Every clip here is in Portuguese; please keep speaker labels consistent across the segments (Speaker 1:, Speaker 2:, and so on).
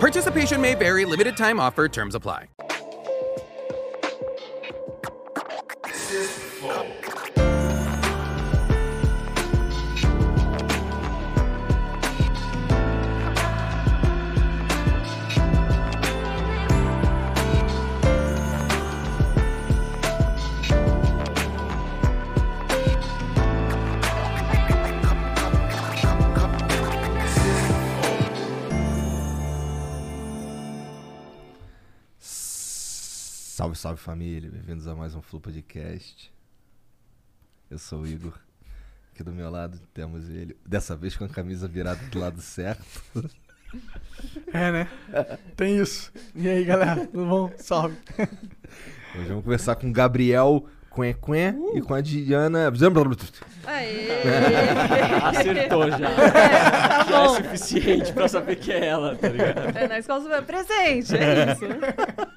Speaker 1: Participation may vary, limited time offer, terms apply.
Speaker 2: Salve, salve família, bem-vindos a mais um Flu Podcast. Eu sou o Igor. Aqui do meu lado temos ele, dessa vez com a camisa virada do lado certo.
Speaker 3: É, né? Tem isso. E aí, galera? Tudo bom? Salve.
Speaker 2: Hoje vamos conversar com o Gabriel Quen
Speaker 4: Uh!
Speaker 2: e com a Diana.
Speaker 4: Aê!
Speaker 5: Acertou já.
Speaker 4: Tá
Speaker 5: Já é
Speaker 4: bom.
Speaker 5: suficiente pra saber que é ela, tá ligado?
Speaker 4: É, na escola super presente, é isso.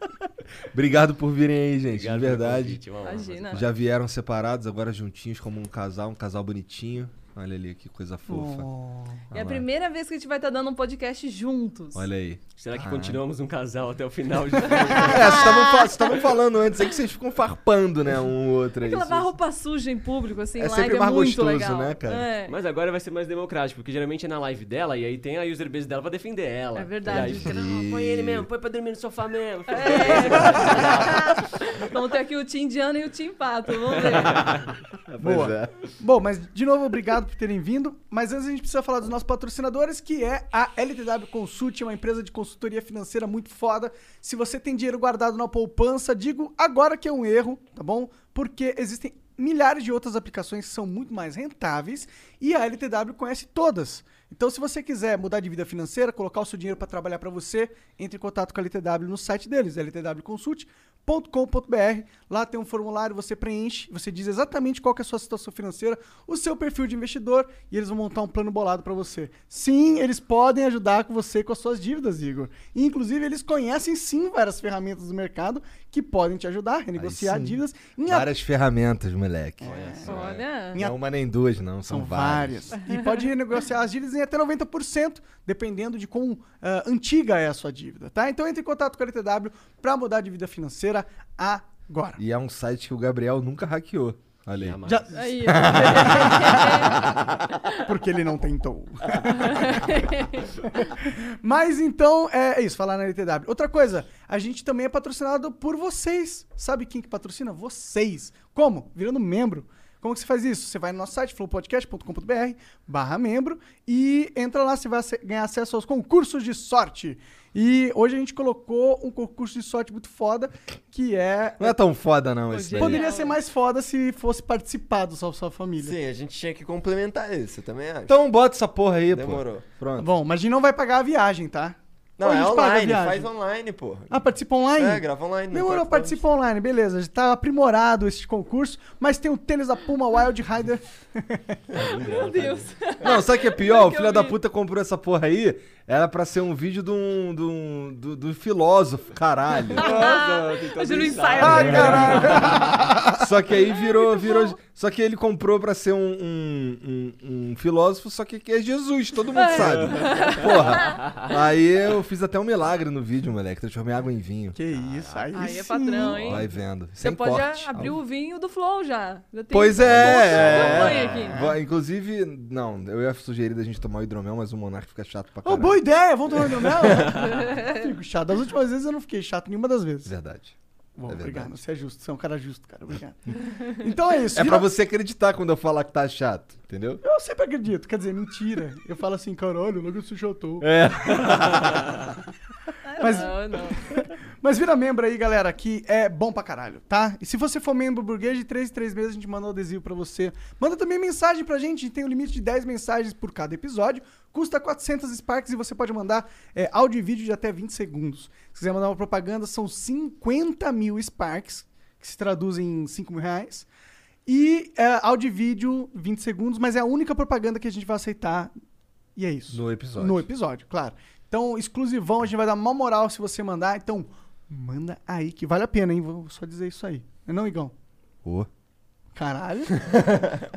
Speaker 2: Obrigado por virem aí, gente, de É verdade.
Speaker 4: Imagina.
Speaker 2: Já vieram separados, agora juntinhos como um casal, um casal bonitinho. Olha ali que coisa fofa.
Speaker 4: É
Speaker 2: Olha
Speaker 4: a
Speaker 2: tá lá.
Speaker 4: primeira vez que a gente vai estar dando um podcast juntos.
Speaker 2: Olha aí.
Speaker 5: Será que
Speaker 2: Ah.
Speaker 5: continuamos um casal até o final? De...
Speaker 2: É, vocês estavam fa- vocês estavam falando antes aí que vocês ficam farpando, né? Um outro
Speaker 4: Tem
Speaker 2: aí.
Speaker 4: que lavar
Speaker 2: Vocês-
Speaker 4: roupa suja em público, assim,
Speaker 2: É
Speaker 4: em live
Speaker 2: sempre
Speaker 4: é
Speaker 2: mais
Speaker 4: muito
Speaker 2: gostoso,
Speaker 4: legal.
Speaker 2: né, cara?
Speaker 4: É.
Speaker 5: Mas agora vai ser mais democrático, porque geralmente é na live dela e aí tem a user base dela pra defender ela. Tá
Speaker 4: É verdade.
Speaker 5: E aí fica, não, põe ele mesmo, põe pra dormir no sofá mesmo. É.
Speaker 4: É. Vamos ter aqui o Tim Diana e o Tim Pato, vamos ver.
Speaker 2: Pois
Speaker 3: Boa.
Speaker 2: é.
Speaker 3: Bom, mas de novo, obrigado por terem vindo. Mas antes a gente precisa falar dos nossos patrocinadores, que é a LTW Consult, uma empresa de consultoria financeira muito foda. Se você tem dinheiro guardado na poupança, digo agora que é um erro, tá bom? Porque existem milhares de outras aplicações que são muito mais rentáveis e a LTW conhece todas. Então, se você quiser mudar de vida financeira, colocar o seu dinheiro para trabalhar para você, entre em contato com a LTW no site deles, ltwconsult.com.br. Lá tem um formulário, você preenche, você diz exatamente qual que é a sua situação financeira, o seu perfil de investidor e eles vão montar um plano bolado para você. Sim, eles podem ajudar com você com as suas dívidas, Igor. E, inclusive, eles conhecem sim várias ferramentas do mercado que podem te ajudar a renegociar
Speaker 2: sim.
Speaker 3: dívidas em a-
Speaker 2: Várias ferramentas, moleque.
Speaker 4: Olha.
Speaker 2: Não é uma nem duas, não. São,
Speaker 3: São várias. E pode renegociar as dívidas em até 90%, dependendo de quão ah, antiga é a sua dívida, tá? Então entre em contato com a LTW para mudar de vida financeira agora.
Speaker 2: E é um site que o Gabriel nunca hackeou. Olha aí.
Speaker 5: Jamais.
Speaker 3: Já-
Speaker 4: Aí, ó.
Speaker 3: porque ele não tentou. Mas então, é isso, falar na LTW. Outra coisa, a gente também é patrocinado por vocês. Sabe quem que patrocina? Vocês. Como? Virando membro. Como que você faz isso? Você vai no nosso site, flowpodcast.com.br, barra membro, e entra lá, você vai ace- ganhar acesso aos concursos de sorte. E hoje a gente colocou um concurso de sorte muito foda, que é...
Speaker 2: Não é tão foda, não, esse
Speaker 4: Hoje é
Speaker 2: daí.
Speaker 3: Poderia ser mais foda se fosse participado só sua família.
Speaker 6: Sim, a gente tinha que complementar isso, eu também acho.
Speaker 2: Então bota essa porra aí,
Speaker 6: Demorou.
Speaker 2: pô. Pronto.
Speaker 3: Bom, mas a gente não vai pagar a viagem, tá?
Speaker 6: Não,
Speaker 3: Ou a
Speaker 6: é
Speaker 3: gente paga a
Speaker 6: online,
Speaker 3: viagem?
Speaker 6: faz online, porra.
Speaker 3: Ah, participa online?
Speaker 6: É, grava online. não
Speaker 3: Demorou,
Speaker 6: pode-
Speaker 3: participa online, beleza. Já tá aprimorado esse concurso, mas tem o tênis da Puma Wild Rider.
Speaker 4: Meu Deus.
Speaker 2: Não, sabe o que é pior? O
Speaker 4: que
Speaker 2: filho
Speaker 4: eu
Speaker 2: da
Speaker 4: vi.
Speaker 2: puta comprou essa porra aí. Era pra ser um vídeo de um, de um, do, do filósofo, caralho.
Speaker 5: Nossa, tem todo
Speaker 4: Hoje no
Speaker 5: um
Speaker 4: ensaio.
Speaker 5: ensaio.
Speaker 2: Só que
Speaker 4: É
Speaker 2: aí virou. virou só que ele comprou pra ser um, um, um- um filósofo, só que que é Jesus, todo mundo sabe. Porra. Aí eu fiz até um milagre no vídeo, moleque. Transformei água em vinho.
Speaker 3: Que isso, aí,
Speaker 4: Aí é
Speaker 3: sim.
Speaker 4: patrão, hein?
Speaker 2: Vai vendo.
Speaker 4: Você
Speaker 2: Sem
Speaker 4: pode
Speaker 2: corte.
Speaker 4: já abrir o vinho do Flow já. já tem
Speaker 2: Pois
Speaker 4: um monte de
Speaker 2: é.
Speaker 4: champanhe aqui.
Speaker 2: Vai, Inclusive, não, eu ia sugerir da gente tomar o hidromel, mas o Monark fica chato pra
Speaker 3: Ô,
Speaker 2: caralho.
Speaker 3: boa ideia, vamos tomar meu mel? Fico chato. Das últimas vezes eu não fiquei chato nenhuma das vezes.
Speaker 2: É Verdade.
Speaker 3: Bom,
Speaker 2: verdade.
Speaker 3: obrigado, você é justo, você é um cara justo, cara, obrigado. Então é isso.
Speaker 2: É
Speaker 3: vira-
Speaker 2: pra você acreditar quando eu falar que tá chato, entendeu?
Speaker 3: Eu sempre acredito, quer dizer, mentira. Eu falo assim, caralho, logo se chutou.
Speaker 2: É.
Speaker 4: Ah,
Speaker 3: Mas,
Speaker 4: Não, não.
Speaker 3: mas vira membro aí, galera, que é bom pra caralho, tá? E se você for membro burguês, de 3 em 3 meses a gente manda o adesivo pra você. Manda também mensagem pra gente, a gente tem um limite de 10 mensagens por cada episódio. Custa 400 Sparks e você pode mandar é, áudio e vídeo de até 20 segundos. Se quiser mandar uma propaganda, são 50 mil Sparks, que se traduzem em 5 mil reais. E é, áudio e vídeo, 20 segundos, mas é a única propaganda que a gente vai aceitar. E é isso.
Speaker 2: No episódio.
Speaker 3: No episódio, claro. Então, exclusivão, a gente vai dar uma moral se você mandar. Então, manda aí, que vale a pena, hein? Vou só dizer isso aí. Não é não, Igão?
Speaker 2: Ô.
Speaker 3: Caralho.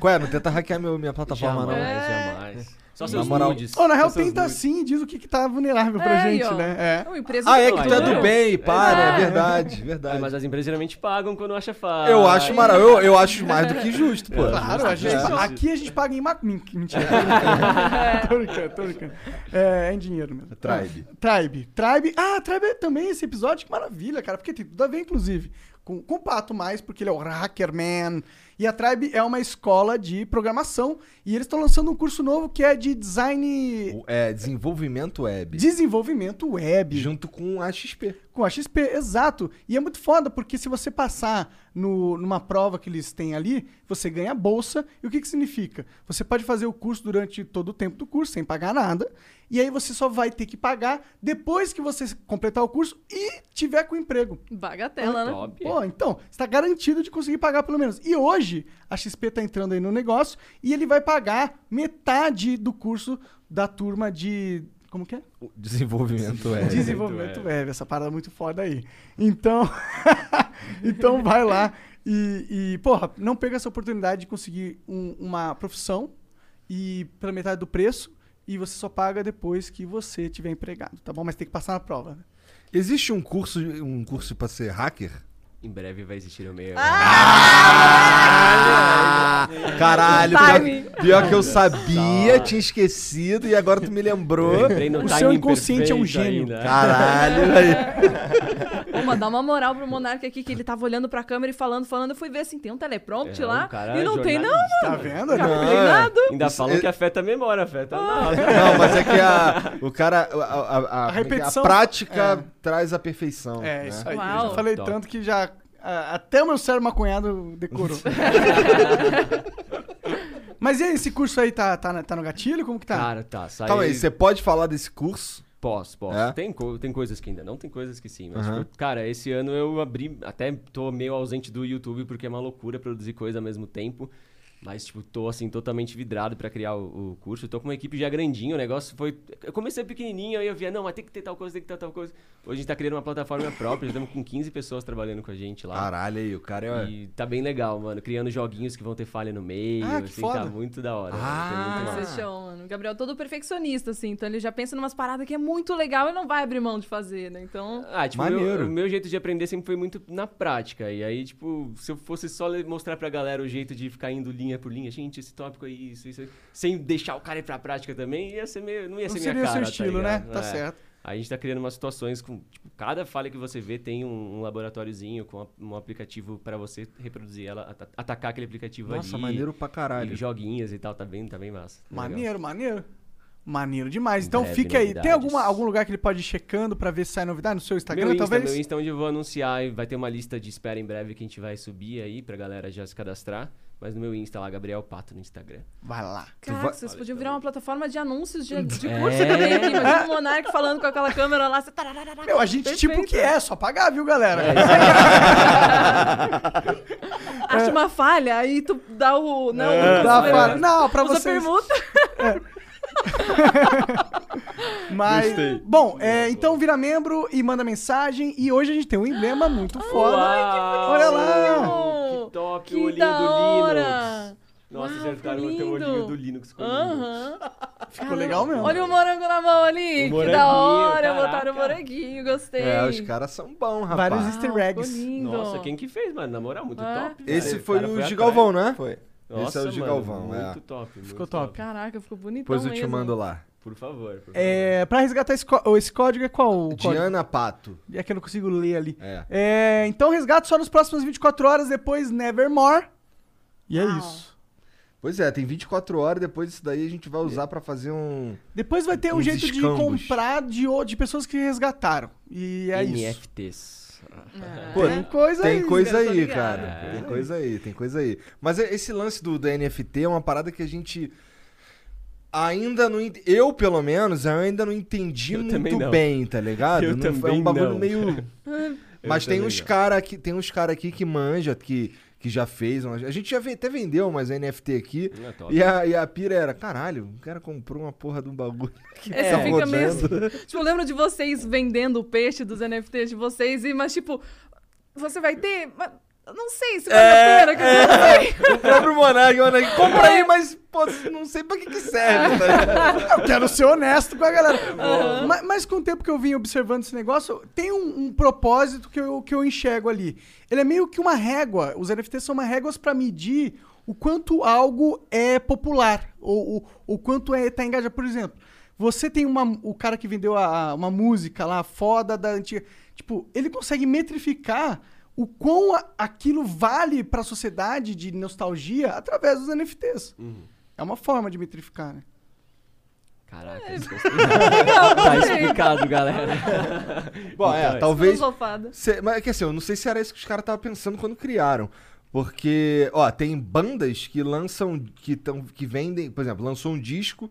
Speaker 2: Qual é? Não tenta hackear meu, minha plataforma,
Speaker 5: jamais,
Speaker 2: não.
Speaker 5: Tá jamais. Só seus
Speaker 2: moral-
Speaker 5: nudes.
Speaker 3: Ou, na real,
Speaker 5: Só seus
Speaker 3: tenta
Speaker 5: nudes.
Speaker 3: sim, diz o que, que tá vulnerável pra
Speaker 4: É, aí,
Speaker 3: gente,
Speaker 4: ó.
Speaker 3: né? É.
Speaker 4: É uma empresa
Speaker 2: Ah, é
Speaker 4: do
Speaker 2: que tá
Speaker 5: Claro.
Speaker 2: do
Speaker 4: futuro.
Speaker 2: bem, para, é
Speaker 4: É.
Speaker 2: verdade,
Speaker 5: Ah, mas ah, é.
Speaker 2: verdade.
Speaker 5: as empresas geralmente pagam quando acha fácil.
Speaker 2: Eu acho maravilhoso, eu, eu acho mais do que justo, Ah, pô.
Speaker 3: Claro, a gente,
Speaker 5: justo.
Speaker 3: aqui a gente paga em... Ma... min- Mentira. tô brincando. tô brincando, tô brincando. É, é em dinheiro mesmo.
Speaker 2: Tribe.
Speaker 3: Tribe. Tribe. Ah, Tribe é também esse episódio, que maravilha, cara. Porque tem tudo a ver, inclusive. Com, com o Pato mais, porque ele é o Hackerman. E a Tribe é uma escola de programação. E eles estão lançando um curso novo que é de design.
Speaker 2: O- É, desenvolvimento web.
Speaker 3: Desenvolvimento web.
Speaker 2: Junto com a XP.
Speaker 3: Com a XP, exato. E é muito foda, porque se você passar no- numa prova que eles têm ali, você ganha a bolsa. E o que, que significa? Você pode fazer o curso durante todo o tempo do curso, sem pagar nada. E aí você só vai ter que pagar depois que você completar o curso e tiver com emprego.
Speaker 4: Bagatela, né?
Speaker 5: Top.
Speaker 3: Pô, então, você tá garantido de conseguir pagar pelo menos. E hoje, a XP tá entrando aí no negócio e ele vai pagar metade do curso da turma de. Como que é?
Speaker 2: O Desenvolvimento
Speaker 5: É
Speaker 2: web.
Speaker 3: Desenvolvimento
Speaker 5: web.
Speaker 3: web, essa parada é muito foda aí. Então, então vai lá e, e, porra, não perca essa oportunidade de conseguir um- uma profissão e pela metade do preço e você só paga depois que você tiver empregado, tá bom? Mas tem que passar na prova. né?
Speaker 2: Existe um curso, um curso pra ser hacker?
Speaker 5: Em breve vai existir o meu.
Speaker 2: Caralho,
Speaker 4: Timing.
Speaker 2: pior, pior que eu sabia, tinha esquecido e agora tu me lembrou.
Speaker 5: Entrei no
Speaker 3: O
Speaker 5: timing
Speaker 3: seu inconsciente é um
Speaker 5: perfeito
Speaker 3: gênio.
Speaker 5: ainda.
Speaker 2: Caralho, aí.
Speaker 4: Ô, mas dá uma moral pro Monark aqui, que ele tava olhando pra câmera e falando, falando. Eu fui ver assim, tem um teleprompt
Speaker 5: É,
Speaker 4: lá.
Speaker 5: o cara
Speaker 4: e
Speaker 5: é
Speaker 4: não tem, não.
Speaker 5: jornalista,
Speaker 3: Tá
Speaker 5: mano.
Speaker 3: vendo?
Speaker 4: Não
Speaker 2: Não,
Speaker 4: tem
Speaker 2: é.
Speaker 4: nada.
Speaker 5: Ainda
Speaker 2: Isso
Speaker 5: falam
Speaker 2: é-
Speaker 5: que afeta a memória, afeta nada.
Speaker 2: Não, mas é que a, o cara. A, a- é a-
Speaker 3: A repetição-
Speaker 2: a prática
Speaker 3: é.
Speaker 2: traz a perfeição.
Speaker 3: É,
Speaker 2: né?
Speaker 3: isso aí.
Speaker 4: Uau.
Speaker 3: Eu já falei
Speaker 5: Top.
Speaker 3: tanto que já. a- Até o meu cérebro maconhado decorou. Mas e aí, esse curso aí tá, tá, na- tá no gatilho? Como que tá?
Speaker 5: Cara, tá, sai.
Speaker 2: Calma aí, você pode falar desse curso?
Speaker 5: Posso, posso.
Speaker 2: É?
Speaker 5: Tem, co- tem coisas que ainda não, tem coisas que sim. Mas,
Speaker 2: Aham.
Speaker 5: tipo, cara, esse ano eu abri. Até tô meio ausente do YouTube porque é uma loucura produzir coisa ao mesmo tempo. Mas, tipo, tô assim, totalmente vidrado pra criar o, o curso. Tô com uma equipe já grandinha, o negócio foi. Eu comecei pequenininho, aí eu via, não, mas tem que ter tal coisa, tem que ter tal coisa. Hoje a gente tá criando uma plataforma própria, já estamos com 15 pessoas trabalhando com a gente lá.
Speaker 2: Caralho, aí, o cara é.
Speaker 5: Tá. E tá bem legal, mano. Criando joguinhos que vão ter falha no meio.
Speaker 3: Ah, que
Speaker 5: assim,
Speaker 3: foda.
Speaker 5: tá muito da hora.
Speaker 2: Ah.
Speaker 5: mano. Tem muito massa.
Speaker 4: Vocês chamam, mano. O Gabriel é todo perfeccionista, assim. Então ele já pensa em umas paradas que é muito legal e não vai abrir mão de fazer, né? Então.
Speaker 5: Ah, tipo,
Speaker 2: Maneiro.
Speaker 5: meu- o meu jeito de aprender sempre foi muito na prática. E aí, tipo, se eu fosse só le- mostrar pra galera o jeito de ficar indo linha por linha, gente, esse tópico é isso, isso, é- sem deixar o cara ir pra prática também, ia ser meio, não ia
Speaker 3: não
Speaker 5: ser
Speaker 3: seria
Speaker 5: minha
Speaker 3: o seu
Speaker 5: cara, tá
Speaker 3: estilo, né?
Speaker 5: ligado?
Speaker 3: Tá
Speaker 5: É.
Speaker 3: certo.
Speaker 5: Aí a gente tá criando umas situações com, tipo, cada falha que você vê tem um, um laboratóriozinho com a- um aplicativo pra você reproduzir ela, ata- atacar aquele aplicativo ali.
Speaker 2: Nossa, maneiro pra
Speaker 5: E
Speaker 2: caralho.
Speaker 5: joguinhas e tal, tá bem, tá bem massa. Tá legal.
Speaker 3: Maneiro, maneiro. Maneiro demais.
Speaker 5: Em
Speaker 3: Então
Speaker 5: breve,
Speaker 3: fica aí. Tem
Speaker 5: novidades.
Speaker 3: alguma, algum lugar que ele pode ir checando pra ver se sai novidade no seu
Speaker 2: Tá
Speaker 3: Instagram,
Speaker 5: meu Insta,
Speaker 3: talvez?
Speaker 5: meu Insta é onde eu vou anunciar e vai ter uma lista de espera em breve que a gente vai subir aí pra galera já se cadastrar. Mas no meu Insta lá, Gabriel Pato no Instagram.
Speaker 3: Vai lá.
Speaker 4: Caraca,
Speaker 2: vai-
Speaker 4: vocês podiam virar uma plataforma de anúncios de, de
Speaker 5: É.
Speaker 4: curso também aqui. Imagina o Monark falando com aquela câmera lá. Você... tarararara.
Speaker 3: Meu, a gente tipo
Speaker 4: Perfeito.
Speaker 3: que é, só pagar, viu, galera?
Speaker 2: É.
Speaker 4: Acha uma falha, aí tu dá o. Não,
Speaker 3: Dá
Speaker 4: usa-
Speaker 3: pra- Não, pra
Speaker 4: usa
Speaker 3: vocês.
Speaker 4: permuta.
Speaker 3: Mas,
Speaker 2: Gostei.
Speaker 3: bom, é, então vira membro e manda mensagem. E hoje a gente tem um emblema muito foda.
Speaker 5: Uau!
Speaker 3: Olha lá!
Speaker 4: bonitinho!
Speaker 5: Que top,
Speaker 4: Que
Speaker 5: o olhinho
Speaker 4: da
Speaker 5: do
Speaker 4: hora!
Speaker 5: Linux. Nossa,
Speaker 4: Uau,
Speaker 5: acertaram
Speaker 4: ficou
Speaker 5: até o olhinho
Speaker 4: lindo.
Speaker 5: do Linux. ficou lindo.
Speaker 4: Aham.
Speaker 3: Ficou legal mesmo.
Speaker 4: Olha o morango na mão ali.
Speaker 5: O
Speaker 4: Que da
Speaker 5: moranguinho,
Speaker 4: hora. Botaram o
Speaker 5: caraca.
Speaker 4: moranguinho, gostei.
Speaker 2: É, os caras são bons, rapaz.
Speaker 3: Vários
Speaker 4: Ah,
Speaker 3: easter
Speaker 4: ficou
Speaker 3: eggs.
Speaker 4: lindo.
Speaker 5: Nossa, quem que fez, mano? Na moral, muito
Speaker 4: É.
Speaker 5: top.
Speaker 2: Esse
Speaker 5: velho.
Speaker 2: foi
Speaker 5: cara
Speaker 2: o de
Speaker 5: atrás.
Speaker 2: Galvão, né?
Speaker 6: Foi.
Speaker 2: é
Speaker 5: Nossa,
Speaker 2: o de
Speaker 5: mano,
Speaker 2: Galvão, é.
Speaker 5: Muito top.
Speaker 3: Ficou
Speaker 5: muito
Speaker 3: top.
Speaker 4: Caraca, ficou bonitão
Speaker 2: Depois eu te
Speaker 4: mesmo.
Speaker 2: mando lá.
Speaker 5: Por favor. por
Speaker 3: É, pra resgatar esse, có- esse código é qual? o código?
Speaker 2: Diana Pato.
Speaker 3: É que eu não consigo ler ali.
Speaker 2: É.
Speaker 3: É, então resgate só nas próximas 24 horas, depois Nevermore. E é
Speaker 4: Uau.
Speaker 3: isso.
Speaker 2: Pois é, tem 24 horas, depois disso daí a gente vai usar pra fazer um.
Speaker 3: Depois vai ter um
Speaker 2: Uns
Speaker 3: jeito
Speaker 2: escambos.
Speaker 3: de comprar de, o- de pessoas que resgataram. E é isso.
Speaker 5: NFTs.
Speaker 2: Pô,
Speaker 3: Tem coisa
Speaker 2: tem
Speaker 3: aí.
Speaker 2: coisa
Speaker 4: eu tô
Speaker 2: aí,
Speaker 4: ligado.
Speaker 2: cara. Tem coisa aí, tem coisa aí. Mas é- esse lance do, do NFT é uma parada que a gente ainda não. ent- Eu, pelo menos, eu ainda não entendi
Speaker 5: Eu também
Speaker 2: muito
Speaker 5: não.
Speaker 2: bem, tá ligado?
Speaker 5: Eu
Speaker 2: Não- é
Speaker 5: também
Speaker 2: um bagulho
Speaker 5: não.
Speaker 2: meio. Mas tem
Speaker 5: também
Speaker 2: uns
Speaker 5: não.
Speaker 2: cara aqui, tem uns cara aqui que manja, que, que já fez. umas- A gente já ve- até vendeu umas NFT aqui.
Speaker 5: É top.
Speaker 2: E a, e a pira era, caralho, o cara comprou uma porra de um bagulho.
Speaker 4: É,
Speaker 2: tá
Speaker 4: você fica meio.
Speaker 2: rodando.
Speaker 4: Tipo, eu lembro de vocês vendendo o peixe dos NFTs de vocês, e, mas tipo, você vai ter. Mas, eu não sei se vale
Speaker 2: É,
Speaker 4: a pena. que eu não sei.
Speaker 2: O próprio Monark, o Monark, compra aí, mas pô, não sei pra que, que serve. tá ligado?
Speaker 3: Eu quero ser honesto com a galera. Ma- Mas, com o tempo que eu vim observando esse negócio, tem um, um propósito que eu, que eu enxergo ali. Ele é meio que uma régua. Os NFTs são uma réguas pra medir o quanto algo é popular, ou o, o quanto é, tá engajado. Por exemplo, você tem uma, o cara que vendeu a- a- uma música lá foda da antiga. Tipo, ele consegue metrificar o quão a- aquilo vale pra sociedade de nostalgia através dos NFTs. É uma forma de metrificar, né?
Speaker 5: Caraca,
Speaker 4: É.
Speaker 5: isso tá explicado. tá explicado, galera.
Speaker 2: Bom,
Speaker 5: Então
Speaker 2: é,
Speaker 5: é.
Speaker 2: talvez.
Speaker 4: Filosofada.
Speaker 2: Cê- mas é que assim, eu não sei se era isso que os caras estavam pensando quando criaram. Porque, ó, tem bandas que lançam, que, tão, que vendem, por exemplo, lançou um disco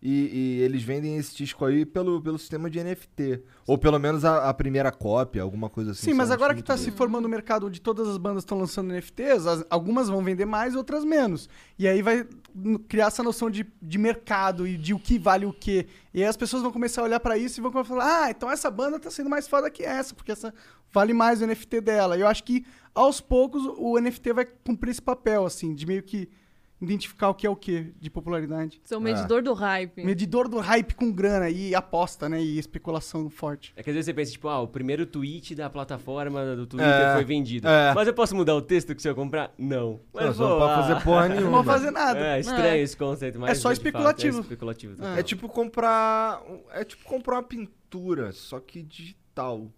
Speaker 2: e, e eles vendem esse disco aí pelo, pelo sistema de NFT. Ou pelo menos a, a primeira cópia, alguma coisa assim.
Speaker 3: Sim,
Speaker 2: sei
Speaker 3: mas
Speaker 2: lá,
Speaker 3: agora
Speaker 2: acho
Speaker 3: que
Speaker 2: muito
Speaker 3: tá
Speaker 2: doido.
Speaker 3: se formando o mercado onde todas as bandas estão lançando NFTs, as- algumas vão vender mais, outras menos. E aí vai n- criar essa noção de, de mercado e de o que vale o quê. E aí as pessoas vão começar a olhar pra isso e vão começar a falar: ah, então essa banda tá sendo mais foda que essa, porque essa vale mais o NFT dela. E eu acho que aos poucos o NFT vai cumprir esse papel, assim, de meio que identificar o que é o que de popularidade.
Speaker 2: Ah.
Speaker 4: Sou um medidor do hype.
Speaker 3: Medidor do hype com grana e aposta, né? E especulação forte.
Speaker 5: É que às vezes você pensa, tipo, ah, o primeiro tweet da plataforma do Twitter
Speaker 2: É,
Speaker 5: foi vendido.
Speaker 2: é.
Speaker 5: Mas eu posso mudar o texto que se eu comprar? Não. Mas
Speaker 2: Não, você
Speaker 5: vou
Speaker 2: não pode
Speaker 5: lá.
Speaker 2: fazer porra
Speaker 3: Não
Speaker 2: nenhuma.
Speaker 3: vou fazer nada.
Speaker 5: É estranho
Speaker 4: É.
Speaker 5: esse conceito, mas.
Speaker 3: É só
Speaker 5: de fato,
Speaker 3: especulativo.
Speaker 5: é especulativo.
Speaker 3: É.
Speaker 2: É tipo comprar. É tipo comprar uma pintura, só que digital.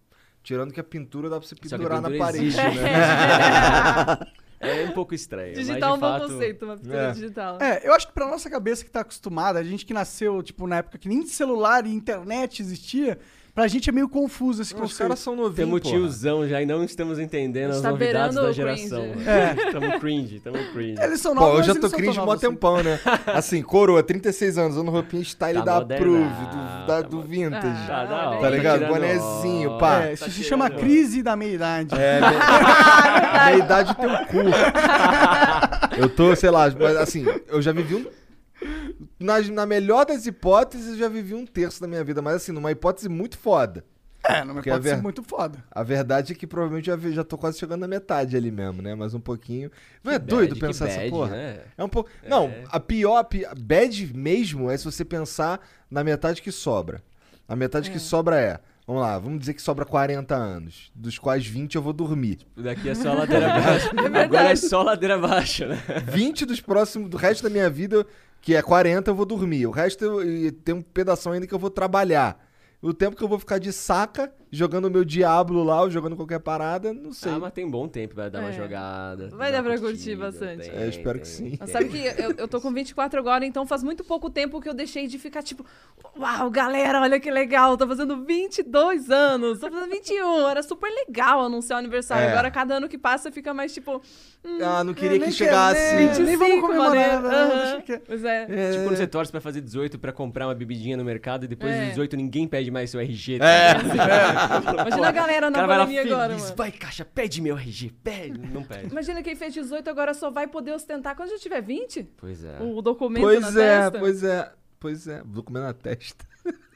Speaker 2: Tirando que a pintura dá pra você
Speaker 5: Só que a
Speaker 2: pendurar na
Speaker 5: pintura
Speaker 2: parede,
Speaker 5: existe,
Speaker 2: né?
Speaker 5: É um pouco estranho.
Speaker 4: Digital é um bom
Speaker 5: mas de fato,
Speaker 4: conceito, uma pintura
Speaker 2: É.
Speaker 4: digital.
Speaker 3: É, eu acho que pra nossa cabeça que tá acostumada, a gente que nasceu, tipo, na época que nem celular e internet existia, pra gente é meio confuso esse
Speaker 2: Não, Os
Speaker 3: conceito.
Speaker 2: caras são novinhos.
Speaker 5: Temos
Speaker 2: porra.
Speaker 5: um tiozão já e não estamos
Speaker 4: A
Speaker 5: entendendo
Speaker 4: gente
Speaker 5: as
Speaker 4: tá
Speaker 5: novidades
Speaker 4: beirando
Speaker 5: da
Speaker 4: o
Speaker 5: geração.
Speaker 4: cringe.
Speaker 2: É.
Speaker 5: Tamo cringe, tamo cringe.
Speaker 3: Eles são novos,
Speaker 2: Pô, eu
Speaker 3: mas
Speaker 2: já
Speaker 3: eles
Speaker 2: tô
Speaker 3: são
Speaker 2: cringe
Speaker 3: tão
Speaker 2: mó
Speaker 3: novos, assim.
Speaker 2: tempão, né? Assim, coroa, 36 anos, usando roupinha style
Speaker 5: Tá
Speaker 2: da
Speaker 5: moderna.
Speaker 2: Prove, do, da-
Speaker 5: Tá
Speaker 2: do
Speaker 5: mo-
Speaker 2: Vintage.
Speaker 4: Ah,
Speaker 5: Tá, da hora.
Speaker 2: Tá ligado?
Speaker 5: tirando
Speaker 2: Bonezinho,
Speaker 5: onda.
Speaker 2: pá.
Speaker 3: É,
Speaker 5: Tá
Speaker 3: isso se
Speaker 5: tirando
Speaker 3: chama
Speaker 5: onda.
Speaker 3: crise da meia-idade.
Speaker 2: É,
Speaker 5: Ah,
Speaker 2: minha idade tem o cu. Eu tô, sei lá, mas assim, eu já vivi um. Na, na melhor das hipóteses, eu já vivi um terço da minha vida, mas assim, numa hipótese muito foda.
Speaker 3: É, não me
Speaker 2: Porque
Speaker 3: pode
Speaker 2: é
Speaker 3: ser
Speaker 2: ver-
Speaker 3: muito foda.
Speaker 2: A verdade é que provavelmente já, vi- já tô quase chegando na metade ali mesmo, né? Mais um pouquinho. Não é
Speaker 5: Que
Speaker 2: doido
Speaker 5: bad, que
Speaker 2: pensar essa
Speaker 5: bad,
Speaker 2: porra?
Speaker 5: né?
Speaker 2: É um pouco. Não, a pior, a pi- bad mesmo é se você pensar na metade que sobra. A metade que sobra é. Vamos lá, vamos dizer que sobra 40 anos, dos quais 20 eu vou dormir.
Speaker 5: Daqui é só ladeira baixa. Agora é
Speaker 4: verdade.
Speaker 5: só ladeira baixa, né?
Speaker 2: 20 dos próximos, do resto da minha vida, que é 40, eu vou dormir. O resto eu, e tem um pedaço ainda que eu vou trabalhar. O tempo que eu vou ficar de saca, jogando o meu diablo lá, ou jogando qualquer parada, não sei.
Speaker 5: Ah, mas tem bom tempo pra dar uma
Speaker 4: É.
Speaker 5: jogada.
Speaker 4: Vai
Speaker 5: dar
Speaker 4: dar pra
Speaker 5: uma
Speaker 4: curtir
Speaker 5: curtida,
Speaker 4: bastante.
Speaker 5: tem,
Speaker 2: É, eu espero que
Speaker 5: tem,
Speaker 2: sim.
Speaker 5: tem.
Speaker 4: Mas sabe que eu, eu tô com 24 agora, então faz muito pouco tempo que eu deixei de ficar tipo, uau, galera, olha que legal, tô fazendo 22 anos, tô fazendo 21, era super legal anunciar o aniversário.
Speaker 2: É.
Speaker 4: Agora, cada ano que passa, fica mais tipo,
Speaker 2: Ah, não
Speaker 3: Eu
Speaker 2: queria
Speaker 3: nem
Speaker 2: que
Speaker 3: quero, nem-
Speaker 2: chegasse.
Speaker 3: nem vamos
Speaker 4: 25,
Speaker 3: comemorar
Speaker 4: mané.
Speaker 3: nada, não,
Speaker 4: Aham.
Speaker 3: deixa quieto.
Speaker 4: Pois é.
Speaker 5: Tipo quando você torce pra fazer 18 pra comprar uma bebidinha no mercado e depois
Speaker 4: É.
Speaker 5: dos 18 ninguém pede mais seu RG.
Speaker 2: É.
Speaker 4: Imagina a galera
Speaker 5: O
Speaker 4: na
Speaker 5: cara vai lá
Speaker 4: pandemia
Speaker 5: feliz,
Speaker 4: agora, mano.
Speaker 5: vai caixa, pede meu RG, pede. Não pede.
Speaker 4: Imagina quem fez 18 agora só vai poder ostentar quando já tiver 20?
Speaker 5: Pois é.
Speaker 4: O documento
Speaker 2: Pois
Speaker 4: na
Speaker 2: é,
Speaker 4: testa.
Speaker 2: pois é, pois é. Vou comer na testa.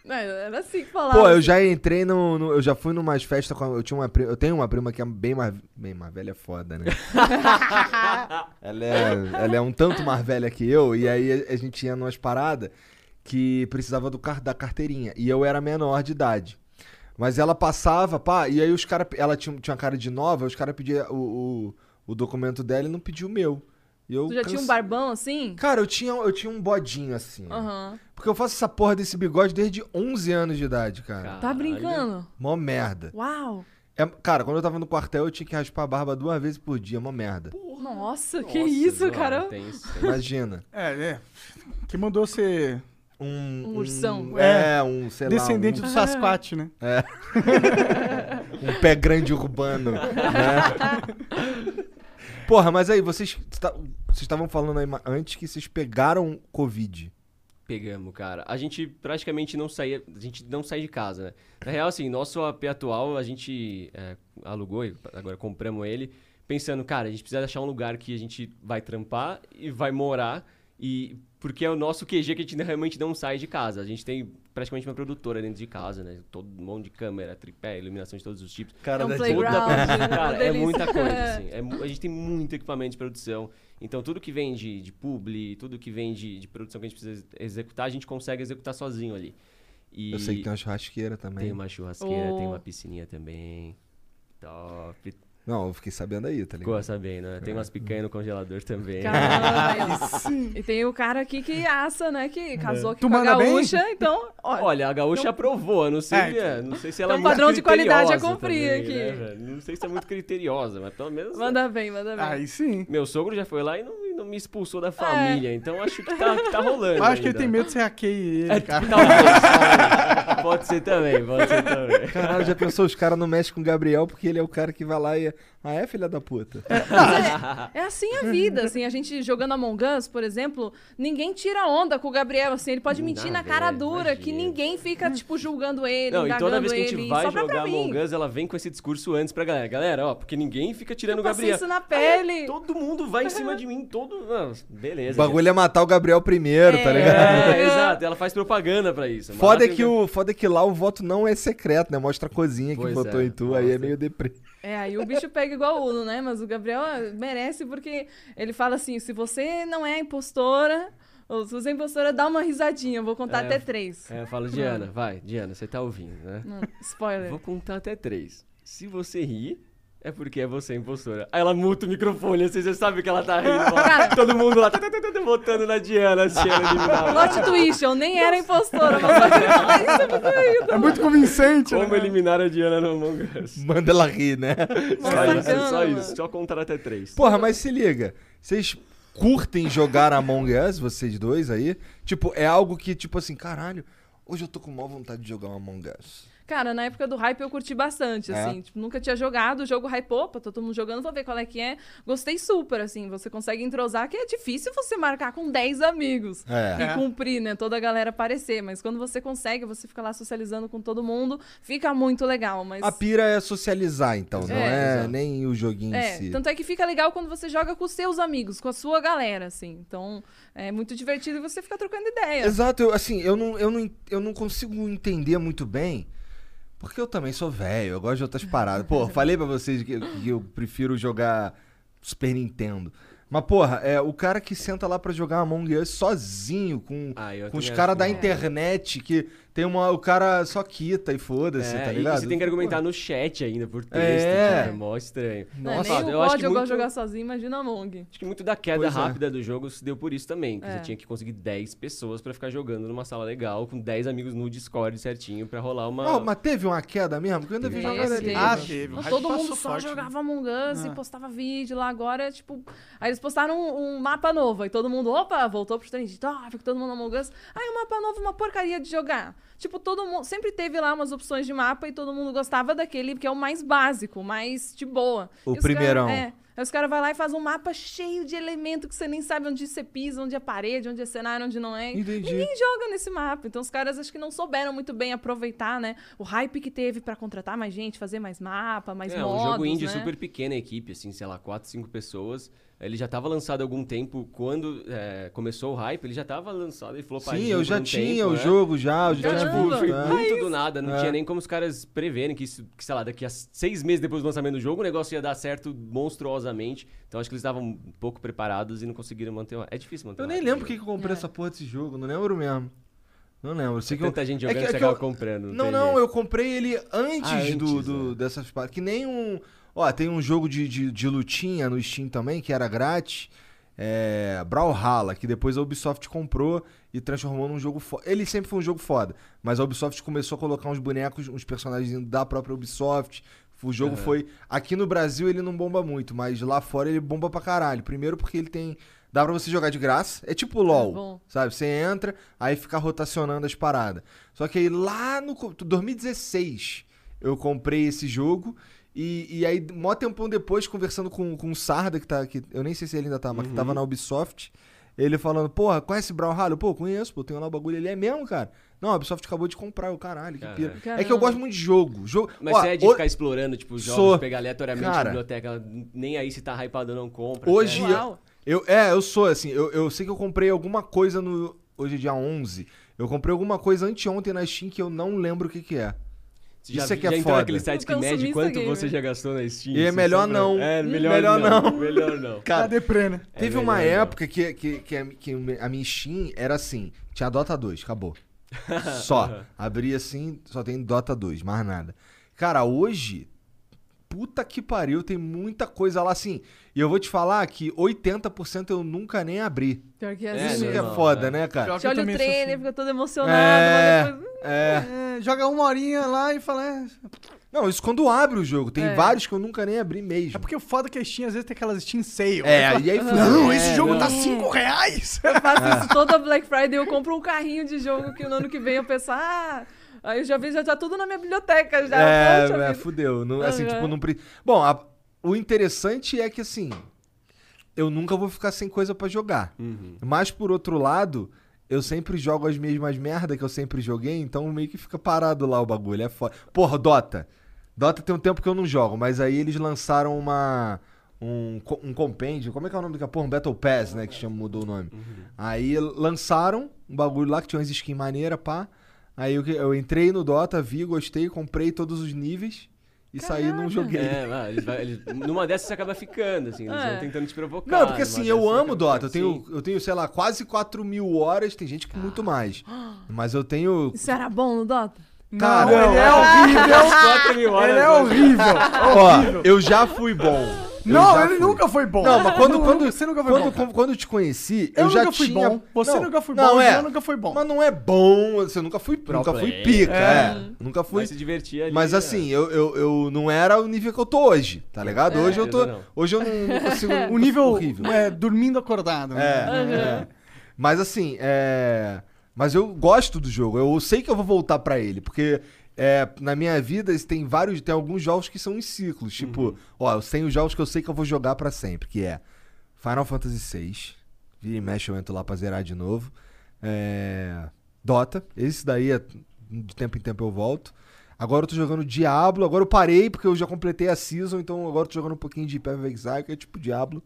Speaker 4: É, Era assim que falava.
Speaker 2: Pô, eu já entrei no, no- Eu já fui numas festas com. a- Eu, tinha uma, pri- eu tenho uma prima que é bem mais. Bem mais velha é foda, né? ela, é, ela é um tanto mais velha que eu, e aí a, a gente ia numas paradas que precisava do car- da carteirinha. E eu era menor de idade. Mas ela passava, pá, e aí os caras. Ela tinha, tinha uma cara de nova, os caras pediam o, o, o documento dela e não pediu o meu. E eu
Speaker 4: Tu já tinha um
Speaker 2: canse-
Speaker 4: barbão assim?
Speaker 2: Cara, eu tinha, eu tinha um bodinho assim.
Speaker 4: Aham.
Speaker 2: Porque eu faço essa porra desse bigode desde 11 anos de idade, cara.
Speaker 5: Cara.
Speaker 4: Tá
Speaker 5: Caralho.
Speaker 4: brincando?
Speaker 2: Mó merda.
Speaker 4: Uau!
Speaker 2: É- cara, quando eu tava no quartel, eu tinha que raspar a barba duas vezes por dia, uma merda.
Speaker 4: Nossa, que
Speaker 5: Nossa,
Speaker 4: isso,
Speaker 5: zoado,
Speaker 4: cara?
Speaker 5: tenso, tenso.
Speaker 2: Imagina.
Speaker 3: É, é. Que mandou ser
Speaker 2: Um,
Speaker 4: Um ursão.
Speaker 2: é, um, sei
Speaker 3: descendente
Speaker 2: lá,
Speaker 3: do Sasquatch, né?
Speaker 2: um, um pé grande urbano, né? Porra, mas aí, vocês tá- vocês estavam falando aí ma- antes que vocês pegaram Covid.
Speaker 5: Pegamos, cara. A gente praticamente não saía, a gente não sai de casa, né? Na real, assim, nosso AP atual, a gente é, alugou, e agora compramos ele, pensando, cara, a gente precisa achar um lugar que a gente vai trampar e vai morar, e porque é o nosso QG que a gente realmente não sai de casa. A gente tem praticamente uma produtora dentro de casa, né? Todo um monte de câmera, tripé, iluminação de todos os tipos.
Speaker 2: Cara,
Speaker 4: É um
Speaker 2: deve-
Speaker 4: playground. né? Uma
Speaker 5: Cara, é
Speaker 4: delícia.
Speaker 5: muita coisa,
Speaker 4: É.
Speaker 5: assim. É mu- a gente tem muito equipamento de produção. Então, tudo que vem de, de publi, tudo que vem de, de produção que a gente precisa ex- executar, a gente consegue executar sozinho ali. E
Speaker 2: Eu sei que tem uma churrasqueira também.
Speaker 5: tem uma churrasqueira,
Speaker 4: Oh.
Speaker 5: tem uma piscininha também. Top.
Speaker 2: Não, eu fiquei sabendo aí, tá
Speaker 5: Ficou
Speaker 2: ligado?
Speaker 5: sabendo, né? Tem umas picanhas no congelador também.
Speaker 4: Caramba. e tem o cara aqui que assa, né? Que casou aqui
Speaker 3: Tu
Speaker 4: com a
Speaker 3: manda bem?
Speaker 4: gaúcha, então. Ó,
Speaker 5: É. Olha, a gaúcha aprovou, eu não sei,
Speaker 3: É,
Speaker 5: né? não sei se ela
Speaker 4: Então,
Speaker 5: muito
Speaker 4: padrão de qualidade é
Speaker 5: criteriosa
Speaker 4: cumprir
Speaker 5: também,
Speaker 4: aqui.
Speaker 5: né, velho? não sei se é muito criteriosa, mas pelo menos
Speaker 4: manda bem, manda bem.
Speaker 3: Aí sim.
Speaker 5: Meu sogro já foi lá e não, e não me expulsou
Speaker 4: É.
Speaker 5: da família, então acho que tá, que tá rolando.
Speaker 2: É
Speaker 3: Eu acho que ele
Speaker 5: ainda.
Speaker 3: tem medo de você hackeie
Speaker 5: É
Speaker 3: ele,
Speaker 5: tipo
Speaker 3: cara.
Speaker 5: Talvez. pode ser também, pode ser também.
Speaker 2: Caralho, já pensou, os caras não mexem com o Gabriel porque ele é o cara que vai lá e. Ah, é filha da puta.
Speaker 4: Mas é, é assim a vida, assim. A gente jogando Among Us, por exemplo, ninguém tira onda com o Gabriel, assim. Ele pode mentir na
Speaker 5: Nada,
Speaker 4: cara
Speaker 5: é,
Speaker 4: dura,
Speaker 5: imagina.
Speaker 4: que ninguém fica, tipo, julgando ele,
Speaker 5: Não, e
Speaker 4: indagando
Speaker 5: toda vez que a
Speaker 4: ele.
Speaker 5: gente vai
Speaker 4: Sobra pra
Speaker 5: jogar
Speaker 4: mim.
Speaker 5: Among Us, ela vem com esse discurso antes pra galera. Galera, ó, porque ninguém fica tirando o
Speaker 4: Passa
Speaker 5: Gabriel. é
Speaker 4: isso na pele.
Speaker 5: Todo mundo vai em cima de mim, todo. Ah,
Speaker 2: O
Speaker 5: beleza.
Speaker 2: bagulho é matar o Gabriel primeiro, tá
Speaker 4: É.
Speaker 2: ligado?
Speaker 5: É, exato, ela faz propaganda pra isso. mas
Speaker 2: Foda é,
Speaker 5: ela
Speaker 2: que
Speaker 5: tem-
Speaker 2: o, foda é que lá o voto não é secreto, né? Mostra a cozinha que
Speaker 5: Pois
Speaker 2: votou
Speaker 5: é,
Speaker 2: em tu, aí é
Speaker 5: mostra.
Speaker 2: meio deprê.
Speaker 4: É, aí o bicho pega igual o Uno, né? Mas o Gabriel ah, merece porque ele fala assim: se você não é impostora, ou se você é impostora, dá uma risadinha, eu vou contar
Speaker 5: É,
Speaker 4: até três.
Speaker 5: É, eu falo, Diana, vai, Diana, você tá ouvindo, né?
Speaker 4: Não, spoiler.
Speaker 5: Vou contar até três. Se você rir, é porque é você a impostora. Aí ela muta o microfone, assim, você sabe que ela tá rindo. ó. Todo mundo lá, tá, tá, tá, tá, tá, votando na Diana, assim, ela eliminava.
Speaker 4: Plot twist, eu nem era impostora, mas só queria falar isso porque eu
Speaker 3: É muito convincente, né?
Speaker 5: Como eliminar a Diana no Among Us.
Speaker 2: Manda ela rir, né?
Speaker 5: Só
Speaker 4: Nossa,
Speaker 5: isso, só
Speaker 4: bacana,
Speaker 5: isso. Só contar até três.
Speaker 2: Porra, mas se liga. Vocês curtem jogar Among Us, vocês dois aí? Tipo, é algo que, tipo assim, caralho, hoje eu tô com maior vontade de jogar um Among Us.
Speaker 4: Cara, na época do hype eu curti bastante,
Speaker 2: É?
Speaker 4: assim. Tipo, nunca tinha jogado, o jogo hypou, pô, tá todo mundo jogando, vou ver qual é que é. Gostei super, assim. Você consegue entrosar, que é difícil você marcar com 10 amigos.
Speaker 2: É.
Speaker 4: E cumprir, né? Toda a galera aparecer. Mas quando você consegue, você fica lá socializando com todo mundo, fica muito legal. Mas.
Speaker 2: A pira é socializar, então, não
Speaker 4: É,
Speaker 2: é,
Speaker 5: exato.
Speaker 2: nem o joguinho em
Speaker 4: É,
Speaker 2: si.
Speaker 4: tanto é que fica legal quando você joga com os seus amigos, com a sua galera, assim. Então, é muito divertido e você fica trocando
Speaker 5: É.
Speaker 4: ideia.
Speaker 2: Exato, eu, assim, eu não, eu, não, en- eu não consigo entender muito bem. Porque eu também sou velho, eu gosto de outras paradas. Pô, falei pra vocês que, que eu prefiro jogar Super Nintendo. Mas, porra, é, o cara que senta lá pra jogar Among Us sozinho, com,
Speaker 5: Ah, eu
Speaker 2: com os
Speaker 5: também
Speaker 2: caras
Speaker 5: acho
Speaker 2: da
Speaker 5: que não.
Speaker 2: internet, que tem uma. O cara só quita e foda-se,
Speaker 5: É,
Speaker 2: tá
Speaker 5: e
Speaker 2: ligado?
Speaker 5: você tem que argumentar no chat ainda, por texto,
Speaker 2: É.
Speaker 5: cara, é mó estranho.
Speaker 4: Não é nem o
Speaker 5: eu acho
Speaker 4: God,
Speaker 5: que
Speaker 4: eu gosto
Speaker 5: muito,
Speaker 4: de jogar sozinho, imagina a Mong.
Speaker 5: acho que muito da queda
Speaker 2: Pois é.
Speaker 5: rápida do jogo se deu por isso também, que
Speaker 4: É.
Speaker 5: você tinha que conseguir 10 pessoas pra ficar jogando numa sala legal, com 10 amigos no Discord certinho, pra rolar uma...
Speaker 2: Não, oh, mas teve uma queda mesmo? Porque eu ainda vi
Speaker 5: Teve.
Speaker 2: jogar ali.
Speaker 4: Teve.
Speaker 3: Ah, teve. O
Speaker 4: Não,
Speaker 3: hype
Speaker 4: Todo
Speaker 3: passou
Speaker 4: mundo só
Speaker 3: forte, né?
Speaker 4: jogava Among Us
Speaker 3: Ah.
Speaker 4: e postava vídeo lá. Agora, tipo. Aí eles postaram um, um mapa novo. Aí todo mundo, opa, voltou pro trending topic, todo mundo Among Us. Aí o mapa novo, é uma porcaria de jogar. Tipo, todo mundo. Sempre teve lá umas opções de mapa e todo mundo gostava daquele que é o mais básico, o mais de boa.
Speaker 2: O
Speaker 4: E os
Speaker 2: primeirão.
Speaker 4: Cara, é. Aí os caras vão lá e fazem um mapa cheio de elemento que você nem sabe onde você pisa, onde é parede, onde é cenário, onde não é.
Speaker 2: Entendi.
Speaker 4: Ninguém joga nesse mapa. Então os caras acho que não souberam muito bem aproveitar, né? O hype que teve pra contratar mais gente, fazer mais mapa, mais
Speaker 5: É,
Speaker 4: modos,
Speaker 5: um jogo indie
Speaker 4: né?
Speaker 5: super pequena a equipe, assim, sei lá, 4, 5 pessoas. Ele já tava lançado há algum tempo, quando é, começou o hype, ele já tava lançado e flopadinho
Speaker 2: Sim, eu já
Speaker 5: por um
Speaker 2: tinha
Speaker 5: tempo,
Speaker 2: o
Speaker 5: né?
Speaker 2: jogo já, eu já
Speaker 5: Então,
Speaker 2: tinha
Speaker 5: tipo,
Speaker 4: Caramba.
Speaker 2: visto.
Speaker 5: foi
Speaker 2: né?
Speaker 5: muito do nada, não
Speaker 2: É.
Speaker 5: tinha nem como os caras preverem que, isso, que, sei lá, daqui a seis meses depois do lançamento do jogo o negócio ia dar certo monstruosamente. Então acho que eles estavam um pouco preparados e não conseguiram manter. o- É difícil manter.
Speaker 2: Eu
Speaker 5: o
Speaker 2: nem
Speaker 5: hype,
Speaker 2: lembro
Speaker 5: né?
Speaker 2: porque que eu comprei essa porra desse jogo, não lembro mesmo. Não lembro. Sei que eu-
Speaker 5: Tanta gente
Speaker 2: é que-
Speaker 5: jogando,
Speaker 2: é
Speaker 5: você
Speaker 2: que eu-
Speaker 5: acaba comprando.
Speaker 2: Não,
Speaker 5: tem
Speaker 2: não,
Speaker 5: jeito.
Speaker 2: eu comprei ele antes,
Speaker 5: Ah, antes,
Speaker 2: do, do-
Speaker 5: é.
Speaker 2: dessas partes. Que nem um. Ó, tem um jogo de, de, de lutinha no Steam também, que era grátis. É. Brawlhalla, que depois a Ubisoft comprou e transformou num jogo foda. Ele sempre foi um jogo foda, mas a Ubisoft começou a colocar uns bonecos, uns personagens da própria Ubisoft. fu- O jogo foi. Aqui no Brasil ele não bomba muito, mas lá fora ele bomba pra caralho. Primeiro porque ele tem. Dá pra você jogar de graça. É tipo LOL.
Speaker 4: bom.
Speaker 2: sabe? Você entra, aí fica rotacionando as paradas. Só que aí lá no. co- 2016 eu comprei esse jogo. E, e aí, mó tempão depois, conversando com, com o Sarda, que tá aqui. Eu nem sei se ele ainda tá, mas que
Speaker 5: Uhum.
Speaker 2: tava na Ubisoft. Ele falando, porra, conhece Brawlhalla? Eu, Pô, conheço, pô, tem lá o bagulho. Ele é mesmo, cara? Não, a Ubisoft acabou de comprar. Eu, caralho, que pira.
Speaker 4: Caraca.
Speaker 2: É que eu gosto muito de jogo. jogo...
Speaker 5: Mas
Speaker 2: Ó,
Speaker 5: você é de
Speaker 2: o-
Speaker 5: ficar explorando, tipo, jogos,
Speaker 2: sou.
Speaker 5: pegar aleatoriamente
Speaker 2: Cara.
Speaker 5: na biblioteca, nem aí se tá hypado ou não compra.
Speaker 2: Hoje,
Speaker 5: né?
Speaker 4: Uau.
Speaker 2: eu, é, eu sou assim, eu, eu sei que eu comprei alguma coisa no. Hoje é dia 11. Eu comprei alguma coisa anteontem na Steam que eu não lembro o que, que é.
Speaker 5: Você já,
Speaker 2: isso é que é
Speaker 5: já entrou
Speaker 2: foda.
Speaker 5: naqueles sites que
Speaker 4: O
Speaker 5: mede
Speaker 4: consumista
Speaker 5: quanto
Speaker 4: gamer.
Speaker 5: você já gastou na Steam.
Speaker 2: E é
Speaker 5: assim,
Speaker 2: melhor
Speaker 5: só pra-
Speaker 2: não.
Speaker 5: É,
Speaker 2: Hum,
Speaker 5: melhor,
Speaker 2: melhor
Speaker 5: não.
Speaker 2: não.
Speaker 5: Melhor não.
Speaker 2: Cara,
Speaker 3: Cadê prena?
Speaker 5: É
Speaker 2: Teve uma
Speaker 5: melhor não.
Speaker 2: época que, que, que, a mi- que a minha Steam era assim: tinha Dota 2, acabou. Só. Abri assim, só tem Dota 2, mais nada. Cara, hoje, puta que pariu, tem muita coisa lá assim. E eu vou te falar que 80% eu nunca nem abri.
Speaker 4: Pior que é
Speaker 5: É,
Speaker 4: assim
Speaker 2: Isso que é
Speaker 4: mesmo.
Speaker 5: normal,
Speaker 2: foda,
Speaker 5: é.
Speaker 2: né, cara?
Speaker 4: Te olha o trailer, fica todo emocionado,
Speaker 2: É.
Speaker 4: mas depois...
Speaker 2: É.
Speaker 3: É, joga uma horinha lá e fala. É,
Speaker 2: Não, isso quando abre o jogo. Tem
Speaker 4: É.
Speaker 2: vários que eu nunca nem abri
Speaker 3: é
Speaker 2: mesmo.
Speaker 3: porque o foda é que a Steam às vezes tem aquelas Steam sale.
Speaker 2: É,
Speaker 3: Aí
Speaker 2: e aí
Speaker 3: tu
Speaker 2: fudeu.
Speaker 3: fala, Não,
Speaker 2: É,
Speaker 3: esse jogo
Speaker 2: não.
Speaker 3: tá 5 reais.
Speaker 4: Eu faço isso toda Black Friday, eu compro um carrinho de jogo que no ano que vem eu penso, ah, aí eu já vi, já tá tudo na minha biblioteca, já. poxa
Speaker 2: É, é,
Speaker 4: vida.
Speaker 2: fudeu. Não, assim,
Speaker 4: Aham.
Speaker 2: tipo, não. pre- Bom, a- o interessante é que assim. Eu nunca vou ficar sem coisa pra jogar. Mas por outro lado, eu sempre jogo as mesmas merda que eu sempre joguei, então meio que fica parado lá o bagulho. É foda. Porra, Dota. Dota tem um tempo que eu não jogo, mas aí eles lançaram uma. Um, co- um compêndio, como é que é o nome daquela porra? Um Battle Pass, né? Que chama, mudou o
Speaker 5: Uhum.
Speaker 2: nome. Aí lançaram um bagulho lá que tinha umas skins maneiras, pá. Aí eu, eu entrei no Dota, vi, gostei, comprei todos os níveis e saí e não joguei.
Speaker 5: É, mano, eles vai- eles- numa dessas você acaba ficando, assim, eles
Speaker 4: É.
Speaker 5: vão tentando te provocar.
Speaker 2: Não, porque
Speaker 5: numa
Speaker 2: assim,
Speaker 5: dessas
Speaker 2: eu
Speaker 5: você
Speaker 2: amo
Speaker 5: acaba-
Speaker 2: Dota. Eu tenho,
Speaker 5: Sim.
Speaker 2: eu tenho, sei lá, quase 4 mil horas. Tem gente com muito mais. Mas eu tenho.
Speaker 4: Isso era bom no Dota?
Speaker 2: Cara,
Speaker 3: ele é horrível.
Speaker 5: assim. Quatro mil horas,
Speaker 3: ele é
Speaker 5: mano.
Speaker 3: horrível.
Speaker 2: ó, eu já fui bom. Eu
Speaker 3: Não,
Speaker 2: já
Speaker 3: ele
Speaker 2: fui.
Speaker 3: nunca foi bom.
Speaker 2: Não, mas quando,
Speaker 3: Não,
Speaker 2: quando,
Speaker 3: você nunca foi
Speaker 2: quando,
Speaker 3: bom. cara.
Speaker 2: quando, quando eu te conheci, eu,
Speaker 3: Eu
Speaker 2: já
Speaker 3: nunca fui
Speaker 2: tinha...
Speaker 3: bom, você nunca foi bom,
Speaker 2: não
Speaker 3: o
Speaker 2: é.
Speaker 3: Jean nunca foi bom.
Speaker 2: Mas não é bom, você nunca fui, nunca fui
Speaker 5: player.
Speaker 2: pica, é. Nunca fui
Speaker 5: Mas se divertir ali.
Speaker 2: Mas
Speaker 5: né?
Speaker 2: assim, eu, eu, eu não era o nível que eu tô hoje, tá ligado?
Speaker 5: É,
Speaker 2: hoje eu tô.
Speaker 5: eu não.
Speaker 2: Hoje eu não, não consigo.
Speaker 3: O nível
Speaker 2: horrível.
Speaker 3: é, dormindo acordado.
Speaker 2: É, é. Mas assim, é. Mas eu gosto do jogo. Eu sei que eu vou voltar pra ele, porque. é, na minha vida isso tem vários, tem alguns jogos que são em ciclos, tipo, ó, eu tenho jogos que eu sei que eu vou jogar pra sempre, que é Final Fantasy VI, vira e mexe eu entro lá pra zerar de novo, é, Dota, esse daí é- de tempo em tempo eu volto. Agora eu tô jogando Diablo, agora eu parei porque eu já completei a season, então agora eu tô jogando um pouquinho de Path of Exile, que é tipo Diablo.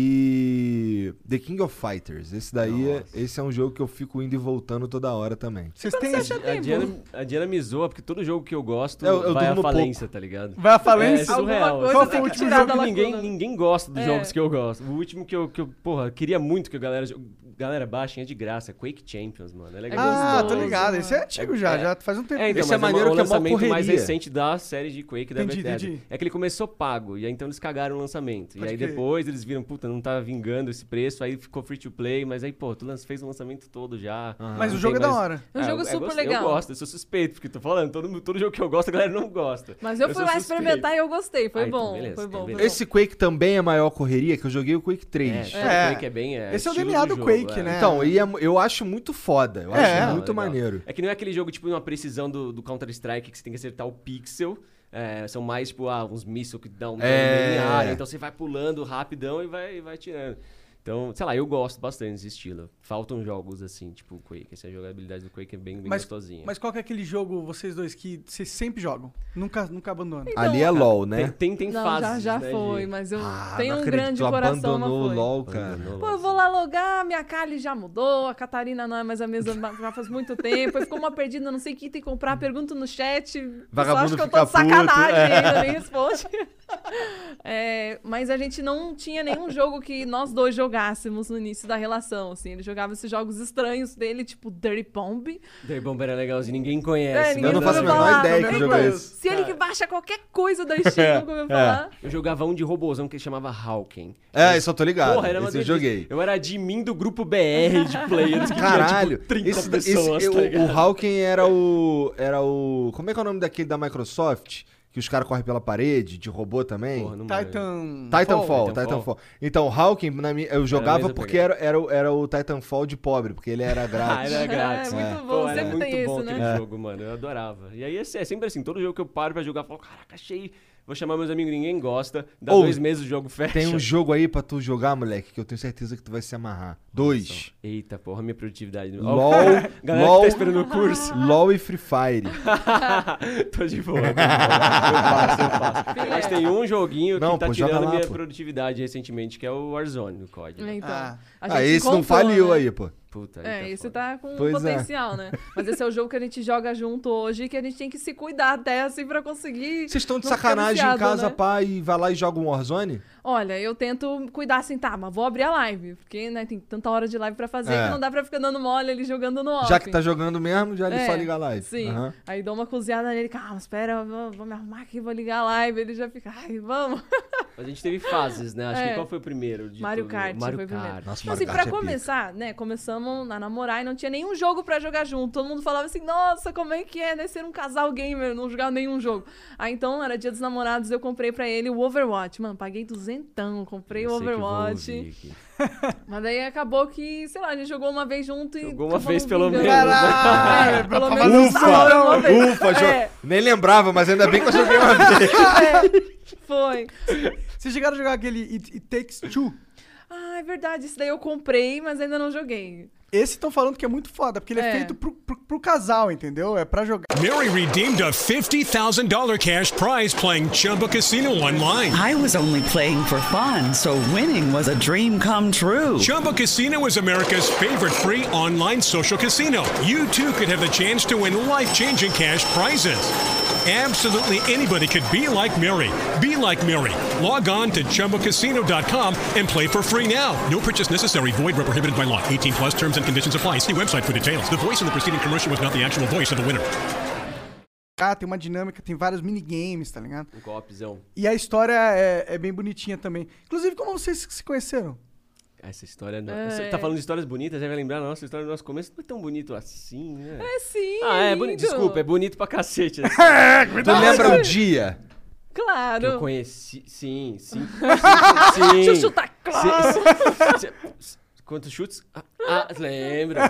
Speaker 2: E The King of Fighters, esse daí, é, esse é um jogo que eu fico indo e voltando toda hora também.
Speaker 3: Vocês têm.
Speaker 5: A Diana, a Diana me zoa, porque todo jogo que eu gosto
Speaker 2: Eu- eu
Speaker 5: vai à
Speaker 2: durmo
Speaker 5: falência, tá ligado?
Speaker 3: Vai à
Speaker 5: É
Speaker 3: falência?
Speaker 5: surreal.
Speaker 4: Alguma coisa
Speaker 3: Qual
Speaker 5: assim.
Speaker 3: foi o
Speaker 4: tem que
Speaker 3: último
Speaker 4: tirar da
Speaker 5: Jogo que ninguém,
Speaker 4: lacuna.
Speaker 5: ninguém gosta dos
Speaker 4: É.
Speaker 5: jogos que eu gosto. O último que eu, que eu, porra, queria muito que a galera. jo- Galera, baixem, é de graça. Quake Champions, mano. É legal.
Speaker 2: tá
Speaker 3: Ah,
Speaker 4: gostoso,
Speaker 3: tô ligado. Esse é
Speaker 4: mano.
Speaker 3: antigo já,
Speaker 5: É.
Speaker 3: já faz um tempo.
Speaker 5: É, então,
Speaker 2: Esse
Speaker 5: Esse
Speaker 2: é
Speaker 5: é
Speaker 2: maneiro
Speaker 5: o
Speaker 2: que é mó
Speaker 5: lançamento mais
Speaker 2: correria.
Speaker 5: recente da série de Quake da
Speaker 3: Entendi,
Speaker 5: Bethesda.
Speaker 3: entendi.
Speaker 5: É que ele começou pago, e aí então eles cagaram o lançamento.
Speaker 3: Pode
Speaker 5: e aí
Speaker 3: crer.
Speaker 5: depois eles viram, puta, não tá vingando esse preço, aí ficou free to play, mas aí, pô, tu lan- fez o lançamento todo já.
Speaker 3: Mas o
Speaker 5: Ah, não
Speaker 3: jogo é da
Speaker 5: tem mais-
Speaker 3: hora.
Speaker 4: É um jogo
Speaker 5: eu- eu
Speaker 4: super
Speaker 5: gostei,
Speaker 4: legal.
Speaker 5: Eu gosto, eu sou suspeito, porque tô falando, todo, todo jogo que eu gosto, a galera não gosta.
Speaker 4: Mas eu, fui
Speaker 5: sou
Speaker 4: lá
Speaker 5: suspeito.
Speaker 4: experimentar e eu gostei, foi
Speaker 5: Ah, então
Speaker 4: bom,
Speaker 5: beleza,
Speaker 4: foi
Speaker 5: então
Speaker 4: bom. foi
Speaker 5: beleza.
Speaker 2: Esse Quake também é maior correria, que eu joguei o Quake
Speaker 5: É,
Speaker 2: 3.
Speaker 5: é, Quake é bem.
Speaker 3: Esse é o
Speaker 5: estilo
Speaker 3: DNA do
Speaker 5: jogo,
Speaker 3: Quake,
Speaker 5: é.
Speaker 3: né?
Speaker 2: Então, e é mu- eu acho muito foda, eu
Speaker 3: É,
Speaker 2: acho muito
Speaker 5: legal.
Speaker 2: maneiro.
Speaker 5: É que não é aquele jogo, tipo, uma precisão do, do Counter-Strike que você tem que acertar o pixel. É, são mais, tipo, ah, uns mísseis que dão um dano
Speaker 2: É.
Speaker 5: em área. Então você vai pulando rapidão e vai, e vai tirando. Então, sei lá, eu gosto bastante desse estilo. Faltam jogos assim, tipo o Quake. Essa jogabilidade do Quake é bem, bem
Speaker 3: Mas-
Speaker 5: gostosinha.
Speaker 3: Mas qual que é aquele jogo, vocês dois, que vocês sempre jogam? Nunca, nunca abandonam.
Speaker 2: Ali é LOL, né?
Speaker 5: Tem, tem, tem
Speaker 4: Não,
Speaker 5: fases,
Speaker 4: já, já
Speaker 5: né,
Speaker 4: foi,
Speaker 5: de- Ah,
Speaker 4: mas Então, eu
Speaker 2: Ah,
Speaker 4: tenho
Speaker 2: não
Speaker 4: um
Speaker 2: acredito,
Speaker 4: grande
Speaker 2: tu
Speaker 4: coração, mas
Speaker 2: abandonou o
Speaker 4: foi.
Speaker 2: LOL, cara.
Speaker 5: Abandonou
Speaker 4: Pô, eu
Speaker 5: lá.
Speaker 4: vou lá logar, minha Kali já mudou, a Catarina não é mais a mesma já faz muito tempo, eu fico uma perdida, não sei o que tem que comprar, pergunto no chat, só
Speaker 2: Vagabundo
Speaker 4: acho que eu
Speaker 2: fica
Speaker 4: tô de sacanagem
Speaker 2: puto, é.
Speaker 4: ainda, nem responde. É, mas a gente não tinha nenhum jogo que nós dois jogássemos no início da relação, assim, ele jogava esses jogos estranhos dele, tipo Dirty Bomb,
Speaker 5: Dirty Bomb era é legalzinho, ninguém conhece.
Speaker 4: É, ninguém né,
Speaker 2: Eu não
Speaker 5: mas é
Speaker 2: faço a
Speaker 5: legal.
Speaker 4: falar.
Speaker 2: menor ideia que
Speaker 3: Meu
Speaker 2: jogo é é.
Speaker 3: Deus.
Speaker 2: esse.
Speaker 4: se ele que baixa qualquer coisa da Steam, nunca ouviu falar...
Speaker 5: Eu jogava um de robôzão que chamava Hawking.
Speaker 2: É, isso eu tô ligado.
Speaker 5: Porra, era uma
Speaker 2: esse eu
Speaker 5: delícia.
Speaker 2: joguei.
Speaker 5: Eu era admin do grupo BR de players. Que tinha,
Speaker 2: Caralho,
Speaker 5: tipo, 30
Speaker 2: esse, esse-
Speaker 5: pessoas, tá
Speaker 2: o,
Speaker 5: ligado?
Speaker 2: o Hawking era o. Era o. Como é que é o nome daquele da Microsoft? Que que os caras correm pela parede, de robô também.
Speaker 5: Porra, não mano.
Speaker 3: Titan.
Speaker 2: Titanfall,
Speaker 5: Titanfall.
Speaker 2: Titanfall. Então, Hawking, na minha, eu jogava
Speaker 5: mesma
Speaker 2: porque era,
Speaker 5: pegada.
Speaker 2: era, o- era o Titanfall de pobre, porque ele era
Speaker 5: Ah,
Speaker 2: grátis.
Speaker 5: era grátis.
Speaker 4: É, muito
Speaker 5: né?
Speaker 4: bom,
Speaker 5: era
Speaker 4: sempre
Speaker 5: muito
Speaker 4: tem
Speaker 5: bom
Speaker 4: isso, né?
Speaker 5: aquele jogo, mano. Eu adorava. E aí é sé- é sempre assim, todo jogo que eu paro pra jogar, eu falo, caraca, achei. Vou chamar meus amigos, ninguém gosta. Dá
Speaker 2: Ou,
Speaker 5: dois meses o jogo fecha.
Speaker 2: Tem um jogo aí pra tu jogar, moleque, que eu tenho certeza que tu vai se amarrar. Dois.
Speaker 5: Eita, porra, minha produtividade. Ó,
Speaker 2: LOL,
Speaker 5: Galera que
Speaker 2: LOL,
Speaker 5: tá esperando o curso.
Speaker 2: LOL e Free Fire.
Speaker 5: tô de boa. Tô de boa. Eu faço, eu
Speaker 4: é.
Speaker 5: faço. Mas tem um joguinho
Speaker 2: Não,
Speaker 5: que tá
Speaker 2: pô, joga
Speaker 5: tirando
Speaker 2: lá,
Speaker 5: minha
Speaker 2: pô.
Speaker 5: recentemente, recentemente, que é o Warzone, o código.
Speaker 4: Então,
Speaker 3: Ah.
Speaker 4: a
Speaker 2: Ah,
Speaker 4: gente
Speaker 2: esse não
Speaker 4: encontrou,
Speaker 2: faliu
Speaker 4: né?
Speaker 2: aí, pô.
Speaker 5: Puta, aí
Speaker 4: É, esse
Speaker 5: foda.
Speaker 4: tá com
Speaker 2: Pois é.
Speaker 4: potencial, né? Mas esse é o jogo que a gente joga junto hoje e que a gente tem que se cuidar até assim pra conseguir.
Speaker 2: Vocês estão de
Speaker 4: não ficar
Speaker 2: sacanagem em
Speaker 4: viciado,
Speaker 2: casa,
Speaker 4: né?
Speaker 2: pá, e vai lá e joga um Warzone?
Speaker 4: Olha, eu tento cuidar assim, tá, mas vou abrir a live. Porque, né, tem tanta hora de live pra fazer
Speaker 2: É.
Speaker 4: que não dá pra ficar dando mole ali jogando no off.
Speaker 2: Já que tá jogando mesmo, já ele
Speaker 4: É,
Speaker 2: só liga a live.
Speaker 4: Sim.
Speaker 2: Aham.
Speaker 4: Aí dou uma cozinhada nele, calma, espera, eu vou, vou me arrumar aqui, vou ligar a live. Ele já fica, ai, vamos.
Speaker 5: Mas a gente teve fases, né? Acho
Speaker 4: É.
Speaker 5: que qual foi o primeiro? de
Speaker 4: Mario
Speaker 5: tudo?
Speaker 4: Kart
Speaker 5: Mario
Speaker 4: foi o
Speaker 5: Kart.
Speaker 4: primeiro.
Speaker 2: Nossa,
Speaker 4: Então,
Speaker 2: Mario
Speaker 4: assim, pra
Speaker 2: Kart é pica.
Speaker 4: começar, né? Começamos a namorar e não tinha nenhum jogo pra jogar junto. Todo mundo falava assim, nossa, como é que é, né? Ser um casal gamer, não jogar nenhum jogo. Aí então, era dia dos namorados, eu comprei pra ele o Overwatch. Mano, paguei duzentão, comprei
Speaker 5: Eu
Speaker 4: o
Speaker 5: sei que eu vou
Speaker 4: Overwatch.
Speaker 5: ouvir aqui.
Speaker 4: Mas daí acabou que, sei lá, a gente jogou uma vez junto e.
Speaker 5: Jogou uma
Speaker 4: acabou
Speaker 5: vez
Speaker 4: não
Speaker 5: pelo
Speaker 4: vingando.
Speaker 5: menos, né?
Speaker 3: Caralho,
Speaker 4: É,
Speaker 3: pra
Speaker 4: pelo
Speaker 3: falar
Speaker 4: menos
Speaker 2: Ufa!
Speaker 4: jogou uma vez.
Speaker 2: Ufa, jo-
Speaker 4: É,
Speaker 2: Nem lembrava, mas ainda bem que eu joguei uma vez.
Speaker 4: foi.
Speaker 3: Vocês chegaram a jogar aquele It, It Takes Two?
Speaker 4: Ah, é verdade. Esse daí eu comprei, mas ainda não joguei.
Speaker 3: Esse estão falando que é muito foda, porque ele é,
Speaker 4: É.
Speaker 3: feito pro, pro- pro casal, entendeu? É pra jogar.
Speaker 7: Mary redeemed a $50,000 cash prize playing Chumba Casino online.
Speaker 8: I was only playing for fun, so winning was a dream come true.
Speaker 7: Chumba Casino is America's favorite free online social casino. You too could have the chance to win life changing cash prizes. Absolutely anybody could be like Mary. Be like Mary. Log on to chumbacasino.com and play for free now. No purchase necessary. Void where prohibited by law. 18 plus terms and conditions apply. See website for details. The voice in the preceding commercial was not the actual voice of the winner.
Speaker 3: tem uma dinâmica, tem vários minigames, tá ligado?
Speaker 5: Um golpezão.
Speaker 3: E a história é, é bem bonitinha também. Inclusive, como vocês se conheceram?
Speaker 5: Essa história não. Você
Speaker 4: É.
Speaker 5: tá falando de histórias bonitas, aí vai lembrar, nossa, a história do nosso começo não é tão bonito assim, né?
Speaker 4: É sim.
Speaker 5: ah, é
Speaker 4: lindo.
Speaker 5: bonito. Desculpa, é bonito pra cacete. né?
Speaker 2: Tu lembra o dia?
Speaker 4: Claro.
Speaker 5: Eu conheci. Sim, sim. sim.
Speaker 4: Deixa eu chutar, Ah, tá claro.
Speaker 5: Sim, sim, sim. Quantos chutes? Ah, ah, lembra.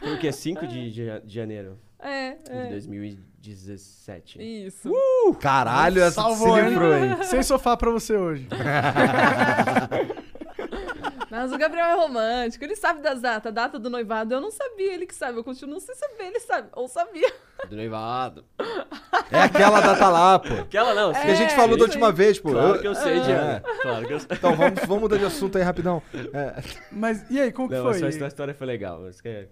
Speaker 5: Foi o que? 5 de, ja- de janeiro
Speaker 4: É,
Speaker 5: de
Speaker 4: é. Uh.
Speaker 5: 2017.
Speaker 4: Isso.
Speaker 2: Caralho, essa tu se
Speaker 4: né?
Speaker 2: livrou, hein?
Speaker 3: Sem sofá pra você hoje.
Speaker 4: Mas o Gabriel é romântico, ele sabe das datas. A data do noivado eu não sabia, ele que sabe. Eu continuo sem saber, ele sabe. Ou sabia.
Speaker 5: Do noivado.
Speaker 2: É aquela data lá, pô. Que
Speaker 5: Aquela não, sim.
Speaker 2: a gente falou
Speaker 4: É, isso
Speaker 2: da última
Speaker 4: aí. É.
Speaker 2: vez, pô.
Speaker 5: Claro
Speaker 2: Eu- É.
Speaker 5: que eu sei, Diana. Claro que eu sei.
Speaker 2: Então, vamos, vamos mudar de assunto aí rapidão. É.
Speaker 3: Mas e aí, como que
Speaker 5: Não,
Speaker 3: foi?
Speaker 5: mas só essa história foi legal. Mas que...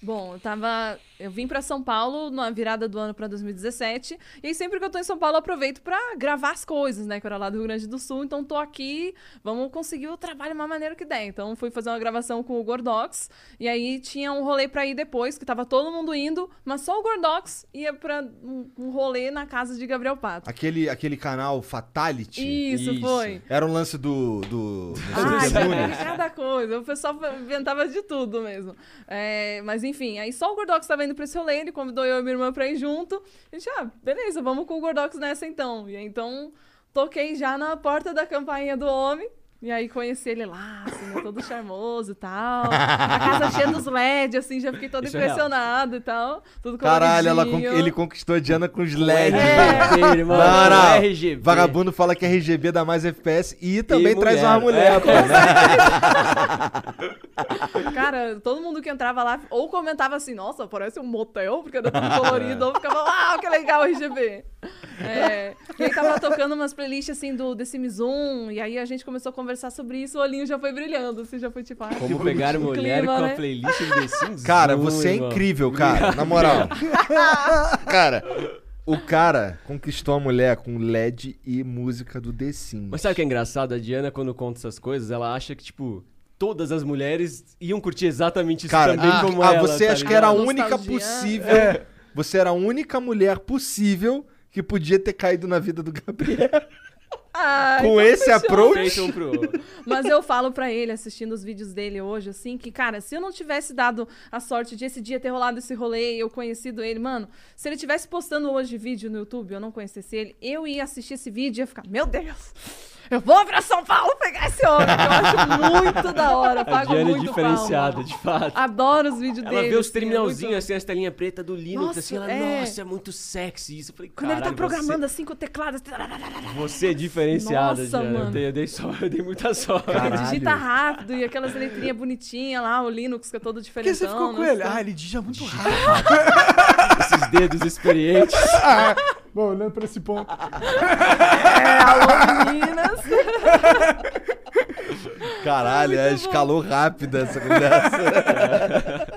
Speaker 4: Bom, eu tava. Eu vim pra São Paulo na virada do ano pra 2017. E aí, sempre que eu tô em São Paulo, eu aproveito pra gravar as coisas, né? Que eu era lá do Rio Grande do Sul. Então, tô aqui, vamos conseguir o trabalho de uma maneira que der. Então, fui fazer uma gravação com o Gordox. E aí, tinha um rolê pra ir depois, que tava todo mundo indo, mas só o Gordox ia pra um, um rolê na casa de Gabriel Pato.
Speaker 2: Aquele, aquele canal Fatality.
Speaker 4: Isso, Ah,
Speaker 5: Isso.
Speaker 4: foi.
Speaker 2: Era um lance do. do, do
Speaker 4: Ai,
Speaker 2: Super
Speaker 4: tinha
Speaker 2: Nunes.
Speaker 4: cada coisa. O pessoal inventava de tudo mesmo. É, mas enfim, aí só o Gordox tava indo pra esse rolê, ele convidou eu e minha irmã pra ir junto. A gente, ah, beleza, vamos com o Gordox nessa então. E aí, então, toquei já na porta da campainha do homem. E aí conheci ele lá, assim, né, todo charmoso e tal. A casa cheia dos LED, assim, já fiquei toda
Speaker 5: Isso é real.
Speaker 4: impressionada e tal. Tudo
Speaker 2: Caralho, ela con-
Speaker 4: coloridinho.
Speaker 2: ele conquistou a Diana com os LEDs.
Speaker 4: É.
Speaker 5: RGB, É, irmão.
Speaker 2: Não, não.
Speaker 5: RGB.
Speaker 2: Vagabundo fala que RGB dá mais FPS e também
Speaker 5: E
Speaker 2: traz uma mulher,
Speaker 5: mulher. É,
Speaker 2: pô. né?
Speaker 4: Cara, todo mundo que entrava lá ou comentava assim, nossa, parece um motel, porque era tudo colorido,
Speaker 5: É.
Speaker 4: ou ficava, uau, que legal RGB. É, e aí tava tocando umas playlists assim do The Sims 1, e aí a gente começou a conversar sobre isso, o olhinho já foi brilhando, assim, já foi tipo, ah,
Speaker 5: Como pegar
Speaker 4: bonitinho.
Speaker 5: mulher
Speaker 4: Clima,
Speaker 5: com a
Speaker 4: né?
Speaker 5: playlist do The Sims
Speaker 2: Cara,
Speaker 5: um,
Speaker 2: você é
Speaker 5: irmão.
Speaker 2: incrível, cara. Na moral. cara, o cara conquistou a mulher com LED e música do The Sims.
Speaker 5: Mas sabe o que é engraçado? A Diana, quando conta essas coisas, ela acha que, tipo, todas as mulheres iam curtir exatamente isso
Speaker 2: Cara,
Speaker 5: também
Speaker 2: ah,
Speaker 5: como
Speaker 2: ah,
Speaker 5: ela.
Speaker 2: você
Speaker 5: tá
Speaker 2: acho que era a
Speaker 5: ligado? É.
Speaker 2: única
Speaker 4: Nostalgia.
Speaker 2: possível. Você era a única mulher possível que podia ter caído na vida do Gabriel.
Speaker 4: Ai,
Speaker 2: Com
Speaker 4: tá
Speaker 2: esse
Speaker 4: fechado.
Speaker 2: approach.
Speaker 5: um pro outro.
Speaker 4: Mas eu falo pra ele, assistindo os vídeos dele hoje, assim, que, cara, se eu não tivesse dado a sorte de esse dia ter rolado esse rolê e eu conhecido ele, mano, se ele tivesse postando hoje vídeo no YouTube e eu não conhecesse ele, eu ia assistir esse vídeo e ia ficar, meu Deus! Eu vou pra São Paulo pegar esse homem, que eu acho muito da hora. eu
Speaker 5: A
Speaker 4: Pago
Speaker 5: Diana é
Speaker 4: muito
Speaker 5: diferenciada,
Speaker 4: pau, mano.
Speaker 5: de fato.
Speaker 4: Adoro os vídeos
Speaker 5: Ela
Speaker 4: dele.
Speaker 5: vê os
Speaker 4: assim, é
Speaker 5: terminalzinhos,
Speaker 4: muito-
Speaker 5: assim, as telinhas preta do Linux,
Speaker 4: Nossa,
Speaker 5: assim, ela,
Speaker 4: é.
Speaker 5: nossa, é muito sexy isso. Eu falei,
Speaker 4: Quando ele tá
Speaker 5: "Caralho,
Speaker 4: programando assim com o teclado. tararara,
Speaker 5: Você, você é diferenciada,
Speaker 4: Nossa,
Speaker 5: Diana. Eu
Speaker 4: mano.
Speaker 5: dei, eu dei só- eu dei muita sorte.
Speaker 4: Digita rápido e aquelas letrinhas bonitinhas lá, o Linux que é todo
Speaker 3: Por
Speaker 4: diferentão.
Speaker 3: que você ficou com
Speaker 4: né,
Speaker 3: ele?
Speaker 4: assim.
Speaker 3: Ah, ele dija muito rápido.
Speaker 5: Esses dedos experientes.
Speaker 3: Bom, olhando pra esse ponto.
Speaker 4: Alô, meninas!
Speaker 2: Caralho,
Speaker 4: Muito
Speaker 2: é, escalou rápido essa conversa.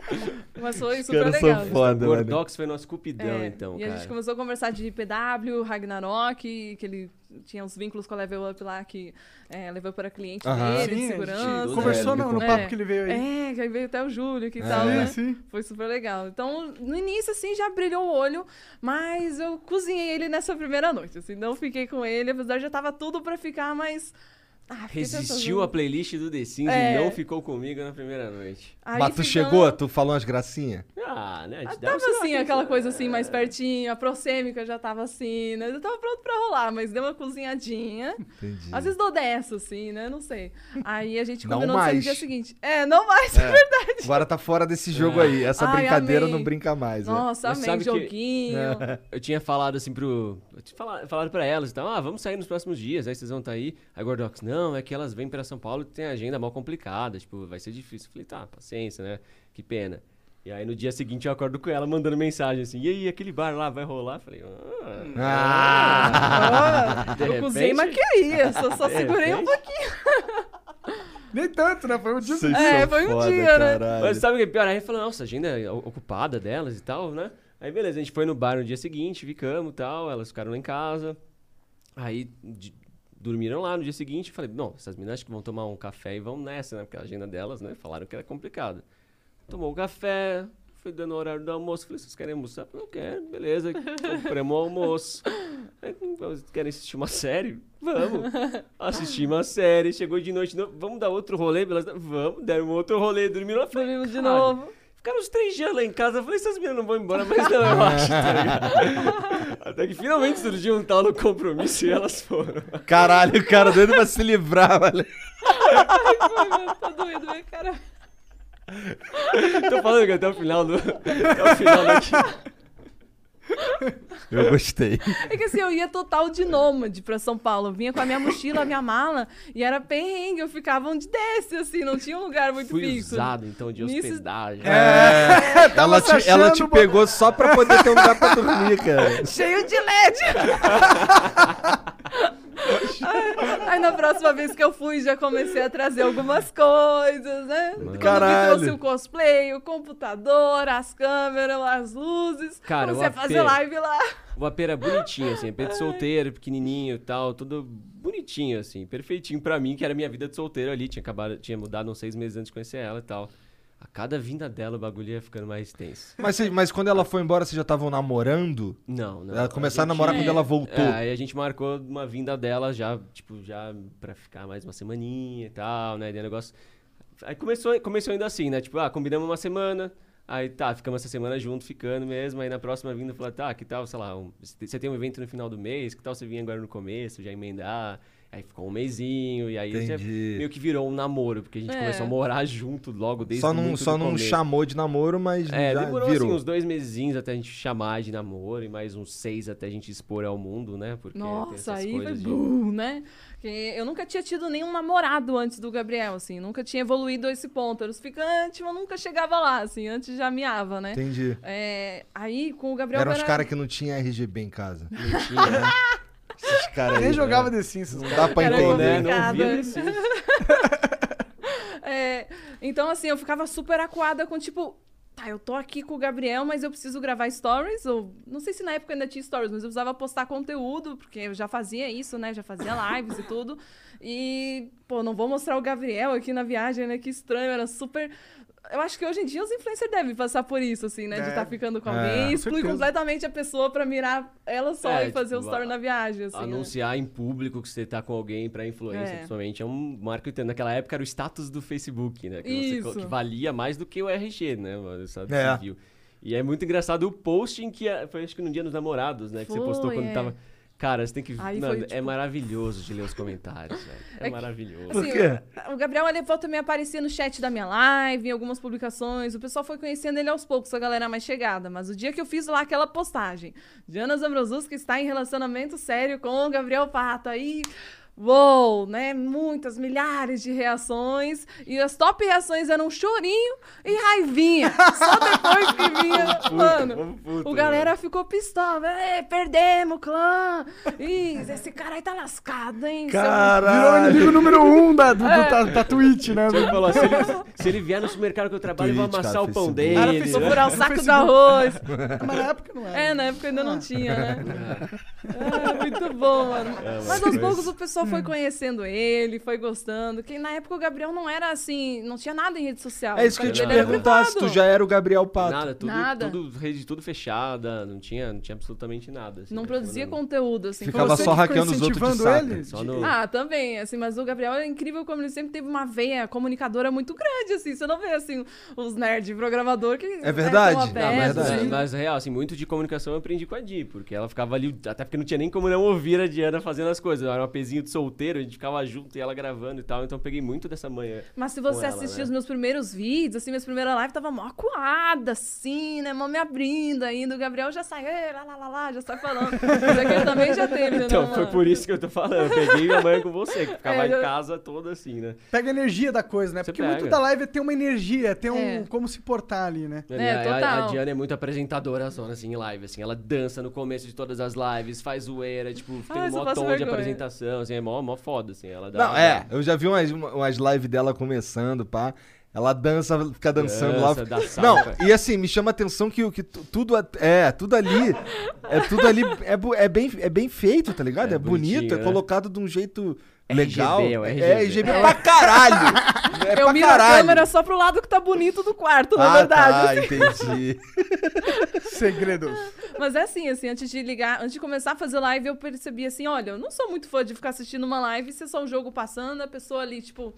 Speaker 4: Mas foi
Speaker 2: Os
Speaker 4: super
Speaker 2: caras
Speaker 4: legal. né?
Speaker 2: são foda, velho.
Speaker 5: Gordox foi nosso cupidão,
Speaker 4: É,
Speaker 5: então,
Speaker 4: e a
Speaker 5: cara.
Speaker 4: gente começou a conversar de PW, Ragnarok, que ele tinha uns vínculos com a Level Up lá que é, levou para cliente
Speaker 2: Aham.
Speaker 4: dele, de
Speaker 3: Sim, a gente
Speaker 4: segurança.
Speaker 3: assim, né? Conversou
Speaker 2: Ele
Speaker 3: no,
Speaker 2: me
Speaker 3: no
Speaker 4: contou.
Speaker 3: papo que ele veio aí.
Speaker 4: É, que aí veio até o Júlio que tal, né?
Speaker 3: sim.
Speaker 4: Foi super legal. Então, no início, assim, já brilhou o olho, mas eu cozinhei ele nessa primeira noite, assim, não fiquei com ele, apesar de já tava tudo pra ficar, mas... Ah, fiquei
Speaker 5: Resistiu
Speaker 4: tentando.
Speaker 5: à playlist do The Sims
Speaker 4: É.
Speaker 5: e não ficou comigo na primeira noite.
Speaker 4: Aí
Speaker 2: Mas tu
Speaker 4: ficamos-
Speaker 2: chegou, tu falou umas gracinhas?
Speaker 5: Ah, né? Te dá um
Speaker 4: Tava
Speaker 5: sinal
Speaker 4: assim,
Speaker 5: que-
Speaker 4: aquela coisa assim, mais pertinho, a prosêmica já tava assim, né? Eu tava pronto pra rolar, mas deu uma cozinhadinha.
Speaker 2: Entendi.
Speaker 4: Às vezes dou dessa, assim, né? Não sei. Aí a gente
Speaker 2: Não
Speaker 4: combinou de sair no
Speaker 2: mais.
Speaker 4: dia seguinte. É, não mais, é, verdade.
Speaker 2: Agora tá fora desse jogo
Speaker 5: É.
Speaker 2: aí. Essa
Speaker 4: Ai,
Speaker 2: brincadeira
Speaker 4: amei.
Speaker 2: não brinca mais. é.
Speaker 4: Nossa,
Speaker 5: Mas
Speaker 4: amei,
Speaker 5: sabe que-
Speaker 4: joguinho.
Speaker 5: Eu tinha falado assim pro. eu tinha fala- falado pra elas e tal, ah, vamos sair nos próximos dias, aí vocês vão estar aí. Aí Gordox, não, é que elas vêm pra São Paulo e tem agenda mal complicada, tipo, vai ser difícil. Eu falei, tá, paciência, né? Que pena. E aí no dia seguinte eu acordo com ela mandando mensagem assim, e aí, aquele bar lá vai rolar? Eu falei, ah,
Speaker 2: Ah!
Speaker 4: Ah,
Speaker 5: De
Speaker 4: eu
Speaker 5: repente-
Speaker 4: cozinhei, mas queria. Só, só
Speaker 5: De
Speaker 4: segurei um
Speaker 5: repente-
Speaker 4: pouquinho.
Speaker 3: Nem tanto, né? Foi um dia.
Speaker 2: Vocês
Speaker 4: É,
Speaker 2: são
Speaker 4: foi um
Speaker 2: foda,
Speaker 4: dia, né?
Speaker 2: caralho.
Speaker 5: Mas sabe o que é pior? Aí eu falei, nossa, agenda é o- ocupada delas e tal, né? Aí beleza, a gente foi no bar no dia seguinte, ficamos e tal, elas ficaram lá em casa. Aí de- dormiram lá no dia seguinte, eu falei, não, essas meninas acho que vão tomar um café e vão nessa, né? Porque a agenda delas, né? Falaram que era complicado. Tomou o café, foi dando o horário do almoço, falei, vocês querem almoçar? Falei, não quero, beleza, compramos o almoço. Aí, "Vocês Querem assistir uma série? Vamos. Assistimos uma série, chegou de noite, não, vamos dar outro rolê? Elas, vamos, deram um outro rolê, dormiram lá. falei,
Speaker 4: Dormimos de
Speaker 5: "Caralho,
Speaker 4: novo.
Speaker 5: Ficaram uns três dias lá em casa. Eu falei, essas meninas não vão embora, mas não, eu acho. tá ligado? Até que finalmente surgiu um tal no compromisso e elas foram.
Speaker 2: Caralho, o cara doido pra se livrar, velho.
Speaker 4: Ai, meu, tá doido, minha cara.
Speaker 5: Tô falando que até o final do. Até o final daqui.
Speaker 2: Eu gostei.
Speaker 4: É que assim, eu ia total de nômade pra São Paulo. Eu vinha com a minha mochila, a minha mala, e era perrengue. Eu ficava onde desce, assim, não tinha um lugar muito
Speaker 5: Fui
Speaker 4: fixo.
Speaker 5: usado então de
Speaker 4: Nisso-
Speaker 5: hospedagem.
Speaker 2: É. ela,
Speaker 3: É. se
Speaker 2: te, ela te
Speaker 3: achando,
Speaker 2: pegou só pra poder ter um lugar pra dormir, cara.
Speaker 4: Cheio de LED! Ai, Aí na próxima vez que eu fui, já comecei a trazer algumas coisas, né? Quando
Speaker 2: Caralho.
Speaker 4: me trouxe o cosplay, o computador, as câmeras, as luzes.
Speaker 5: Cara,
Speaker 4: comecei
Speaker 5: o
Speaker 4: a fazer
Speaker 5: AP.
Speaker 4: live lá.
Speaker 5: O AP era bonitinho, assim, AP de solteiro, pequenininho e tal, tudo bonitinho, assim, perfeitinho pra mim, que era a minha vida de solteiro ali, tinha acabado, tinha mudado uns seis meses antes de conhecer ela e tal. A cada vinda dela, o bagulho ia ficando mais tenso.
Speaker 2: Mas, você- mas quando ela foi embora, vocês já estavam namorando?
Speaker 5: Não, não.
Speaker 2: Ela começou a
Speaker 5: gente-
Speaker 2: namorar quando ela voltou.
Speaker 5: É, aí a gente marcou uma vinda dela já, tipo, já pra ficar mais uma semaninha e tal, né? Daí o negócio. Aí começou, começou ainda assim, né? Tipo, ah, combinamos uma semana. Aí tá, ficamos essa semana junto, ficando mesmo. Aí na próxima vinda eu falei, tá, que tal, sei lá, um- você tem um evento no final do mês, que tal você vir agora no começo, já emendar? Aí ficou um mesinho, e aí já
Speaker 2: Entendi.
Speaker 5: meio que virou um namoro, porque a gente
Speaker 4: É.
Speaker 5: começou a morar junto logo desde
Speaker 2: só não,
Speaker 5: muito
Speaker 2: só
Speaker 5: do
Speaker 2: não
Speaker 5: começo.
Speaker 2: chamou de namoro, mas
Speaker 5: É,
Speaker 2: já
Speaker 5: demorou
Speaker 2: virou.
Speaker 5: assim uns dois mesezinhos até a gente chamar de namoro e mais uns seis até a gente expor ao mundo, né? Porque tem
Speaker 4: Nossa,
Speaker 5: essas
Speaker 4: aí vai
Speaker 5: coisas de-
Speaker 4: boom, né? Porque eu nunca tinha tido nenhum namorado antes do Gabriel, assim. Nunca tinha evoluído a esse ponto. Era os ficantes, mas nunca chegava lá, assim. Antes já miava, né?
Speaker 2: Entendi.
Speaker 4: É, aí com o Gabriel
Speaker 2: Eram os
Speaker 4: era-
Speaker 2: caras que não tinha RGB em casa. né? Esses caras aí. né?
Speaker 3: Nem jogava The Sims. esses
Speaker 2: Não
Speaker 3: caras.
Speaker 2: dá pra
Speaker 4: Era
Speaker 2: entender.
Speaker 5: né? Não via desse jeito.
Speaker 4: É, então, assim, eu ficava super acuada com, tipo, tá, eu tô aqui com o Gabriel, mas eu preciso gravar stories, ou não sei se na época ainda tinha stories, mas eu precisava postar conteúdo, porque eu já fazia isso, né? Já fazia lives e tudo. E, pô, não vou mostrar o Gabriel aqui na viagem, né? Que estranho, era super Eu acho que hoje em dia os influencers devem passar por isso, assim, né? De
Speaker 3: Deve.
Speaker 4: estar ficando com alguém
Speaker 2: com
Speaker 4: e excluir
Speaker 3: certeza.
Speaker 4: completamente a pessoa pra mirar ela só
Speaker 5: É,
Speaker 4: e fazer
Speaker 5: tipo,
Speaker 4: o story
Speaker 5: a-
Speaker 4: na viagem, assim. né?
Speaker 5: Anunciar em público que você tá com alguém pra influência,
Speaker 4: É.
Speaker 5: principalmente, é um marketing. Naquela época era o status do Facebook, né? Que, você co-
Speaker 4: Isso.
Speaker 5: que valia mais do que o RG, né? mano? Sabe,
Speaker 2: É.
Speaker 5: civil. E é muito engraçado o post em que a- foi acho que no dia dos namorados, né? Que você
Speaker 4: Foi,
Speaker 5: postou quando
Speaker 4: é.
Speaker 5: tava. Cara, você tem que.
Speaker 4: Aí
Speaker 5: Mano,
Speaker 4: foi,
Speaker 5: é
Speaker 4: tipo-
Speaker 5: maravilhoso de ler os comentários, velho.
Speaker 4: É
Speaker 5: É,
Speaker 4: que-
Speaker 5: maravilhoso.
Speaker 4: Assim, O Gabriel Alevó também aparecia no chat da minha live, em algumas publicações. O pessoal foi conhecendo ele aos poucos, a galera mais chegada. Mas o dia que eu fiz lá aquela postagem, Diana Zambrosuski está em relacionamento sério com o Gabriel Pato. Aí, uou, né? Muitas, milhares de reações. E as top reações eram um chorinho e raivinha. Só depois que vinha, mano. O galera ficou pistola. É, perdemos o clã. Ih, esse cara aí tá lascado, hein? Seu-
Speaker 3: Virou o
Speaker 2: Caralho.
Speaker 3: inimigo número um da, do, do-
Speaker 4: É.
Speaker 3: da, da Twitch, né?
Speaker 5: Ele falou, se, ele, se ele vier no supermercado que eu trabalho, eu vou
Speaker 2: Twitch,
Speaker 5: amassar
Speaker 2: cara,
Speaker 5: o pão
Speaker 2: Facebook.
Speaker 5: dele.
Speaker 4: Cara, pensou
Speaker 5: né?
Speaker 4: furar o
Speaker 3: No
Speaker 4: saco do
Speaker 3: Facebook.
Speaker 4: arroz.
Speaker 3: Mas na época não era.
Speaker 4: É, na época ainda não tinha, né?
Speaker 2: É.
Speaker 4: Ah, muito bom, mano. Mas aos poucos o pessoal
Speaker 2: hum.
Speaker 4: foi conhecendo ele, foi gostando. Que na época o Gabriel não era assim, não tinha nada em rede social.
Speaker 2: É isso que eu ia te
Speaker 4: Ele era
Speaker 2: perguntar, se tu
Speaker 4: privado.
Speaker 2: já era o Gabriel Pato.
Speaker 5: Nada, tudo,
Speaker 4: Nada.
Speaker 5: tudo- rede tudo fechada, não tinha, não tinha absolutamente nada. assim,
Speaker 4: Não
Speaker 5: né?
Speaker 4: produzia
Speaker 5: Quando-
Speaker 4: conteúdo, assim.
Speaker 2: Ficava
Speaker 4: Foi-
Speaker 3: Você
Speaker 2: só
Speaker 3: que ficou
Speaker 2: hackeando os outros de
Speaker 3: incentivando
Speaker 2: saco.
Speaker 3: ele?
Speaker 5: Só no-
Speaker 4: Ah, também, assim, mas o Gabriel é incrível como ele sempre teve uma veia comunicadora muito grande, assim. Você não vê, assim, os nerds programador que... né, tão
Speaker 2: verdade, é
Speaker 5: Ah, mas,
Speaker 4: abertos,
Speaker 2: verdade.
Speaker 5: mas,
Speaker 4: assim.
Speaker 5: mas, real, assim, muito de comunicação eu aprendi com a Di, porque ela ficava ali, até porque não tinha nem como não ouvir a Diana fazendo as coisas. Era um apezinho de solteiro, a gente ficava junto e ela gravando e tal, então eu peguei muito dessa manhã.
Speaker 4: Mas se você
Speaker 5: com ela,
Speaker 4: assistir
Speaker 5: né?
Speaker 4: os meus primeiros vídeos, assim, minhas primeiras lives tava mó coada, assim, né? Mó me abrindo ainda. O Gabriel já sai, "Ê, lá, lá, lá, lá, já sai falando. Mas é que ele também já teve, né?
Speaker 5: Então,
Speaker 4: não,
Speaker 5: foi
Speaker 4: mano?
Speaker 5: por isso que eu tô falando. Eu peguei minha mãe com você, que ficava
Speaker 4: É,
Speaker 5: em
Speaker 4: eu-
Speaker 5: casa toda assim, né?
Speaker 3: Pega a energia da coisa, né?
Speaker 5: Você
Speaker 3: Porque
Speaker 5: pega.
Speaker 3: muito da live é ter uma energia, é ter um
Speaker 4: É.
Speaker 3: como se portar ali, né?
Speaker 5: É,
Speaker 4: É,
Speaker 5: a- a,
Speaker 4: total.
Speaker 5: Diana é muito apresentadora, zona, assim, em live, assim. Ela dança no começo de todas as lives, faz zoeira, tipo, tem
Speaker 4: Ah,
Speaker 5: um
Speaker 4: isso eu
Speaker 5: mó
Speaker 4: faço
Speaker 5: tom de
Speaker 4: vergonha.
Speaker 5: apresentação, assim, é mó, mó foda, assim. Ela dá,
Speaker 2: Não, é, eu já vi umas, umas lives dela começando, pá. Ela dança, fica dançando lá.
Speaker 5: Dança, dá salto.
Speaker 2: Não, e assim, me chama a atenção que, o- que tu- tudo a- é, tudo ali. É tudo ali. É, bu- é bem, é bem feito, tá ligado?
Speaker 5: É
Speaker 2: É, bonito,
Speaker 5: bonitinho,
Speaker 2: é
Speaker 5: né?
Speaker 2: colocado de um jeito
Speaker 5: RGB,
Speaker 2: legal.
Speaker 5: é o RGB.
Speaker 2: É RGB pra caralho! É
Speaker 4: Eu
Speaker 2: pra
Speaker 4: miro
Speaker 2: caralho.
Speaker 4: a câmera só pro lado que tá bonito do quarto, na
Speaker 5: é
Speaker 2: ah,
Speaker 4: verdade.
Speaker 2: Tá, entendi.
Speaker 3: Segredos.
Speaker 4: Mas é assim, assim, antes de ligar, antes de começar a fazer live, eu percebi assim, olha, eu não sou muito fã de ficar assistindo uma live e ser só um jogo passando, a pessoa ali, tipo,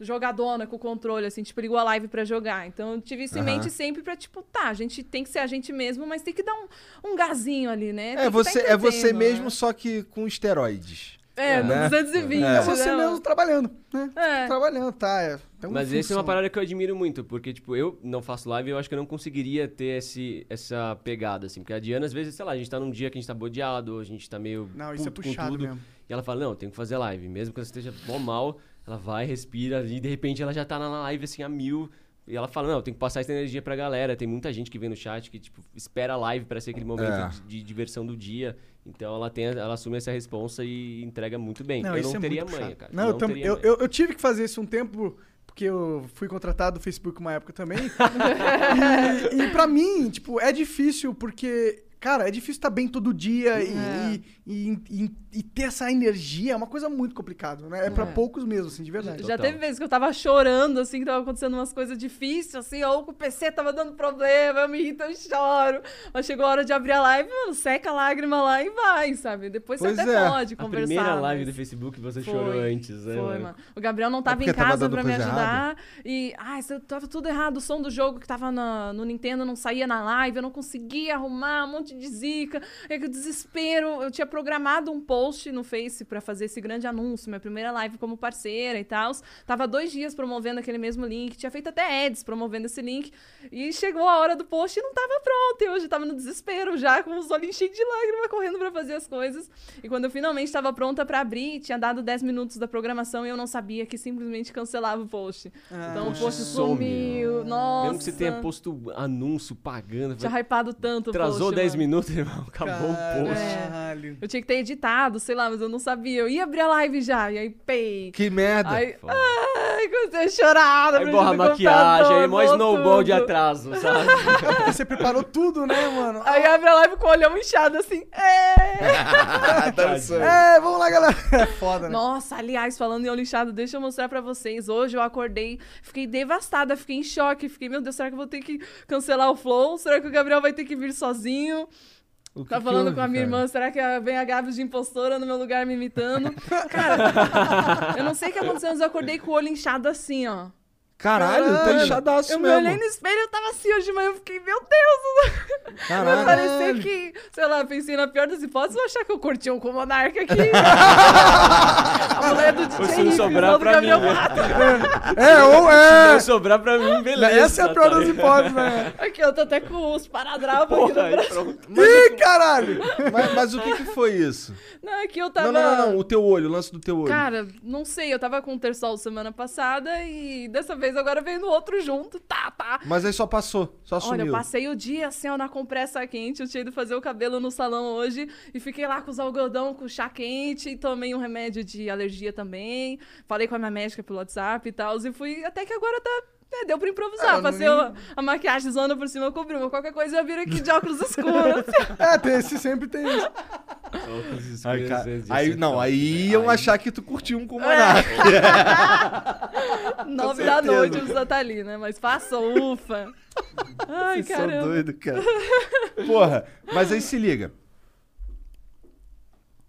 Speaker 4: jogadona com o controle, assim, tipo, ligou a live pra jogar. Então eu tive isso em
Speaker 2: Aham.
Speaker 4: mente sempre pra, tipo, tá, a gente tem que ser a gente mesmo, mas tem que dar um, um gazinho ali, né? Tem
Speaker 2: É
Speaker 4: que
Speaker 2: você,
Speaker 4: tá
Speaker 2: é você
Speaker 4: entendendo,
Speaker 2: mesmo,
Speaker 4: né?
Speaker 2: só que com esteroides.
Speaker 4: É,
Speaker 2: né?
Speaker 4: no 220,
Speaker 2: É.
Speaker 3: É você
Speaker 4: né?
Speaker 3: mesmo trabalhando, né?
Speaker 4: É.
Speaker 3: Trabalhando, tá. É, tem um
Speaker 5: Mas essa é
Speaker 3: fluxo.
Speaker 5: uma parada que eu admiro muito, porque, tipo, eu não faço live e eu acho que eu não conseguiria ter esse, essa pegada, assim. Porque a Diana, às vezes, sei lá, a gente tá num dia que a gente tá bodeado, ou a gente tá meio.
Speaker 3: Não, isso é
Speaker 5: puto com
Speaker 3: puxado
Speaker 5: tudo,
Speaker 3: mesmo.
Speaker 5: E ela fala, não, tem que fazer live. Mesmo que você esteja mó mal, ela vai, respira, e de repente ela já tá na live, assim, a mil. E ela fala, não, tem que passar essa energia pra galera. Tem muita gente que vem no chat que, tipo, espera a live pra ser aquele momento
Speaker 2: É.
Speaker 5: de, de diversão do dia. Então ela tem, ela assume essa responsa e entrega muito bem.
Speaker 3: Não,
Speaker 5: eu
Speaker 3: isso
Speaker 5: não
Speaker 3: é
Speaker 5: teria
Speaker 3: muito
Speaker 5: manha,
Speaker 3: puxado.
Speaker 5: cara.
Speaker 3: Não, eu, tam-
Speaker 5: teria
Speaker 3: eu,
Speaker 5: manha.
Speaker 3: eu- eu tive que fazer isso um tempo, porque eu fui contratado do Facebook uma época também. e, e pra mim, tipo, é difícil, porque, cara, é difícil estar bem todo dia e,
Speaker 4: É.
Speaker 3: e, e- e ter essa energia. É uma coisa muito complicada, né? É pra poucos mesmo, assim, de verdade.
Speaker 4: Já
Speaker 5: Total.
Speaker 4: teve vezes que eu tava chorando, assim, que tava acontecendo umas coisas difíceis, assim, ou que o PC tava dando problema, eu me irrito, eu choro. Mas chegou a hora de abrir a live, mano, seca a lágrima lá e vai, sabe? Depois
Speaker 2: Pois
Speaker 4: você até
Speaker 2: é.
Speaker 4: pode
Speaker 5: A
Speaker 4: conversar.
Speaker 5: primeira live do
Speaker 4: mas-
Speaker 5: Facebook você
Speaker 4: Foi,
Speaker 5: chorou antes, né?
Speaker 4: Foi,
Speaker 5: mano?
Speaker 4: mano. O Gabriel não
Speaker 2: É
Speaker 4: tava
Speaker 2: porque
Speaker 4: em
Speaker 2: tava
Speaker 4: casa
Speaker 2: dando
Speaker 4: pra me
Speaker 2: coisa
Speaker 4: ajudar. E, ai, isso tava tudo errado. O som do jogo que tava na- no Nintendo não saía na live. Eu não conseguia arrumar, um monte de zica. É que desespero. Eu tinha programado um post no Face pra fazer esse grande anúncio, minha primeira live como parceira e tal. Tava dois dias promovendo aquele mesmo link. Tinha feito até ads promovendo esse link. E chegou a hora do post e não tava pronto. E hoje tava no desespero já, com os olhinhos cheios de lágrima, correndo pra fazer as coisas. E quando eu finalmente tava pronta pra abrir, tinha dado 10 minutos da programação e eu não sabia que simplesmente cancelava o post. então o post
Speaker 5: some.
Speaker 4: sumiu. Nossa.
Speaker 5: Mesmo que você tenha posto anúncio pagando,
Speaker 4: Tinha hypado tanto o
Speaker 5: atrasou
Speaker 4: post,
Speaker 5: 10 minutos, irmão, acabou o post.
Speaker 3: Caralho.
Speaker 4: Eu tinha que ter editado, sei lá, mas eu não sabia. Eu ia abrir a live já, e aí, pei.
Speaker 2: Que merda.
Speaker 4: Aí, ai, comecei a chorar. na
Speaker 5: Aí
Speaker 4: frente
Speaker 5: borra a
Speaker 4: É. do
Speaker 5: maquiagem,
Speaker 4: computador,
Speaker 5: aí mó snowball de
Speaker 4: tudo.
Speaker 5: atraso, sabe?
Speaker 3: É porque você preparou tudo, né, mano?
Speaker 4: Aí abre a live com o olhão inchado, assim. É.
Speaker 3: É, vamos lá, galera. É foda, né?
Speaker 4: Nossa, aliás, falando em olho inchado, deixa eu mostrar pra vocês. Hoje eu acordei, fiquei devastada, fiquei em choque. Fiquei, meu Deus, será que eu vou ter que cancelar o flow? Será que o Gabriel vai ter que vir sozinho?
Speaker 2: O que
Speaker 4: Tá
Speaker 2: que
Speaker 4: falando
Speaker 2: houve,
Speaker 4: com a minha
Speaker 2: cara?
Speaker 4: irmã, será que a- vem a Gabi de impostora no meu lugar me imitando? Cara, eu não sei o que aconteceu, mas eu acordei com o olho inchado assim, ó.
Speaker 2: Caralho, tá
Speaker 3: Caralho.
Speaker 2: inchadaço
Speaker 4: eu me
Speaker 2: mesmo.
Speaker 4: olhei no espelho, eu tava assim hoje de manhã, eu fiquei, meu Deus!
Speaker 2: Caralho.
Speaker 4: Mas parecia que, sei lá, pensei na pior das hipóteses, eu achar que eu curti um com o Monarca aqui. a mulher do DJ
Speaker 5: Se não
Speaker 4: Ives,
Speaker 5: sobrar
Speaker 4: não do
Speaker 5: pra mim.
Speaker 4: Gabriel
Speaker 5: né?
Speaker 4: Mato.
Speaker 3: É, ou é.
Speaker 5: Se não sobrar pra mim, beleza.
Speaker 3: Essa é a pior das
Speaker 5: tá
Speaker 3: hipóteses, né?
Speaker 4: Aqui, eu tô até com os paradrapos aqui
Speaker 5: Porra,
Speaker 4: no
Speaker 5: aí
Speaker 4: braço.
Speaker 5: pronto.
Speaker 3: Ih, caralho!
Speaker 2: Mas, mas o que, que foi isso?
Speaker 4: Não, aqui eu tava...
Speaker 2: Não, não, não, não. O teu olho, o lance do teu olho.
Speaker 4: Tá Cara, não sei, eu tava com o Tersol semana passada e dessa vez agora veio no outro junto, tá, tá.
Speaker 2: Mas aí só passou, só
Speaker 4: Olha, eu
Speaker 2: sumiu.
Speaker 4: passei o dia assim, ó, na compressa quente. Eu tinha ido fazer o cabelo no salão hoje e fiquei lá com os algodão, com chá quente. E tomei um remédio de alergia também. Falei com a minha médica pelo WhatsApp e tal. E fui. Até que agora tá. né, deu pra
Speaker 3: Ah,
Speaker 4: improvisar. Passei a, a maquiagem zona por cima, cobriu. Mas Qualquer coisa eu viro aqui de óculos escuros. Assim,
Speaker 3: É, tem, esse sempre tem isso.
Speaker 2: Aí, cara, aí, não, aí iam achar que tu curtiu
Speaker 4: É.
Speaker 2: um com o Monark.
Speaker 4: Nove da noite, o Zé tá ali, né? Mas passou, ufa. Ai,
Speaker 2: Vocês são
Speaker 4: caramba.
Speaker 2: doido, cara. Porra, mas aí se liga.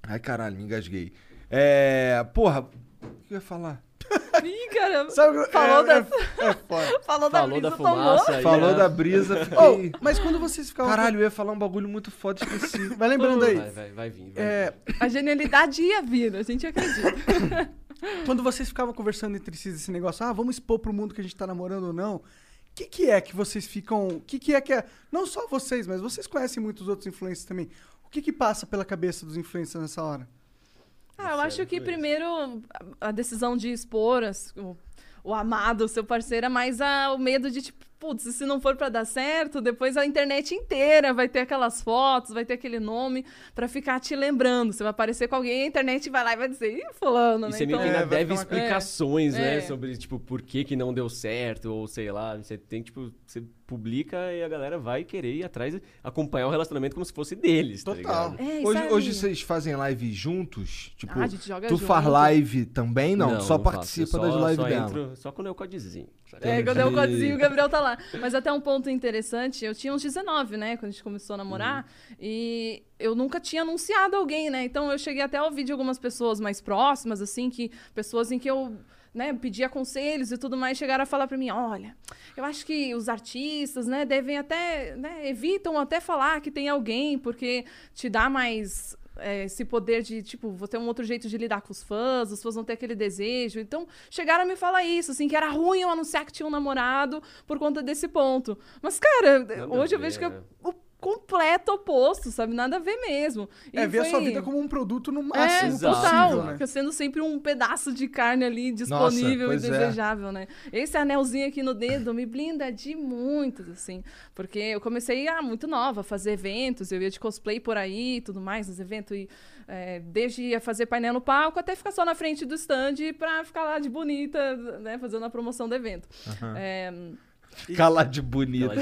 Speaker 2: Ai, caralho, me engasguei. É. Porra, o que eu ia falar?
Speaker 4: Ih, caramba.
Speaker 3: Sabe o que-
Speaker 4: Falou
Speaker 3: é,
Speaker 4: da-
Speaker 3: é, é foda.
Speaker 4: Falou da
Speaker 5: Falou da
Speaker 4: brisa,
Speaker 5: fumaça.
Speaker 4: tomou.
Speaker 5: aí,
Speaker 2: Falou
Speaker 5: né?
Speaker 2: da brisa,
Speaker 4: Oh,
Speaker 3: Ô,
Speaker 2: fiquei.
Speaker 3: mas quando vocês ficavam.
Speaker 2: Caralho, eu ia falar um bagulho muito foda, esqueci.
Speaker 3: Vai lembrando aí.
Speaker 5: Vai, vai, vai vir. Vai
Speaker 3: É,
Speaker 4: A genialidade ia vir, a gente acredita.
Speaker 3: quando vocês ficavam conversando entre si esse negócio, ah, vamos expor pro mundo que a gente tá namorando ou não. O que, que é que vocês ficam. O que, que é que é. Não só vocês, mas vocês conhecem muitos outros influencers também. O que, que passa pela cabeça dos influencers nessa hora?
Speaker 2: Tá
Speaker 4: Ah, eu acho que primeiro a a decisão de expor as- o, o amado, o seu parceiro, é mais a- o medo de, tipo, putz, e se não for pra dar certo, depois a internet inteira vai ter aquelas fotos, vai ter aquele nome pra ficar te lembrando. Você vai aparecer com alguém, a internet vai lá e vai dizer, ih, fulano,
Speaker 5: E
Speaker 4: né?
Speaker 5: você meio
Speaker 4: Então,
Speaker 5: que ainda
Speaker 3: É, vai
Speaker 5: deve
Speaker 3: ficar uma-
Speaker 5: explicações,
Speaker 4: É.
Speaker 5: né?
Speaker 4: É.
Speaker 5: Sobre, tipo, por que que não deu certo, ou sei lá. Você tem, tipo, você publica e a galera vai querer ir atrás e acompanhar o relacionamento como se fosse deles, tá
Speaker 3: Total.
Speaker 5: ligado?
Speaker 4: é,
Speaker 2: Hoje,
Speaker 4: sabe?
Speaker 2: hoje vocês fazem live juntos? Tipo,
Speaker 4: Ah, a gente joga
Speaker 2: tu faz
Speaker 4: junto.
Speaker 2: live também? Não, só
Speaker 5: faço,
Speaker 2: participa
Speaker 5: eu
Speaker 2: das
Speaker 5: só-
Speaker 2: lives
Speaker 5: só
Speaker 2: dela.
Speaker 5: entro- só quando é o codezinho. sabe?
Speaker 4: É, quando é o
Speaker 2: Entendi.
Speaker 4: codzinho, o Gabriel tá lá. Mas até um ponto interessante, eu tinha uns 19, né, quando a gente começou a namorar, e eu nunca tinha anunciado alguém, né? Então eu cheguei até a ouvir de algumas pessoas mais próximas, assim, que pessoas em que eu né, pedia conselhos e tudo mais, chegaram a falar pra mim, olha, eu acho que os artistas, né, devem até, né, evitam até falar que tem alguém, porque te dá mais é, esse poder de, tipo, vou ter um outro jeito de lidar com os fãs, os fãs vão ter aquele desejo. Então, chegaram a me falar isso, assim, que era ruim eu anunciar que tinha um namorado por conta desse ponto. Mas, cara, hoje eu
Speaker 5: ver,
Speaker 4: vejo que é
Speaker 5: né?
Speaker 4: o completo oposto, sabe? Nada a ver mesmo. E
Speaker 3: é ver a sua
Speaker 4: foi-
Speaker 3: vida como um produto no
Speaker 4: é,
Speaker 3: máximo
Speaker 5: exato,
Speaker 4: total.
Speaker 3: possível, né?
Speaker 4: Fica sendo sempre um pedaço de carne ali disponível
Speaker 2: pois é.
Speaker 4: e desejável, né? Esse anelzinho aqui no dedo me blinda de muitos, assim. Porque eu comecei ah, muito nova, a fazer eventos, eu ia de cosplay por aí e tudo mais, nos eventos. E, é, desde ia fazer painel no palco até ficar só na frente do stand pra ficar lá de bonita, né? Fazendo a promoção do evento. É,
Speaker 2: Calar de bonita.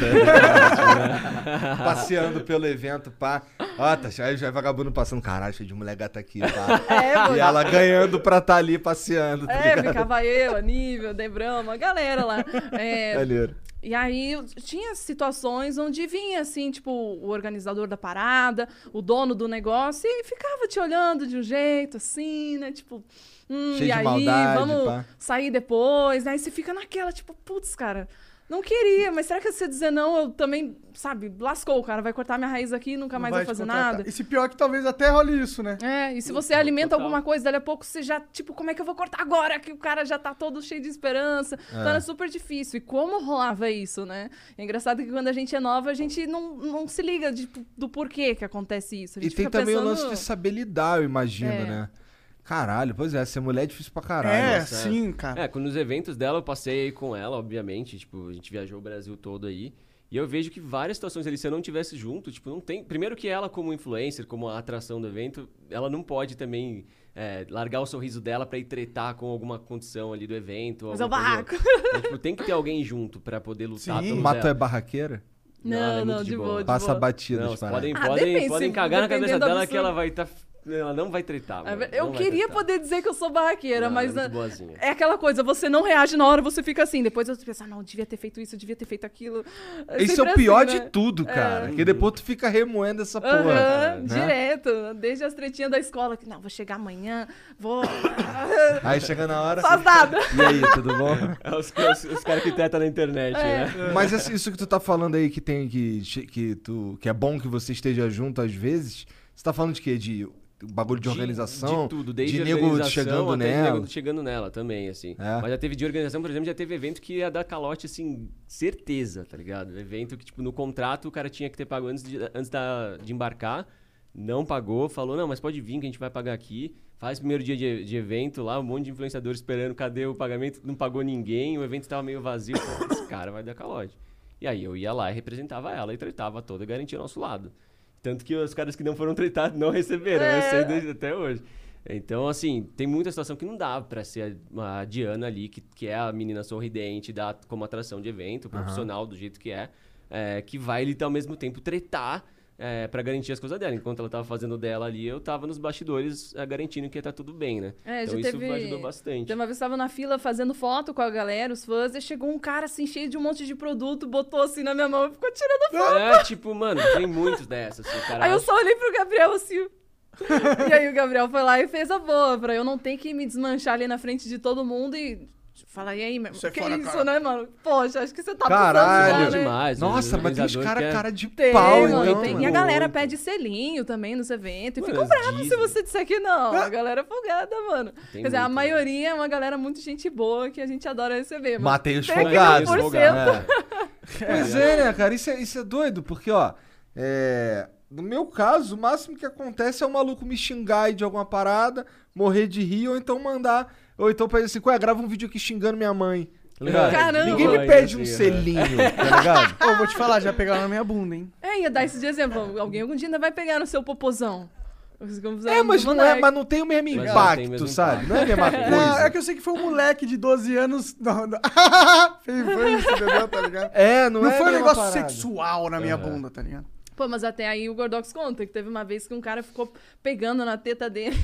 Speaker 5: né?
Speaker 2: Passeando pelo evento, pá. Ó, tá cheio já é vagabundo passando. Caralho, cheio de mulher gata aqui, pá.
Speaker 4: é, mano.
Speaker 2: E ela ganhando pra tá ali passeando, tá
Speaker 4: É,
Speaker 2: ligado?
Speaker 4: ficava eu, a Nível, Debrão, uma galera lá. É,
Speaker 2: Maneiro.
Speaker 4: E aí eu- tinha situações onde vinha assim, tipo, o organizador da parada, o dono do negócio, e ficava te olhando de um jeito assim, né? Tipo, hum,
Speaker 2: Cheio
Speaker 4: e
Speaker 2: de
Speaker 4: aí,
Speaker 2: maldade,
Speaker 4: vamos
Speaker 2: pá.
Speaker 4: sair depois, né? Aí você fica naquela, tipo, putz, cara, não queria, mas será que se eu dizer não, eu também, sabe, lascou, o cara vai cortar minha raiz aqui e nunca mais
Speaker 3: Não
Speaker 4: vai
Speaker 3: te
Speaker 4: fazer
Speaker 3: contratar.
Speaker 4: nada.
Speaker 3: E se pior é que talvez até role isso, né?
Speaker 4: É, e se você alimenta alguma coisa, dali a pouco você já, tipo, como é que eu vou cortar agora? Que o cara já tá todo cheio de esperança.
Speaker 2: É.
Speaker 4: Então era super difícil. E como rolava isso, né? É engraçado que quando a gente é nova, a gente não, não se liga de- do porquê que acontece isso. A
Speaker 2: E
Speaker 4: gente
Speaker 2: tem
Speaker 4: fica
Speaker 2: também
Speaker 4: pensando...
Speaker 2: o lance de saber lidar, eu imagino,
Speaker 4: É.
Speaker 2: né? Caralho, pois é, ser mulher é difícil pra caralho.
Speaker 3: É,
Speaker 5: nossa, é.
Speaker 3: sim, cara.
Speaker 5: É, quando os eventos dela, eu passei aí com ela, obviamente. Tipo, a gente viajou o Brasil todo aí. E eu vejo que várias situações ali, se eu não tivesse junto, tipo, não tem. Primeiro que ela, como influencer, como a atração do evento, ela não pode também é, largar o sorriso dela pra ir tretar com alguma condição ali do evento.
Speaker 4: Mas
Speaker 5: alguma
Speaker 4: é o
Speaker 5: coisa.
Speaker 4: barraco.
Speaker 5: Então, tipo, tem que ter alguém junto pra poder lutar.
Speaker 2: Sim,
Speaker 5: pelo
Speaker 2: Mato
Speaker 5: dela.
Speaker 2: é barraqueira?
Speaker 5: Não, ela é
Speaker 4: Não,
Speaker 5: muito
Speaker 4: não,
Speaker 5: de
Speaker 4: de
Speaker 5: boa.
Speaker 4: boa. de
Speaker 2: Passa
Speaker 4: boa.
Speaker 2: batida
Speaker 5: Não,
Speaker 2: de
Speaker 5: vocês podem,
Speaker 4: Ah,
Speaker 5: podem,
Speaker 4: depende,
Speaker 5: podem
Speaker 4: se-
Speaker 5: cagar na cabeça
Speaker 4: dependendo do
Speaker 5: dela que ela
Speaker 4: absurdo.
Speaker 5: vai estar. Ela não vai tretar.
Speaker 4: É
Speaker 5: mano.
Speaker 4: ver-
Speaker 5: Não
Speaker 4: Eu
Speaker 5: vai
Speaker 4: queria
Speaker 5: tretar.
Speaker 4: poder dizer que eu sou barraqueira,
Speaker 5: Não,
Speaker 4: mas
Speaker 5: ela é
Speaker 4: na-
Speaker 5: muito boazinha.
Speaker 4: é aquela coisa, você não reage na hora, você fica assim. Depois você pensa, ah, não, devia ter feito isso, devia ter feito aquilo.
Speaker 2: Esse é
Speaker 4: sempre
Speaker 2: o pior
Speaker 4: assim, né?
Speaker 2: de tudo, cara. Porque depois tu fica remoendo essa porra.
Speaker 4: Aham,
Speaker 2: né?
Speaker 4: direto. Desde as tretinhas da escola, que não, vou chegar amanhã, vou.
Speaker 2: Aí chega na hora.
Speaker 4: Faz nada.
Speaker 2: E aí, tudo bom?
Speaker 5: É os, os- os caras que tretam na internet,
Speaker 4: É.
Speaker 5: né?
Speaker 2: Mas esse- isso que tu tá falando aí que tem que che- que tu que é bom que você esteja junto às vezes. Você tá falando de quê? De bagulho de, organização,
Speaker 5: de tudo, desde
Speaker 2: de nego
Speaker 5: organização
Speaker 2: chegando
Speaker 5: até de
Speaker 2: nela.
Speaker 5: nego chegando nela também, assim.
Speaker 2: É.
Speaker 5: Mas já teve de organização, por exemplo, já teve evento que ia dar calote, assim, certeza, tá ligado? Evento que, tipo, no contrato o cara tinha que ter pago antes de, antes da, de embarcar, não pagou, falou, não, mas pode vir que a gente vai pagar aqui. Faz primeiro dia de, de evento lá, um monte de influenciador esperando, cadê o pagamento? Não pagou ninguém, o evento tava meio vazio. Pô, Esse cara vai dar calote. E aí eu ia lá e representava ela e tretava toda e garantia o nosso lado. Tanto que os caras que não foram tretados não receberam,
Speaker 4: É.
Speaker 5: eu sei desde- até hoje. Então, assim, tem muita situação que não dá pra ser a, a Diana ali, que, que é a menina sorridente, dá como atração de evento, profissional do jeito que é, é, que vai ali tá, ao mesmo tempo tretar é, para garantir as coisas dela. Enquanto ela tava fazendo dela ali, eu tava nos bastidores é, garantindo que ia tá tudo bem, né?
Speaker 4: É,
Speaker 5: então
Speaker 4: já
Speaker 5: isso
Speaker 4: teve-
Speaker 5: ajudou bastante.
Speaker 4: Então, uma vez eu tava na fila fazendo foto com a galera, os fãs, e chegou um cara assim, cheio de um monte de produto, botou assim na minha mão e ficou tirando foto.
Speaker 5: É, tipo, mano, tem muitos dessas, assim, cara.
Speaker 4: Aí eu só olhei pro Gabriel assim. e aí o Gabriel foi lá e fez a boa, pra eu não ter que me desmanchar ali na frente de todo mundo e tipo, falar, e aí, meu,
Speaker 3: Isso é
Speaker 4: que
Speaker 3: fora,
Speaker 4: isso,
Speaker 3: cara."
Speaker 4: né, mano? Poxa, acho que você tá
Speaker 2: Caralho.
Speaker 4: precisando já, né?
Speaker 5: é demais.
Speaker 2: Nossa, mas tem uns caras
Speaker 5: é
Speaker 2: cara de
Speaker 4: Tem,
Speaker 2: pau,
Speaker 4: mano,
Speaker 2: então.
Speaker 4: tem- E a
Speaker 2: mano.
Speaker 4: galera pede selinho também nos eventos. E
Speaker 5: Mano,
Speaker 4: ficam
Speaker 5: elas
Speaker 4: bravos se
Speaker 5: dizem.
Speaker 4: você disser que não.
Speaker 2: Ah.
Speaker 4: A galera é folgada, mano. Quer dizer, a
Speaker 5: muito, né?
Speaker 4: maioria é uma galera muito gente boa que a gente adora receber. mas
Speaker 2: Matei os
Speaker 4: tem aquele
Speaker 2: folgados.
Speaker 4: 1%.
Speaker 2: É. Pois é, né, cara? Isso é, isso é doido, porque, ó, é, no meu caso, o máximo que acontece é o maluco me xingar aí de alguma parada, morrer de rir, ou então mandar. Ou então pedir assim, ué, grava um vídeo aqui xingando minha mãe. Tá ligado?
Speaker 4: Caramba.
Speaker 2: Ninguém me
Speaker 5: assim,
Speaker 2: pede
Speaker 5: é.
Speaker 2: um selinho, tá ligado?
Speaker 3: Ô, vou te falar, já pegaram na minha bunda, hein?
Speaker 4: É, ia dar esse de exemplo. Alguém algum dia ainda vai pegar no seu popozão. Os- como fizeram
Speaker 2: É, mas
Speaker 4: com o
Speaker 2: não, é,
Speaker 4: Monark.
Speaker 2: mas não tem o mesmo
Speaker 5: Mas não tem o
Speaker 2: impacto,
Speaker 5: mesmo
Speaker 2: sabe?
Speaker 5: impacto.
Speaker 2: Não é a mesma
Speaker 3: Não, é
Speaker 2: coisa.
Speaker 3: que eu sei que foi um moleque de 12 anos. Não, não. Fez- foi isso, entendeu? Tá ligado?
Speaker 2: É, não,
Speaker 3: Não
Speaker 2: é a
Speaker 3: foi um
Speaker 2: mesma
Speaker 3: negócio
Speaker 2: parada.
Speaker 3: sexual na minha bunda, tá ligado?
Speaker 4: Pô, mas até aí o Gordox conta que teve uma vez que um cara ficou pegando na teta dele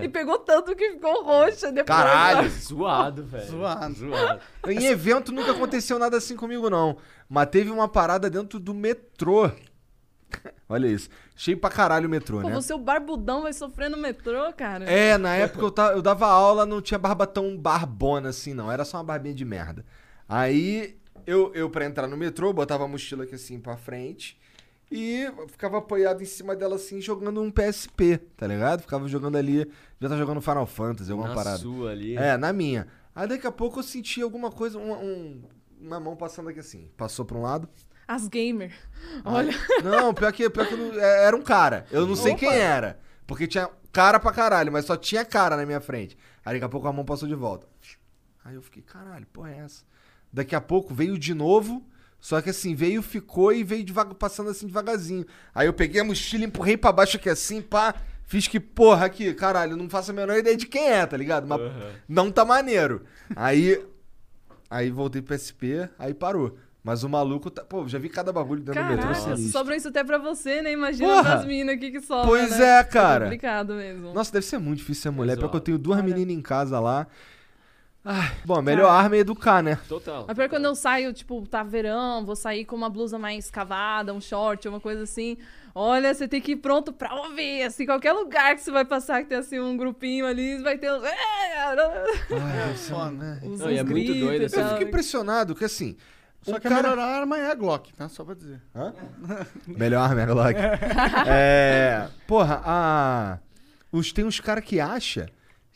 Speaker 4: e pegou tanto que ficou roxa depois.
Speaker 2: Caralho. né?
Speaker 5: Zoado, velho.
Speaker 3: Zoado.
Speaker 5: Zoado.
Speaker 2: Em evento nunca aconteceu nada assim comigo, não. Mas teve uma parada dentro do metrô. Olha isso. Cheio pra caralho o metrô,
Speaker 4: Pô,
Speaker 2: né?
Speaker 4: você é o barbudão vai sofrer no metrô, cara.
Speaker 2: É, na época eu, tava, eu dava aula, não tinha barba tão barbona assim, não. Era só uma barbinha de merda. Aí eu, eu pra entrar no metrô, botava a mochila aqui assim pra frente e eu ficava apoiado em cima dela assim, jogando um PSP, tá ligado? Ficava jogando ali, já tava jogando Final Fantasy, alguma
Speaker 5: Na
Speaker 2: parada.
Speaker 5: sua ali.
Speaker 2: É, na minha. Aí daqui a pouco eu senti alguma coisa, um- um- uma mão passando aqui assim. Passou pra um lado.
Speaker 4: As gamer. Olha.
Speaker 2: Não, pior que, pior que eu não- é, era um cara. Eu não sei
Speaker 4: Opa.
Speaker 2: quem era. Porque tinha cara pra caralho, mas só tinha cara na minha frente. Aí daqui a pouco a mão passou de volta. Aí eu fiquei, caralho, porra é essa? Daqui a pouco veio de novo, só que assim, veio, ficou e veio devagar, passando assim devagarzinho. Aí eu peguei a mochila, empurrei pra baixo aqui assim, pá. Fiz que, porra, aqui, caralho, não faço a menor ideia de quem é, tá ligado? Mas não tá maneiro. Aí Aí voltei pro SP, aí parou. Mas o maluco tá. Pô, já vi cada bagulho dentro do metrô assim.
Speaker 4: Caraca,
Speaker 2: sinistro.
Speaker 4: sobrou isso até pra você, né? Imagina
Speaker 2: Porra!
Speaker 4: pras minas aqui que sobra.
Speaker 2: Pois
Speaker 4: né?
Speaker 2: é, cara.
Speaker 4: É complicado mesmo.
Speaker 2: Nossa, deve ser muito difícil ser mulher.
Speaker 5: Exato.
Speaker 2: Pior que eu tenho duas meninas em casa lá. Ai, bom, a melhor arma é educar, né?
Speaker 5: Total.
Speaker 4: Mas pior que quando eu saio, tipo, tá verão, vou sair com uma blusa mais cavada, um short, uma coisa assim. Olha, você tem que ir pronto pra ouvir, assim, qualquer lugar que você vai passar, que tem assim um grupinho ali, vai ter. um-
Speaker 2: Ai, deve ser uma- né?
Speaker 4: Os,
Speaker 5: Não, e é
Speaker 4: uns
Speaker 5: muito
Speaker 4: gritos
Speaker 5: doido,
Speaker 4: e
Speaker 5: assim.
Speaker 4: tal.
Speaker 2: Eu fico impressionado que assim.
Speaker 3: Só
Speaker 2: o
Speaker 3: que
Speaker 2: cara-
Speaker 3: a melhor arma é a Glock, tá? Só pra dizer.
Speaker 2: Hã? Melhor arma é a Glock. é. Porra, a. Os, tem uns caras que acha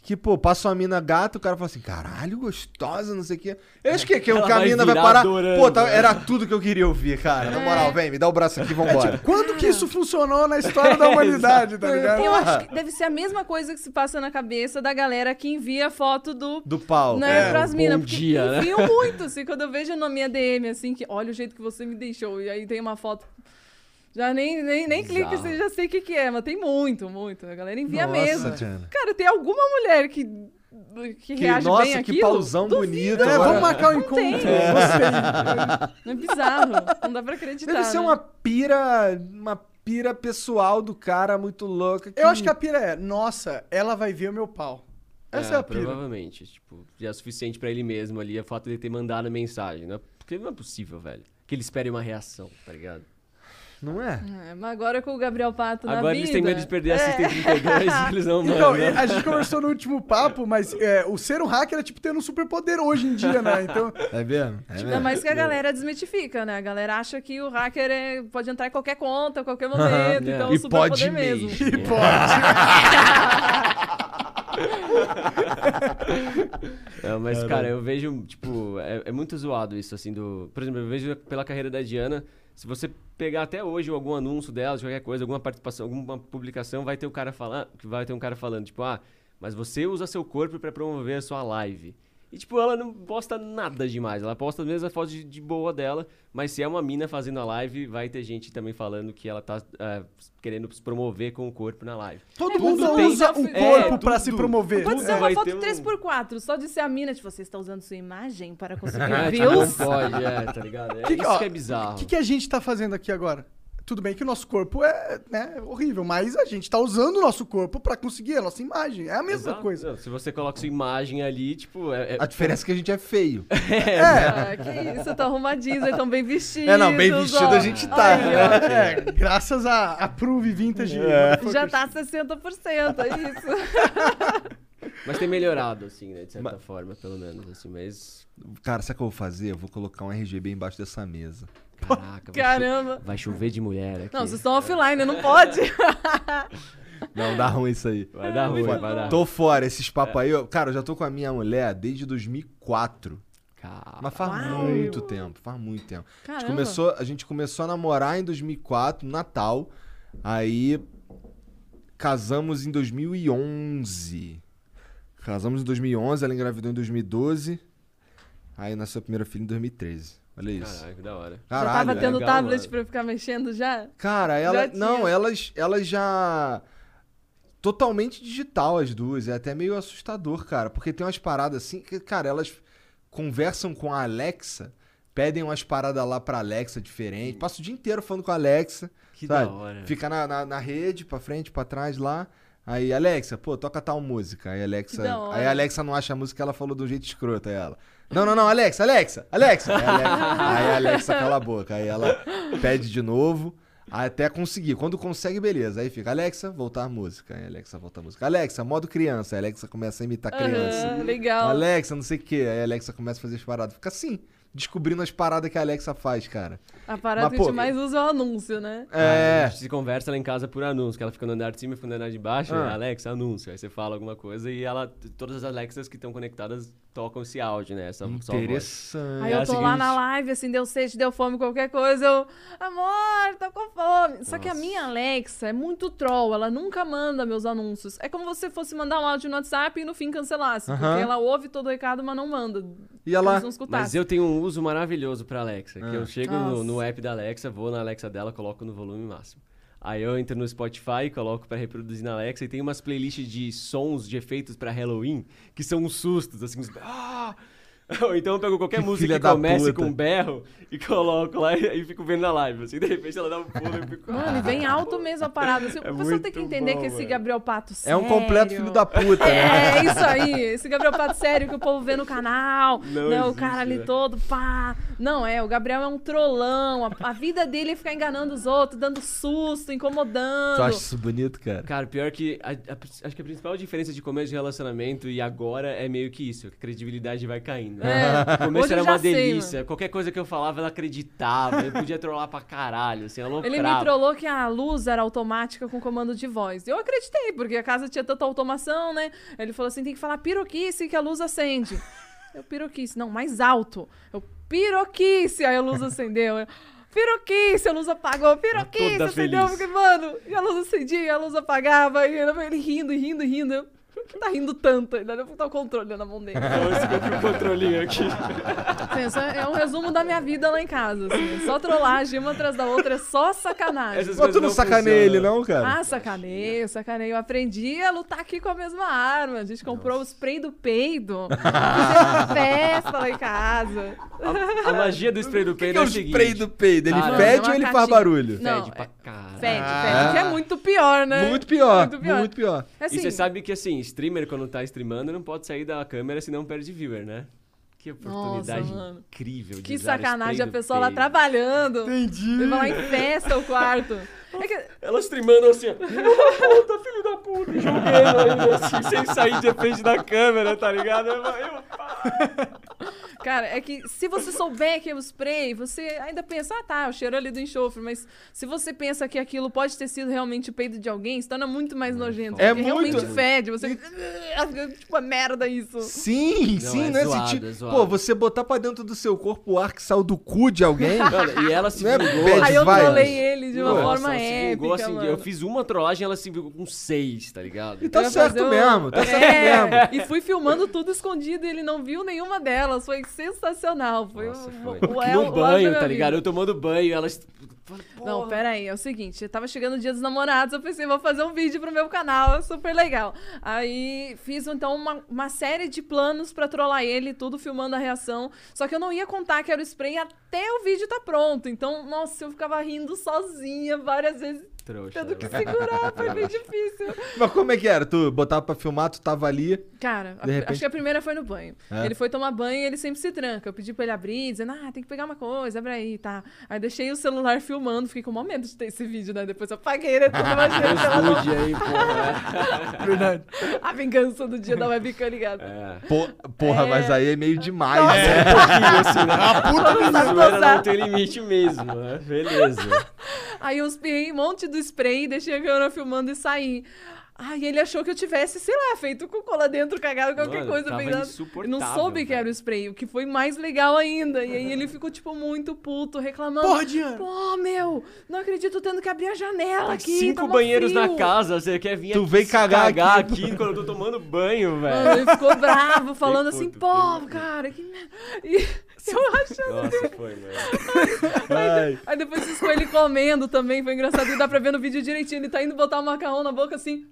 Speaker 2: Que, pô, passa uma mina gata, o cara fala assim, caralho, gostosa, não sei o quê. Eu acho que, que
Speaker 5: Ela
Speaker 2: o caminho
Speaker 5: vai
Speaker 2: vai
Speaker 5: virar
Speaker 2: parar.
Speaker 5: adorando,
Speaker 2: Pô, tá-
Speaker 5: né?
Speaker 2: era tudo que eu queria ouvir, cara. Na moral, vem, me dá o braço aqui, vambora.
Speaker 3: É, tipo, Quando que isso funcionou na história da humanidade, tá ligado?
Speaker 4: Eu acho que deve ser a mesma coisa que se passa na cabeça da galera que envia foto do.
Speaker 2: Do pau. É.
Speaker 4: Né, pras
Speaker 5: É, bom
Speaker 4: minas, porque
Speaker 5: dia, né?
Speaker 4: enfiam muito, assim, quando eu vejo na minha DM, assim, que olha o jeito que você me deixou, e aí tem uma foto, já nem, nem, nem
Speaker 5: Bizarro.
Speaker 4: clica, você já sei o que que é, mas tem muito, muito, a galera envia
Speaker 2: Nossa,
Speaker 4: mesmo.
Speaker 2: Tiana.
Speaker 4: Cara, tem alguma mulher que,
Speaker 2: Que,
Speaker 4: que, reage
Speaker 2: nossa,
Speaker 4: bem
Speaker 2: que
Speaker 4: aquilo?
Speaker 2: pauzão
Speaker 4: Duvido.
Speaker 2: bonito.
Speaker 3: É,
Speaker 2: Então, agora.
Speaker 3: vamos marcar um
Speaker 4: Não
Speaker 3: encontro.
Speaker 4: tem. É bizarro, não dá pra acreditar.
Speaker 2: Deve ser
Speaker 4: né?
Speaker 2: uma pira. Uma pira pessoal do cara muito louca.
Speaker 3: Eu acho que a pira é, nossa, ela vai ver o meu pau. Essa é, a pira.
Speaker 5: Provavelmente. Tipo, já é suficiente pra ele mesmo ali, o fato de ele ter mandado a mensagem. Não é, porque não é possível, velho. Que ele espere uma reação, tá ligado?
Speaker 2: Não é?
Speaker 4: É, mas agora com o Gabriel Pato na
Speaker 5: Agora
Speaker 4: vida...
Speaker 5: eles têm medo de perder a
Speaker 4: É.
Speaker 5: assistente 32 e eles não mandam.
Speaker 3: Então, a gente conversou no último papo, mas é, o ser um hacker é tipo tendo um superpoder hoje em dia, né? Então,
Speaker 2: É mesmo? É
Speaker 4: Ainda
Speaker 2: mesmo?
Speaker 4: mais que a galera desmitifica, né? A galera acha que o hacker é- pode entrar em qualquer conta, a qualquer momento, então é
Speaker 2: E
Speaker 4: um superpoder
Speaker 2: pode
Speaker 4: mesmo.
Speaker 5: É, mas, cara, eu vejo, tipo, é, é muito zoado isso, assim, do... Por exemplo, eu vejo pela carreira da Diana, se você pegar até hoje algum anúncio dela, de qualquer coisa, alguma participação, alguma publicação, vai ter um cara falando, vai ter um cara falando, tipo, ah, mas você usa seu corpo pra promover a sua live. E, tipo, ela não posta nada demais, ela posta as mesmas fotos de, de boa dela, mas se é uma mina fazendo a live, vai ter gente também falando que ela tá ah, querendo se promover com o corpo na live.
Speaker 3: todo
Speaker 4: É,
Speaker 3: mundo
Speaker 4: tudo tem-
Speaker 3: usa o
Speaker 4: é,
Speaker 3: corpo pra
Speaker 5: tudo.
Speaker 3: se promover.
Speaker 4: Pode ser
Speaker 5: vai
Speaker 4: uma
Speaker 5: ter
Speaker 4: foto
Speaker 5: um-
Speaker 4: 3x4, só de ser a mina, tipo, você está usando sua imagem para
Speaker 5: É,
Speaker 2: Ah,
Speaker 4: conseguir
Speaker 5: tipo, não
Speaker 4: views?
Speaker 5: pode, é, tá ligado? É
Speaker 3: Que que-
Speaker 5: isso
Speaker 3: ó,
Speaker 5: que é bizarro.
Speaker 3: O que, que a gente tá fazendo aqui agora? Tudo bem que o nosso corpo é né, horrível, mas a gente tá usando o nosso corpo pra conseguir a nossa imagem. É a mesma
Speaker 5: Exato.
Speaker 3: coisa.
Speaker 5: Não, se você coloca sua imagem ali, tipo, é, é-
Speaker 2: A diferença é que a gente é feio.
Speaker 4: Ah, que isso, tá arrumadinho, estão bem vestidos.
Speaker 2: É, não, bem vestido
Speaker 4: ó.
Speaker 2: a gente tá,
Speaker 4: Aí, ó,
Speaker 3: É, graças a, a Prove Vintage.
Speaker 4: Já tá 60%, é isso.
Speaker 5: mas tem melhorado, assim, né? De certa forma, pelo menos, assim, mas.
Speaker 2: Cara, sabe o que eu vou fazer? Eu vou colocar um RGB embaixo dessa mesa.
Speaker 5: Caraca, vai
Speaker 4: Caramba.
Speaker 5: cho- Vai chover de mulher aqui.
Speaker 4: Não, vocês estão offline, não pode.
Speaker 2: Não, dá ruim isso aí.
Speaker 5: Vai dar ruim,
Speaker 2: Fora.
Speaker 5: vai dar.
Speaker 2: Tô fora, esses papos aí. eu- Cara, eu já tô com a minha mulher desde 2004.
Speaker 5: Cara,
Speaker 2: Mas faz muito tempo, faz muito tempo. A gente,
Speaker 4: Caramba.
Speaker 2: começou, a gente começou a namorar em 2004, no Natal. Aí casamos em 2011. Casamos em 2011, ela engravidou em 2012. Aí nasceu a primeira filha em 2013. Olha é isso.
Speaker 5: Caraca, que da hora.
Speaker 4: Já
Speaker 2: Caralho. né? é.
Speaker 4: tava tendo
Speaker 5: legal,
Speaker 4: tablet
Speaker 5: mano.
Speaker 4: pra ficar mexendo já?
Speaker 2: Cara, ela.
Speaker 4: Já tinha.
Speaker 2: Não, elas, elas já. Totalmente digital as duas. É até meio assustador, cara. Porque tem umas paradas assim que, cara, elas conversam com a Alexa, pedem umas paradas lá pra Alexa diferente. Passa o dia inteiro falando com a Alexa.
Speaker 5: Que
Speaker 2: sabe?
Speaker 5: da hora.
Speaker 2: Fica na, na, na rede, pra frente, pra trás lá. Aí, Alexa, pô, toca tal música. Aí, Alexa,
Speaker 4: Que da hora.
Speaker 2: aí a Alexa não acha a música, ela falou de um jeito escroto, aí ela. Não, não, não, Alexa, Alexa, Alexa. Aí a Alexa, aí a Alexa cala a boca. Aí ela pede de novo, até conseguir. Quando consegue, beleza. Aí fica, Alexa, voltar a música. Aí a Alexa volta a música. Alexa, modo criança. Aí a Alexa começa a imitar criança.
Speaker 4: Aham, Ah, legal.
Speaker 2: Alexa, não sei o quê. Aí a Alexa começa a fazer as paradas. Fica assim, descobrindo as paradas que a Alexa faz, cara.
Speaker 4: A parada
Speaker 2: Mas,
Speaker 4: que a
Speaker 2: pô,
Speaker 4: gente mais usa é o anúncio, né?
Speaker 5: É. A
Speaker 2: É.
Speaker 5: gente se conversa lá em casa por anúncio, que ela fica no andar de cima e fica no andar de baixo.
Speaker 2: Ah.
Speaker 5: né? Alexa, anúncio. Aí você fala alguma coisa e ela. Todas as Alexas que estão conectadas tocam esse áudio, né? Essa só a voz.
Speaker 2: Interessante.
Speaker 4: Aí
Speaker 5: É
Speaker 4: eu
Speaker 5: a
Speaker 4: tô lá na
Speaker 5: seguinte.
Speaker 4: live, assim, deu sede, deu fome, qualquer coisa, eu... Amor, tô com fome. Só que a minha Alexa é muito troll, ela nunca manda meus anúncios. É como se fosse mandar um áudio no WhatsApp e no fim cancelasse.
Speaker 2: Aham.
Speaker 4: Porque ela ouve todo o recado, mas não manda.
Speaker 2: E ela-
Speaker 4: Eles não escutassem.
Speaker 5: Mas eu tenho um uso maravilhoso pra Alexa,
Speaker 2: Ah.
Speaker 5: que eu chego no,
Speaker 4: Nossa.
Speaker 5: no app da Alexa, vou na Alexa dela, coloco no volume máximo. Aí eu entro no Spotify, coloco pra reproduzir na Alexa e tem umas playlists de sons, de efeitos pra Halloween, que são uns sustos, assim, uns... Ah! Ou então eu pego qualquer
Speaker 2: Que
Speaker 5: música
Speaker 2: filha
Speaker 5: que
Speaker 2: da
Speaker 5: comece
Speaker 2: puta.
Speaker 5: com um berro e coloco lá e, e fico vendo na live, assim, de repente ela dá um pulo e eu fico...
Speaker 4: Mano, e vem alto mesmo a parada. Assim, o pessoal tem que
Speaker 5: muito
Speaker 4: entender
Speaker 5: bom,
Speaker 4: que esse
Speaker 5: velho.
Speaker 4: Gabriel Pato
Speaker 2: É
Speaker 4: sério...
Speaker 2: um completo filho da puta, né?
Speaker 4: É, isso aí. Esse Gabriel Pato sério que o povo vê no canal.
Speaker 5: Não
Speaker 4: né, o
Speaker 5: existe,
Speaker 4: cara ali
Speaker 5: né?
Speaker 4: todo, pá. Não, é, o Gabriel é um trolão. A, a vida dele é ficar enganando os outros, dando susto, incomodando.
Speaker 2: Tu acha isso bonito, cara?
Speaker 5: Cara, pior que. a- a- acho que a principal diferença de começo de relacionamento e agora é meio que isso. que A credibilidade vai caindo. ainda.
Speaker 4: É,
Speaker 5: O começo
Speaker 4: hoje
Speaker 5: era
Speaker 4: eu já
Speaker 5: uma
Speaker 4: sei,
Speaker 5: delícia. Qualquer coisa que eu falava, ela acreditava. Eu podia trollar pra caralho, assim, ela
Speaker 4: Ele me trollou que a luz era automática com comando de voz. Eu acreditei, porque a casa tinha tanta automação, né? Ele falou assim: tem que falar piroquice que a luz acende. Eu, piroquice, não, mais alto. Eu, piroquice, aí a luz acendeu. Eu, piroquice, a luz apagou, piroquice,
Speaker 5: Tá Toda
Speaker 4: acendeu,
Speaker 5: feliz.
Speaker 4: porque, mano, e a luz acendia, e a luz apagava, e ele ele rindo, e rindo, e rindo. Eu, Por que tá rindo tanto? Ele olhou tá o controle na mão dele.
Speaker 5: o controlinho aqui.
Speaker 4: Pensa, é um resumo da minha vida lá em casa. assim. É Só trollagem uma atrás da outra, é só sacanagem.
Speaker 5: Essas
Speaker 2: Mas
Speaker 5: coisas
Speaker 2: tu não sacaneia ele,
Speaker 5: funcionam.
Speaker 2: não, cara?
Speaker 4: Ah, sacaneio, sacaneio. Eu aprendi a lutar aqui com a mesma arma. A gente comprou o spray do peido. Fizemos uma festa lá em casa.
Speaker 5: A, a magia do spray do peido é,
Speaker 2: o
Speaker 5: o seguinte.
Speaker 2: spray do peido. Ele
Speaker 5: Cara,
Speaker 2: fede
Speaker 4: é
Speaker 2: ou
Speaker 4: uma
Speaker 2: ele faz
Speaker 4: caixinha.
Speaker 2: barulho? Ah.
Speaker 4: Não,
Speaker 5: Fede pra
Speaker 4: é-
Speaker 5: caralho.
Speaker 4: Fede, fede, que é muito pior, né?
Speaker 2: Muito pior,
Speaker 4: Muito pior.
Speaker 2: Muito pior.
Speaker 4: É assim,
Speaker 5: E você sabe que, assim, streamer, quando tá streamando, não pode sair da câmera, senão perde viewer, né? Que oportunidade
Speaker 4: mano.
Speaker 5: incrível de
Speaker 4: que
Speaker 5: usar
Speaker 4: sacanagem
Speaker 5: spray
Speaker 4: a
Speaker 5: do
Speaker 4: pessoa lá
Speaker 5: peido.
Speaker 4: trabalhando. Entendi. Leva lá em festa o quarto. É que-
Speaker 5: Ela streamando assim, ó. Puta, filho da puta, jogando aí, assim, sem sair de frente da câmera, tá ligado? Eu, eu,
Speaker 4: Cara, é que se você souber que é o spray, você ainda pensa, ah tá, o cheiro ali do enxofre, mas se você pensa que aquilo pode ter sido realmente o peito de alguém, se torna muito
Speaker 5: Hum,
Speaker 4: mais nojento.
Speaker 2: É
Speaker 4: porque realmente
Speaker 2: muito.
Speaker 4: fede, você. fica, tipo, é merda isso.
Speaker 2: Sim,
Speaker 5: Não,
Speaker 2: sim,
Speaker 5: é
Speaker 2: né?
Speaker 5: zoado,
Speaker 2: Sentir-
Speaker 5: é zoado.
Speaker 2: Pô, você botar pra dentro do seu corpo o ar que saiu do cu de alguém.
Speaker 5: Mano, e ela se
Speaker 2: Não é
Speaker 5: vingou.
Speaker 2: bad
Speaker 4: Aí eu
Speaker 2: vibes.
Speaker 4: trolei ele de uma
Speaker 5: Nossa,
Speaker 4: forma
Speaker 5: ela se vingou,
Speaker 4: épica.
Speaker 5: assim,
Speaker 4: mano.
Speaker 5: Eu fiz uma trollagem, ela se vingou com seis, tá ligado?
Speaker 2: E tá
Speaker 4: Eu ia
Speaker 2: certo
Speaker 4: fazer um-
Speaker 2: mesmo, tá certo
Speaker 4: É,
Speaker 2: mesmo.
Speaker 4: E fui filmando tudo escondido e ele não viu nenhuma delas. Foi sensacional. Foi
Speaker 5: Nossa,
Speaker 4: o,
Speaker 5: foi.
Speaker 4: o- o- o- o-
Speaker 5: no
Speaker 4: o-
Speaker 5: banho,
Speaker 4: da
Speaker 5: tá
Speaker 4: minha
Speaker 5: ligado?
Speaker 4: vida.
Speaker 5: Eu tomando banho, ela... est-
Speaker 4: Não, pera aí, é o seguinte, eu tava chegando o dia dos namorados, eu pensei, vou fazer um vídeo pro meu canal, é super legal. Aí fiz então uma, uma série de planos pra trollar ele, tudo filmando a reação. Só que eu não ia contar que era o spray até o vídeo tá pronto. Então, nossa, eu ficava rindo sozinha várias vezes,
Speaker 5: Trouxa.
Speaker 4: tendo que segurar, foi bem difícil.
Speaker 2: Mas como é que era? Tu botava pra filmar, tu tava ali.
Speaker 4: Cara, a-
Speaker 2: De repente-
Speaker 4: acho que a primeira foi no banho.
Speaker 2: É?
Speaker 4: Ele foi tomar banho e ele sempre se tranca. Eu pedi pra ele abrir, dizendo, ah, tem que pegar uma coisa, abre aí, tá. Aí deixei o celular filmando, fiquei com o maior medo de ter esse vídeo, né? Depois eu apaguei, né? Tudo imagina que ela não-
Speaker 5: Nude aí, porra.
Speaker 2: né?
Speaker 3: Verdade.
Speaker 4: A vingança do dia da webcam ligada.
Speaker 5: É.
Speaker 2: Pô, porra,
Speaker 4: É.
Speaker 2: mas aí é meio demais. né?
Speaker 5: A zoeira assim, não tem limite mesmo, né? Beleza.
Speaker 4: Aí eu espirrei um monte do spray, deixei a câmera filmando e saí. Ai, ele achou que eu tivesse, sei lá, feito com cola dentro, cagado, qualquer
Speaker 5: Mano,
Speaker 4: coisa.
Speaker 5: tava
Speaker 4: pegando.
Speaker 5: insuportável,
Speaker 4: Não soube que
Speaker 5: velho.
Speaker 4: era o spray, o que foi mais legal ainda. E aí ele ficou, tipo, muito puto, reclamando.
Speaker 3: Porra, Diana.
Speaker 4: Pô, meu, não acredito tendo que abrir a janela
Speaker 5: Tem
Speaker 4: aqui.
Speaker 5: cinco
Speaker 4: tá mó
Speaker 5: banheiros na
Speaker 4: frio."
Speaker 5: casa, você quer vir
Speaker 2: Tu
Speaker 5: aqui
Speaker 2: vem
Speaker 5: se
Speaker 2: cagar
Speaker 5: aqui. quando eu tô tomando banho, velho.
Speaker 4: Mano, ele ficou bravo, falando assim,
Speaker 5: puto,
Speaker 4: pô, cara, que merda. E eu achando
Speaker 5: Nossa, foi, mano.
Speaker 2: Ai.
Speaker 4: Aí depois isso com ele comendo também, foi engraçado. E dá pra ver no vídeo direitinho. Ele tá indo botar o macarrão na boca assim.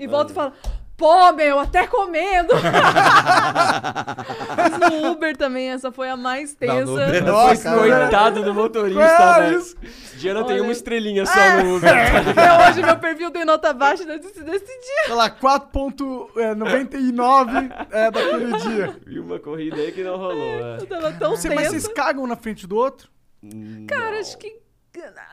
Speaker 4: E volta e fala: Pô, meu, até comendo! Mas no Uber também, essa foi a mais tensa.
Speaker 2: no Uber não.
Speaker 5: Nossa,
Speaker 2: cara.
Speaker 5: coitado do motorista,
Speaker 2: Cara,
Speaker 5: velho. Diana tem
Speaker 4: é Olha. Ah, é.
Speaker 5: uma estrelinha só no Uber.
Speaker 4: Até hoje meu perfil tem nota baixa desse, desse dia.
Speaker 3: Sei lá, é, 4.99 é, daquele dia.
Speaker 5: E uma corrida aí que não rolou, é.
Speaker 4: Eu tava tão
Speaker 3: Você, mas vocês
Speaker 4: tensa.
Speaker 3: cagam na frente do outro?
Speaker 4: Cara, acho que.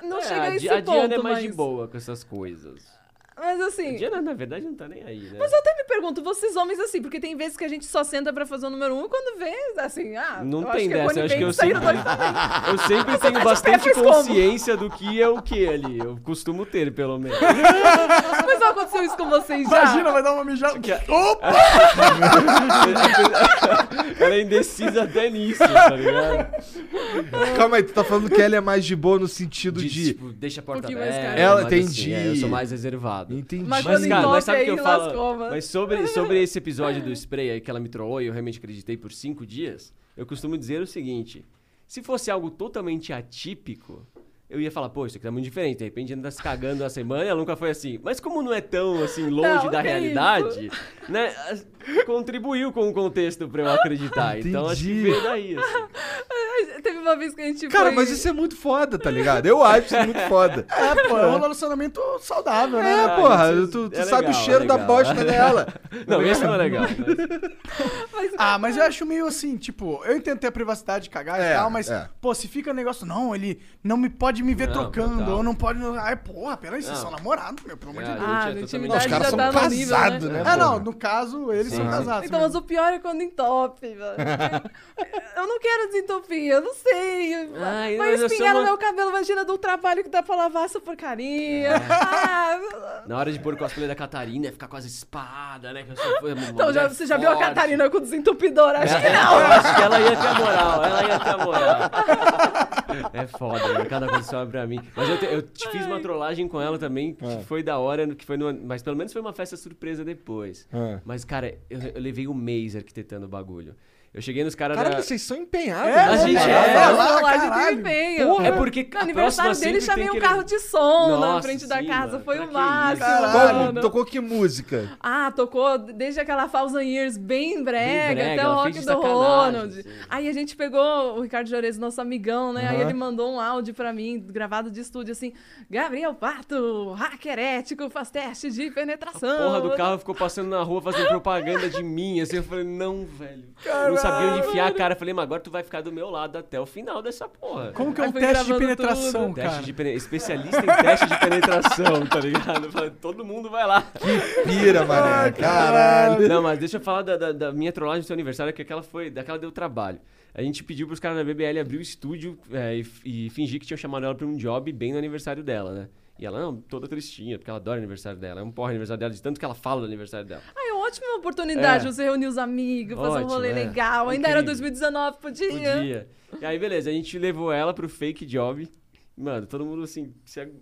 Speaker 4: Não
Speaker 5: É,
Speaker 4: chega a
Speaker 5: Di-
Speaker 4: esse
Speaker 5: a
Speaker 4: ponto,
Speaker 5: Diana é mais
Speaker 4: mas...
Speaker 5: de boa com essas coisas.
Speaker 4: Mas
Speaker 5: A
Speaker 4: assim,
Speaker 5: Diana, na verdade, não tá nem aí, né?
Speaker 4: Mas eu até me pergunto, vocês homens assim, porque tem vezes que a gente só senta pra fazer o número um e quando vê, assim, ah,
Speaker 5: Não
Speaker 4: eu acho que
Speaker 5: tem
Speaker 4: é
Speaker 5: dessa, eu acho que eu
Speaker 4: conivente, saíram
Speaker 5: sempre-
Speaker 4: dois também.
Speaker 5: Eu sempre tenho
Speaker 4: de pé,
Speaker 5: bastante
Speaker 4: faz como?
Speaker 5: consciência do que é o que ali. Eu costumo ter, pelo menos.
Speaker 4: Mas não aconteceu isso com vocês já?
Speaker 3: Imagina, vai dar uma mijada. Opa!
Speaker 5: Ela é indecisa até nisso, tá ligado?
Speaker 2: Calma aí, tu tá falando que ela é mais de boa no sentido de.
Speaker 5: tipo, deixa a porta
Speaker 4: Um pouquinho mais
Speaker 5: aberta.
Speaker 4: cara.
Speaker 2: Ela
Speaker 5: mas
Speaker 2: tem
Speaker 5: assim,
Speaker 2: de-
Speaker 5: é, eu sou mais reservado.
Speaker 2: Entendi.
Speaker 4: Mas
Speaker 5: Mas,
Speaker 4: Quando
Speaker 5: cara, mas
Speaker 4: entope
Speaker 5: sabe o que
Speaker 4: aí,
Speaker 5: eu falo?
Speaker 4: lascou, mano.
Speaker 5: Mas sobre, sobre esse episódio do spray aí que ela me trollou e eu realmente acreditei por cinco dias, eu costumo dizer o seguinte: se fosse algo totalmente atípico, eu ia falar, pô, isso aqui tá muito diferente. De repente ainda tá se cagando a semana, ela nunca foi assim. Mas como não é tão assim longe
Speaker 4: Não, é
Speaker 5: da
Speaker 4: que
Speaker 5: realidade, né? as- Contribuiu com o contexto pra eu acreditar. Então acho que
Speaker 2: Entendi.
Speaker 4: Tá
Speaker 5: veio daí. Assim.
Speaker 4: Teve uma vez que a gente
Speaker 2: Cara,
Speaker 4: foi...
Speaker 2: mas isso é muito foda, tá ligado? Eu acho isso muito foda.
Speaker 3: É, pô, é um relacionamento saudável, né?
Speaker 2: É, porra,
Speaker 5: isso
Speaker 2: tu, tu
Speaker 5: é
Speaker 2: sabe
Speaker 5: legal,
Speaker 2: o cheiro
Speaker 5: é
Speaker 2: da
Speaker 5: legal.
Speaker 2: bosta dela.
Speaker 5: Não, isso não é legal. mas-
Speaker 2: é
Speaker 4: Mas,
Speaker 3: Ah, mas eu acho meio assim, tipo, eu entendo ter a privacidade de cagar
Speaker 2: É,
Speaker 3: e tal, mas,
Speaker 2: é.
Speaker 3: pô, se fica o negócio, não, ele não me pode me ver
Speaker 5: Não,
Speaker 3: trocando,
Speaker 5: total.
Speaker 3: ou não pode. Ai, porra, peraí, vocês
Speaker 5: Não.
Speaker 3: são namorados, meu, pelo amor de
Speaker 5: É,
Speaker 3: Deus.
Speaker 5: a
Speaker 4: Ah,
Speaker 5: gente
Speaker 4: na
Speaker 5: é totalmente-
Speaker 4: intimidade
Speaker 2: Os caras
Speaker 4: já
Speaker 2: são
Speaker 4: tá no nível, né?
Speaker 2: casados, né?
Speaker 3: Ah,
Speaker 2: porra?
Speaker 3: não, no caso, eles são casados. né?
Speaker 4: Então,
Speaker 3: mesmo.
Speaker 4: mas o pior é quando entope, velho. eu não quero desentupir, eu não sei. vai
Speaker 5: Ai, mas eu sou
Speaker 4: espingar no
Speaker 5: uma-
Speaker 4: meu cabelo, imagina do trabalho que dá pra lavar essa porcaria.
Speaker 5: É.
Speaker 4: Ah,
Speaker 5: Na hora de pôr o cosplay da Catarina, ia ficar quase espada, né? Que eu sou- foi uma
Speaker 4: então, já-
Speaker 5: mulher
Speaker 4: você já viu a
Speaker 5: forte.
Speaker 4: Catarina com desentupidor? Acho que
Speaker 5: Eu
Speaker 4: não.
Speaker 5: acho que ela ia ter a moral, ela ia ter a moral. É foda, né? cada coisa sobra pra mim. Mas eu, te- eu te fiz uma trollagem com ela também, que
Speaker 3: Ah.
Speaker 5: foi da hora, que foi numa, mas pelo menos foi uma festa surpresa depois.
Speaker 3: Ah.
Speaker 2: É.
Speaker 5: Mas, cara, eu, eu levei um mês arquitetando o bagulho. Eu cheguei nos caras
Speaker 2: Caralho,
Speaker 5: da...
Speaker 2: vocês são empenhados.
Speaker 3: É,
Speaker 5: a
Speaker 2: né?
Speaker 5: gente
Speaker 4: É,
Speaker 5: é...
Speaker 4: a
Speaker 3: lá,
Speaker 4: trollagem
Speaker 3: caralho.
Speaker 4: teve empenho.
Speaker 5: É porque
Speaker 4: No
Speaker 5: a
Speaker 4: aniversário
Speaker 5: próxima
Speaker 4: dele,
Speaker 5: sempre
Speaker 4: chamei
Speaker 5: tem
Speaker 4: um
Speaker 5: que-
Speaker 4: carro de som na
Speaker 5: Nossa,
Speaker 4: frente da
Speaker 5: sim,
Speaker 4: casa.
Speaker 5: mano.
Speaker 4: Foi
Speaker 5: Pra
Speaker 4: o
Speaker 5: que
Speaker 4: máximo,
Speaker 5: isso?
Speaker 2: Qual-
Speaker 4: mano.
Speaker 2: tocou que música?
Speaker 4: Ah, tocou desde aquela Thousand Years bem brega,
Speaker 5: brega,
Speaker 4: até o
Speaker 5: ela
Speaker 4: rock
Speaker 5: fez de
Speaker 4: do
Speaker 5: sacanagem,
Speaker 4: Ronald.
Speaker 5: sim.
Speaker 4: Aí a gente pegou o Ricardo Jores, nosso amigão, né? Aí ele mandou um áudio pra mim, gravado de estúdio, assim: Gabriel Pato, hacker ético, faz teste de penetração.
Speaker 5: Porra do carro ficou passando na rua fazendo propaganda de mim, assim, eu falei, não, velho. Eu não sabia onde enfiar a cara. Eu falei, mas agora tu vai ficar do meu lado até o final dessa porra.
Speaker 3: Como que é
Speaker 4: Aí
Speaker 3: um
Speaker 4: foi
Speaker 3: teste de
Speaker 4: gravando
Speaker 3: penetração,
Speaker 4: tudo.
Speaker 5: Teste
Speaker 3: cara?
Speaker 5: de pene- Especialista em teste de penetração, tá ligado? Eu falei, Todo mundo vai lá.
Speaker 2: Pira, mané. Ah, Caralho.
Speaker 5: Não, mas deixa eu falar da, da- da minha trollagem do seu aniversário, que aquela foi. Daquela deu trabalho. A gente pediu pros caras da BBL abrir o estúdio é, e, f- e fingir que tinham chamado ela pra um job bem no aniversário dela, né? E ela, não, toda tristinha, porque ela adora o aniversário dela. É um porra aniversário dela, de tanto que ela fala do aniversário dela.
Speaker 4: Ah, é uma ótima oportunidade
Speaker 5: É.
Speaker 4: você reunir os amigos, fazer um
Speaker 5: Ótimo,
Speaker 4: rolê
Speaker 5: é.
Speaker 4: legal. Ainda era
Speaker 5: Incrível.
Speaker 4: 2019, podia.
Speaker 5: Podia. E aí, beleza, a gente levou ela pro fake job. Mano, todo mundo assim, se agu-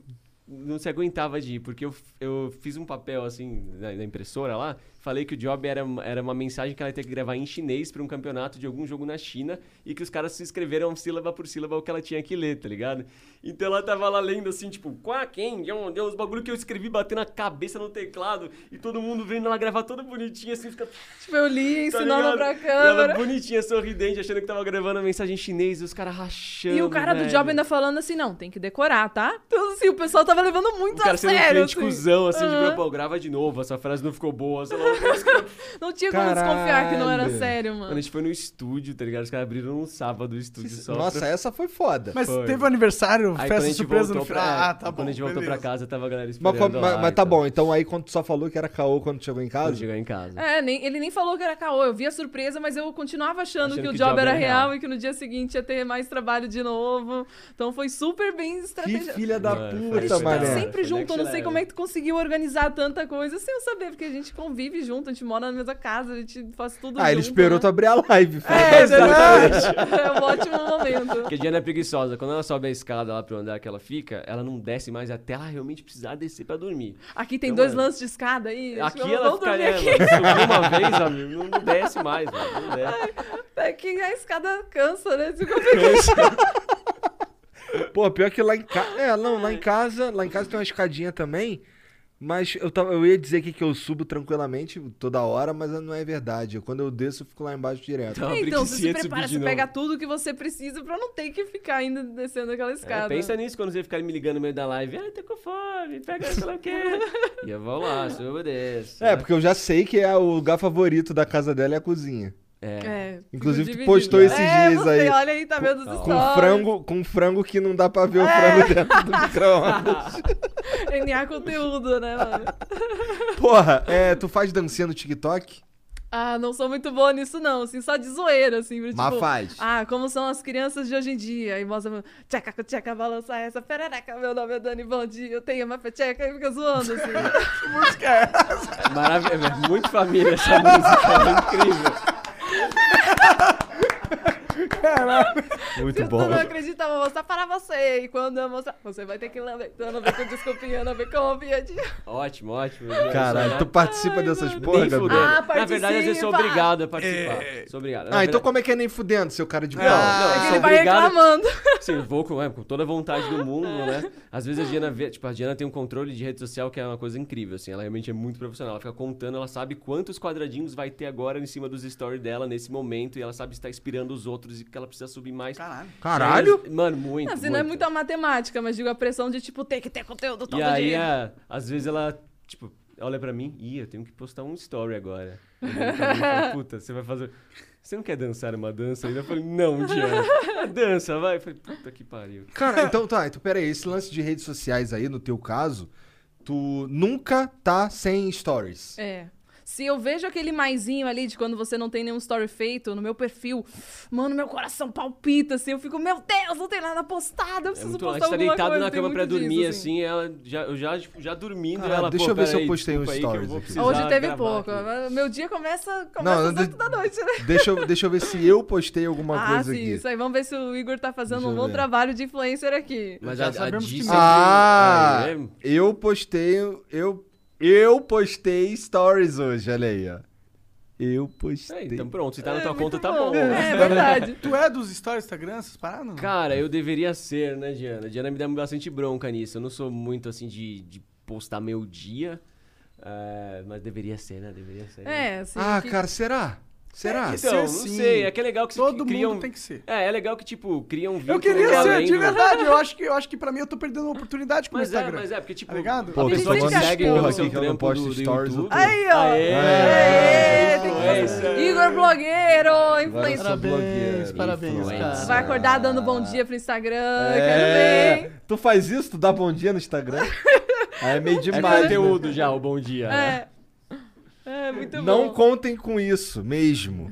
Speaker 5: não se aguentava de ir, porque eu, f- eu fiz um papel assim na, na impressora lá, falei que o job era, uma- era uma mensagem que ela ia ter que gravar em chinês pra um campeonato de algum jogo na China e que os caras se escreveram sílaba por sílaba o que ela tinha que ler, tá ligado? Então ela tava lá lendo assim, tipo, quá, quem, onde, É os bagulho que eu escrevi batendo a cabeça no teclado e todo mundo vendo ela gravar toda bonitinha assim, fica
Speaker 4: Tipo, eu li,
Speaker 5: tá
Speaker 4: ensinando
Speaker 5: ligado?
Speaker 4: pra
Speaker 5: E Ela
Speaker 4: câmera.
Speaker 5: bonitinha, sorridente, achando que tava gravando a mensagem em chinês, e os caras rachando.
Speaker 4: E o cara do
Speaker 5: velho.
Speaker 4: job ainda falando assim, não, tem que decorar, tá? Então, assim, o pessoal tava levando muito
Speaker 5: O cara
Speaker 4: a
Speaker 5: sendo um
Speaker 4: sério.
Speaker 5: cliente
Speaker 4: assim.
Speaker 5: cuzão, assim,
Speaker 4: Aham.
Speaker 5: de pô, grava de novo, essa frase não ficou boa, sei lá. o cara-
Speaker 4: Não tinha como desconfiar que não era sério,
Speaker 5: Mano, a
Speaker 4: mano.
Speaker 5: gente foi no estúdio, tá ligado? Os caras abriram um sábado o estúdio só.
Speaker 2: Nossa,
Speaker 5: pra...
Speaker 2: essa foi foda.
Speaker 3: Mas
Speaker 5: Foi.
Speaker 3: teve um aniversário,
Speaker 5: Aí quando a
Speaker 3: é festa
Speaker 5: gente
Speaker 3: surpresa
Speaker 5: voltou
Speaker 3: no final.
Speaker 5: pra...
Speaker 3: Ah, tá bom.
Speaker 5: Quando a gente voltou
Speaker 3: beleza.
Speaker 5: pra casa, tava a galera
Speaker 2: Mas,
Speaker 5: esperando
Speaker 2: como-
Speaker 5: lá
Speaker 2: mas-
Speaker 5: e
Speaker 2: mas tá
Speaker 5: tal.
Speaker 2: bom, então aí quando tu só falou que era caô quando tu chegou em
Speaker 5: Quando
Speaker 2: casa.
Speaker 5: chegar em casa.
Speaker 4: É, nem, ele nem falou que era caô, eu vi a surpresa, mas eu continuava achando,
Speaker 5: Achando
Speaker 4: que o
Speaker 5: que
Speaker 4: job era real, e que no dia seguinte ia ter mais trabalho de novo. Então foi super bem
Speaker 2: Que
Speaker 4: estratégia.
Speaker 2: filha da
Speaker 5: Mano, foi-
Speaker 2: puta,
Speaker 5: foi-
Speaker 4: Tá
Speaker 5: É,
Speaker 2: mané.
Speaker 4: sempre
Speaker 5: foi
Speaker 4: junto, eu
Speaker 5: next
Speaker 4: não sei
Speaker 5: level.
Speaker 4: como é que tu conseguiu organizar tanta coisa sem eu saber, porque a gente convive junto, a gente mora na mesma casa, a gente faz tudo junto.
Speaker 2: Ah, ele esperou tu
Speaker 4: né?
Speaker 2: abrir a live. filho.
Speaker 4: É, exatamente. é um ótimo momento.
Speaker 5: Porque a Diana é preguiçosa. Quando ela sobe a escada lá pro andar que ela fica, ela não desce mais até ela realmente precisar descer pra dormir.
Speaker 4: Aqui tem
Speaker 5: Então,
Speaker 4: dois
Speaker 5: mano,
Speaker 4: lances de escada aí. acho que
Speaker 5: Aqui
Speaker 4: eu-
Speaker 5: ela
Speaker 4: vamos dormir
Speaker 5: ficaria.
Speaker 4: aqui.
Speaker 5: Mano, subiu uma vez, amigo, não desce mais, mano. Não desce.
Speaker 4: É que a escada cansa, né? Fica
Speaker 5: É,
Speaker 4: complicado.
Speaker 2: Pô, pior que lá em casa. É, não, lá em casa, lá em casa tem uma escadinha também. Mas eu, tava, eu ia dizer aqui que eu subo tranquilamente toda hora, mas não é verdade. Quando eu desço, eu fico lá embaixo direto.
Speaker 5: Tá uma
Speaker 4: Então, você se
Speaker 5: preguicinha de
Speaker 4: prepara,
Speaker 5: subir de
Speaker 4: você
Speaker 5: novo.
Speaker 4: pega tudo que você precisa pra não ter que ficar ainda descendo aquela
Speaker 5: É,
Speaker 4: escada.
Speaker 5: pensa nisso quando você ficar me ligando no meio da live. Ai, tô com fome, pega sei lá o quê. e eu vou lá, subo e desço.
Speaker 2: É, porque eu já sei que é o lugar favorito da casa dela é a cozinha.
Speaker 5: É.
Speaker 4: É, fico
Speaker 2: Inclusive, tu
Speaker 4: dividido.
Speaker 2: postou esses
Speaker 4: É,
Speaker 2: dias
Speaker 4: você
Speaker 2: aí.
Speaker 4: Olha aí, tá vendo os
Speaker 2: Com
Speaker 4: stories.
Speaker 2: frango, com frango que não dá pra ver o
Speaker 5: É.
Speaker 2: frango dentro do micro-ondas.
Speaker 4: NA conteúdo, né, mano?
Speaker 2: Porra, é, tu faz dancinha no TikTok?
Speaker 4: Ah, não sou muito boa nisso, não. Assim, só de zoeira, assim. Tipo,
Speaker 2: Mas faz.
Speaker 4: Ah, como são as crianças de hoje em dia. E mostra, tcheca, tcheca, balança essa, perereca, meu nome é Dani, bom dia, eu tenho uma peteca, e fica zoando, assim.
Speaker 5: Maravilha. É muito família essa música, é incrível.
Speaker 4: Se tu não acredita, eu vou mostrar para você. E quando eu mostrar, você vai ter que lamber. Então, não vem com desculpinha, não vem com confiante.
Speaker 5: Ótimo, ótimo. Diana,
Speaker 2: Caralho,
Speaker 5: só-
Speaker 2: tu participa dessas
Speaker 5: Nem
Speaker 2: porra,
Speaker 5: fudendo.
Speaker 2: Gabriel?
Speaker 4: Ah,
Speaker 5: Na verdade, eu sou
Speaker 4: participa.
Speaker 5: obrigado a participar. Sou obrigado. Na
Speaker 2: Ah, então
Speaker 5: verdade-
Speaker 2: como é que é nem fudendo, seu cara
Speaker 5: Ah,
Speaker 2: de pau?
Speaker 5: Não, não,
Speaker 4: É que
Speaker 5: eu
Speaker 4: ele
Speaker 5: sou
Speaker 4: vai
Speaker 5: obrigado
Speaker 4: reclamando.
Speaker 5: Sim, vou com, é, com toda a vontade do mundo,
Speaker 4: É.
Speaker 5: né? Às vezes a Diana vê, tipo, a Diana tem um controle de rede social que é uma coisa incrível, assim. Ela realmente é muito profissional. Ela fica contando, ela sabe quantos quadradinhos vai ter agora em cima dos stories dela nesse momento e ela sabe se tá inspirando os outros e que ela precisa subir mais.
Speaker 3: Caralho.
Speaker 2: Caralho?
Speaker 5: Mas, mano, muito.
Speaker 4: Assim, não é
Speaker 5: muito.
Speaker 4: muita matemática, mas digo a pressão de, tipo, ter que ter conteúdo todo
Speaker 5: E aí,
Speaker 4: dia.
Speaker 5: a- às vezes ela, tipo, olha pra mim, ih, eu tenho que postar um story agora. Eu olho pra mim e falo, Puta, você vai fazer. Você não quer dançar uma dança ainda? Eu falei, não, Diana. "Ah, Dança, vai. Eu falei, puta que pariu.
Speaker 2: Cara, então tá, então peraí, esse lance de redes sociais aí, no teu caso, tu nunca tá sem stories.
Speaker 4: É. Se eu vejo aquele maisinho ali de quando você não tem nenhum story feito no meu perfil, mano, meu coração palpita, assim, eu fico, meu Deus, não tem nada postado, eu
Speaker 5: É
Speaker 4: preciso
Speaker 5: muito
Speaker 4: postar
Speaker 5: longe. A gente tá
Speaker 4: alguma
Speaker 5: deitado
Speaker 4: coisa.
Speaker 5: na
Speaker 4: tem
Speaker 5: cama
Speaker 4: muito
Speaker 5: pra
Speaker 4: disso,
Speaker 5: dormir, assim, ela já, eu já, tipo, já dormindo.
Speaker 2: Cara,
Speaker 5: ela,
Speaker 2: deixa
Speaker 5: "Pô,
Speaker 2: eu ver se eu
Speaker 5: peraí,
Speaker 2: postei
Speaker 5: desculpa
Speaker 2: um
Speaker 5: aí que eu
Speaker 2: stories
Speaker 5: vou
Speaker 2: aqui."
Speaker 5: precisar
Speaker 4: Hoje teve
Speaker 5: gravar
Speaker 4: pouco.
Speaker 5: aqui."
Speaker 4: Meu dia começa, começa
Speaker 2: Não,
Speaker 4: às
Speaker 2: de-
Speaker 4: 8 da noite, né?
Speaker 2: Deixa eu, deixa eu ver se eu postei alguma
Speaker 4: Ah,
Speaker 2: coisa
Speaker 4: sim,
Speaker 2: aqui.
Speaker 4: isso aí. Vamos ver se o Igor tá fazendo
Speaker 2: Deixa eu
Speaker 4: um bom
Speaker 2: ver.
Speaker 4: trabalho de influencer aqui.
Speaker 5: Mas
Speaker 3: Já
Speaker 5: a, a
Speaker 3: sabemos
Speaker 5: Di
Speaker 3: que
Speaker 5: sempre-
Speaker 2: Ah,
Speaker 5: Ah, é?
Speaker 2: eu postei, eu, eu postei stories hoje, olha aí, ó. Eu
Speaker 5: É,
Speaker 2: postei.
Speaker 5: então pronto, se tá na tua
Speaker 4: É,
Speaker 5: conta,
Speaker 4: muito
Speaker 5: tá bom.
Speaker 4: É verdade.
Speaker 3: Tu é dos stories do Instagram, essas paradas?
Speaker 5: Cara, eu deveria ser, né, Diana? Diana me dá bastante bronca nisso. Eu não sou muito assim de, de postar meu dia. eh, mas deveria ser, né? Deveria ser. né?
Speaker 4: É, assim.
Speaker 2: ah,
Speaker 4: que-
Speaker 2: cara, será? Será?
Speaker 3: que
Speaker 5: Então,
Speaker 3: ser
Speaker 5: não
Speaker 3: sim.
Speaker 5: sei. É que é legal que
Speaker 3: Todo
Speaker 5: você cria
Speaker 3: mundo
Speaker 5: um-
Speaker 3: tem que ser.
Speaker 5: É, é legal que, tipo, cria um vínculo
Speaker 3: Eu queria
Speaker 5: com
Speaker 3: ser,
Speaker 5: além
Speaker 3: de
Speaker 5: do-
Speaker 3: verdade. Eu acho que, eu acho que pra mim eu tô perdendo uma oportunidade com o
Speaker 5: Mas é,
Speaker 3: Instagram.
Speaker 5: mas é, porque, tipo,
Speaker 3: Tá ligado?
Speaker 5: a
Speaker 2: Pô,
Speaker 5: pessoa
Speaker 4: tem
Speaker 5: te
Speaker 4: gente
Speaker 5: segue
Speaker 4: que
Speaker 5: pelo
Speaker 4: acha
Speaker 5: seu
Speaker 2: que eu não
Speaker 5: trampo
Speaker 2: posto
Speaker 5: do, do
Speaker 2: stories o
Speaker 5: YouTube.
Speaker 2: tempo.
Speaker 4: Aí, ó.
Speaker 5: Aê!
Speaker 4: Aê, tem que
Speaker 5: Aê!
Speaker 4: fazer- Igor blogueiro, influencer.
Speaker 2: Parabéns,
Speaker 5: parabéns, cara.
Speaker 4: Vai acordar dando bom dia pro Instagram.
Speaker 2: É,
Speaker 4: Quero ver.
Speaker 2: Tu faz isso? Tu dá bom dia no Instagram? Aí é meio
Speaker 5: É
Speaker 2: demais. né?
Speaker 5: conteúdo já, o bom dia. né?
Speaker 4: É. É, muito
Speaker 2: Não
Speaker 4: bom.
Speaker 2: contem com isso mesmo.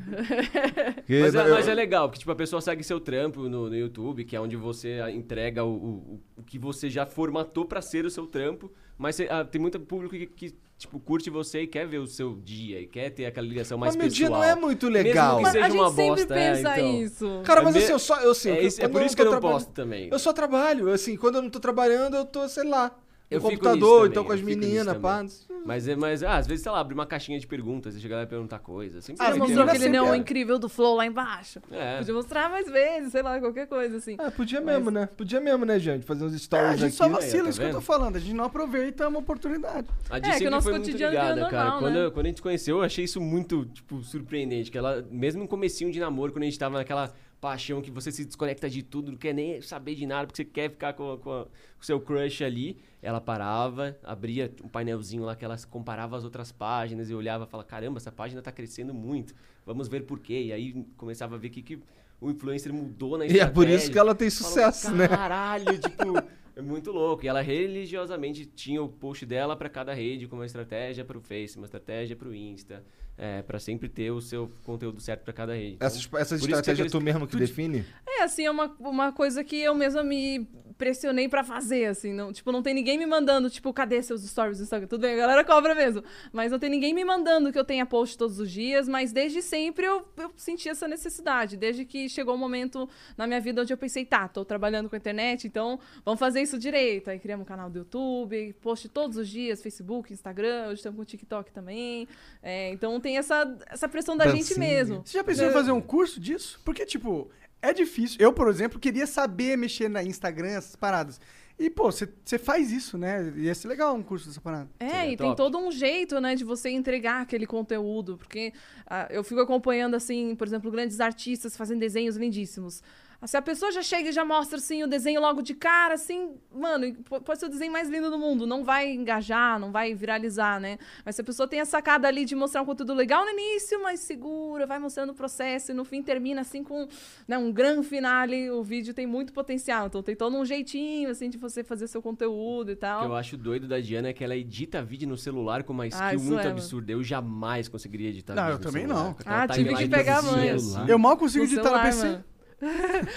Speaker 2: Porque
Speaker 5: Mas é,
Speaker 2: eu-
Speaker 5: mas é legal, porque tipo, a pessoa segue seu trampo no, no YouTube, que é onde você ah, entrega o, o, o que você já formatou pra ser o seu trampo, mas você- ah, tem muito público que, que, tipo, curte você e quer ver o seu dia, e quer ter aquela ligação mais
Speaker 2: Mas meu dia
Speaker 5: pessoal.
Speaker 2: não é muito legal.
Speaker 5: Mesmo
Speaker 4: Mas
Speaker 5: que seja
Speaker 4: a gente
Speaker 5: uma
Speaker 4: sempre
Speaker 5: bosta, é,
Speaker 4: pensa
Speaker 5: então.
Speaker 4: isso.
Speaker 2: Cara, mas
Speaker 5: É me-
Speaker 2: assim, eu só. Eu, assim,
Speaker 5: É, isso- é
Speaker 2: quando
Speaker 5: por isso
Speaker 2: tô
Speaker 5: que eu não
Speaker 2: trabalhando-
Speaker 5: posto também.
Speaker 2: Eu só trabalho. Assim, quando eu não tô trabalhando, eu tô, sei lá, no
Speaker 5: Eu fico nisso
Speaker 2: computador,
Speaker 5: também,
Speaker 2: então com
Speaker 5: eu
Speaker 2: as
Speaker 5: fico nisso
Speaker 2: meninas,
Speaker 5: também.
Speaker 2: pá.
Speaker 5: Mas, é- mas ah, às vezes, sei lá, abre uma caixinha de perguntas e chega lá e assim, perguntar coisas. Sempre
Speaker 2: Ah,
Speaker 5: tem
Speaker 4: Você
Speaker 2: as
Speaker 5: alguém-
Speaker 4: mostrou
Speaker 2: meninas
Speaker 4: aquele
Speaker 2: sempre
Speaker 4: neon
Speaker 2: eram.
Speaker 4: é incrível do Flow lá embaixo.
Speaker 5: É.
Speaker 4: Podia mostrar mais vezes, sei lá, qualquer coisa assim.
Speaker 2: Ah, podia mesmo, né? Podia mesmo, né, gente? Fazer uns
Speaker 3: É,
Speaker 2: stories
Speaker 3: a gente
Speaker 2: aqui. né?
Speaker 3: só
Speaker 5: aí,
Speaker 3: vacila,
Speaker 5: tá
Speaker 3: isso que eu tô
Speaker 5: vendo?
Speaker 3: falando. A gente não aproveita uma oportunidade.
Speaker 5: A
Speaker 4: É,
Speaker 5: Di
Speaker 4: que o
Speaker 5: sempre
Speaker 4: nosso
Speaker 5: foi muito
Speaker 4: cotidiano virou
Speaker 5: ligada, cara.
Speaker 4: normal,
Speaker 5: quando,
Speaker 4: né?
Speaker 5: quando a gente conheceu, eu achei isso muito, tipo, surpreendente. Que ela, mesmo no comecinho de namoro, quando a gente tava naquela paixão que você se desconecta de tudo, não quer nem saber de nada, porque você quer ficar com, a- com a- com o seu crush ali, ela parava, abria um painelzinho lá que ela comparava as outras páginas e olhava e falava, caramba, essa página tá crescendo muito, vamos ver por quê. E aí começava a ver o que, que o influencer mudou na
Speaker 2: E
Speaker 5: estratégia.
Speaker 2: é por isso que ela tem
Speaker 5: Fala,
Speaker 2: sucesso, né?
Speaker 5: Caralho, tipo, é muito louco. E ela religiosamente tinha o post dela pra cada rede, com uma estratégia pro Face, uma estratégia pro Insta, é, para sempre ter o seu conteúdo certo pra cada rede. Então,
Speaker 2: Essas, essas
Speaker 5: por isso que
Speaker 2: estratégias
Speaker 5: aqueles-
Speaker 2: tu mesmo que define?
Speaker 4: É, assim, é uma, uma coisa que eu mesma me pressionei pra fazer, assim. Não, tipo, não tem ninguém me mandando, tipo, cadê seus stories do Instagram? Tudo bem, a galera cobra mesmo. Mas não tem ninguém me mandando que eu tenha post todos os dias, mas desde sempre eu, eu senti essa necessidade. Desde que chegou o momento na minha vida onde eu pensei, tá, tô trabalhando com a internet, então vamos fazer isso direito. Aí criamos um canal do YouTube, post todos os dias, Facebook, Instagram, hoje estamos com o TikTok também. É, então tem essa, essa pressão da gente
Speaker 2: Dancinha.
Speaker 4: mesmo.
Speaker 3: Você já pensou
Speaker 5: É.
Speaker 3: em fazer um curso disso? Porque, tipo, é difícil. Eu, por exemplo, queria saber mexer na Instagram, essas paradas. E, pô, você você faz isso, né? Ia ser legal um curso dessa parada.
Speaker 4: É,
Speaker 5: Seria
Speaker 4: e tem
Speaker 5: top.
Speaker 4: todo um jeito, né, de você entregar aquele conteúdo, porque ah, eu fico acompanhando, assim, por exemplo, grandes artistas fazendo desenhos lindíssimos. Ah, Se a pessoa já chega e já mostra, assim, o desenho logo de cara, assim, mano, e po- pode ser o desenho mais lindo do mundo, não vai engajar, não vai viralizar, né? Mas se a pessoa tem a sacada ali de mostrar um conteúdo legal no início, mas segura, vai mostrando o processo e no fim termina, assim, com né, um grande finale, o vídeo tem muito potencial, então tem todo um jeitinho, assim, de você fazer seu conteúdo e
Speaker 5: O
Speaker 4: tal.
Speaker 5: que eu acho doido da Diana é que ela edita vídeo no celular com uma skill
Speaker 4: isso
Speaker 5: muito
Speaker 4: é, mano.
Speaker 5: absurda. Eu jamais conseguiria editar
Speaker 3: Não,
Speaker 5: vídeo
Speaker 3: eu
Speaker 5: no
Speaker 3: também
Speaker 5: celular,
Speaker 3: não.
Speaker 5: com aquela
Speaker 4: Ah, tive que
Speaker 5: timeline
Speaker 4: pegar a
Speaker 5: cozinha,
Speaker 4: mãe.
Speaker 5: assim.
Speaker 3: Eu mal consigo
Speaker 4: No
Speaker 3: editar
Speaker 4: celular,
Speaker 3: no PC.
Speaker 4: mano.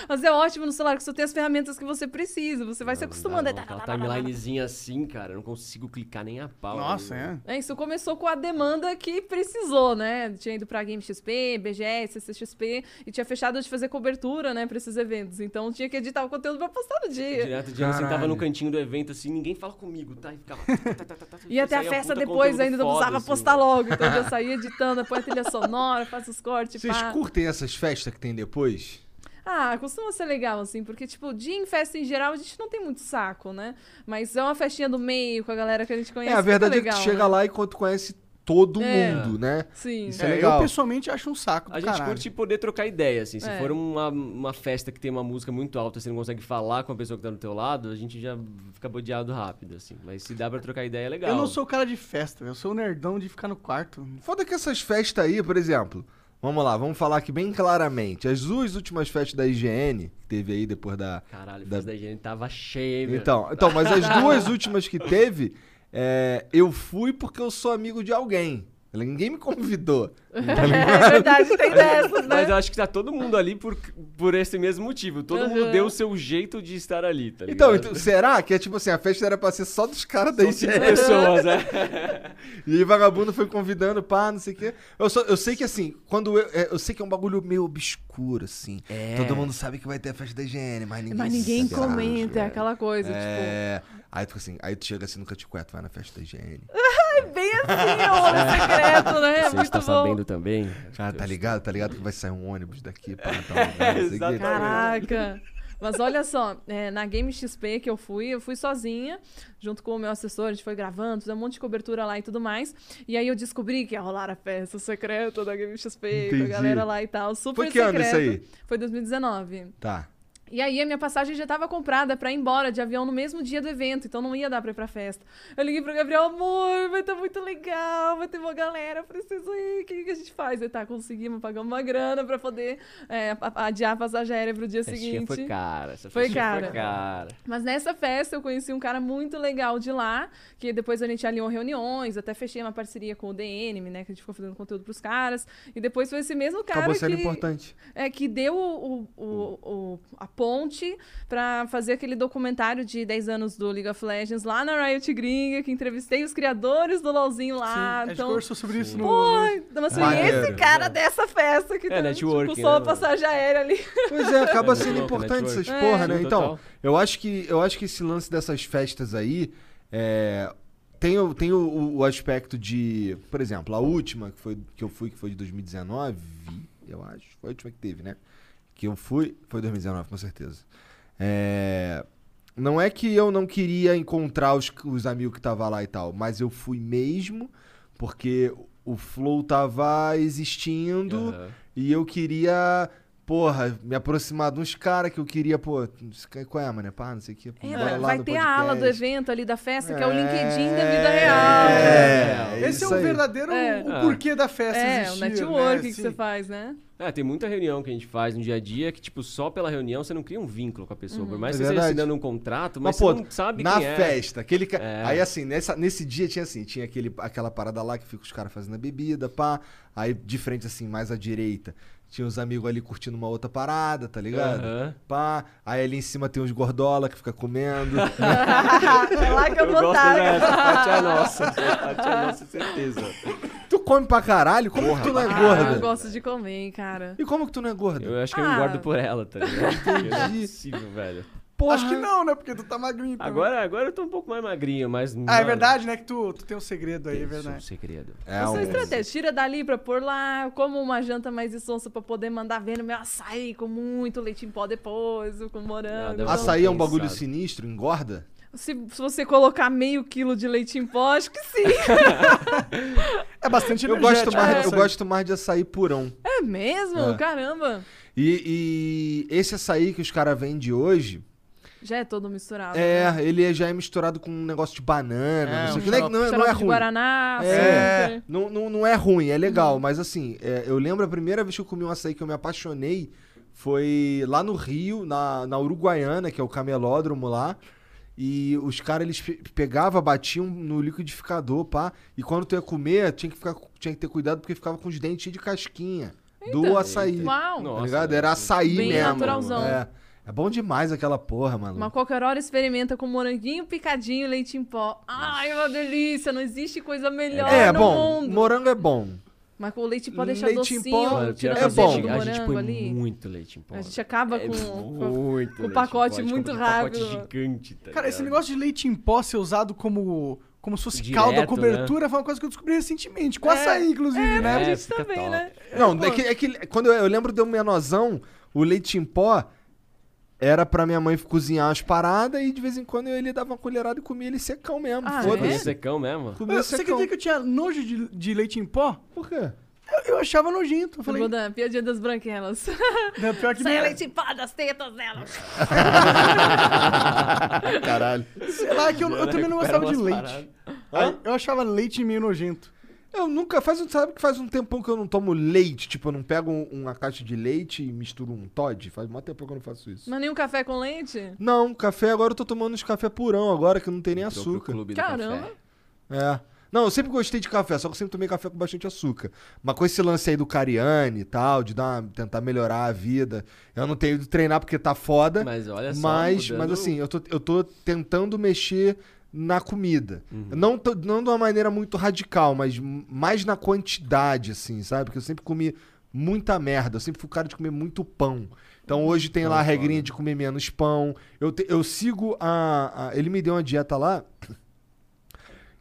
Speaker 4: Mas é ótimo no celular, que você tem as ferramentas que você precisa. Você vai se acostumando.
Speaker 5: Não,
Speaker 4: É, tá,
Speaker 5: não,
Speaker 4: tá,
Speaker 5: Aquela
Speaker 4: tá, tá, tá, tá.
Speaker 5: timelinezinha assim, cara, eu não consigo clicar nem a
Speaker 2: Ah,
Speaker 5: pau.
Speaker 3: Nossa,
Speaker 5: né?
Speaker 3: é.
Speaker 4: É, isso começou com a demanda que precisou, né? Tinha ido pra Game XP, BGS, CCXP e tinha fechado de fazer cobertura, né, pra esses eventos. Então tinha que editar o conteúdo pra postar no dia.
Speaker 5: Direto, Diana sentava
Speaker 2: Caralho.
Speaker 5: no cantinho do evento, assim, ninguém fala comigo, tá? E ficava... tá, tá, tá, tá, tá,
Speaker 4: Ia até a
Speaker 5: saía um
Speaker 4: festa
Speaker 5: puta
Speaker 4: depois
Speaker 5: conteúdo
Speaker 4: ainda, eu
Speaker 5: foda,
Speaker 4: precisava
Speaker 5: assim,
Speaker 4: postar
Speaker 5: né?
Speaker 4: logo. Então eu já saía editando, põe a trilha sonora, faço os cortes,
Speaker 2: Vocês
Speaker 4: pá.
Speaker 2: curtem essas festas que tem depois?
Speaker 4: Ah, costuma ser legal, assim, porque, tipo, dia em festa em geral a gente não tem muito saco, né? Mas é uma festinha do meio com a galera que a gente
Speaker 2: É,
Speaker 4: conhece.
Speaker 2: a verdade
Speaker 4: fica legal,
Speaker 2: é que tu chega
Speaker 4: né?
Speaker 2: lá e quando tu conhece todo
Speaker 4: É.
Speaker 2: mundo, né?
Speaker 4: Sim.
Speaker 2: Isso é,
Speaker 3: É,
Speaker 2: legal.
Speaker 3: Eu pessoalmente acho um saco do
Speaker 5: A gente
Speaker 3: caralho.
Speaker 5: curte poder trocar ideia, assim. Se
Speaker 4: É.
Speaker 5: for uma, uma festa que tem uma música muito alta, você não consegue falar com a pessoa que tá do teu lado, a gente já fica bodeado rápido, assim. Mas se dá pra trocar ideia, é legal.
Speaker 3: Eu não sou o cara de festa, eu sou o nerdão de ficar no quarto.
Speaker 2: Foda que essas festas aí, por exemplo, vamos lá, vamos falar aqui bem claramente. As duas últimas festas da IGN, que teve aí depois da.
Speaker 5: Caralho, a
Speaker 2: da-
Speaker 5: festa da higiene tava cheia, hein, meu?
Speaker 2: Então, então, mas as duas últimas que teve, é, eu fui porque eu sou amigo de alguém. Ninguém me convidou.
Speaker 4: É verdade, tem dessas, né?
Speaker 5: Mas eu acho que tá todo mundo ali por, por esse mesmo motivo. Todo mundo
Speaker 4: Aham.
Speaker 5: deu o seu jeito de estar ali, tá
Speaker 2: Então,
Speaker 5: ligado?
Speaker 2: então, será que é tipo assim, a festa era pra ser só dos caras da
Speaker 5: São
Speaker 2: IGN?
Speaker 5: pessoas, né?
Speaker 2: E aí vagabundo foi convidando, pá, não sei o quê. Eu, só, eu sei que assim, quando eu, é, eu sei que é um bagulho meio obscuro, assim. Todo mundo sabe que vai ter a festa da higiene, mas ninguém
Speaker 4: Mas ninguém
Speaker 2: sabe.
Speaker 4: comenta, é aquela coisa, tipo.
Speaker 2: É. Aí tu fica assim, aí tu chega assim no caticueto, vai na festa da higiene.
Speaker 4: É bem assim, é um homem secreto, né? É
Speaker 5: Você
Speaker 4: muito
Speaker 5: está
Speaker 4: bom.
Speaker 5: sabendo também?
Speaker 2: Cara, tá ligado? Tá ligado que vai sair um ônibus daqui pra tal lugar, não sei o quê.
Speaker 5: Exatamente.
Speaker 4: Caraca! Mas olha só, é, na Game XP que eu fui, eu fui sozinha, junto com o meu assessor, a gente foi gravando, fizemos um monte de cobertura lá e tudo mais. E aí eu descobri que ia rolar a festa secreta da Game XP, com
Speaker 2: Entendi.
Speaker 4: a galera lá e tal. Super
Speaker 2: Foi que ano isso
Speaker 4: secreto.
Speaker 2: aí?
Speaker 4: Foi 2019.
Speaker 2: Tá.
Speaker 4: E aí a minha passagem já tava comprada pra ir embora de avião no mesmo dia do evento, então não ia dar pra ir pra festa. Eu liguei pro Gabriel, amor, vai tá muito legal, vai ter uma galera, eu preciso ir, o que, que a gente faz? Ele tá, conseguimos pagar uma grana pra poder é, a- a- adiar a passagem aérea pro dia seguinte.
Speaker 5: foi cara. Essa
Speaker 4: Foi
Speaker 5: festinha
Speaker 4: cara.
Speaker 5: Foi cara.
Speaker 4: Mas nessa festa eu conheci um cara muito legal de lá, que depois a gente alinhou reuniões, até fechei uma parceria com o DNM, né, que a gente ficou fazendo conteúdo pros caras. E depois foi esse mesmo cara
Speaker 2: Acabou
Speaker 4: que...
Speaker 2: sendo importante.
Speaker 4: É, que deu o, o- o- o- a ponte pra fazer aquele documentário de 10 anos do League of Legends lá na Riot Gringa, que entrevistei os criadores do LoLzinho lá.
Speaker 3: Ah, Sim, a gente
Speaker 4: então,
Speaker 3: conversou sobre isso no.
Speaker 4: pô, mas foi
Speaker 2: Maneiro.
Speaker 4: esse cara dessa festa que
Speaker 5: É, networking,
Speaker 4: só a
Speaker 5: né,
Speaker 4: passagem aérea ali.
Speaker 2: Pois é, acaba
Speaker 5: É,
Speaker 2: sendo
Speaker 5: network,
Speaker 2: importante essas
Speaker 4: network.
Speaker 2: porra,
Speaker 5: É.
Speaker 2: né?
Speaker 5: Sim,
Speaker 2: Então,
Speaker 5: total.
Speaker 2: eu acho que eu acho que esse lance dessas festas aí é, tem, o, tem o- o, o aspecto de, por exemplo, a última que, foi, que eu fui, que foi de 2019, eu acho, foi a última que teve, né? Que eu fui, foi 2019, com certeza. É, não é que eu não queria encontrar os, os amigos que tava lá e tal, mas eu fui mesmo porque o flow tava existindo.
Speaker 5: Aham.
Speaker 2: E eu queria, porra, me aproximar de uns caras que eu queria, pô, qual é, mano? É pá, não sei o que.
Speaker 4: É, vai ter a ala do evento ali da festa, que é o LinkedIn da vida
Speaker 2: É,
Speaker 4: real.
Speaker 2: É,
Speaker 3: Esse é
Speaker 2: isso
Speaker 3: o
Speaker 2: aí.
Speaker 3: verdadeiro
Speaker 4: É.
Speaker 3: o porquê da festa
Speaker 4: É, o
Speaker 3: existir.
Speaker 4: network
Speaker 3: né?
Speaker 4: que você
Speaker 3: Sim.
Speaker 4: faz, né?
Speaker 5: Ah, tem muita reunião que a gente faz no dia a dia que, tipo, só pela reunião você não cria um vínculo com a
Speaker 4: Uhum.
Speaker 5: pessoa. Por mais
Speaker 2: É
Speaker 5: que você esteja
Speaker 2: verdade.
Speaker 5: assinando um contrato, mas,
Speaker 2: Mas, pô,
Speaker 5: você não sabe
Speaker 2: na
Speaker 5: quem é.
Speaker 2: festa, aquele ca-
Speaker 5: É.
Speaker 2: Aí assim, nessa, nesse dia tinha assim, tinha aquele, aquela parada lá que fica os caras fazendo a bebida, pá. Aí de frente, assim, mais à direita, tinha os amigos ali curtindo uma outra parada, tá ligado?
Speaker 5: Aham.
Speaker 2: Pá. Aí ali em cima tem uns gordola que fica comendo.
Speaker 4: é lá que eu,
Speaker 5: Eu gosto
Speaker 4: contato.
Speaker 5: dessa, essa parte é nossa. Essa parte é nossa, certeza.
Speaker 2: tu come pra caralho? Como que tu não é gorda?
Speaker 4: Ah, eu gosto de comer, hein, cara.
Speaker 2: E como que tu não é gorda?
Speaker 5: Eu acho que eu
Speaker 4: Ah. Tá
Speaker 5: engordo por ela, tá ligado? Porque Não é possível, velho.
Speaker 2: Porra.
Speaker 3: Acho que não, né? Porque tu tá magrinho. então.
Speaker 5: Agora, agora eu tô um pouco mais magrinho, mas...
Speaker 3: Ah, é verdade, né? Que tu, tu tem um segredo aí, é
Speaker 5: Isso é um
Speaker 3: verdade.
Speaker 5: segredo.
Speaker 2: É
Speaker 4: Essa é
Speaker 2: um-
Speaker 4: a estratégia. Tira dali pra pôr lá, como uma janta mais insonsa pra poder mandar ver no meu açaí com muito leite em pó depois, com morango.
Speaker 5: Nada
Speaker 4: Então,
Speaker 5: mais.
Speaker 2: Açaí é um bagulho
Speaker 5: Pensado.
Speaker 2: sinistro, engorda?
Speaker 4: se, se você colocar meio quilo de leite em pó, acho que sim.
Speaker 3: É bastante
Speaker 2: Eu gosto,
Speaker 3: energético, né,
Speaker 2: mais, eu
Speaker 3: isso aí.
Speaker 2: gosto mais de açaí purão.
Speaker 4: É mesmo?
Speaker 2: É.
Speaker 4: Caramba.
Speaker 2: E, e esse açaí que os caras vendem hoje,
Speaker 4: Já é todo misturado. né?
Speaker 2: é, ele já é misturado com um negócio de banana, não
Speaker 3: É,
Speaker 2: sei o
Speaker 3: um
Speaker 2: que. Não é, não é- não é
Speaker 4: Xarope de
Speaker 2: ruim.
Speaker 4: Guaraná, assim, né,
Speaker 2: É.
Speaker 4: açúcar.
Speaker 2: Não, não, não é ruim, é legal, mas assim, é, eu lembro a primeira vez que eu comi um açaí que eu me apaixonei foi lá no Rio, na, na Uruguaiana, que é o camelódromo lá. E os caras, eles pe- pegavam, batiam no liquidificador, pá. E quando tu ia comer, tinha que, ficar, tinha que ter cuidado porque ficava com os dentes cheios de casquinha do açaí.
Speaker 4: Uau.
Speaker 5: Não.
Speaker 2: Tá
Speaker 5: Nossa,
Speaker 2: ligado?
Speaker 5: né?
Speaker 2: Era açaí
Speaker 4: Bem
Speaker 2: mesmo.
Speaker 4: naturalzão.
Speaker 2: É. é bom demais aquela porra, mano.
Speaker 4: Mas qualquer hora experimenta com moranguinho picadinho e leite em pó. Ai, uma delícia. Não existe coisa melhor
Speaker 2: É,
Speaker 4: no
Speaker 2: bom.
Speaker 4: mundo.
Speaker 2: Morango é bom.
Speaker 4: Mas com o leite em pó deixa
Speaker 2: Leite em
Speaker 4: docinho,
Speaker 2: pó,
Speaker 5: Mano, pior
Speaker 4: tira
Speaker 2: é
Speaker 5: que
Speaker 4: o
Speaker 5: a
Speaker 4: azeite
Speaker 5: gente,
Speaker 4: do
Speaker 5: a gente
Speaker 4: morango
Speaker 5: põe
Speaker 4: ali.
Speaker 5: muito leite em pó.
Speaker 4: A gente acaba
Speaker 5: É
Speaker 4: com- com...
Speaker 5: muito
Speaker 4: o
Speaker 5: leite em
Speaker 4: pacote
Speaker 5: pó, a gente
Speaker 4: muito
Speaker 5: compra um
Speaker 4: rápido.
Speaker 5: pacote gigante, tá
Speaker 3: Cara, esse
Speaker 5: ligado?
Speaker 3: negócio de leite em pó ser usado como, como se fosse
Speaker 5: Direto, né?
Speaker 3: calda cobertura foi uma coisa que eu descobri recentemente. Com açaí, inclusive, né?
Speaker 4: É, pra
Speaker 5: É,
Speaker 4: gente
Speaker 5: fica
Speaker 4: também,
Speaker 5: top.
Speaker 4: né?
Speaker 2: é Não, é que, é que quando eu, eu lembro de um menosão, o leite em pó Era pra minha mãe cozinhar as paradas e de vez em quando eu- ele dava uma colherada e comia ele secão mesmo.
Speaker 4: Ah,
Speaker 5: Comia
Speaker 2: Foda-se.
Speaker 5: é secão mesmo.
Speaker 2: Comia
Speaker 3: É. Você
Speaker 2: secão.
Speaker 3: acredita que eu tinha nojo de, de leite em pó?
Speaker 2: Por quê?
Speaker 3: Eu, eu achava nojento. Eu falei,
Speaker 4: Falei... Da piadinha das branquelas.
Speaker 3: não, pior que
Speaker 4: Sai
Speaker 3: não. é.
Speaker 4: a leite em pó das tetas dela.
Speaker 2: Caralho.
Speaker 3: Sei lá, é que eu, eu também não
Speaker 5: Recupera
Speaker 3: gostava de
Speaker 5: umas
Speaker 3: leite.
Speaker 5: paradas.
Speaker 3: Aí Eu achava leite meio nojento.
Speaker 2: Eu nunca. Faz, um- sabe que faz um tempão que eu não tomo leite? Tipo, eu não pego um- uma caixa de leite e misturo um Todd? Faz mó tempo que eu não faço isso.
Speaker 4: Mas nenhum café com leite?
Speaker 2: Não, café agora eu tô tomando uns café purão agora que não tem nem
Speaker 5: Entrou pro
Speaker 2: açúcar.
Speaker 5: clube do
Speaker 4: Caramba.
Speaker 5: café.
Speaker 2: É. Não, eu sempre gostei de café, só que eu sempre tomei café com bastante açúcar. Mas com esse lance aí do Cariani e tal, de dar uma- tentar melhorar a vida, eu não tenho ido treinar porque tá foda.
Speaker 5: Mas olha só,
Speaker 2: Mas,
Speaker 5: mudando-
Speaker 2: mas assim, eu tô, eu tô tentando mexer na comida.
Speaker 5: Uhum.
Speaker 2: Não, tô- não de uma maneira muito radical, mas m- mais na quantidade, assim, sabe? Porque eu sempre comi muita merda. Eu sempre fui o cara de comer muito pão. Então hoje tem lá a regrinha de comer menos pão. Eu, te- eu sigo a, a- Ele me deu uma dieta lá.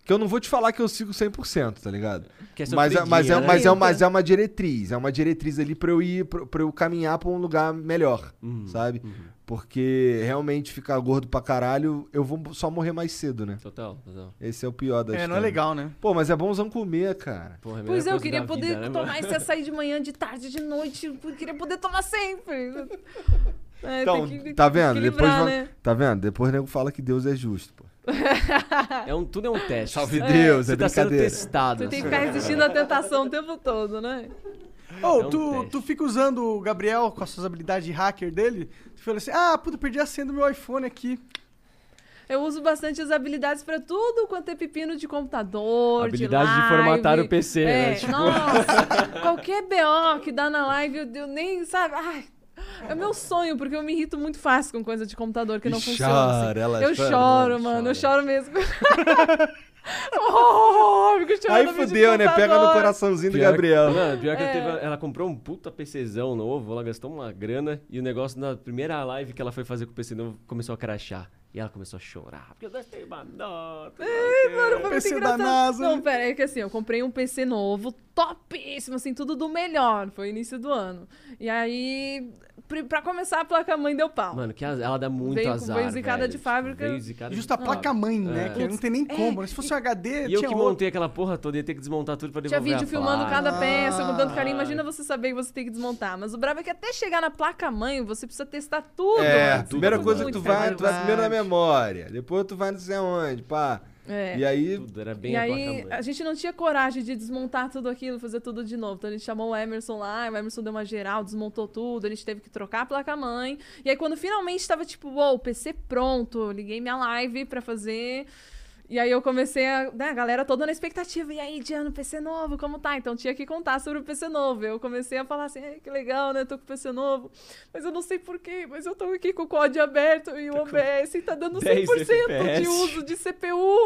Speaker 2: Que eu não vou te falar que eu sigo 100%, tá ligado?
Speaker 5: Que é
Speaker 2: mas, é, mas, é,
Speaker 5: sofridinho, né?
Speaker 2: mas, é, mas é uma diretriz. É uma diretriz ali pra eu ir, pra, pra eu caminhar pra um lugar melhor,
Speaker 5: Uhum,
Speaker 2: sabe? Porque realmente ficar gordo pra caralho, eu vou só morrer mais cedo, né?
Speaker 5: Total, total.
Speaker 2: Esse é o pior da
Speaker 3: É,
Speaker 2: história.
Speaker 3: não é legal, né?
Speaker 2: Pô, mas é bonzão comer, cara.
Speaker 5: Porra, é a melhor
Speaker 4: Pois é, eu
Speaker 5: coisa
Speaker 4: queria
Speaker 5: da
Speaker 4: poder
Speaker 5: vida, né, mano?
Speaker 4: tomar esse açaí de manhã, de tarde, de noite. Eu queria poder tomar sempre. É,
Speaker 2: Então,
Speaker 4: tem que
Speaker 2: tá vendo? Depois,
Speaker 4: equilibrar,
Speaker 2: va-
Speaker 4: né?
Speaker 2: Tá vendo? Depois o nego fala que Deus é justo, pô.
Speaker 5: É um, tudo é um teste.
Speaker 2: Salve Deus, é
Speaker 5: Você tá sendo
Speaker 2: brincadeira.
Speaker 5: testado.
Speaker 4: Você tem que
Speaker 5: assim.
Speaker 4: ficar resistindo à tentação o tempo todo, né?
Speaker 3: Ô,
Speaker 5: É um
Speaker 3: tu,
Speaker 5: teste.
Speaker 3: tu fica usando o Gabriel com as suas habilidades de hacker dele. Tu fala assim: ah, puta, perdi a senha do meu iPhone aqui.
Speaker 4: Eu uso bastante as habilidades pra tudo quanto é pepino de computador,
Speaker 5: Habilidade
Speaker 4: de
Speaker 5: de
Speaker 4: live.
Speaker 5: formatar o PC, né?
Speaker 4: É,
Speaker 5: Tipo-
Speaker 4: Nossa, qualquer BO que dá na live, eu, eu nem, sabe? Ai, é o meu sonho, porque eu me irrito muito fácil com coisa de computador que não
Speaker 2: E
Speaker 4: funciona.
Speaker 2: chora,
Speaker 4: assim.
Speaker 2: ela
Speaker 4: eu
Speaker 2: chora,
Speaker 4: choro,
Speaker 2: ela
Speaker 4: mano,
Speaker 2: chora.
Speaker 4: eu choro mesmo. oh, eu fico chorando
Speaker 2: Aí
Speaker 4: no vídeo
Speaker 2: fudeu,
Speaker 4: do
Speaker 2: né? Pega no
Speaker 4: computador.
Speaker 2: coraçãozinho do
Speaker 5: Pior que-
Speaker 2: Gabriel.
Speaker 5: Mano, pior que eu
Speaker 4: É.
Speaker 5: teve- ela comprou um puta PCzão novo, ela gastou uma grana e o negócio na primeira live que ela foi fazer com o PC novo começou a crachar. E ela começou a chorar. Porque eu gastei uma nota.
Speaker 4: Mano, foi
Speaker 3: PC
Speaker 4: muito
Speaker 3: da
Speaker 4: engraçado.
Speaker 3: NASA.
Speaker 4: Não, pera, é que assim, eu comprei um PC novo, topíssimo, assim, tudo do melhor. Foi início do ano. E aí, pri- pra começar, a placa-mãe deu pau.
Speaker 5: Mano, que azar, ela dá muito
Speaker 4: Veio com-
Speaker 5: azar.
Speaker 4: veio zicada
Speaker 5: velho.
Speaker 4: de
Speaker 5: Tipo,
Speaker 4: fábrica.
Speaker 5: veio zicada
Speaker 3: Justo a
Speaker 5: de fábrica.
Speaker 3: placa-mãe, né? Que não tem nem como. né? Se fosse um HD,
Speaker 5: É. E eu
Speaker 3: tinha
Speaker 5: que
Speaker 3: outro.
Speaker 5: montei aquela porra toda, ia ter que desmontar tudo pra
Speaker 4: Tinha
Speaker 5: devolver
Speaker 4: vídeo
Speaker 5: a
Speaker 4: filmando
Speaker 5: placa.
Speaker 4: cada peça com tanto carinho.
Speaker 2: Ah.
Speaker 4: Imagina você saber que você tem que desmontar. Mas o brabo é que até chegar na placa-mãe, você precisa testar tudo.
Speaker 2: É,
Speaker 4: antes.
Speaker 2: primeira
Speaker 4: Tudo
Speaker 2: coisa que
Speaker 4: muito
Speaker 2: tu vai,
Speaker 5: é
Speaker 4: trabalho.
Speaker 2: tu vai primeiro na memória. Depois tu vai não sei aonde, pá.
Speaker 4: É.
Speaker 2: E aí.
Speaker 5: Tudo, era bem
Speaker 4: E
Speaker 5: a
Speaker 4: aí,
Speaker 5: placa-mãe.
Speaker 4: a gente não tinha coragem de desmontar tudo aquilo, fazer tudo de novo. Então a gente chamou o Emerson lá, o Emerson deu uma geral, desmontou tudo, a gente teve que trocar a placa-mãe. E aí, quando finalmente tava tipo, uou, o PC pronto, eu liguei minha live pra fazer. E aí eu comecei a. Né, a galera toda na expectativa. E aí, Diana, PC novo, como tá? Então tinha que contar sobre o PC novo. Eu comecei a falar assim, "Ai, que legal, né? Eu tô com o PC novo. Mas eu não sei porquê, mas eu tô aqui com o código aberto e o OBS e tá dando
Speaker 5: 10
Speaker 4: 100% de
Speaker 5: FPS.
Speaker 4: uso de CPU.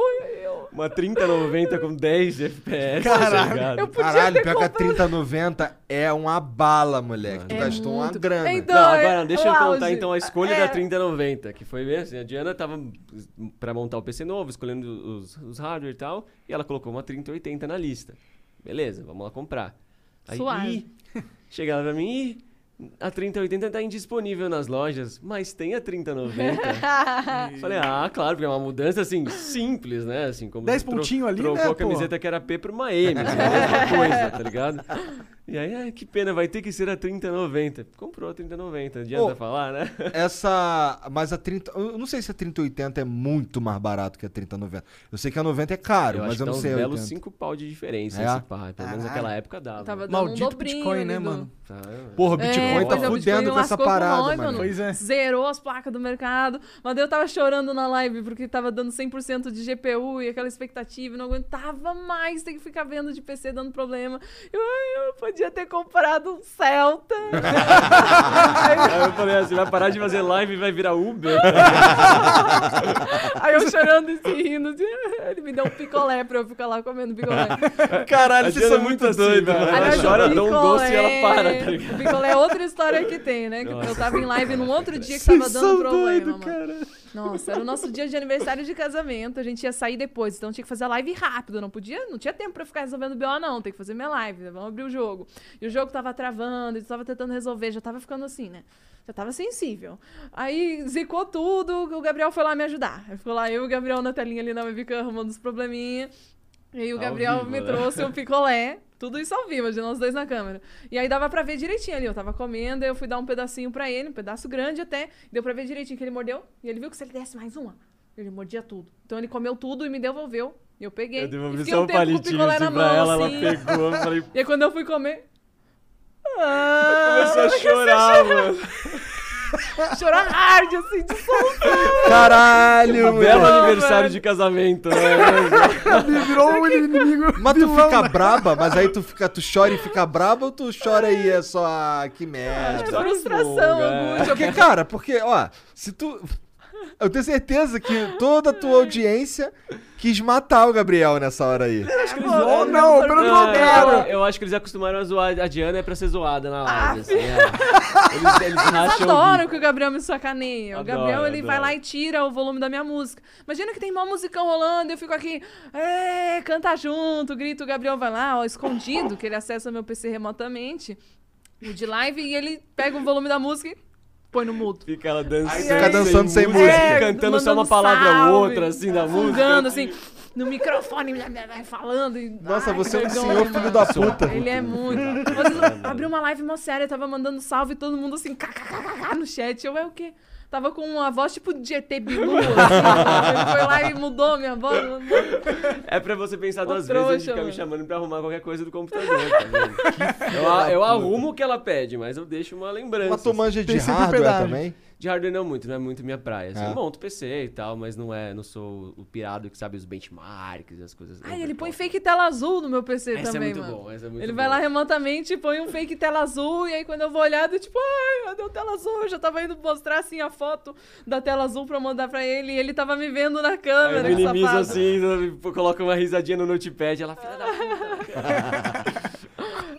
Speaker 4: E eu,
Speaker 5: Uma 3090 com 10 FPS.
Speaker 2: Caralho.
Speaker 5: tá ligado?
Speaker 4: Eu podia
Speaker 2: Caralho,
Speaker 4: ter
Speaker 2: pior que a
Speaker 4: comprado.
Speaker 2: 3090 é uma bala, moleque. Tu
Speaker 4: É
Speaker 2: gastou uma
Speaker 4: muito.
Speaker 2: grana.
Speaker 4: Então,
Speaker 5: Não,
Speaker 4: é
Speaker 5: agora deixa
Speaker 4: o
Speaker 5: eu contar
Speaker 4: auge.
Speaker 5: então a escolha
Speaker 4: É.
Speaker 5: da 3090, que foi bem assim, a Diana tava pra montar o PC novo, escolhendo os, os hardware e tal, e ela colocou uma 3080 na lista. Beleza, vamos lá comprar. Aí,
Speaker 4: Suave.
Speaker 5: ih, chega ela pra mim, ih, a 3080 tá indisponível nas lojas, mas tem a 3090. Falei, ah, claro, porque é uma mudança assim, simples, né? Assim, como
Speaker 3: Dez
Speaker 5: tro-
Speaker 3: pontinho ali,
Speaker 5: Trocou
Speaker 3: né,
Speaker 5: a camiseta que era P pra uma M, assim, a mesma coisa, tá ligado? E aí, ai, que pena, vai ter que ser a 3090. Comprou a 3090, adianta
Speaker 2: Ô.
Speaker 5: falar, né?
Speaker 2: Essa. Mas a 30. Eu não sei se a 3080 é muito mais barato que a 3090. Eu sei que a 90 é caro, mas
Speaker 5: acho
Speaker 2: eu
Speaker 5: que
Speaker 2: não
Speaker 5: dá
Speaker 2: sei.
Speaker 5: uns
Speaker 2: a
Speaker 5: belos
Speaker 2: 80.
Speaker 5: 5 pau de diferença,
Speaker 2: É?
Speaker 5: esse pá. Pelo menos naquela época dava.
Speaker 4: Tava dando um
Speaker 3: Maldito
Speaker 4: dobrinho,
Speaker 3: Bitcoin, né,
Speaker 4: amigo.
Speaker 3: mano?
Speaker 5: Tá, né?
Speaker 2: Porra, o Bitcoin
Speaker 4: É,
Speaker 2: tá
Speaker 4: pois é, o Bitcoin
Speaker 2: fudendo com essa
Speaker 4: lascou o
Speaker 2: parada,
Speaker 4: nome,
Speaker 2: mano.
Speaker 3: Pois é.
Speaker 4: Zerou as placas do mercado. Mas daí eu tava chorando na live porque tava dando 100% de GPU e aquela expectativa. e Não aguentava mais ter que ficar vendo de PC dando problema. Eu, ai, eu podia ter comprado um Celta.
Speaker 5: Aí eu falei assim, vai parar de fazer live e vai virar Uber?
Speaker 4: Aí eu chorando e se rindo. de- Ele me deu um picolé pra eu ficar lá comendo picolé.
Speaker 2: Caralho,
Speaker 5: A Diana é muito doida, mano. Ela
Speaker 4: Aliás, o
Speaker 5: chora, dá um doce e
Speaker 4: picolé-
Speaker 5: ela para, tá ligado?
Speaker 4: O picolé é outra história que tem, né? Que eu tava em live num outro dia que tava dando problema, mano. Nossa, era o nosso dia de aniversário de casamento. A gente ia sair depois, então tinha que fazer a live rápido. Não podia, não tinha tempo pra ficar resolvendo BO, não. Tem que fazer minha live, né? vamos abrir o jogo. jogo. E o jogo tava travando, eles tava tentando resolver, já tava ficando assim, né? Já tava sensível. Aí zicou tudo, o Gabriel foi lá me ajudar. Aí Ficou lá eu e o Gabriel na telinha ali na webcam arrumando os probleminha. E aí o
Speaker 5: Ao
Speaker 4: Gabriel
Speaker 5: vivo,
Speaker 4: me
Speaker 5: né?
Speaker 4: trouxe um picolé. Tudo isso ao vivo, de nós dois na câmera. E aí dava pra ver direitinho ali. Eu tava comendo, aí eu fui dar um pedacinho pra ele, um pedaço grande até. Deu pra ver direitinho que ele mordeu. E ele viu que se ele desse mais uma, ele mordia tudo. Então ele comeu tudo e me devolveu. E eu peguei.
Speaker 5: Eu devolvi
Speaker 4: e fiquei
Speaker 5: só
Speaker 4: um
Speaker 5: um
Speaker 4: tempo com o
Speaker 5: palitinho
Speaker 4: picolé
Speaker 5: assim
Speaker 4: na
Speaker 5: pra
Speaker 4: mão,
Speaker 5: ela,
Speaker 4: assim.
Speaker 5: ela pegou, eu falei,
Speaker 4: E aí quando eu fui comer. Ah,
Speaker 5: começou a chorar, mano.
Speaker 4: chorar hard, assim, de soltar.
Speaker 2: Caralho,
Speaker 5: Belo
Speaker 2: mano.
Speaker 5: aniversário de casamento, né?
Speaker 2: Virou um inimigo. né? Mas tu fica braba, mas aí tu fica, tu chora e fica braba ou tu chora e é só ah, que merda?
Speaker 4: É
Speaker 5: História
Speaker 4: frustração,
Speaker 5: longa, Tá é.
Speaker 4: angústia.
Speaker 2: Porque, cara, porque, ó, se tu. Eu tenho certeza que toda a tua audiência quis matar o Gabriel nessa hora aí.
Speaker 3: Ou não, pelo contrário.
Speaker 5: eu, eu acho que eles acostumaram a zoar. A Diana é pra ser zoada na live. assim, é. Eles, eles
Speaker 4: Ah, Eles
Speaker 5: racham o
Speaker 4: adoram
Speaker 5: bico.
Speaker 4: que o Gabriel me sacaneia. O
Speaker 5: Adoro,
Speaker 4: Gabriel, ele vai
Speaker 5: adoro.
Speaker 4: lá e tira o volume da minha música. Imagina que tem mó musicão rolando, eu fico aqui, é, canta junto, grito, o Gabriel vai lá, ó, escondido, que ele acessa meu PC remotamente, o de live, e ele pega o volume da música e põe no mudo.
Speaker 5: Fica ela dançando.
Speaker 2: Fica dançando sem música.
Speaker 5: Cantando só
Speaker 4: É, mandando
Speaker 5: uma palavra
Speaker 4: salve,
Speaker 5: ou outra, assim, da
Speaker 4: Fungando,
Speaker 5: música.
Speaker 4: assim, no microfone, blá, blá, blá, falando. e-
Speaker 2: Nossa,
Speaker 4: Ai, que
Speaker 2: você é um
Speaker 4: vergonha,
Speaker 2: senhor
Speaker 4: mano.
Speaker 2: filho da puta.
Speaker 4: Ele é muito. Vocês abriu uma live mó séria, tava mandando salve e todo mundo assim, kkkk no chat. Eu é o quê? Tava com uma voz tipo de ET Bilu, assim. Ele foi lá e mudou minha voz. mudou.
Speaker 5: É pra você pensar duas
Speaker 4: Ô, trouxa,
Speaker 5: vezes e ficar me
Speaker 4: mano.
Speaker 5: chamando pra arrumar qualquer coisa do computador. tá vendo? eu, a- eu arrumo o que ela pede, mas eu deixo uma lembrança.
Speaker 2: Mas tu manja de
Speaker 3: Tem sempre
Speaker 2: hardware
Speaker 3: pedágio.
Speaker 2: também?
Speaker 5: assim. De hardware não muito, não é muito minha praia. Assim.
Speaker 2: Ah.
Speaker 5: Eu monto PC e tal, mas não é, não sou o pirado que sabe os benchmarks e as coisas.
Speaker 4: Ai, ele põe fake tela azul no meu PC
Speaker 5: Essa é
Speaker 4: também,
Speaker 5: muito
Speaker 4: mano.
Speaker 5: bom, essa é muito
Speaker 4: ele vai
Speaker 5: bom.
Speaker 4: lá remotamente, põe um fake tela azul, e aí quando eu vou olhar, eu tipo, ai, cadê o tela azul? Eu já tava indo mostrar assim a foto da tela azul pra mandar pra ele, e ele tava me vendo na
Speaker 5: Aí
Speaker 4: câmera, que
Speaker 5: minimiza
Speaker 4: safado.
Speaker 5: assim, sabe? Pô, coloca uma risadinha no notepad, ela filha da puta.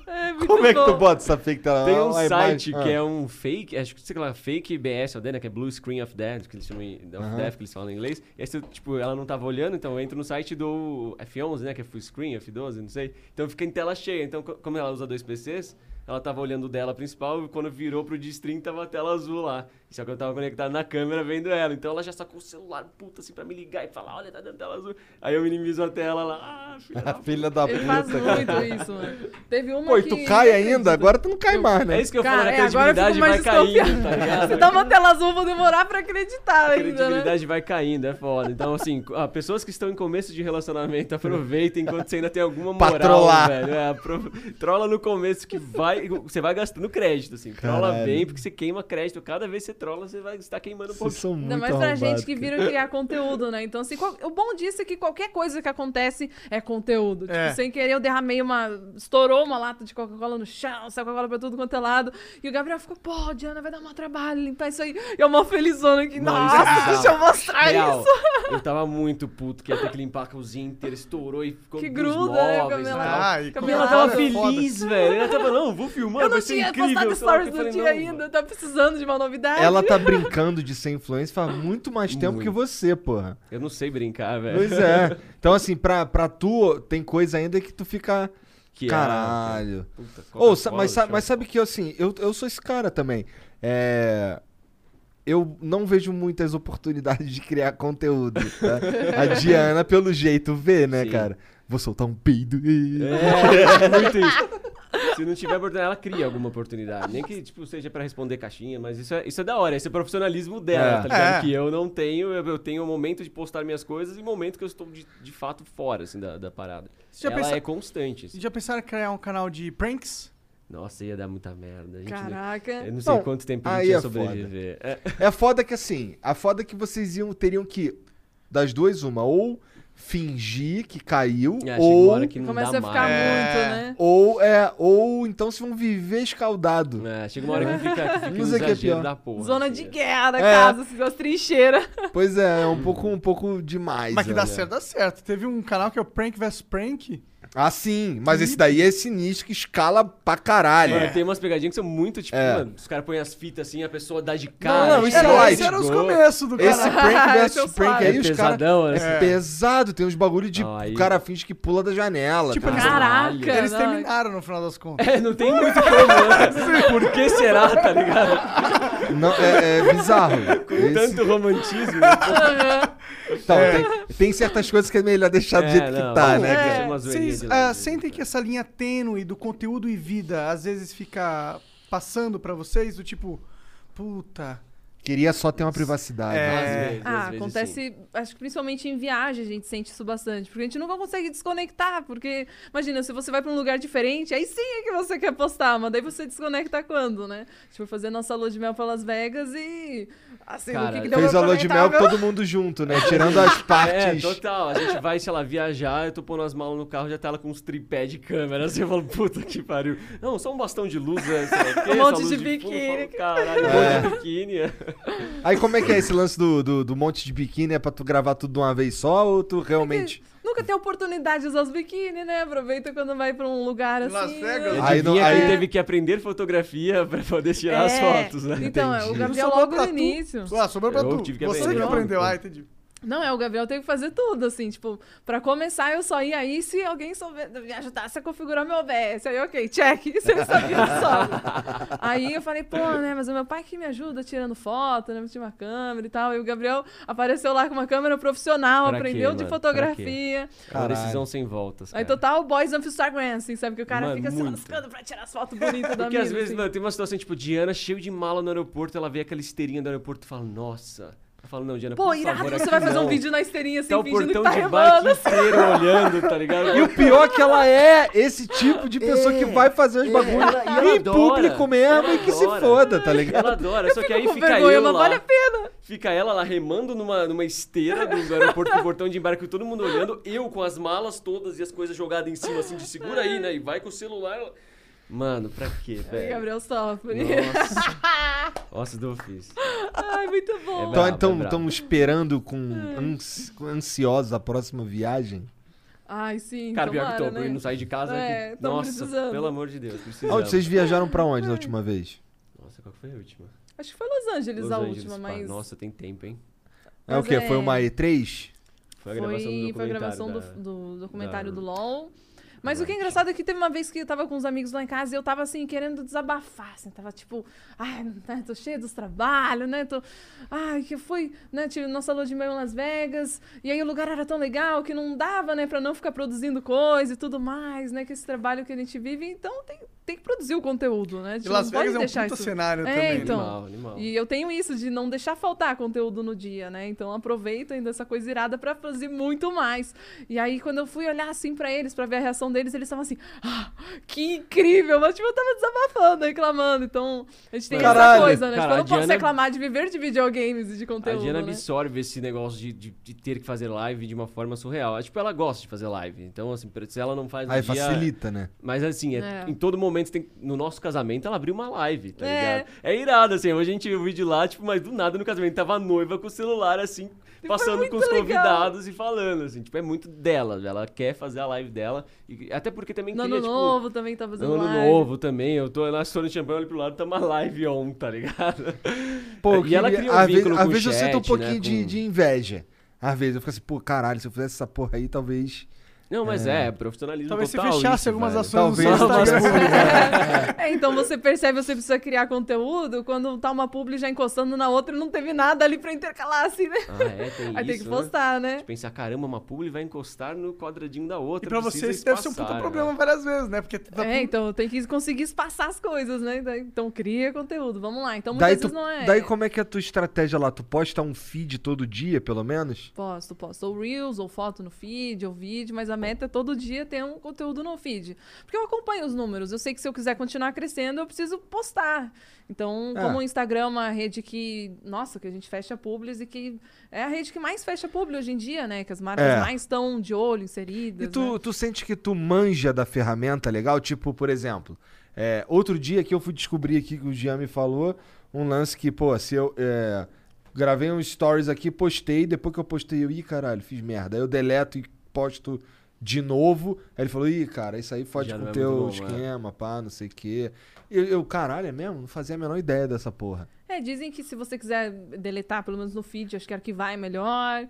Speaker 4: É, muito
Speaker 2: Como é que tu
Speaker 4: bom.
Speaker 2: bota essa fake tela?
Speaker 5: Tem um
Speaker 2: a
Speaker 5: site
Speaker 2: imagem? Ah.
Speaker 5: que é um fake, acho que sei lá, fake BS, ó, né, que é Blue Screen of Death, que eles chamam em- of Death, que eles falam em inglês. E aí, se eu, tipo, ela não tava olhando, então eu entro no site do F11, né, que é full screen, F12, não sei. Então fica em tela cheia. Então, co- como ela usa dois PCs, ela tava olhando o dela principal e quando virou pro de stream tava a tela azul lá. Só que eu tava conectado na câmera vendo ela. Então ela já sacou o celular, puta, assim, pra me ligar e falar, olha, tá dando tela azul. Aí eu minimizo a tela lá, ah, filha da
Speaker 2: Filha da
Speaker 4: Ele faz
Speaker 2: puta. cara.
Speaker 4: muito isso, mano. Teve uma
Speaker 2: Pô, e
Speaker 4: que...
Speaker 2: tu cai ainda? Agora tu não cai
Speaker 4: Eu-
Speaker 2: mais,
Speaker 5: É
Speaker 2: né?
Speaker 5: isso que eu
Speaker 4: Cara,
Speaker 5: falo, a
Speaker 4: é, agora eu
Speaker 5: credibilidade
Speaker 4: fico mais
Speaker 5: vai caindo, tá
Speaker 4: desconfiada.
Speaker 5: ligado?
Speaker 4: Se dá uma tela azul, eu vou demorar pra acreditar
Speaker 5: A
Speaker 4: ainda, né?
Speaker 5: credibilidade vai caindo, é foda. Então, assim, co- ah, pessoas que estão em começo de relacionamento, aproveitem enquanto você ainda tem alguma moral,
Speaker 2: Patrolar.
Speaker 5: velho. É, apro- Trola no começo que vai. Você vai gastando crédito, assim. Trola
Speaker 2: Caralho.
Speaker 5: bem, porque você queima crédito. Cada vez que você trola, você vai estar queimando um
Speaker 2: Vocês
Speaker 5: pouquinho.
Speaker 2: são muito
Speaker 4: Ainda mais pra gente
Speaker 2: arrombados,
Speaker 4: que
Speaker 2: cara.
Speaker 4: vira criar conteúdo, né? Então, assim, qual- o bom disso é que qualquer coisa que acontece é conteúdo. Tipo,
Speaker 3: É.
Speaker 4: sem querer eu derramei uma... Estourou uma lata de Coca-Cola no chão, saiu Coca-Cola pra tudo quanto é lado. E o Gabriel ficou, pô, Diana, vai dar mó trabalho limpar isso aí. E eu mó felizona aqui.
Speaker 5: Não, isso é
Speaker 4: Nossa,
Speaker 5: bizarro.
Speaker 4: deixa eu mostrar
Speaker 2: É
Speaker 5: Real,
Speaker 4: isso.
Speaker 5: eu tava muito puto que ia ter que limpar a cozinha inteira, estourou e ficou
Speaker 4: Que
Speaker 5: dos
Speaker 4: gruda, né,
Speaker 5: móveis e
Speaker 4: Camila?
Speaker 5: tal.
Speaker 3: Ai,
Speaker 2: Ah,
Speaker 5: E
Speaker 4: Camila
Speaker 5: ela
Speaker 4: tava
Speaker 5: tava
Speaker 3: Foda.
Speaker 5: feliz, velho. Ela tava, não, vou filmar,
Speaker 4: Eu
Speaker 5: vai
Speaker 4: não
Speaker 5: ser
Speaker 4: tinha
Speaker 5: incrível.
Speaker 4: postado
Speaker 5: sei lá o que.
Speaker 4: stories
Speaker 5: Eu
Speaker 4: do
Speaker 5: falei,
Speaker 4: dia
Speaker 5: não,
Speaker 4: ainda. Eu tava precisando de uma novidade.
Speaker 2: Ela tá brincando de ser influencer faz muito mais tempo
Speaker 5: Muito.
Speaker 2: que você, porra.
Speaker 5: Eu não sei brincar, velho.
Speaker 2: Pois é. Então, assim, pra, pra tu, tem coisa ainda que tu fica.
Speaker 5: Que é-
Speaker 2: Caralho.
Speaker 5: Puta,
Speaker 2: Ô,
Speaker 5: Coca-Cola,
Speaker 2: sa- mas, sa-
Speaker 5: deixa eu-
Speaker 2: mas sabe que, assim, eu, eu sou esse cara também. É. Eu não vejo muitas oportunidades de criar conteúdo. tá? A Diana, pelo jeito, vê, né,
Speaker 5: Sim.
Speaker 2: cara? Vou soltar um peido.
Speaker 5: É, muito isso. Se não tiver oportunidade, ela cria alguma oportunidade. Nem que tipo, seja pra responder caixinha, mas isso é, isso é da hora. Esse é o profissionalismo dela,
Speaker 2: É.
Speaker 5: tá ligado?
Speaker 3: É.
Speaker 5: Que eu não tenho. Eu, eu tenho o momento de postar minhas coisas e o momento que eu estou de, de fato fora, assim, da, da parada.
Speaker 3: Já
Speaker 5: ela
Speaker 3: pensa-
Speaker 5: é constante. assim.
Speaker 3: Vocês já pensaram em criar um canal de pranks?
Speaker 5: Nossa, ia dar muita merda. A gente não-
Speaker 4: Caraca.
Speaker 5: Eu não sei
Speaker 2: Não,
Speaker 5: quanto tempo a
Speaker 2: aí
Speaker 5: gente ia
Speaker 2: é foda.
Speaker 5: sobreviver. É,
Speaker 2: É foda que assim, a foda que vocês iam teriam que das duas uma ou fingir que caiu
Speaker 5: é, chega uma
Speaker 2: ou
Speaker 5: hora que não
Speaker 4: Começa
Speaker 5: dá
Speaker 4: a ficar
Speaker 5: mais.
Speaker 4: muito, né?
Speaker 2: ou é ou então se vão viver escaldado.
Speaker 5: É, chega uma hora que fica, que fica
Speaker 2: Não
Speaker 5: um
Speaker 2: sei o que é
Speaker 5: exagero
Speaker 2: pior.
Speaker 5: da porra.
Speaker 4: Zona
Speaker 5: assim,
Speaker 4: de
Speaker 5: é.
Speaker 4: guerra,
Speaker 2: É.
Speaker 4: casa, assim, as trincheiras.
Speaker 2: Pois é, é um pouco um pouco demais.
Speaker 3: Mas que dá
Speaker 2: né?
Speaker 3: certo, dá certo. Teve um canal que é o Prank vs Prank,
Speaker 2: Ah, sim. Mas esse daí é sinistro que escala pra caralho.
Speaker 5: Mano, tem umas pegadinhas que são muito, tipo,
Speaker 2: É.
Speaker 5: mano, os caras põem as fitas assim, a pessoa dá de cara.
Speaker 2: não, isso
Speaker 5: tipo,
Speaker 2: é light.
Speaker 3: Esses eram os
Speaker 5: chegou.
Speaker 3: começos do cara.
Speaker 2: Esse prank
Speaker 4: Esse eu
Speaker 2: versus prank
Speaker 4: sabe.
Speaker 2: aí,
Speaker 5: É
Speaker 2: os caras.
Speaker 5: pesadão,
Speaker 2: É
Speaker 5: né?
Speaker 2: pesado, tem uns bagulho de.
Speaker 5: Aí-
Speaker 2: O cara finge que pula da janela.
Speaker 3: Tipo,
Speaker 2: tá
Speaker 3: eles-
Speaker 2: ligado?
Speaker 4: Caraca!
Speaker 3: Eles
Speaker 4: não.
Speaker 3: terminaram no final das contas.
Speaker 5: É, não tem muito como, né? Por que será, tá ligado?
Speaker 2: Não, é, é bizarro. Esse-
Speaker 5: Tanto romantismo. né?
Speaker 2: então, tem, tem certas coisas que é melhor deixar do
Speaker 5: É,
Speaker 2: jeito
Speaker 5: não,
Speaker 2: que tá,
Speaker 5: vamos-
Speaker 2: né?
Speaker 5: É,
Speaker 2: cara?
Speaker 5: uma zoeirinha
Speaker 3: Vocês
Speaker 5: de
Speaker 3: ah,
Speaker 5: leve. né?
Speaker 3: sentem que essa linha tênue do conteúdo e vida às vezes fica passando pra vocês? Do tipo, puta.
Speaker 2: Queria só ter uma privacidade.
Speaker 5: Às
Speaker 3: É.
Speaker 5: vezes, assim. às
Speaker 4: Ah,
Speaker 5: vezes, sim.
Speaker 4: acontece, acho que principalmente em viagem a gente sente isso bastante, porque a gente nunca consegue desconectar, porque imagina, se você vai pra um lugar diferente, aí sim é que você quer postar, mas daí você desconecta quando, né? Tipo, fazer nossa lua de mel pra Las Vegas e assim, o
Speaker 5: Cara,
Speaker 4: que, que deu
Speaker 2: Fez
Speaker 4: pra
Speaker 2: a lua de mel
Speaker 4: aproveitar,
Speaker 2: todo mundo junto, né? Tirando as
Speaker 5: É,
Speaker 2: partes.
Speaker 5: total. A gente vai, sei lá, viajar, eu tô pondo as malas no carro, já tá ela com uns tripé de câmera. Assim, eu falo, puta que pariu. Não, só um bastão de luz, né? sei lá o quê,
Speaker 4: Um
Speaker 5: só
Speaker 4: monte
Speaker 5: luz
Speaker 4: de
Speaker 5: fundo,
Speaker 4: biquíni.
Speaker 5: eu falo, Caralho, um
Speaker 2: É.
Speaker 5: monte de biquíni.
Speaker 2: Aí como é que é esse lance do, do, do monte de biquíni? É pra tu gravar tudo de uma vez só ou tu realmente.
Speaker 4: Nunca tem oportunidade de usar os biquíni, né? Aproveita quando vai pra um lugar assim.
Speaker 6: Las Vegas.
Speaker 4: né?
Speaker 2: Aí
Speaker 5: Aí
Speaker 2: não-
Speaker 5: não,
Speaker 2: aí-
Speaker 5: teve que aprender fotografia pra poder É, tirar as
Speaker 4: É.
Speaker 5: fotos, né?
Speaker 4: Então, é, o
Speaker 2: Entendi.
Speaker 4: Gabriel
Speaker 3: Não sobrou
Speaker 4: logo
Speaker 3: pra
Speaker 4: no
Speaker 3: tu.
Speaker 4: início.
Speaker 3: Ah, sobrou pra
Speaker 5: Eu
Speaker 3: tu.
Speaker 5: tive que
Speaker 3: Você
Speaker 5: aprender.
Speaker 3: que aprendeu. Ah, entendi.
Speaker 4: Não, é, o Gabriel tem que fazer tudo, assim, tipo, pra começar eu só ia aí se alguém souber, me ajudasse a configurar meu OBS. Aí, ok, check, se ele sabia só. aí eu falei, pô, né, mas o meu pai que me ajuda tirando foto, né, tinha uma câmera e tal. E o Gabriel apareceu lá com uma câmera profissional,
Speaker 5: Pra quê,
Speaker 4: aprendeu de
Speaker 5: mano?
Speaker 4: fotografia.
Speaker 5: É uma decisão sem voltas.
Speaker 4: Aí,
Speaker 5: cara.
Speaker 4: total, boys on Instagram, assim, sabe, que o cara
Speaker 5: Mano,
Speaker 4: fica se
Speaker 5: muito.
Speaker 4: lascando pra tirar as fotos bonitas da
Speaker 5: Porque
Speaker 4: mina,
Speaker 5: às vezes,
Speaker 4: assim.
Speaker 5: mano, tem uma situação, tipo, Diana cheio de mala no aeroporto, ela vê aquela esteirinha do aeroporto e fala, nossa. Ela fala, não, Diana,
Speaker 4: Pô,
Speaker 5: por
Speaker 4: irado,
Speaker 5: favor,
Speaker 4: você
Speaker 5: aqui
Speaker 4: vai fazer
Speaker 5: não.
Speaker 4: um vídeo na esteirinha, assim,
Speaker 5: Tá o
Speaker 4: fingindo que
Speaker 5: portão
Speaker 4: tá
Speaker 5: de bike
Speaker 4: remando. assim.
Speaker 5: inteiro olhando, tá ligado?
Speaker 2: E o pior é que ela é esse tipo de pessoa que vai fazer os bagulhos
Speaker 5: É, ela
Speaker 2: em
Speaker 5: adora.
Speaker 2: público mesmo e que se
Speaker 5: adora.
Speaker 2: foda, tá ligado?
Speaker 5: Ela adora, só que aí
Speaker 4: Com
Speaker 5: fica
Speaker 4: vergonha,
Speaker 5: eu
Speaker 4: mas
Speaker 5: lá.
Speaker 4: vale a pena.
Speaker 5: Fica ela lá remando numa, numa esteira do do aeroporto com o portão de embarque, todo mundo olhando, eu com as malas todas e as coisas jogadas em cima, assim, de segura aí, né? E vai com o celular. ela- Mano, pra quê,
Speaker 4: Ai,
Speaker 5: velho?
Speaker 4: Gabriel sofre.
Speaker 5: Nossa. Nossa, do ofício.
Speaker 4: Ai, muito bom.
Speaker 2: Então,
Speaker 5: É brabo, é
Speaker 2: então,
Speaker 5: brabo.
Speaker 2: estão esperando com, ansi com ansiosos a próxima viagem.
Speaker 4: Ai, sim.
Speaker 5: Cara, pior que
Speaker 4: tomara,
Speaker 5: tô,
Speaker 4: né?
Speaker 5: por não sair de casa.
Speaker 4: É,
Speaker 5: que-
Speaker 4: tamo
Speaker 5: Nossa,
Speaker 4: precisando.
Speaker 5: pelo amor de Deus, precisamos.
Speaker 2: Onde vocês viajaram pra onde na última vez?
Speaker 5: Nossa, qual que foi a última?
Speaker 4: Acho que foi Los Angeles
Speaker 5: Los
Speaker 4: a
Speaker 5: Angeles,
Speaker 4: última,
Speaker 5: pá.
Speaker 4: mas.
Speaker 5: Nossa, tem tempo, hein?
Speaker 2: É o
Speaker 4: Mas
Speaker 2: quê?
Speaker 4: é-
Speaker 2: Foi uma E3?
Speaker 5: Foi a
Speaker 4: foi,
Speaker 5: gravação do
Speaker 4: foi a
Speaker 5: documentário
Speaker 4: gravação do,
Speaker 5: da-
Speaker 4: do documentário
Speaker 5: da-
Speaker 4: do LOL. Mas o que é
Speaker 5: Riot.
Speaker 4: engraçado é que teve uma vez que eu tava com uns amigos lá em casa e eu tava assim, querendo desabafar, assim, tava tipo, ai, né, tô cheio dos trabalhos, né? Tô, ai, que eu fui, né? Tive nossa lua de mel em Las Vegas, e aí o lugar era tão legal que não dava, né, pra não ficar produzindo coisa e tudo mais, né? Que esse trabalho que a gente vive, então tem, tem que produzir o conteúdo, né? A gente
Speaker 3: E Las
Speaker 4: não pode
Speaker 3: Vegas é um
Speaker 4: deixar
Speaker 3: puta
Speaker 4: isso-
Speaker 3: cenário
Speaker 4: É,
Speaker 3: também. né?
Speaker 4: então.
Speaker 5: Animal, animal.
Speaker 4: E eu tenho isso de não deixar faltar conteúdo no dia, né? Então aproveito ainda essa coisa irada pra fazer muito mais. E aí quando eu fui olhar assim pra eles, pra ver a reação deles, eles estavam assim: "Ah, "Que incrível!" Mas tipo, eu tava desabafando, reclamando. Então, a gente tem
Speaker 2: Caralho,
Speaker 4: essa coisa, né?
Speaker 5: cara,
Speaker 4: tipo, eu
Speaker 5: a
Speaker 4: não posso
Speaker 5: Diana-
Speaker 4: reclamar de viver de videogames e de
Speaker 5: A
Speaker 4: conteúdo,
Speaker 5: Diana
Speaker 4: né?
Speaker 5: absorve esse negócio de, de, de ter que fazer live de uma forma surreal. É, tipo, ela gosta de fazer live. Então, assim, pra- se ela não faz no
Speaker 2: Aí
Speaker 5: dia-
Speaker 2: facilita, né?
Speaker 5: Mas assim, é-
Speaker 4: É.
Speaker 5: em todo momento tem. No nosso casamento, ela abriu uma live, tá
Speaker 4: É.
Speaker 5: ligado? É irado, assim. Hoje a gente viu o vídeo lá, tipo, mas do nada no casamento tava a noiva com o celular, assim, passando
Speaker 4: muito
Speaker 5: com os
Speaker 4: legal.
Speaker 5: convidados e falando, assim. Tipo, é muito dela. Ela quer fazer a live dela. E, até porque também
Speaker 4: No
Speaker 5: queria,
Speaker 4: ano
Speaker 5: tipo.
Speaker 4: novo também tá
Speaker 5: no
Speaker 4: fazendo
Speaker 5: ano
Speaker 4: live.
Speaker 5: novo também, eu tô lá estourando champanhe, olho pro lado, tá uma live on, tá ligado?
Speaker 2: Pô,
Speaker 5: e
Speaker 2: eu
Speaker 5: ela
Speaker 2: queria-
Speaker 5: cria um
Speaker 2: às vezes,
Speaker 5: vínculo
Speaker 2: às
Speaker 5: com o
Speaker 2: vezes eu
Speaker 5: chat,
Speaker 2: sinto um pouquinho
Speaker 5: né,
Speaker 2: de,
Speaker 5: com-
Speaker 2: de inveja. Às vezes eu fico assim, pô, caralho, se eu fizesse essa porra aí, talvez.
Speaker 5: Não, mas é, profissionalismo
Speaker 3: Talvez se
Speaker 5: total
Speaker 3: fechasse
Speaker 5: isso,
Speaker 3: algumas
Speaker 5: velho.
Speaker 3: ações né?
Speaker 2: Talvez.
Speaker 3: no seu Instagram.
Speaker 4: É, então você percebe, você precisa criar conteúdo quando tá uma publi já encostando na outra e não teve nada ali pra intercalar, assim, né?
Speaker 5: Ah, é, tem
Speaker 4: Aí
Speaker 5: isso,
Speaker 4: tem que
Speaker 5: né?
Speaker 4: postar, né?
Speaker 5: De pensar, caramba, uma publi vai encostar no quadradinho da
Speaker 3: E
Speaker 5: outra.
Speaker 3: pra
Speaker 5: precisa
Speaker 3: vocês deve ser um
Speaker 5: espaçar,
Speaker 3: puta
Speaker 5: né?
Speaker 3: problema várias vezes, né? Porque tu tá
Speaker 4: É, então tem que conseguir espaçar as coisas, né? Daí- Então cria conteúdo, vamos lá. Então muitas
Speaker 2: Daí, tu-
Speaker 4: vezes não é.
Speaker 2: daí como é que é a tua estratégia lá? Tu posta um feed todo dia, pelo menos?
Speaker 4: Posto, posto ou Reels, ou foto no feed, ou vídeo, mas a meta é todo dia ter um conteúdo no feed. Porque eu acompanho os números, eu sei que se eu quiser continuar crescendo, eu preciso postar. Então,
Speaker 2: É.
Speaker 4: como o Instagram é uma rede que, nossa, que a gente fecha publis e que é a rede que mais fecha publi hoje em dia, né? Que as marcas
Speaker 2: É.
Speaker 4: mais estão de olho, inseridas.
Speaker 2: E
Speaker 4: né?
Speaker 2: tu, tu sente que tu manja da ferramenta legal? Tipo, por exemplo, é, outro dia que eu fui descobrir aqui que o Jean me falou um lance que, pô, se eu é, gravei um stories aqui, postei, depois que eu postei, eu, ih, caralho, fiz merda. Aí eu deleto e posto de novo. Aí ele falou, ih, cara, isso aí fode
Speaker 5: Já
Speaker 2: com
Speaker 5: não
Speaker 2: o
Speaker 5: é
Speaker 2: teu
Speaker 5: muito bom,
Speaker 2: esquema, pá, não sei o quê. Eu, eu, caralho, é mesmo? Não fazia a menor ideia dessa porra.
Speaker 4: É, dizem que se você quiser deletar, pelo menos no feed, acho que arquivar é melhor,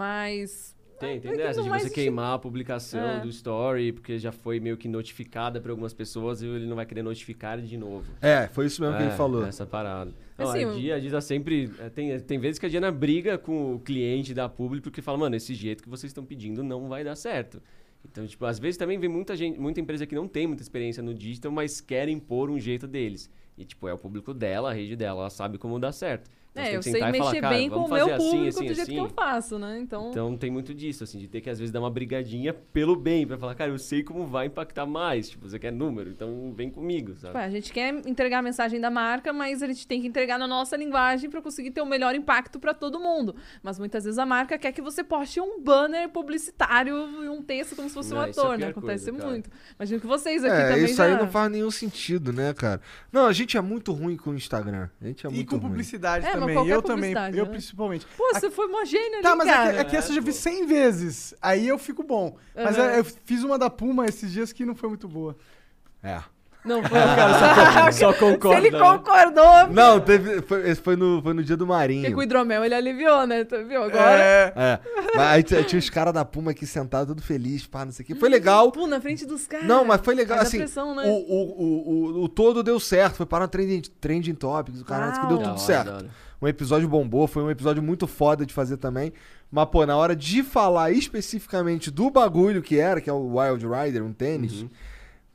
Speaker 4: mas.
Speaker 5: Tem, tem
Speaker 4: é que
Speaker 5: dessa
Speaker 4: não
Speaker 5: de
Speaker 4: mais
Speaker 5: você
Speaker 4: existe-
Speaker 5: queimar a publicação
Speaker 4: É.
Speaker 5: do story, porque já foi meio que notificada pra algumas pessoas e ele não vai querer notificar de novo.
Speaker 2: É, foi isso mesmo que ele
Speaker 5: É,
Speaker 2: falou.
Speaker 5: Essa parada. Não,
Speaker 4: Assim,
Speaker 5: a
Speaker 4: o-
Speaker 5: Dia, a Dia tá sempre. é, Tem, tem vezes que a Diana briga com o cliente da publi porque fala, mano, esse jeito que vocês estão pedindo não vai dar certo. Então, tipo, às vezes também vem muita gente, muita empresa que não tem muita experiência no digital, mas quer impor um jeito deles. E, tipo, é o público dela, a rede dela, ela sabe como dar certo. Então,
Speaker 4: É,
Speaker 5: você tem
Speaker 4: eu
Speaker 5: que
Speaker 4: sei
Speaker 5: sentar e
Speaker 4: mexer
Speaker 5: falar, "Cara,
Speaker 4: bem com o
Speaker 5: vamos
Speaker 4: meu
Speaker 5: fazer assim,
Speaker 4: público
Speaker 5: assim,
Speaker 4: do jeito que
Speaker 5: assim."
Speaker 4: eu faço, né? Então.
Speaker 5: Então tem muito disso, assim, de ter que às vezes dar uma brigadinha pelo bem, pra falar, cara, eu sei como vai impactar mais. Tipo, você quer número, então vem comigo,
Speaker 4: tipo,
Speaker 5: sabe?
Speaker 4: é, a gente quer entregar a mensagem da marca, mas a gente tem que entregar na nossa linguagem pra conseguir ter o melhor impacto pra todo mundo. Mas muitas vezes a marca quer que você poste um banner publicitário e um texto como se fosse um
Speaker 5: Não, isso é a
Speaker 4: ator, né?
Speaker 5: pior
Speaker 4: Acontece
Speaker 5: coisa, cara.
Speaker 4: muito. Imagino que vocês aqui
Speaker 2: É,
Speaker 4: também
Speaker 2: isso
Speaker 4: já...
Speaker 2: aí não faz nenhum sentido, né, cara? Não, a gente é muito ruim com o Instagram. A gente é
Speaker 3: E
Speaker 2: muito
Speaker 3: com
Speaker 2: ruim.
Speaker 3: publicidade
Speaker 4: então, É, mas
Speaker 3: também.
Speaker 4: qualquer
Speaker 3: Eu também,
Speaker 4: publicidade,
Speaker 3: eu
Speaker 4: né?
Speaker 3: principalmente.
Speaker 4: Pô, você foi uma gênia,
Speaker 3: Tá,
Speaker 4: ali,
Speaker 3: mas é
Speaker 4: cara.
Speaker 3: que, é que essa eu já vi 100 vezes. Aí eu fico bom. Mas
Speaker 4: Uhum.
Speaker 3: eu, eu fiz uma da Puma esses dias que não foi muito boa.
Speaker 2: É.
Speaker 4: Não, foi, cara,
Speaker 5: Só
Speaker 4: Se ele
Speaker 5: concorda. né?
Speaker 4: concordou,
Speaker 2: Não, teve, foi, esse foi no, foi no dia do Marinho.
Speaker 4: porque com o hidromel ele aliviou, né? Tu viu? Agora.
Speaker 2: É. Mas aí t- tinha os caras da Puma aqui sentados, todo feliz, pá, não sei o quê. Foi legal.
Speaker 4: Pô, na frente dos caras.
Speaker 2: Não, mas foi legal,
Speaker 4: Faz a
Speaker 2: assim,
Speaker 4: pressão, né?
Speaker 2: o, o, o, o, o todo deu certo, foi parar no trending, trending topics, o caralho, isso que deu
Speaker 4: Uau.
Speaker 2: tudo
Speaker 5: Da hora,
Speaker 2: certo.
Speaker 5: da hora.
Speaker 2: Um episódio bombou, foi um episódio muito foda de fazer também, mas, pô, na hora de falar especificamente do bagulho que era, que é o Wild Rider, um tênis,
Speaker 5: Uhum.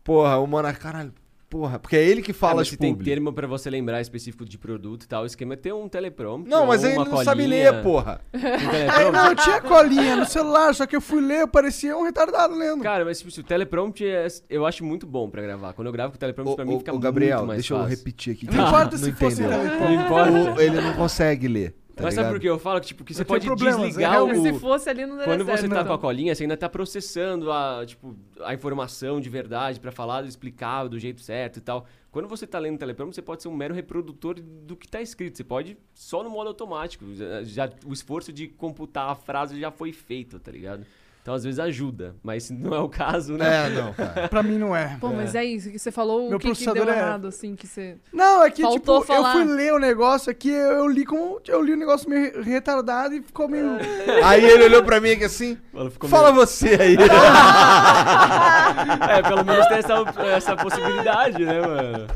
Speaker 2: porra, o Monark, caralho, porra, porque é ele que
Speaker 5: Ah,
Speaker 2: fala
Speaker 5: mas
Speaker 2: as
Speaker 5: se tem
Speaker 2: publi.
Speaker 5: termo pra você lembrar específico de produto e tal, o esquema é ter um teleprompter.
Speaker 2: Não, mas
Speaker 5: ou
Speaker 2: aí ele
Speaker 5: uma
Speaker 2: não sabe
Speaker 5: colinha.
Speaker 2: ler, porra.
Speaker 5: Um
Speaker 3: Aí,
Speaker 5: teleprompter.
Speaker 3: não, eu tinha colinha no celular, só que eu fui ler, eu parecia um retardado lendo.
Speaker 5: Cara, mas tipo, se o teleprompter é- eu acho muito bom pra gravar. Quando eu gravo com o teleprompter, pra mim
Speaker 2: Ô,
Speaker 5: fica
Speaker 2: ô, ô,
Speaker 5: muito
Speaker 2: Gabriel,
Speaker 5: mais
Speaker 2: deixa eu
Speaker 5: fácil.
Speaker 2: repetir aqui.
Speaker 3: Não importa se fosse então.
Speaker 2: entendeu.
Speaker 3: teleprompter.
Speaker 5: Não importa.
Speaker 2: O- Ele não consegue ler, tá
Speaker 5: mas sabe
Speaker 2: ligado?
Speaker 5: por que eu falo? Que, tipo, que você
Speaker 3: tenho
Speaker 5: pode
Speaker 3: problemas,
Speaker 2: né?
Speaker 3: é
Speaker 5: desligar o...
Speaker 2: um
Speaker 3: realmente-
Speaker 4: Se fosse ali, não daria
Speaker 5: Quando você
Speaker 4: certo,
Speaker 5: tá
Speaker 4: então.
Speaker 5: com a colinha, você ainda tá processando a, tipo, a informação de verdade pra falar, explicar do jeito certo e tal. Quando você tá lendo o teleprompter, você pode ser um mero reprodutor do que tá escrito. Você pode só no modo automático. Já, já- o esforço de computar a frase já foi feito, tá ligado? Então às vezes ajuda, mas se não é o caso, né?
Speaker 2: É, não, cara.
Speaker 3: Pra mim não é.
Speaker 4: Pô, mas é isso que você falou,
Speaker 3: Meu
Speaker 4: o que, que deu
Speaker 3: processador é-
Speaker 4: errado, assim, que você...
Speaker 3: Não, é que,
Speaker 4: Faltou
Speaker 3: tipo,
Speaker 4: falar.
Speaker 3: eu fui ler o negócio aqui, eu, eu li como. Eu li o negócio meio retardado e ficou meio.
Speaker 2: Aí ele olhou pra mim aqui assim.
Speaker 5: Ela ficou
Speaker 2: Fala você aí.
Speaker 5: meio- É, pelo menos tem essa, essa possibilidade, né, mano?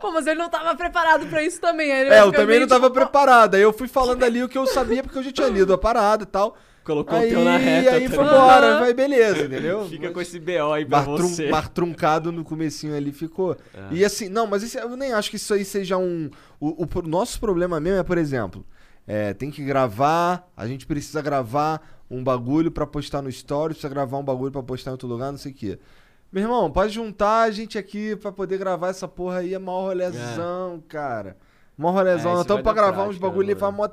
Speaker 4: Pô, mas ele não tava preparado pra isso também. aí ele
Speaker 2: É, eu
Speaker 4: fica
Speaker 2: também
Speaker 4: meio
Speaker 2: não tava
Speaker 4: tipo, pô,
Speaker 2: preparado. Aí eu fui falando ali o que eu sabia porque eu já tinha lido a parada e tal.
Speaker 5: Colocou o
Speaker 2: Aí,
Speaker 5: teu na reta.
Speaker 2: aí
Speaker 5: tá
Speaker 2: foi
Speaker 5: ligado?
Speaker 2: embora, vai beleza, entendeu?
Speaker 5: Fica com esse BO aí pra
Speaker 2: Bar, trun-
Speaker 5: você. É.
Speaker 2: bar truncado no comecinho ali ficou. E assim, não, mas esse- eu nem acho que isso aí seja um. O, o pro- nosso problema mesmo é, por exemplo, é, tem que gravar, a gente precisa gravar um bagulho pra postar no story, precisa gravar um bagulho pra postar em outro lugar, não sei o quê. Meu irmão, pode juntar a gente aqui pra poder gravar essa porra aí, é maior rolezão, cara. Mó rolezão. Nós
Speaker 5: É, isso
Speaker 2: estamos
Speaker 5: vai
Speaker 2: pra
Speaker 5: dar
Speaker 2: gravar uns
Speaker 5: prática,
Speaker 2: bagulho e
Speaker 5: né,
Speaker 2: faz
Speaker 5: mano?
Speaker 2: mó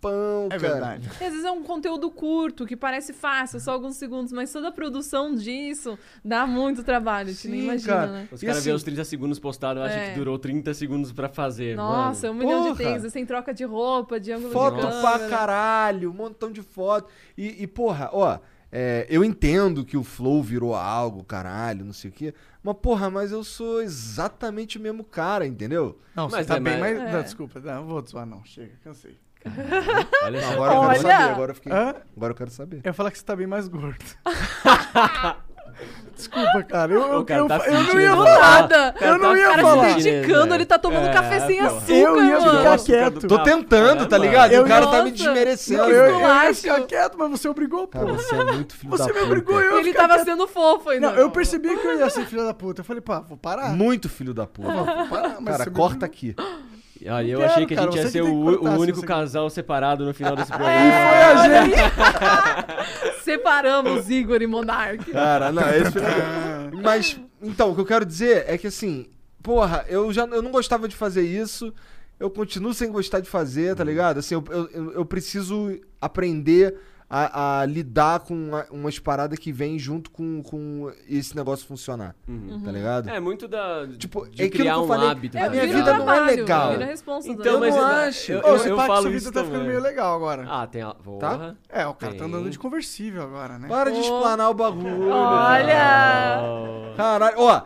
Speaker 2: tempão, cara.
Speaker 3: É verdade.
Speaker 4: Às vezes é um conteúdo curto, que parece fácil, só alguns segundos, mas toda a produção disso dá muito trabalho, você nem
Speaker 2: Sim,
Speaker 4: imagina,
Speaker 2: cara.
Speaker 4: né?
Speaker 5: Os
Speaker 2: E
Speaker 5: caras
Speaker 2: assim-
Speaker 5: vê os 30 segundos postados, acha
Speaker 4: É.
Speaker 5: que durou 30 segundos pra fazer.
Speaker 4: Nossa,
Speaker 5: mano.
Speaker 4: um milhão de
Speaker 2: Porra.
Speaker 4: takes, sem troca de roupa, de ângulo
Speaker 2: Foto
Speaker 4: de câmera.
Speaker 2: pra caralho, um montão de foto. E, e, porra, ó, é, eu entendo que o Flow virou algo, caralho, não sei o quê. Mas, porra, mas eu sou exatamente o mesmo cara, entendeu?
Speaker 3: Não, você
Speaker 5: Mas
Speaker 3: tá
Speaker 5: é
Speaker 3: bem,
Speaker 5: mais-
Speaker 3: mas.
Speaker 4: É.
Speaker 3: Não, desculpa, não, não vou zoar, não. Chega, cansei.
Speaker 5: Olha só.
Speaker 2: Agora eu
Speaker 4: Olha!
Speaker 2: quero saber, agora eu, fiquei,
Speaker 3: Hã?
Speaker 2: agora eu quero saber.
Speaker 3: Eu ia falar que você tá bem mais gordo. Desculpa, cara. Eu, eu,
Speaker 5: O cara
Speaker 3: eu,
Speaker 5: tá
Speaker 3: eu
Speaker 5: se
Speaker 3: não
Speaker 5: sentindo
Speaker 3: ia
Speaker 5: exaltado.
Speaker 3: falar.
Speaker 4: Nada!
Speaker 5: tá
Speaker 3: Eu não ia
Speaker 4: O cara
Speaker 3: falar.
Speaker 4: se dedicando, ele tá tomando
Speaker 5: É,
Speaker 4: café sem
Speaker 5: pô.
Speaker 4: açúcar,
Speaker 3: Eu ia
Speaker 4: mano.
Speaker 3: ficar
Speaker 5: Nossa, cara,
Speaker 3: quieto.
Speaker 5: do-
Speaker 2: Tô
Speaker 5: é
Speaker 2: tentando, tá ligado? E
Speaker 3: Eu-
Speaker 2: o cara tá me
Speaker 4: Nossa.
Speaker 2: desmerecendo.
Speaker 3: Não, eu, eu ia
Speaker 4: esculacho.
Speaker 3: ficar quieto, mas você obrigou, pô.
Speaker 5: Tá
Speaker 2: Cara, você é muito filho da
Speaker 3: Você
Speaker 2: puta.
Speaker 3: me obrigou, eu ia
Speaker 4: Ele
Speaker 3: ficar
Speaker 4: tava
Speaker 3: quieto.
Speaker 4: sendo fofo ainda.
Speaker 3: Não, eu percebi que eu ia ser filho da puta. Eu falei, pá, vou parar.
Speaker 2: Muito filho da puta.
Speaker 3: Vou parar, mas você
Speaker 2: Cara,
Speaker 3: me
Speaker 2: corta aqui.
Speaker 5: Olha, eu
Speaker 3: quero,
Speaker 5: achei que a
Speaker 3: cara,
Speaker 5: gente ia
Speaker 3: você
Speaker 5: ser
Speaker 3: que
Speaker 5: o,
Speaker 3: tem que cortar,
Speaker 5: o
Speaker 3: se
Speaker 5: único
Speaker 3: você- É.
Speaker 5: casal separado no final desse programa.
Speaker 4: É. Separamos Igor e Monark.
Speaker 2: Cara, não, é esse filho da puta. Mas, então, o que eu quero dizer é que assim, porra, eu já eu não gostava de fazer isso. Eu continuo sem gostar de fazer, tá ligado? Assim, eu, eu, eu preciso aprender a, a lidar com uma- umas paradas que vêm junto com, com esse negócio funcionar. Tá ligado?
Speaker 5: É muito da.
Speaker 2: Tipo,
Speaker 5: de
Speaker 2: é aquilo que
Speaker 5: criar
Speaker 2: eu
Speaker 5: um
Speaker 2: falei,
Speaker 5: hábito.
Speaker 2: a
Speaker 5: tá
Speaker 2: minha
Speaker 5: ligado?
Speaker 2: vida não é legal.
Speaker 4: Vira responsa
Speaker 5: Então,
Speaker 4: do-
Speaker 5: mas
Speaker 2: não
Speaker 5: eu-
Speaker 2: acho.
Speaker 5: Eu,
Speaker 3: Ô,
Speaker 5: eu,
Speaker 3: esse
Speaker 5: eu
Speaker 3: pacto
Speaker 5: falo
Speaker 3: de
Speaker 5: isso
Speaker 3: subida tá ficando
Speaker 5: também.
Speaker 3: meio Tá? legal agora.
Speaker 5: Ah, tem a. Porra.
Speaker 3: É, o cara tá
Speaker 5: Tem.
Speaker 3: andando de conversível agora, né?
Speaker 2: Para de
Speaker 4: Ô.
Speaker 2: explanar o
Speaker 5: é
Speaker 2: bagulho.
Speaker 4: Olha!
Speaker 5: Oh.
Speaker 2: Caralho, ó,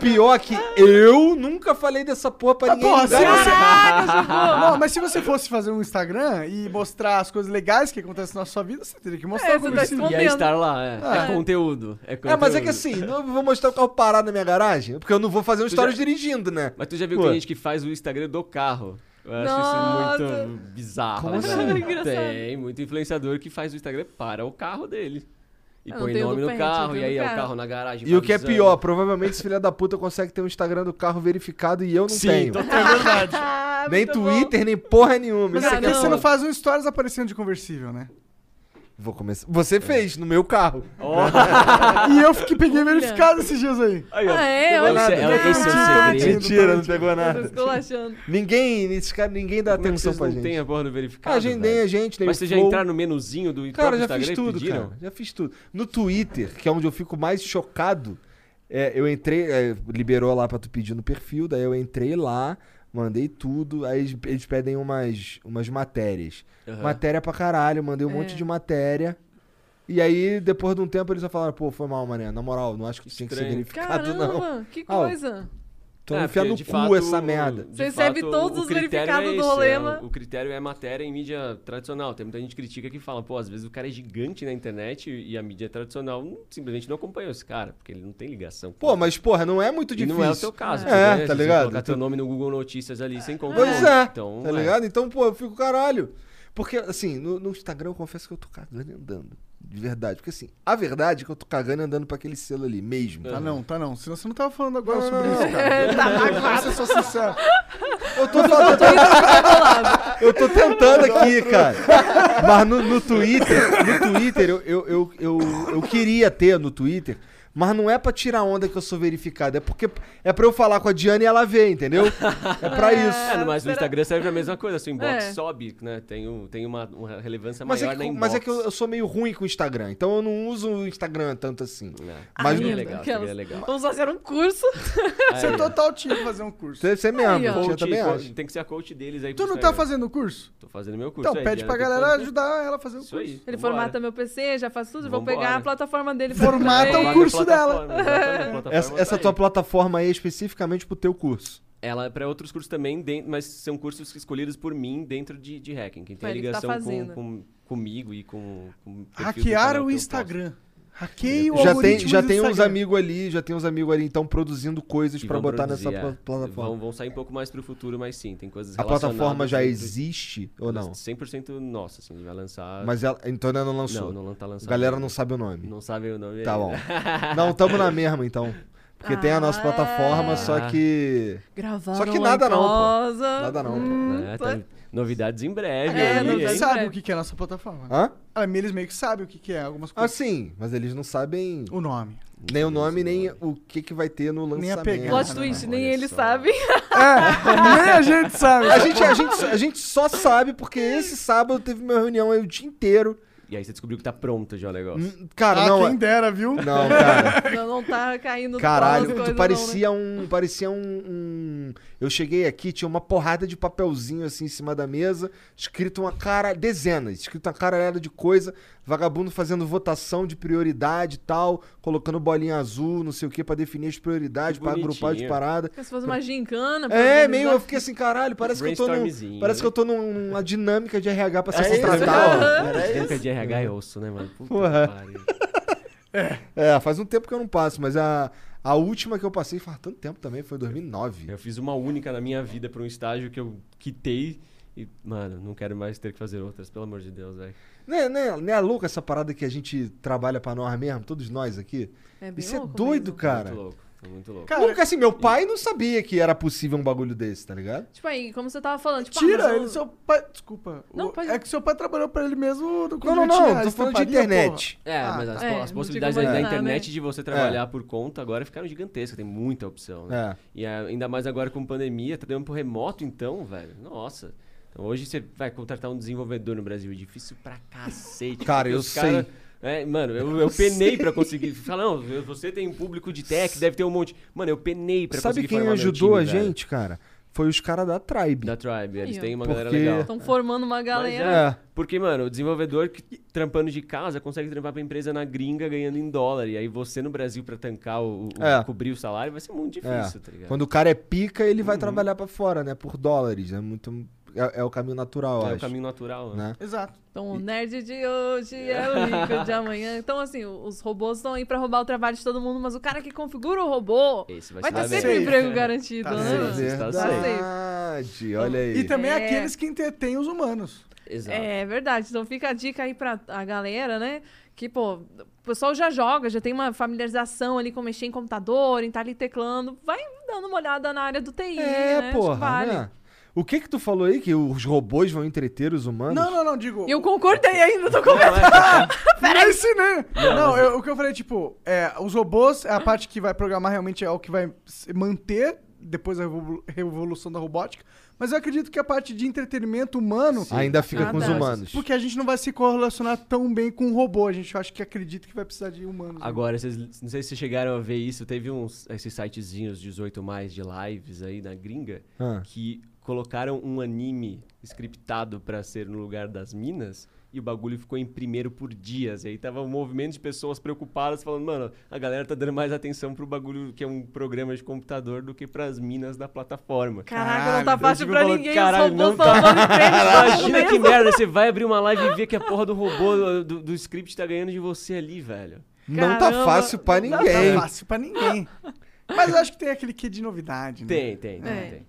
Speaker 2: pior que eu nunca falei dessa porra pra
Speaker 3: Ah,
Speaker 2: ninguém.
Speaker 3: porra, se
Speaker 2: Cara,
Speaker 3: você... Não, mas se você fosse fazer um Instagram e mostrar as coisas legais que acontecem na sua vida, você teria que mostrar
Speaker 4: É,
Speaker 3: o
Speaker 4: você tá
Speaker 3: conversível.
Speaker 5: E aí estar lá, é.
Speaker 2: Ah.
Speaker 5: É conteúdo. É,
Speaker 2: É, mas é
Speaker 5: conteúdo.
Speaker 2: que assim, não eu vou mostrar o carro parado na minha garagem, porque eu não vou fazer um stories dirigindo, né?
Speaker 5: Mas tu já viu
Speaker 2: Pô.
Speaker 5: que tem gente que faz o Instagram do carro. Eu acho
Speaker 4: Nossa.
Speaker 5: isso muito bizarro.
Speaker 2: Como
Speaker 5: né?
Speaker 2: assim?
Speaker 4: Engraçado.
Speaker 5: Tem muito influenciador que faz o Instagram para o carro dele. E
Speaker 4: Eu não
Speaker 5: põe
Speaker 4: tenho
Speaker 5: nome
Speaker 4: do
Speaker 5: no
Speaker 4: pente, eu
Speaker 5: carro, e
Speaker 4: tenho
Speaker 5: aí
Speaker 4: do
Speaker 5: é o
Speaker 4: carro.
Speaker 5: carro na garagem.
Speaker 2: E o que é
Speaker 5: paralisando.
Speaker 2: pior, provavelmente esse filho da puta consegue ter um Instagram do carro verificado e eu não
Speaker 5: Sim, então tá
Speaker 2: tenho.
Speaker 5: totalmente.
Speaker 4: Ah,
Speaker 2: Nem
Speaker 4: muito bom.
Speaker 2: Twitter, nem porra nenhuma.
Speaker 3: Mas
Speaker 2: Isso
Speaker 3: é
Speaker 2: aqui
Speaker 3: que
Speaker 2: é
Speaker 3: você
Speaker 2: foda.
Speaker 3: não faz um stories aparecendo de conversível, né?
Speaker 2: Vou começar. Você
Speaker 5: É.
Speaker 2: fez no meu carro.
Speaker 3: E eu que peguei verificado esses dias aí.
Speaker 5: Aí, ó.
Speaker 4: Ah, é?
Speaker 5: Ela-
Speaker 4: Olha
Speaker 5: ela,
Speaker 4: isso.
Speaker 5: tem seu
Speaker 4: Verdade.
Speaker 5: segredo.
Speaker 2: Mentira, não pegou
Speaker 4: Tô esculachando.
Speaker 2: Ninguém, esses caras, ninguém dá
Speaker 5: Como é que
Speaker 2: atenção
Speaker 5: vocês
Speaker 2: pra
Speaker 5: não tem
Speaker 2: gente.
Speaker 5: a porra do verificado?
Speaker 2: Ah, a gente nem
Speaker 5: velho?
Speaker 2: a gente, nem
Speaker 5: Mas
Speaker 2: o
Speaker 5: vocês já
Speaker 2: Flow.
Speaker 5: entraram no menuzinho do
Speaker 2: Cara,
Speaker 5: próprio
Speaker 2: já
Speaker 5: Instagram
Speaker 2: fiz
Speaker 5: e
Speaker 2: tudo,
Speaker 5: pediram?
Speaker 2: cara. Já fiz tudo. No Twitter, que é onde eu fico mais chocado, é, eu entrei, é, liberou lá pra tu pedir no perfil, daí eu entrei lá, mandei tudo, aí eles, eles pedem umas, umas matérias.
Speaker 5: Aham.
Speaker 2: Matéria pra caralho, eu mandei um
Speaker 4: É.
Speaker 2: monte de matéria. E aí, depois de um tempo, eles só falaram, pô, foi mal, mané. Na moral, não acho que isso tinha que ser
Speaker 5: Estranho.
Speaker 2: verificado, não.
Speaker 4: Caramba, que coisa.
Speaker 2: Tô
Speaker 5: É,
Speaker 2: enfiando
Speaker 5: porque,
Speaker 2: no
Speaker 5: de
Speaker 2: cu
Speaker 5: fato,
Speaker 2: essa merda.
Speaker 5: de
Speaker 4: Você recebe
Speaker 5: fato,
Speaker 4: todos
Speaker 5: o
Speaker 4: os
Speaker 5: critério
Speaker 4: verificados do
Speaker 5: esse,
Speaker 4: rolê,
Speaker 5: é,
Speaker 4: mano.
Speaker 5: O critério é matéria em mídia tradicional. Tem muita gente que critica que fala, pô, às vezes o cara é gigante na internet e a mídia tradicional hum, simplesmente não acompanha esse cara, porque ele não tem ligação.
Speaker 2: Pô, mas porra, não é muito
Speaker 5: E
Speaker 2: difícil.
Speaker 5: não é o teu caso.
Speaker 2: É,
Speaker 5: tu,
Speaker 2: tá
Speaker 5: Se você
Speaker 2: ligado?
Speaker 5: colocar teu
Speaker 2: Tu-
Speaker 5: nome no Google Notícias ali, você encontra.
Speaker 2: Pois
Speaker 5: tudo.
Speaker 2: é.
Speaker 5: Então,
Speaker 2: tá
Speaker 5: é.
Speaker 2: ligado? Então, pô, eu fico caralho. Porque, assim, no, no Instagram eu confesso que eu tô cagando e andando. De verdade. Porque, assim, a verdade é que eu tô cagando e andando pra aquele selo ali mesmo.
Speaker 5: É.
Speaker 3: Tá não, tá não. Senão você não tava falando agora
Speaker 2: Não,
Speaker 3: sobre
Speaker 2: não,
Speaker 3: isso,
Speaker 2: não.
Speaker 3: cara. Tá magoado. Eu sou sincero.
Speaker 2: Eu tô falando.
Speaker 4: né?
Speaker 2: eu tô tentando aqui, cara. Mas no, no Twitter, no Twitter, eu, eu, eu, eu, eu queria ter no Twitter. Mas não é pra tirar onda que eu sou verificado, é porque é pra eu falar com a Diana e ela ver, entendeu? É pra isso.
Speaker 5: É, mas o Instagram serve pra mesma coisa. Seu inbox
Speaker 4: É.
Speaker 5: sobe, né? Tem, um, tem uma, uma relevância
Speaker 2: Mas
Speaker 5: maior
Speaker 2: é,
Speaker 5: na
Speaker 2: que,
Speaker 5: inbox.
Speaker 2: mas é que eu, eu sou meio ruim com o Instagram, então eu não uso o Instagram tanto assim.
Speaker 5: É.
Speaker 2: Mas-
Speaker 5: seria
Speaker 4: Ainda,
Speaker 5: legal,
Speaker 4: aquelas.
Speaker 5: seria legal.
Speaker 4: Vamos fazer um curso.
Speaker 3: Você é total tinha que fazer um curso.
Speaker 2: Você, você mesmo,
Speaker 4: Aí, ó.
Speaker 2: eu
Speaker 5: Coach,
Speaker 2: também
Speaker 5: coach-
Speaker 2: acho.
Speaker 5: tem que ser a coach deles aí.
Speaker 3: Tu
Speaker 5: pro
Speaker 3: não tá
Speaker 5: Instagram.
Speaker 3: fazendo curso?
Speaker 5: Tô fazendo meu curso.
Speaker 3: Então
Speaker 5: é,
Speaker 3: pede pra
Speaker 5: Diana, tem que
Speaker 3: galera
Speaker 5: fazer.
Speaker 3: ajudar ela a fazer o
Speaker 5: Isso
Speaker 3: curso.
Speaker 5: aí.
Speaker 4: Ele
Speaker 5: vambora.
Speaker 4: formata meu PC, já faz tudo, vou
Speaker 5: Vambora.
Speaker 4: pegar a plataforma dele.
Speaker 2: Ah, então
Speaker 3: Formata o
Speaker 5: Paga a
Speaker 3: curso
Speaker 5: plataforma,
Speaker 3: dela.
Speaker 5: exatamente, a plataforma
Speaker 2: Essa,
Speaker 5: tá
Speaker 2: essa
Speaker 5: aí.
Speaker 2: tua plataforma aí é especificamente pro teu curso.
Speaker 5: Ela é pra outros cursos também, den- mas são cursos escolhidos por mim dentro de, de hacking. Quem tem
Speaker 4: Mas ele tá
Speaker 5: ligação
Speaker 4: fazendo.
Speaker 5: com, com- comigo e com. com o perfil do canal que
Speaker 3: Hackearam
Speaker 5: eu
Speaker 3: o
Speaker 5: posto.
Speaker 3: Instagram. Hackei o
Speaker 2: já tem,
Speaker 3: algoritmo
Speaker 2: já
Speaker 3: do
Speaker 2: tem uns
Speaker 3: Instagram.
Speaker 2: amigos ali, já tem uns amigos ali, então, produzindo coisas
Speaker 5: Que
Speaker 2: pra
Speaker 5: vão
Speaker 2: botar
Speaker 5: produzir,
Speaker 2: nessa
Speaker 5: é.
Speaker 2: pla- plataforma.
Speaker 5: Vão, vão sair um pouco mais pro futuro, mas sim, tem coisas
Speaker 2: A plataforma
Speaker 5: relacionadas
Speaker 2: já
Speaker 5: dentro-
Speaker 2: existe ou não?
Speaker 5: 100% nossa, assim, a gente vai lançar.
Speaker 2: Mas ela, então ainda não lançou.
Speaker 5: não, não tá lançando.
Speaker 2: A galera não sabe o nome.
Speaker 5: Não sabe o nome.
Speaker 2: Tá
Speaker 5: ainda.
Speaker 2: bom. não, tamo na mesma então. Porque tem a nossa
Speaker 4: Ah.
Speaker 2: plataforma, só que.
Speaker 4: Gravaram
Speaker 2: Só que nada
Speaker 4: em
Speaker 2: não, pô.
Speaker 4: casa.
Speaker 2: Nada não.
Speaker 5: É, tem novidades em breve.
Speaker 4: É,
Speaker 5: aí,
Speaker 4: não
Speaker 5: hein?
Speaker 4: tá-
Speaker 3: Eles
Speaker 4: hein?
Speaker 3: sabem o que que é a nossa plataforma.
Speaker 2: Hã?
Speaker 3: Ah, Eles meio que sabem o que que é algumas
Speaker 2: Ah,
Speaker 3: coisas.
Speaker 2: sim, mas eles não sabem
Speaker 3: O nome.
Speaker 2: nem o nome, nem o que, que vai ter no
Speaker 3: Nem a
Speaker 2: lançamento.
Speaker 3: pegada. né?
Speaker 4: Plot twist, nem
Speaker 5: Olha
Speaker 4: ele
Speaker 5: só.
Speaker 4: sabe.
Speaker 3: É, nem a gente sabe.
Speaker 2: A gente, a, gente, só- a gente só sabe porque esse sábado teve uma reunião aí o dia inteiro.
Speaker 5: E aí você descobriu que tá pronto já o negócio.
Speaker 2: Hum, Cara,
Speaker 3: Ah,
Speaker 2: não.
Speaker 3: quem dera, viu?
Speaker 2: Não, cara.
Speaker 4: Não, não tá caindo todas as
Speaker 2: Caralho,
Speaker 4: coisas, né?
Speaker 2: tu parecia
Speaker 3: né?
Speaker 2: um. Parecia um, um- Eu cheguei aqui, tinha uma porrada de papelzinho assim em cima da mesa, escrito uma cara. Dezenas, escrito uma caralhada de coisa, vagabundo fazendo votação de prioridade e tal, colocando bolinha azul, não sei o que, pra definir as prioridades,
Speaker 5: Que
Speaker 2: pra agrupar as
Speaker 5: bonitinho.
Speaker 2: paradas.
Speaker 4: Não, né? Se fosse uma gincana. pra
Speaker 2: É,
Speaker 4: organizar.
Speaker 2: meio, eu fiquei assim, caralho, parece que eu tô num,
Speaker 5: Brainstormzinho,
Speaker 2: parece que
Speaker 5: né?
Speaker 2: eu tô num- numa dinâmica de RH pra ser
Speaker 6: É isso,
Speaker 2: contratado.
Speaker 6: cara, é isso.
Speaker 5: Tranca de RH é osso, né, mano? Puta
Speaker 2: Porra.
Speaker 5: que pariu.
Speaker 2: É, faz um tempo que eu não passo, mas a, a última que eu passei faz tanto tempo também, foi em 2009.
Speaker 5: Eu fiz uma única na minha vida pra um estágio que eu quitei e, mano, não quero mais ter que fazer outras, pelo amor de Deus, velho.
Speaker 2: Né, né, né é louco essa parada que a gente trabalha pra nós mesmo, todos nós aqui?
Speaker 4: É bem
Speaker 2: Isso é
Speaker 4: louco
Speaker 2: doido,
Speaker 4: mesmo.
Speaker 5: Muito
Speaker 2: cara.
Speaker 5: louco, foi muito louco.
Speaker 3: Cara,
Speaker 2: Nunca assim, meu pai não sabia que era possível um bagulho desse, tá ligado?
Speaker 4: Tipo aí, como você tava falando, tipo, ah,
Speaker 3: Tira,
Speaker 4: mas eu-
Speaker 3: ele, seu pai. Desculpa.
Speaker 4: Não,
Speaker 3: O-
Speaker 4: pode-
Speaker 3: É que seu pai trabalhou pra ele mesmo do
Speaker 2: Não, não, não, tô falando de internet.
Speaker 5: É,
Speaker 3: Ah,
Speaker 5: mas
Speaker 3: tá.
Speaker 5: as,
Speaker 4: É,
Speaker 5: po- as
Speaker 4: não digo
Speaker 5: possibilidades
Speaker 4: mais
Speaker 5: da, da
Speaker 4: nada,
Speaker 5: internet
Speaker 4: né?
Speaker 5: de você
Speaker 6: É.
Speaker 5: trabalhar por conta agora ficaram gigantescas, tem muita opção, né?
Speaker 2: É.
Speaker 5: E é, ainda mais agora com pandemia, tá dando pro remoto então, velho. Nossa. Então, hoje você vai contratar um desenvolvedor no Brasil, é difícil pra cacete.
Speaker 2: Cara,
Speaker 5: porque
Speaker 2: eu
Speaker 5: os cara-
Speaker 2: sei.
Speaker 5: É, mano, eu, eu penei pra conseguir. Falar, não, você tem um público de tech, deve ter um monte. Mano, eu penei pra
Speaker 2: Sabe
Speaker 5: conseguir
Speaker 2: quem
Speaker 5: formar meu
Speaker 2: ajudou
Speaker 5: time,
Speaker 2: a
Speaker 5: velho.
Speaker 2: gente, cara? Foi os caras da Tribe.
Speaker 5: Da Tribe, eles
Speaker 4: Aí, ó.
Speaker 5: têm uma galera
Speaker 2: Porque-
Speaker 5: legal.
Speaker 4: Estão formando uma galera.
Speaker 2: É.
Speaker 5: Porque, mano, o desenvolvedor que trampando de casa consegue trampar pra empresa na gringa ganhando em dólar. E aí você no Brasil pra tancar o, o-
Speaker 2: É.
Speaker 5: cobrir o salário vai ser muito
Speaker 2: É.
Speaker 5: difícil, tá ligado?
Speaker 2: Quando o cara é pica, ele vai trabalhar pra fora, né? Por dólares. É muito. É, é o caminho natural,
Speaker 5: é
Speaker 2: acho.
Speaker 5: o caminho natural, né?
Speaker 2: né?
Speaker 3: Exato.
Speaker 4: Então, o nerd de hoje é o rico de amanhã. Então, assim, o- os robôs estão aí pra roubar o trabalho de todo mundo, mas o cara que configura o robô
Speaker 5: Esse
Speaker 4: vai,
Speaker 5: vai,
Speaker 4: ter
Speaker 5: se dar
Speaker 4: sempre um
Speaker 5: bem.
Speaker 4: emprego garantido,
Speaker 3: Tá Então,
Speaker 4: né?
Speaker 5: safe. Está
Speaker 2: É Verdade. Olha aí.
Speaker 3: E também
Speaker 4: É.
Speaker 3: aqueles que entretêm os humanos.
Speaker 5: Exato.
Speaker 4: É verdade. Então fica a dica aí pra a galera, né? Que, pô, o pessoal já joga, já tem uma familiarização ali com mexer em computador, em estar ali teclando. Vai dando uma olhada na área do TI,
Speaker 2: É,
Speaker 4: né? Acho que
Speaker 2: porra,
Speaker 4: vale.
Speaker 2: né? O que que tu falou aí? Que os robôs vão entreter os humanos?
Speaker 3: Não, não, não, digo.
Speaker 4: E eu concordei ainda, tô começando.
Speaker 3: Não é isso, né? Não, eu- o que eu falei, tipo, é, os robôs, a parte que vai programar realmente é o que vai se manter depois da revolu- revolução da robótica. Mas eu acredito que a parte de entretenimento humano,
Speaker 2: Ainda fica
Speaker 4: Ah,
Speaker 2: com os
Speaker 4: tá.
Speaker 2: humanos.
Speaker 3: porque a gente não vai se correlacionar tão bem com o robô. A gente acha que acredita que vai precisar de humanos. né?
Speaker 5: Agora, vocês, não sei se vocês chegaram a ver isso, teve uns esses sitezinhos 18 mais de lives aí na gringa
Speaker 2: Ah.
Speaker 5: que colocaram um anime scriptado pra ser no lugar das minas e o bagulho ficou em primeiro por dias. E aí tava um movimento de pessoas preocupadas falando, mano, a galera tá dando mais atenção pro bagulho que é um programa de computador do que pras minas da plataforma.
Speaker 4: Caraca, não tá
Speaker 5: Eu
Speaker 4: fácil
Speaker 5: fico
Speaker 4: pra
Speaker 5: falando,
Speaker 4: ninguém.
Speaker 5: "Caralho,
Speaker 4: os robôs
Speaker 5: não tá-
Speaker 4: salvando emprego de todo mundo
Speaker 5: Imagina que
Speaker 4: mesmo."
Speaker 5: merda, você vai abrir uma live e ver que a porra do robô, do, do script tá ganhando de você ali, velho.
Speaker 2: Não tá
Speaker 4: Caramba.
Speaker 2: fácil pra
Speaker 3: Não
Speaker 2: ninguém.
Speaker 3: tá fácil pra ninguém. Mas eu acho que tem aquele que de novidade, né?
Speaker 5: Tem, tem, tem,
Speaker 4: É.
Speaker 5: tem.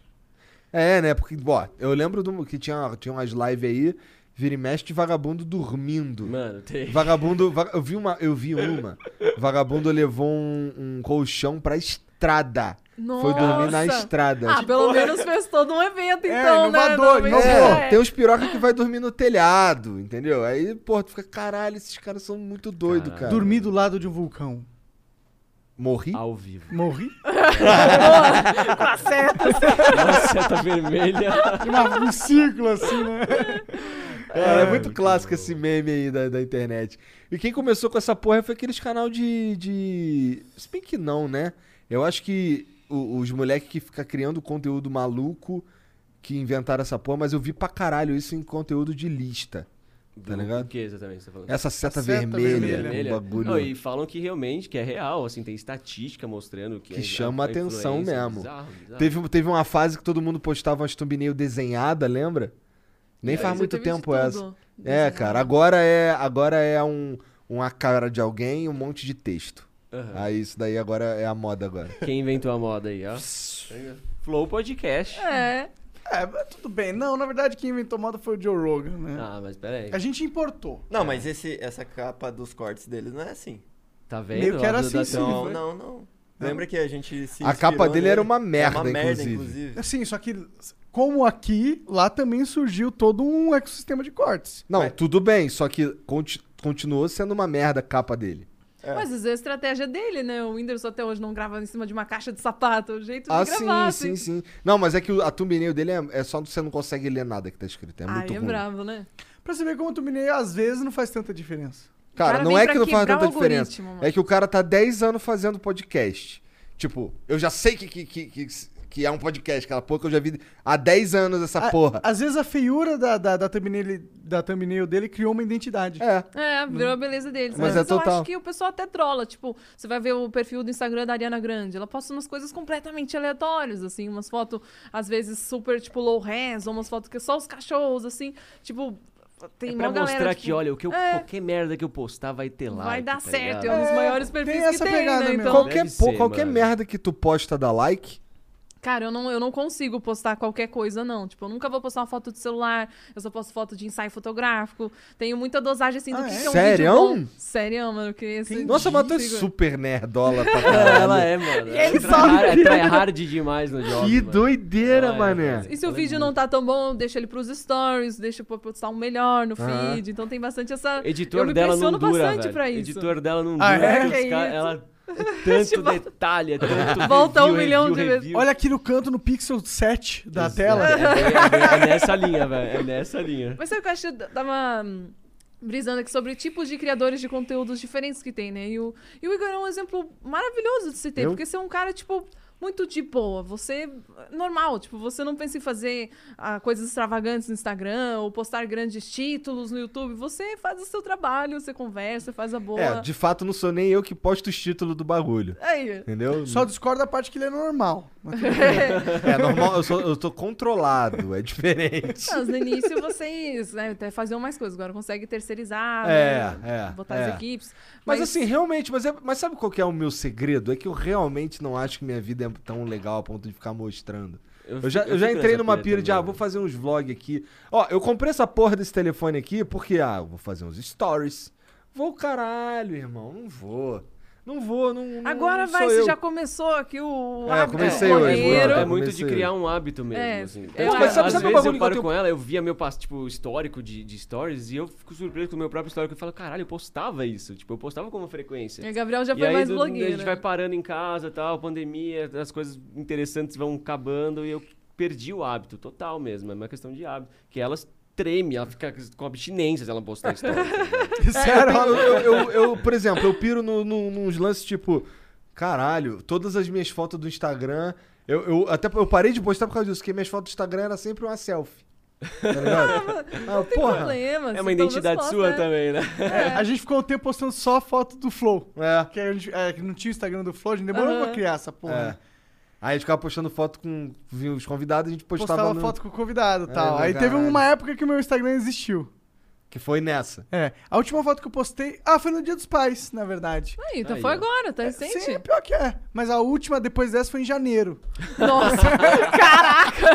Speaker 2: É, né? Porque, bó, eu lembro do, que tinha, tinha umas lives aí, vira e mexe, de vagabundo dormindo.
Speaker 5: Mano, tem.
Speaker 2: Vagabundo. va- eu, vi uma, eu vi uma. Vagabundo levou um, um colchão pra estrada. Foi dormir na
Speaker 4: Nossa.
Speaker 2: estrada.
Speaker 4: Ah, pelo menos fez todo um evento,
Speaker 3: É,
Speaker 4: então, né?
Speaker 3: inovador,
Speaker 4: Não, mas-
Speaker 2: É,
Speaker 4: é.
Speaker 2: tem uns piroca que vai dormir no telhado, entendeu? Aí, pô, tu fica, caralho, esses caras são muito doidos,
Speaker 5: Caralho.
Speaker 2: cara.
Speaker 3: Dormir do lado de um vulcão.
Speaker 2: Morri?
Speaker 5: Ao vivo.
Speaker 3: Morri?
Speaker 5: Uma seta tá vermelha.
Speaker 3: Uma, um círculo assim, né?
Speaker 2: Cara, é muito clássico esse meme aí da, da internet. E quem começou com essa porra foi aqueles canal de, de... Se bem que não, né? Eu acho que o- os moleques que fica criando conteúdo maluco que inventaram essa porra, mas eu vi pra caralho isso em conteúdo de lista. Tá ligado? É
Speaker 5: O que exatamente você tá falando?
Speaker 2: Essa seta,
Speaker 3: A seta
Speaker 2: vermelha,
Speaker 3: vermelha.
Speaker 2: vermelha. Um bagulho.
Speaker 5: Não, e falam que realmente, que é real, assim, tem estatística mostrando que...
Speaker 2: Que
Speaker 5: é-
Speaker 2: chama
Speaker 5: a
Speaker 2: atenção
Speaker 5: influência, assim,
Speaker 2: mesmo.
Speaker 5: bizarro, bizarro.
Speaker 2: Teve, teve uma fase que todo mundo postava umas thumbnail desenhada, lembra? Nem
Speaker 4: É,
Speaker 2: faz
Speaker 4: isso
Speaker 2: muito
Speaker 4: teve de
Speaker 2: tempo
Speaker 4: tudo.
Speaker 2: essa. É, cara, agora é, agora é um, uma cara de alguém e um monte de texto.
Speaker 5: Aham.
Speaker 2: Aí isso daí agora é a moda agora.
Speaker 5: Quem inventou a moda aí, ó? Flow Podcast.
Speaker 4: É.
Speaker 3: É, mas tudo bem. Não, na verdade, quem inventou moda foi o Joe Rogan, né?
Speaker 5: Ah, mas peraí.
Speaker 3: A gente importou.
Speaker 2: É.
Speaker 6: Não, mas esse, essa capa dos cortes deles não é assim.
Speaker 5: Tá vendo?
Speaker 3: Meio que era
Speaker 5: Ó, do-
Speaker 3: assim,
Speaker 5: da-
Speaker 3: sim.
Speaker 6: Não,
Speaker 3: foi?
Speaker 6: não, não. Lembra que a gente se
Speaker 2: A
Speaker 6: inspirou
Speaker 2: capa dele era
Speaker 6: nele?
Speaker 2: uma
Speaker 6: É
Speaker 2: merda,
Speaker 6: uma merda,
Speaker 2: inclusive.
Speaker 6: inclusive.
Speaker 3: Assim, só que como aqui, lá também surgiu todo um ecossistema de cortes.
Speaker 2: Não, tudo bem, só que conti- continuou sendo uma merda a capa dele.
Speaker 4: Mas isso é a estratégia dele, né? O Whindersson até hoje não grava em cima de uma caixa de sapato. é O jeito de
Speaker 2: Ah, sim,
Speaker 4: gravar,
Speaker 2: sim,
Speaker 4: assim.
Speaker 2: sim. Não, mas é que o- a thumbnail dele é, é só você não consegue ler nada que tá escrito. É muito
Speaker 4: Ai, é
Speaker 2: ruim.
Speaker 4: bravo, né?
Speaker 3: Pra você ver como o thumbnail às vezes não faz tanta diferença.
Speaker 2: Cara,
Speaker 4: cara
Speaker 2: não
Speaker 4: vem
Speaker 2: é
Speaker 4: pra
Speaker 2: que não faz
Speaker 4: quebrar o
Speaker 2: tanta diferença.
Speaker 4: algoritmo, mano.
Speaker 2: É que o cara tá 10 anos fazendo podcast. Tipo, eu já sei que, que, que, que, que é um podcast, aquela porra que eu já vi há 10 anos essa
Speaker 4: Ah,
Speaker 3: A-
Speaker 2: porra.
Speaker 3: Às vezes a feiura da, da, da, thumbnail, da thumbnail dele criou uma identidade.
Speaker 2: É.
Speaker 4: É, virou a beleza deles.
Speaker 2: Mas
Speaker 4: Mas,
Speaker 2: é
Speaker 4: eu
Speaker 2: total.
Speaker 4: acho que o pessoal até trola. Tipo, você vai ver o perfil do Instagram da Ariana Grande. Ela posta umas coisas completamente aleatórias, assim. Umas fotos, às vezes, super, tipo, low res. Ou umas fotos que só os cachorros, assim. Tipo, tem
Speaker 5: É
Speaker 4: uma
Speaker 5: pra
Speaker 4: galera,
Speaker 5: mostrar que,
Speaker 4: tipo,
Speaker 5: olha, o que eu-
Speaker 4: é.
Speaker 5: qualquer merda que eu postar vai ter tá lá.
Speaker 4: Vai dar certo. É um
Speaker 5: Eu...
Speaker 4: dos maiores perfis
Speaker 3: tem essa
Speaker 4: que tem,
Speaker 3: pegada
Speaker 4: né?
Speaker 3: mesmo.
Speaker 4: Então,
Speaker 2: qualquer
Speaker 5: deve ser,
Speaker 2: porra, qualquer
Speaker 5: mano.
Speaker 2: merda que tu posta dá like.
Speaker 4: Cara, eu não, eu não consigo postar qualquer coisa, não. Tipo, eu nunca vou postar uma foto de celular, eu só posto foto de ensaio fotográfico. Tenho muita dosagem, assim, do
Speaker 3: Ah,
Speaker 4: que,
Speaker 3: é?
Speaker 4: que é um
Speaker 2: Sério?
Speaker 4: vídeo bom. Sério, mano, que esse...
Speaker 2: Nossa, mas tu é
Speaker 4: Sigo-
Speaker 2: super nerdola pra
Speaker 5: Ela
Speaker 2: caralho.
Speaker 5: é, mano.
Speaker 4: E ele
Speaker 5: Ela
Speaker 4: sabe.
Speaker 5: É tryhard demais no jogo.
Speaker 2: Que
Speaker 5: mano.
Speaker 2: doideira,
Speaker 5: Ah, é,
Speaker 2: mané.
Speaker 5: cara.
Speaker 4: E se o
Speaker 5: Ela é
Speaker 4: vídeo não tá tão bom, deixa ele pros stories, deixa pra postar um melhor no
Speaker 2: Aham.
Speaker 4: feed. Então tem bastante essa... eu
Speaker 5: Editor
Speaker 4: me
Speaker 5: dela não
Speaker 4: impressiono
Speaker 5: dura,
Speaker 4: bastante
Speaker 5: velho.
Speaker 4: pra isso.
Speaker 5: Editor dela não dura.
Speaker 3: Ah, é?
Speaker 5: porque os
Speaker 4: Que
Speaker 5: ca-
Speaker 4: isso?
Speaker 5: Ela Tanto detalhe, é tanto
Speaker 4: Volta um
Speaker 5: review,
Speaker 4: milhão
Speaker 5: review,
Speaker 4: de vezes.
Speaker 5: review.
Speaker 3: Olha aqui no canto, no pixel 7 da tela.
Speaker 5: É, é- é nessa linha, velho. É nessa linha.
Speaker 4: Mas sabe o que eu acho? Eu Tava hum, brisando aqui sobre tipos de criadores de conteúdos diferentes que tem, né? E o, e o Igor é um exemplo maravilhoso de se ter,
Speaker 2: Eu?
Speaker 4: porque você é um cara, tipo, muito de boa. Você, normal, tipo, você não pensa em fazer ah, coisas extravagantes no Instagram ou postar grandes títulos no YouTube. Você faz o seu trabalho, você conversa, faz a boa.
Speaker 2: É, de fato não sou nem eu que posto os títulos do bagulho.
Speaker 4: Aí.
Speaker 2: Entendeu?
Speaker 3: Só discorda da parte que ele é normal. Mas tudo
Speaker 2: É normal, eu, sou, eu tô controlado, é diferente.
Speaker 4: Mas no início vocês né, até faziam mais coisas, agora consegue terceirizar,
Speaker 2: É,
Speaker 4: né,
Speaker 2: é,
Speaker 4: botar
Speaker 2: é.
Speaker 4: as equipes.
Speaker 2: Mas, assim, realmente, mas, é- mas sabe qual que é o meu segredo? É que eu realmente não acho que minha vida é tão legal a ponto de ficar mostrando. Eu já, eu já
Speaker 5: fico
Speaker 2: entrei
Speaker 5: nessa
Speaker 2: numa
Speaker 5: pira
Speaker 2: pira de,
Speaker 5: também,
Speaker 2: ah, vou fazer uns vlogs aqui. Ó, eu comprei essa porra desse telefone aqui porque, ah, eu vou fazer uns stories. Vou caralho, irmão, não vou. Não vou, não. não-
Speaker 4: Agora
Speaker 5: Hum,
Speaker 2: não
Speaker 4: vai,
Speaker 2: sou
Speaker 4: você
Speaker 2: eu.
Speaker 4: já começou aqui o.
Speaker 2: É,
Speaker 4: hábito
Speaker 2: comecei
Speaker 4: do
Speaker 2: hoje,
Speaker 4: banheiro.
Speaker 2: Bruno.
Speaker 5: É muito de
Speaker 2: Comecei.
Speaker 5: criar um hábito mesmo,
Speaker 4: É.
Speaker 5: assim.
Speaker 4: É,
Speaker 5: Eu,
Speaker 4: mas sabe-
Speaker 5: às
Speaker 2: sabe um bagulho
Speaker 5: vezes
Speaker 2: que
Speaker 5: eu
Speaker 2: eu
Speaker 5: paro
Speaker 2: tenho-
Speaker 5: com ela, eu via meu passo, tipo, histórico de, de stories e eu fico surpreso com o meu próprio histórico. Eu falo, caralho, eu postava isso. Tipo, eu postava com uma frequência.
Speaker 4: E o Gabriel já
Speaker 5: E
Speaker 4: foi
Speaker 5: aí,
Speaker 4: mais
Speaker 5: do-
Speaker 4: blogueiro.
Speaker 5: A gente vai parando em casa, tal, pandemia, as coisas interessantes vão acabando e eu perdi o hábito total mesmo. É uma questão de hábito. Que elas tremem, ela fica com abstinência se ela postar história.
Speaker 2: É, eu, tenho- eu, eu- eu- por exemplo, eu piro no, no- nos lances tipo, caralho, todas as minhas fotos do Instagram. Eu, eu- até eu parei de postar por causa disso, porque minhas fotos do Instagram era sempre uma selfie. Tá ligado? Ah,
Speaker 4: Tem problema, você
Speaker 5: é uma
Speaker 4: pelo menos
Speaker 5: identidade
Speaker 4: posta,
Speaker 5: sua
Speaker 4: né?
Speaker 5: também, né?
Speaker 3: bem. A gente ficou um tempo postando só foto do Flow.
Speaker 2: É.
Speaker 3: Que a gente, é, que não tinha o Instagram do Flow, a gente demorou
Speaker 4: Aham.
Speaker 3: pra criar essa
Speaker 2: É.
Speaker 3: porra.
Speaker 2: Aí a gente ficava postando foto com vinha os convidados, a gente postava,
Speaker 3: Postava
Speaker 2: no-
Speaker 3: foto com o convidado e tal.
Speaker 2: É,
Speaker 3: Aí teve
Speaker 2: verdade.
Speaker 3: uma época que o meu Instagram existiu.
Speaker 2: que foi nessa.
Speaker 3: É. A última foto que eu postei. Ah, foi no Dia dos Pais, na verdade.
Speaker 4: Aí, então
Speaker 5: Aí,
Speaker 4: foi
Speaker 5: ó.
Speaker 4: agora, tá recente?
Speaker 3: Sim, pior que é. Mas a última depois dessa foi em janeiro.
Speaker 4: Nossa,
Speaker 5: Tá
Speaker 4: caraca!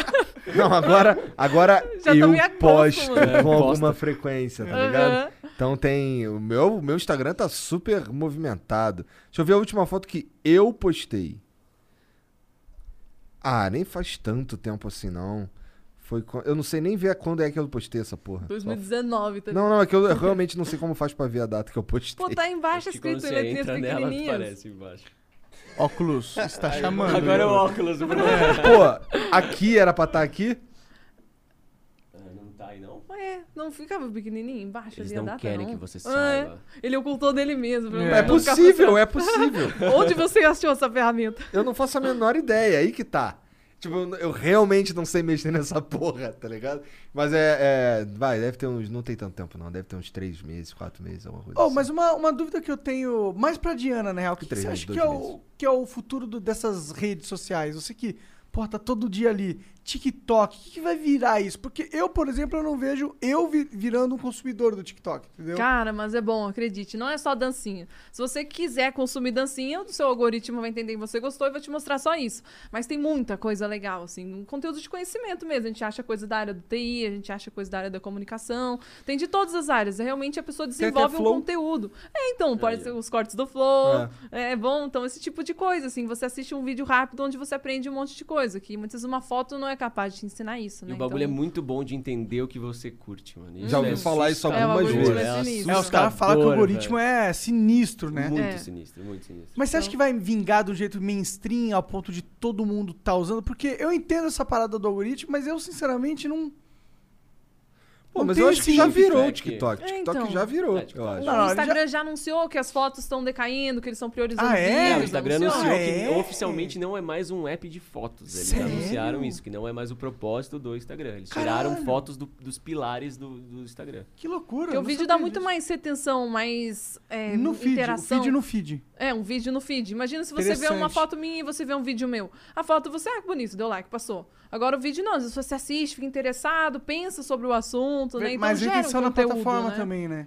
Speaker 2: Não, agora, agora
Speaker 4: Já tô
Speaker 2: eu
Speaker 4: meio acostumada.
Speaker 2: posto
Speaker 5: É,
Speaker 2: com
Speaker 5: posta.
Speaker 2: alguma frequência, tá ligado? Então tem. O meu, o meu Instagram tá super movimentado. Deixa eu ver a última foto que eu postei. Ah, nem faz tanto tempo assim, não. Foi co- Eu não sei nem ver quando é que eu postei essa porra. Só-
Speaker 4: 2019 também.
Speaker 2: Não, não, é que eu eu realmente não sei como faz pra ver a data que eu postei.
Speaker 4: Pô, tá embaixo
Speaker 5: Acho que
Speaker 4: escrito
Speaker 5: quando
Speaker 4: em
Speaker 5: você
Speaker 4: letrinhas
Speaker 5: entra nela,
Speaker 4: pequenininhas.
Speaker 5: aparece embaixo.
Speaker 3: Óculos,
Speaker 2: tá
Speaker 3: está chamando.
Speaker 5: Agora é o óculos do Bruno.
Speaker 2: Pô, aqui era pra estar aqui?
Speaker 5: Ah, Não tá aí, não?
Speaker 4: Ué, É, não ficava pequenininho embaixo
Speaker 5: Eles
Speaker 4: ali a
Speaker 5: não
Speaker 4: data,
Speaker 5: querem
Speaker 4: não.
Speaker 5: que você
Speaker 4: É,
Speaker 5: saiba.
Speaker 4: Ele ocultou dele mesmo. pra não
Speaker 2: É
Speaker 4: ficar
Speaker 2: possível, é possível.
Speaker 4: funcionando. Onde você achou essa ferramenta?
Speaker 2: Eu não faço a menor ideia, aí que tá. Tipo, eu, eu realmente não sei mexer nessa porra, tá ligado? Mas é, é, Vai, deve ter uns. Não tem tanto tempo, não. Deve ter uns três meses, quatro meses, alguma coisa.
Speaker 3: Oh,
Speaker 2: assim.
Speaker 3: mas uma, uma dúvida que eu tenho, mais pra Diana, na real, o que, que
Speaker 2: Três
Speaker 3: você
Speaker 2: meses,
Speaker 3: acha que
Speaker 2: dois
Speaker 3: é, o,
Speaker 2: meses.
Speaker 3: que é o futuro do- dessas redes sociais? Você que, pô, tá todo dia ali, TikTok, o que, que vai virar isso? Porque eu, por exemplo, eu não vejo eu vi- virando um consumidor do TikTok, entendeu?
Speaker 4: Cara, mas é bom, acredite. Não é só dancinha. Se você quiser consumir dancinha, o seu algoritmo vai entender que você gostou e vai te mostrar só isso. Mas tem muita coisa legal, assim. Um conteúdo de conhecimento mesmo. A gente acha coisa da área do TI, a gente acha coisa da área da comunicação. Tem de todas as áreas. É, Realmente a pessoa desenvolve um
Speaker 2: Flow.
Speaker 4: conteúdo. É, então, pode ser os cortes do Flow. É. bom, então, esse tipo de coisa, assim. Você assiste um vídeo rápido onde você aprende um monte de coisa. Que muitas vezes uma foto não é capaz de te ensinar isso,
Speaker 5: E
Speaker 4: né?
Speaker 5: o bagulho
Speaker 4: Então-
Speaker 5: é muito bom de entender o que você curte, mano. Isso
Speaker 2: Já ouvi
Speaker 5: é
Speaker 2: falar isso
Speaker 5: assustador.
Speaker 2: algumas
Speaker 4: É, o
Speaker 2: vezes.
Speaker 4: algoritmo é sinistro.
Speaker 3: É, os caras falam que o algoritmo é sinistro, né?
Speaker 5: Muito
Speaker 4: É.
Speaker 5: sinistro, muito sinistro.
Speaker 3: Mas você acha que vai vingar de um jeito mainstream ao ponto de todo mundo tá usando? Porque eu entendo essa parada do algoritmo, mas eu, sinceramente, não.
Speaker 2: Pô,
Speaker 3: não
Speaker 2: mas
Speaker 3: tem
Speaker 2: eu acho que
Speaker 3: esse-
Speaker 2: já virou o
Speaker 5: feedback.
Speaker 2: TikTok. TikTok
Speaker 4: É, então.
Speaker 2: já virou,
Speaker 5: É,
Speaker 2: eu
Speaker 5: TikTok.
Speaker 2: acho.
Speaker 3: Não,
Speaker 4: O
Speaker 3: não,
Speaker 4: Instagram já... anunciou que as fotos estão decaindo, que eles estão priorizando
Speaker 3: Ah, é?
Speaker 4: vídeos.
Speaker 5: o Instagram
Speaker 4: anunciou.
Speaker 5: anunciou
Speaker 3: Ah, é?
Speaker 5: que oficialmente não é mais um app de fotos. Eles
Speaker 3: Sério?
Speaker 5: anunciaram isso, que não é mais o propósito do Instagram. Eles tiraram
Speaker 3: Caralho.
Speaker 5: fotos do- dos pilares do, do Instagram.
Speaker 3: Que loucura.
Speaker 4: Porque
Speaker 3: eu
Speaker 4: o
Speaker 3: não
Speaker 4: vídeo
Speaker 3: sabia
Speaker 4: dá muito
Speaker 3: disso.
Speaker 4: mais retenção, mais é,
Speaker 3: no feed,
Speaker 4: interação.
Speaker 3: O feed no feed.
Speaker 4: É, um vídeo no feed. Imagina se você vê uma
Speaker 3: Interessante.
Speaker 4: foto minha e você vê um vídeo meu. A foto você, ah, que bonito, deu like, passou. Agora o vídeo não, às vezes você assiste, fica interessado, pensa sobre o assunto, né? Então
Speaker 3: mas
Speaker 4: gera um
Speaker 3: retenção na
Speaker 4: conteúdo,
Speaker 3: plataforma
Speaker 4: né?
Speaker 3: também, né?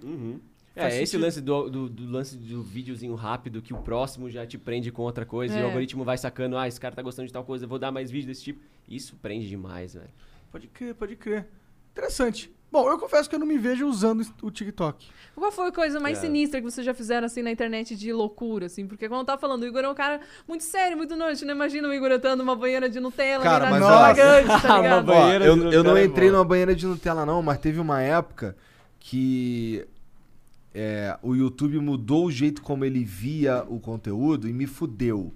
Speaker 5: É,
Speaker 3: Faz
Speaker 5: esse
Speaker 3: sentido.
Speaker 5: lance do, do, do lance do videozinho rápido que o próximo já te prende com outra coisa e
Speaker 4: É.
Speaker 5: o algoritmo vai sacando, ah, esse cara tá gostando de tal coisa, eu vou dar mais vídeo desse tipo. Isso prende demais, velho.
Speaker 3: Pode crer, pode crer. Interessante. Bom, eu confesso que eu não me vejo usando o TikTok.
Speaker 4: Qual foi a coisa mais
Speaker 5: É.
Speaker 4: sinistra que vocês já fizeram assim na internet de loucura, assim? Porque quando eu tava falando, o Igor é um cara muito sério, muito noite, não imagina o Igor entrando numa banheira de Nutella,
Speaker 2: Cara,
Speaker 4: virado
Speaker 2: mas
Speaker 4: extravagante, tá
Speaker 5: Uma
Speaker 4: ligado?
Speaker 5: banheira Banheira
Speaker 2: Ó, eu,
Speaker 5: de
Speaker 2: eu não
Speaker 5: Nutella é
Speaker 2: entrei
Speaker 5: boa.
Speaker 2: numa banheira de Nutella, não, mas teve uma época que é, o YouTube mudou o jeito como ele via o conteúdo e me fudeu.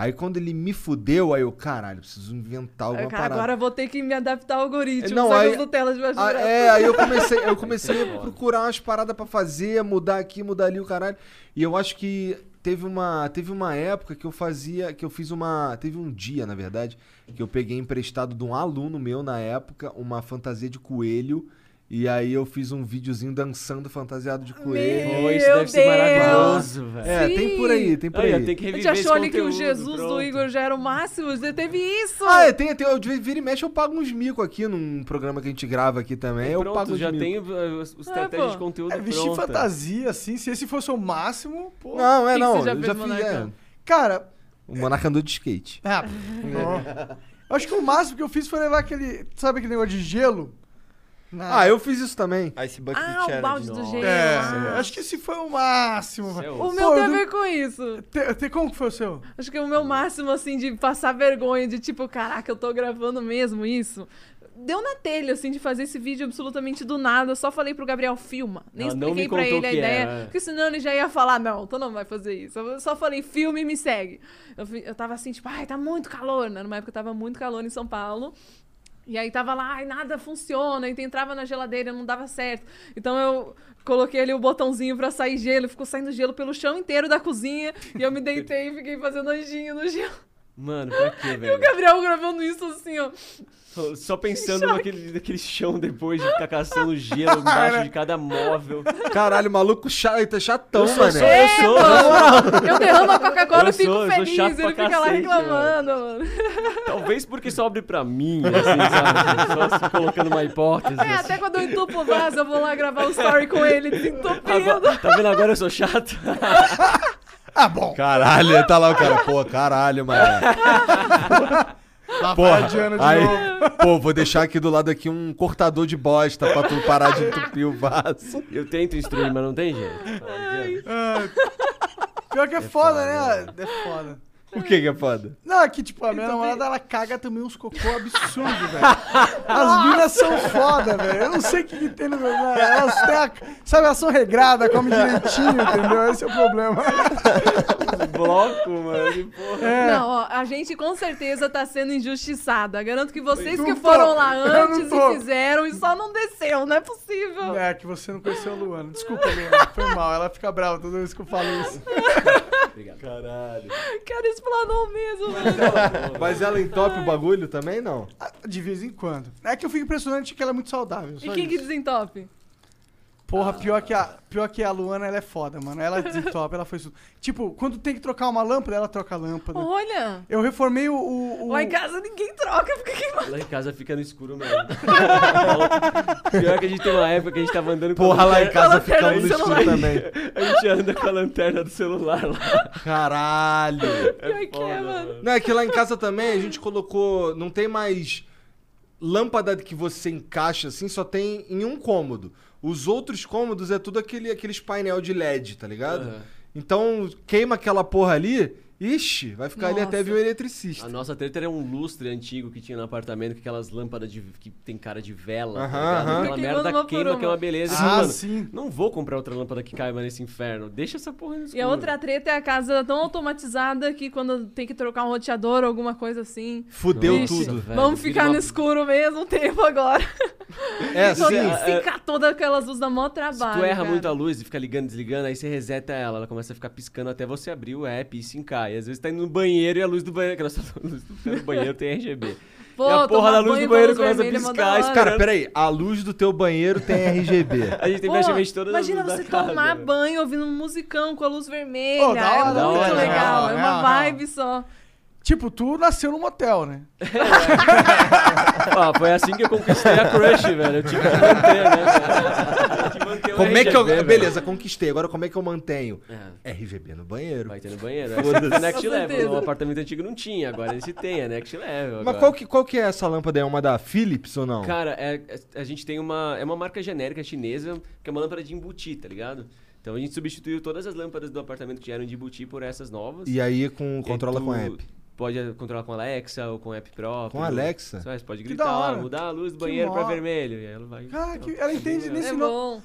Speaker 2: Aí quando ele me fudeu, aí eu, caralho, preciso inventar alguma
Speaker 4: Cara,
Speaker 2: parada.
Speaker 4: agora eu vou ter que me adaptar ao algoritmo.
Speaker 2: Não,
Speaker 4: Não, só
Speaker 2: aí-
Speaker 4: que os Nutellas me
Speaker 2: Ah,
Speaker 4: ajudaram.
Speaker 2: é, aí eu comecei, eu
Speaker 5: É
Speaker 2: comecei a procurar umas paradas pra fazer, mudar aqui, mudar ali o caralho. E eu acho que teve uma, teve uma época que eu fazia, que eu fiz uma, teve um dia, na verdade, que eu peguei emprestado de um aluno meu na época uma fantasia de coelho. E aí eu fiz um videozinho dançando fantasiado de coelho.
Speaker 4: Meu
Speaker 5: Pô, isso deve ser
Speaker 4: Deus.
Speaker 5: maravilhoso, velho.
Speaker 2: É,
Speaker 4: Sim.
Speaker 2: tem por aí, tem por aí.
Speaker 5: Olha, tem que
Speaker 4: A gente
Speaker 5: reviver esse
Speaker 4: achou ali que o
Speaker 5: conteúdo,
Speaker 4: Jesus do
Speaker 5: pronto.
Speaker 4: Igor já era o máximo. Você teve isso.
Speaker 2: Ah, é, tem, tem, eu de- vira e mexe, eu pago uns mico aqui num programa que a gente grava aqui também. eu
Speaker 5: Pronto,
Speaker 2: pago uns
Speaker 5: já
Speaker 2: mico.
Speaker 5: tem uh, os- os estratégias
Speaker 4: pô.
Speaker 5: de conteúdo
Speaker 3: É, vestir
Speaker 5: pronta.
Speaker 3: fantasia, assim, se esse fosse o máximo, pô.
Speaker 2: Não,
Speaker 4: O
Speaker 2: é
Speaker 4: que que
Speaker 2: não.
Speaker 4: você já
Speaker 2: eu
Speaker 4: fez,
Speaker 2: já fiz. É,
Speaker 4: Monarca?
Speaker 3: Cara,
Speaker 2: o Monarca andou de skate.
Speaker 3: ah, pô. Eu acho que o máximo que eu fiz foi levar aquele, sabe aquele negócio de gelo? Na-
Speaker 2: Ah, eu fiz isso também.
Speaker 6: Ice Bucket
Speaker 4: Ah, o
Speaker 6: Challenge.
Speaker 4: balde do gelo.
Speaker 3: É,
Speaker 4: ah.
Speaker 3: acho que esse foi o máximo.
Speaker 5: Isso é
Speaker 3: velho.
Speaker 5: outro.
Speaker 4: O meu
Speaker 3: Pô,
Speaker 4: tem a
Speaker 3: eu
Speaker 4: ver com isso.
Speaker 3: Te- te- como que foi o seu?
Speaker 4: Acho que o meu máximo, assim, de passar vergonha, de tipo, caraca, eu tô gravando mesmo isso. Deu na telha, assim, de fazer esse vídeo absolutamente do nada. Eu só falei pro Gabriel, filma. Nem
Speaker 5: Ela não
Speaker 4: expliquei
Speaker 5: me
Speaker 4: pra
Speaker 5: contou
Speaker 4: ele a
Speaker 5: o que
Speaker 4: ideia.
Speaker 5: era.
Speaker 4: Porque senão ele já ia falar, não, tu não vai fazer isso. Eu só falei, filme e me segue. Eu, fi- eu tava assim, tipo, ai, tá muito calor. né? Numa época tava muito calor em São Paulo. E aí tava lá, ai, nada funciona. E tu entrava na geladeira, não dava certo. Então eu coloquei ali o botãozinho pra sair gelo. Ficou saindo gelo pelo chão inteiro da cozinha. E eu me deitei e fiquei fazendo anjinho no gelo.
Speaker 5: Mano, pra quê,
Speaker 4: E o
Speaker 5: velho?
Speaker 4: Gabriel gravando isso assim, ó.
Speaker 5: Tô Só pensando naquele, naquele chão depois de ficar caçando gelo embaixo de cada móvel.
Speaker 2: Caralho, maluco chato, tá chatão,
Speaker 5: eu sou,
Speaker 2: mano.
Speaker 5: sou- eu sou, um
Speaker 4: Eu derramo a Coca-Cola
Speaker 5: Eu
Speaker 4: e fico
Speaker 5: sou- eu sou
Speaker 4: feliz. Ele
Speaker 5: chato pra
Speaker 4: fica lá
Speaker 5: cacete,
Speaker 4: reclamando, mano.
Speaker 5: Talvez porque sobe pra mim, assim, sabe? Só se colocando uma hipótese.
Speaker 4: É,
Speaker 5: assim.
Speaker 4: até quando eu entupo o vaso, eu vou lá gravar um story com ele, desentupindo.
Speaker 5: Agora- tá vendo agora eu sou chato?
Speaker 3: Ah, bom.
Speaker 2: Caralho, tá lá o cara. Pô, caralho, mano. Porra, aí, pô, vou deixar aqui do lado aqui um cortador de bosta pra tu parar de entupir o vaso.
Speaker 5: Eu tento instruir, mas não tem jeito. Não adianta.
Speaker 3: Pior que é, foda, né? É foda.
Speaker 2: O que que é foda?
Speaker 3: Não, é que, tipo, a minha
Speaker 4: Então,
Speaker 3: namorada, ela caga também uns cocô absurdos, velho. As minas são foda, velho. Eu não sei o que, que tem no meu... Elas têm a... Sabe, elas são regradas, comem direitinho, entendeu? Esse é o problema.
Speaker 5: Bloco, mano. que porra.
Speaker 3: É,
Speaker 4: Não, ó, a gente com certeza tá sendo injustiçada. Garanto que vocês
Speaker 3: Não
Speaker 4: que
Speaker 3: tô,
Speaker 4: foram lá
Speaker 3: eu não
Speaker 4: antes
Speaker 3: tô.
Speaker 4: e fizeram e só não desceu, não é possível.
Speaker 3: É, que você não conheceu a Luana. Desculpa, Luana. Foi mal. Ela fica brava toda vez que eu falo isso.
Speaker 4: Cara, explanou mesmo, mano.
Speaker 2: Mas ela entope o bagulho também, não?
Speaker 3: Ah, De vez em quando. É que eu fico impressionante que ela é muito saudável.
Speaker 4: E
Speaker 3: Só
Speaker 4: quem que
Speaker 3: isso.
Speaker 4: desentope?
Speaker 3: Porra, pior que, a, pior que a Luana, ela é foda, mano. Ela desentopa, ela foi... su- Tipo, quando tem que trocar uma lâmpada, ela troca a lâmpada.
Speaker 4: Olha!
Speaker 3: Eu reformei o... o, o-
Speaker 4: Lá em casa ninguém troca, fica queimado.
Speaker 5: Lá em casa fica no escuro mesmo. Pior que a gente tem uma época que a gente tava andando com
Speaker 2: Porra,
Speaker 5: a
Speaker 2: lá em
Speaker 5: lanterna.
Speaker 2: casa
Speaker 4: Ela pega
Speaker 2: ficamos
Speaker 4: no
Speaker 2: no estilo
Speaker 4: celular.
Speaker 2: também.
Speaker 5: A gente anda com a lanterna do celular lá.
Speaker 2: Caralho.
Speaker 4: Pior que é, mano.
Speaker 2: Não, é que lá em casa também a gente colocou. Não tem mais lâmpada que você encaixa assim, só tem em um cômodo. Os outros cômodos é tudo aquele, aqueles painel de LED, tá ligado?
Speaker 5: Aham.
Speaker 2: Então queima aquela porra ali, ixi, vai ficar ali
Speaker 4: Nossa.
Speaker 2: até vir o
Speaker 5: A
Speaker 2: eletricista.
Speaker 5: nossa treta era um lustre antigo que tinha no apartamento, com aquelas lâmpadas de, que tem cara de vela.
Speaker 2: Aham,
Speaker 5: tá ligado?
Speaker 2: aham.
Speaker 5: Aquela
Speaker 4: Fica queimando
Speaker 5: merda
Speaker 4: uma por
Speaker 5: queima, que é
Speaker 4: uma.
Speaker 5: uma beleza.
Speaker 3: Ah,
Speaker 5: Assim, mano,
Speaker 3: sim.
Speaker 5: Não vou comprar outra lâmpada que caiba nesse inferno. Deixa essa porra no escuro.
Speaker 4: E a outra treta é a casa tão automatizada que quando tem que trocar um roteador ou alguma coisa assim.
Speaker 2: Fudeu
Speaker 4: Ixi,
Speaker 2: tudo.
Speaker 5: velho,
Speaker 4: Vamos
Speaker 5: vira
Speaker 4: ficar
Speaker 5: uma-
Speaker 4: no escuro mesmo tempo agora.
Speaker 2: É,
Speaker 4: Só
Speaker 2: sim.
Speaker 4: que
Speaker 5: é-
Speaker 4: ficar todas aquelas luzes da mó trabalho.
Speaker 5: Se tu erra
Speaker 4: cara.
Speaker 5: muito a luz e fica ligando, desligando, aí você reseta ela, ela começa a ficar piscando até você abrir o app e sincar. E às vezes tá indo no banheiro e a luz do banheiro, aquela luz do banheiro tem RGB.
Speaker 4: Pô,
Speaker 5: e a porra
Speaker 4: tomar
Speaker 5: da
Speaker 4: banho
Speaker 5: luz do
Speaker 4: com
Speaker 5: banheiro
Speaker 4: luz
Speaker 5: começa a
Speaker 4: vermelha é mó da
Speaker 5: piscar.
Speaker 4: hora.
Speaker 5: esse
Speaker 2: Cara, peraí, a luz do teu banheiro tem RGB.
Speaker 5: A gente tem
Speaker 4: Pô,
Speaker 5: praticamente todas as
Speaker 4: imagina
Speaker 5: luzes
Speaker 4: você
Speaker 5: da casa,
Speaker 4: tomar
Speaker 5: velho.
Speaker 4: banho ouvindo um musicão com a luz vermelha.
Speaker 3: Pô, da hora,
Speaker 4: é
Speaker 5: da
Speaker 4: muito
Speaker 5: hora,
Speaker 4: legal.
Speaker 3: né?
Speaker 4: é
Speaker 3: Não,
Speaker 4: uma
Speaker 3: não.
Speaker 4: vibe só.
Speaker 3: Tipo, tu nasceu num motel, né?
Speaker 5: Ah, foi assim que eu conquistei a crush, velho. Eu tive que manter, né? velho? Eu tive que manter o
Speaker 2: Como é que eu.
Speaker 5: RGB, velho.
Speaker 2: Beleza, conquistei. Agora como é que eu mantenho?
Speaker 5: É.
Speaker 2: RGB no banheiro.
Speaker 5: Vai ter no banheiro. Aí você tem next
Speaker 4: Com
Speaker 5: level.
Speaker 4: certeza.
Speaker 5: No apartamento antigo não tinha, agora esse tem, é next level.
Speaker 2: Mas
Speaker 5: agora.
Speaker 2: qual que, qual que é essa lâmpada? É uma da Philips ou não?
Speaker 5: Cara, é, é- a gente tem uma. É uma marca genérica chinesa, que é uma lâmpada de embuti, tá ligado? Então a gente substituiu todas as lâmpadas do apartamento que eram de embuti por essas novas.
Speaker 2: E aí com,
Speaker 3: É
Speaker 5: E
Speaker 2: controla
Speaker 5: tu
Speaker 2: com a app.
Speaker 5: Pode controlar com Alexa ou com app próprio.
Speaker 2: Com Alexa?
Speaker 5: Só, você pode
Speaker 3: da
Speaker 5: gritar lá,
Speaker 3: hora.
Speaker 5: mudar a luz do
Speaker 3: Que
Speaker 5: banheiro pra
Speaker 3: mó-
Speaker 2: Ah,
Speaker 5: vermelho. E ela vai.
Speaker 3: Cara, Ah, que ela entende
Speaker 5: É
Speaker 3: nesse
Speaker 4: É
Speaker 3: no...
Speaker 4: bom.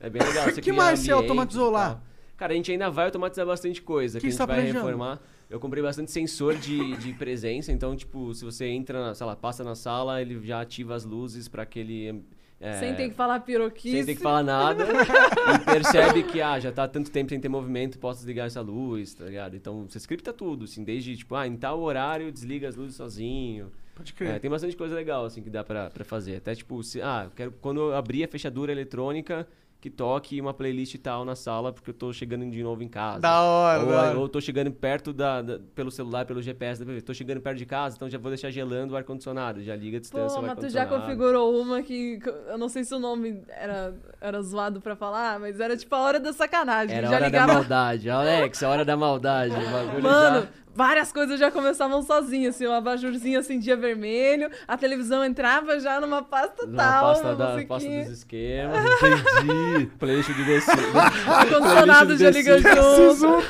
Speaker 5: É bem legal. Você
Speaker 3: Que
Speaker 5: cria
Speaker 3: mais você
Speaker 5: ambiente
Speaker 3: automatizou
Speaker 5: e tal.
Speaker 3: lá?
Speaker 5: Cara, a gente ainda vai automatizar bastante coisa.
Speaker 3: Que
Speaker 5: Que, a
Speaker 3: você tá
Speaker 5: gente vai
Speaker 3: planejando?
Speaker 5: reformar. Eu comprei bastante sensor de, de presença. Então, tipo, se você entra, na- sei lá, passa na sala, ele já ativa as luzes pra aquele... é,
Speaker 4: Sem ter que falar piroquice.
Speaker 5: sem ter que falar né, nada. e percebe que, ah, já tá há tanto tempo sem ter movimento, posso desligar essa luz, tá ligado? Então, você scripta tudo, assim, desde, tipo, ah, em tal horário desliga as luzes sozinho.
Speaker 3: Pode crer.
Speaker 5: É, tem bastante coisa legal, assim, que dá pra, pra fazer. Até, tipo, se, ah, eu quero, quando eu abrir a fechadura eletrônica, que toque uma playlist e tal na sala, porque eu tô chegando de novo em casa.
Speaker 3: Da hora,
Speaker 5: Ou,
Speaker 3: da hora.
Speaker 5: ou tô chegando perto da, da- pelo celular, pelo GPS, da TV. tô chegando perto de casa, então já vou deixar gelando o ar-condicionado, já liga a distância,
Speaker 4: Pô,
Speaker 5: o
Speaker 4: mas tu já
Speaker 5: ar-condicionado.
Speaker 4: configurou uma que que eu não sei se o nome era, era zoado pra falar, mas era tipo a hora da sacanagem.
Speaker 5: Era a
Speaker 4: já
Speaker 5: hora
Speaker 4: ligava.
Speaker 5: da maldade. Alex, é a hora da maldade. O bagulho
Speaker 4: Mano,
Speaker 5: já-
Speaker 4: várias coisas já começavam sozinhas, assim, o abajurzinho acendia vermelho, a televisão entrava já numa pasta
Speaker 5: na
Speaker 4: tal,
Speaker 5: pasta,
Speaker 4: uma
Speaker 5: da, pasta
Speaker 4: musiquinha,
Speaker 5: dos esquemas. Entendi. Playlist de DC.
Speaker 4: ar-condicionado
Speaker 5: playlist do
Speaker 4: já
Speaker 5: The
Speaker 4: liga
Speaker 5: Sims.
Speaker 4: junto.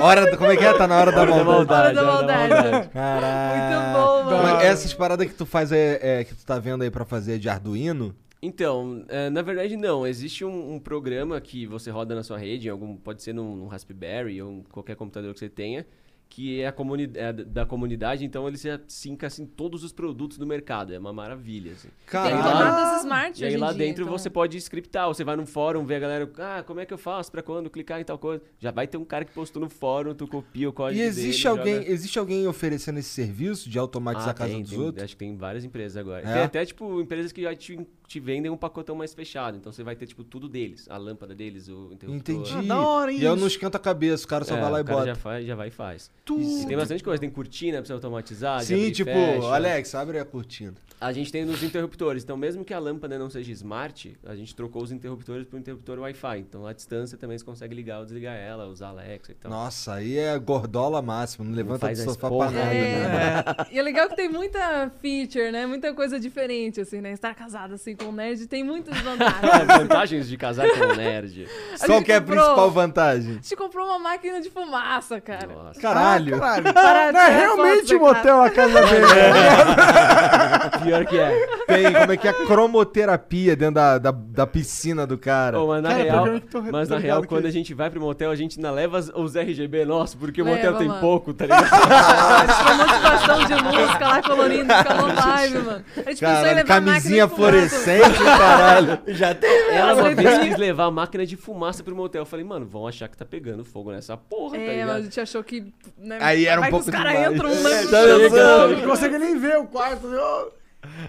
Speaker 2: Hora, como é que é? Tá na hora da
Speaker 5: Hora da
Speaker 2: maldade.
Speaker 5: maldade.
Speaker 4: Hora da
Speaker 5: hora
Speaker 4: maldade.
Speaker 2: Caraca.
Speaker 4: Muito bom, mano.
Speaker 2: Mas essas paradas que tu faz é, é- que tu tá vendo aí pra fazer de Arduino,
Speaker 5: Então, é, na verdade, não. Existe um, um programa que você roda na sua rede, em algum, pode ser num, num Raspberry ou em qualquer computador que você tenha, que é, a comuni é da- da comunidade, então ele se sinca assim, todos os produtos do mercado. É uma maravilha. Assim.
Speaker 4: Tem
Speaker 5: Caralho.
Speaker 4: tomadas smart
Speaker 5: E aí
Speaker 4: hoje em
Speaker 5: lá
Speaker 4: dia,
Speaker 5: dentro
Speaker 4: então.
Speaker 5: você pode scriptar, você vai num fórum, vê a galera, ah, como é que eu faço, pra quando, clicar em tal coisa. Já vai ter um cara que postou no fórum, tu copia o código
Speaker 2: E existe
Speaker 5: dele,
Speaker 2: alguém,
Speaker 5: joga...
Speaker 2: existe alguém oferecendo esse serviço de automatizar
Speaker 5: né? Ah,
Speaker 2: a casa
Speaker 5: tem,
Speaker 2: dos
Speaker 5: tem,
Speaker 2: outros?
Speaker 5: Acho que tem várias empresas agora.
Speaker 2: É?
Speaker 5: Tem até, tipo, empresas que já te, te vendem um pacotão mais fechado. Então você vai ter, tipo, tudo deles. A lâmpada deles, o interruptor.
Speaker 2: Entendi.
Speaker 3: Ah, da hora, hein,
Speaker 2: e eu
Speaker 3: isso.
Speaker 2: não esquento a cabeça, o cara só
Speaker 5: É,
Speaker 2: vai lá e
Speaker 5: o cara
Speaker 2: bota.
Speaker 5: já, faz, já vai e faz.
Speaker 3: Tu-
Speaker 5: E tem bastante coisa. Tem cortina pra você automatizar. de abrir
Speaker 2: Sim,
Speaker 5: e
Speaker 2: tipo,
Speaker 5: fecha.
Speaker 2: Alex, abre a cortina.
Speaker 5: A gente tem nos interruptores. Então, mesmo que a lâmpada não seja smart, a gente trocou os interruptores para interruptor Wi-Fi. Então, à distância também você consegue ligar ou desligar ela, usar Alexa e tal.
Speaker 2: Nossa, aí é gordola máxima, não levanta
Speaker 5: Então. faz
Speaker 2: do
Speaker 5: as
Speaker 2: sofá pra
Speaker 5: porra
Speaker 2: nada.
Speaker 4: É.
Speaker 2: Né?
Speaker 4: E é legal que tem muita feature, né? Muita coisa diferente, assim, né? Estar casado assim com um nerd tem muitas vantagens.
Speaker 5: Ah, Vantagens de casar com um nerd.
Speaker 4: A
Speaker 2: Qual
Speaker 4: gente
Speaker 2: que é a
Speaker 4: comprou-
Speaker 2: principal vantagem?
Speaker 4: A gente comprou uma máquina de fumaça, cara.
Speaker 5: Nossa.
Speaker 2: Caralho.
Speaker 3: Ah, caralho.
Speaker 4: Para
Speaker 3: Não, é
Speaker 4: tirar
Speaker 3: realmente
Speaker 4: foto
Speaker 3: um
Speaker 4: da casa.
Speaker 3: hotel a casa dele.
Speaker 5: Pior que é.
Speaker 2: Tem, como é que é a cromoterapia dentro da, da, da piscina do cara?
Speaker 5: Pô, mas na
Speaker 3: Cara,
Speaker 5: real,
Speaker 3: pior que eu tô- tô
Speaker 5: mas na
Speaker 3: ligado
Speaker 5: real
Speaker 3: que-
Speaker 5: quando a gente vai pro motel, a gente ainda leva as- os RGB nossos, porque o
Speaker 4: Leva,
Speaker 5: motel tem
Speaker 4: mano.
Speaker 5: pouco, tá ligado?
Speaker 4: Uma motivação de música lá colorindo, fica uma vibe, mano. A gente pensou em
Speaker 2: Caralho,
Speaker 4: levar a máquina
Speaker 2: camisinha
Speaker 4: de fumaça.
Speaker 2: fluorescente, caralho.
Speaker 6: Já tem.
Speaker 5: Ela uma vez
Speaker 4: letrinhas.
Speaker 5: quis levar a máquina de fumaça pro motel. Eu falei, mano, vão achar que tá pegando fogo nessa porra, tá
Speaker 4: É, mas a
Speaker 5: ligado?
Speaker 4: gente achou que. Né,
Speaker 2: Aí era um
Speaker 4: vai que
Speaker 2: pouco
Speaker 4: Os caras
Speaker 2: demais.
Speaker 4: entram um
Speaker 2: É,
Speaker 4: leve
Speaker 2: tá
Speaker 4: chão.
Speaker 2: ligado?
Speaker 3: Não consegue nem ver o quarto. né? Ô,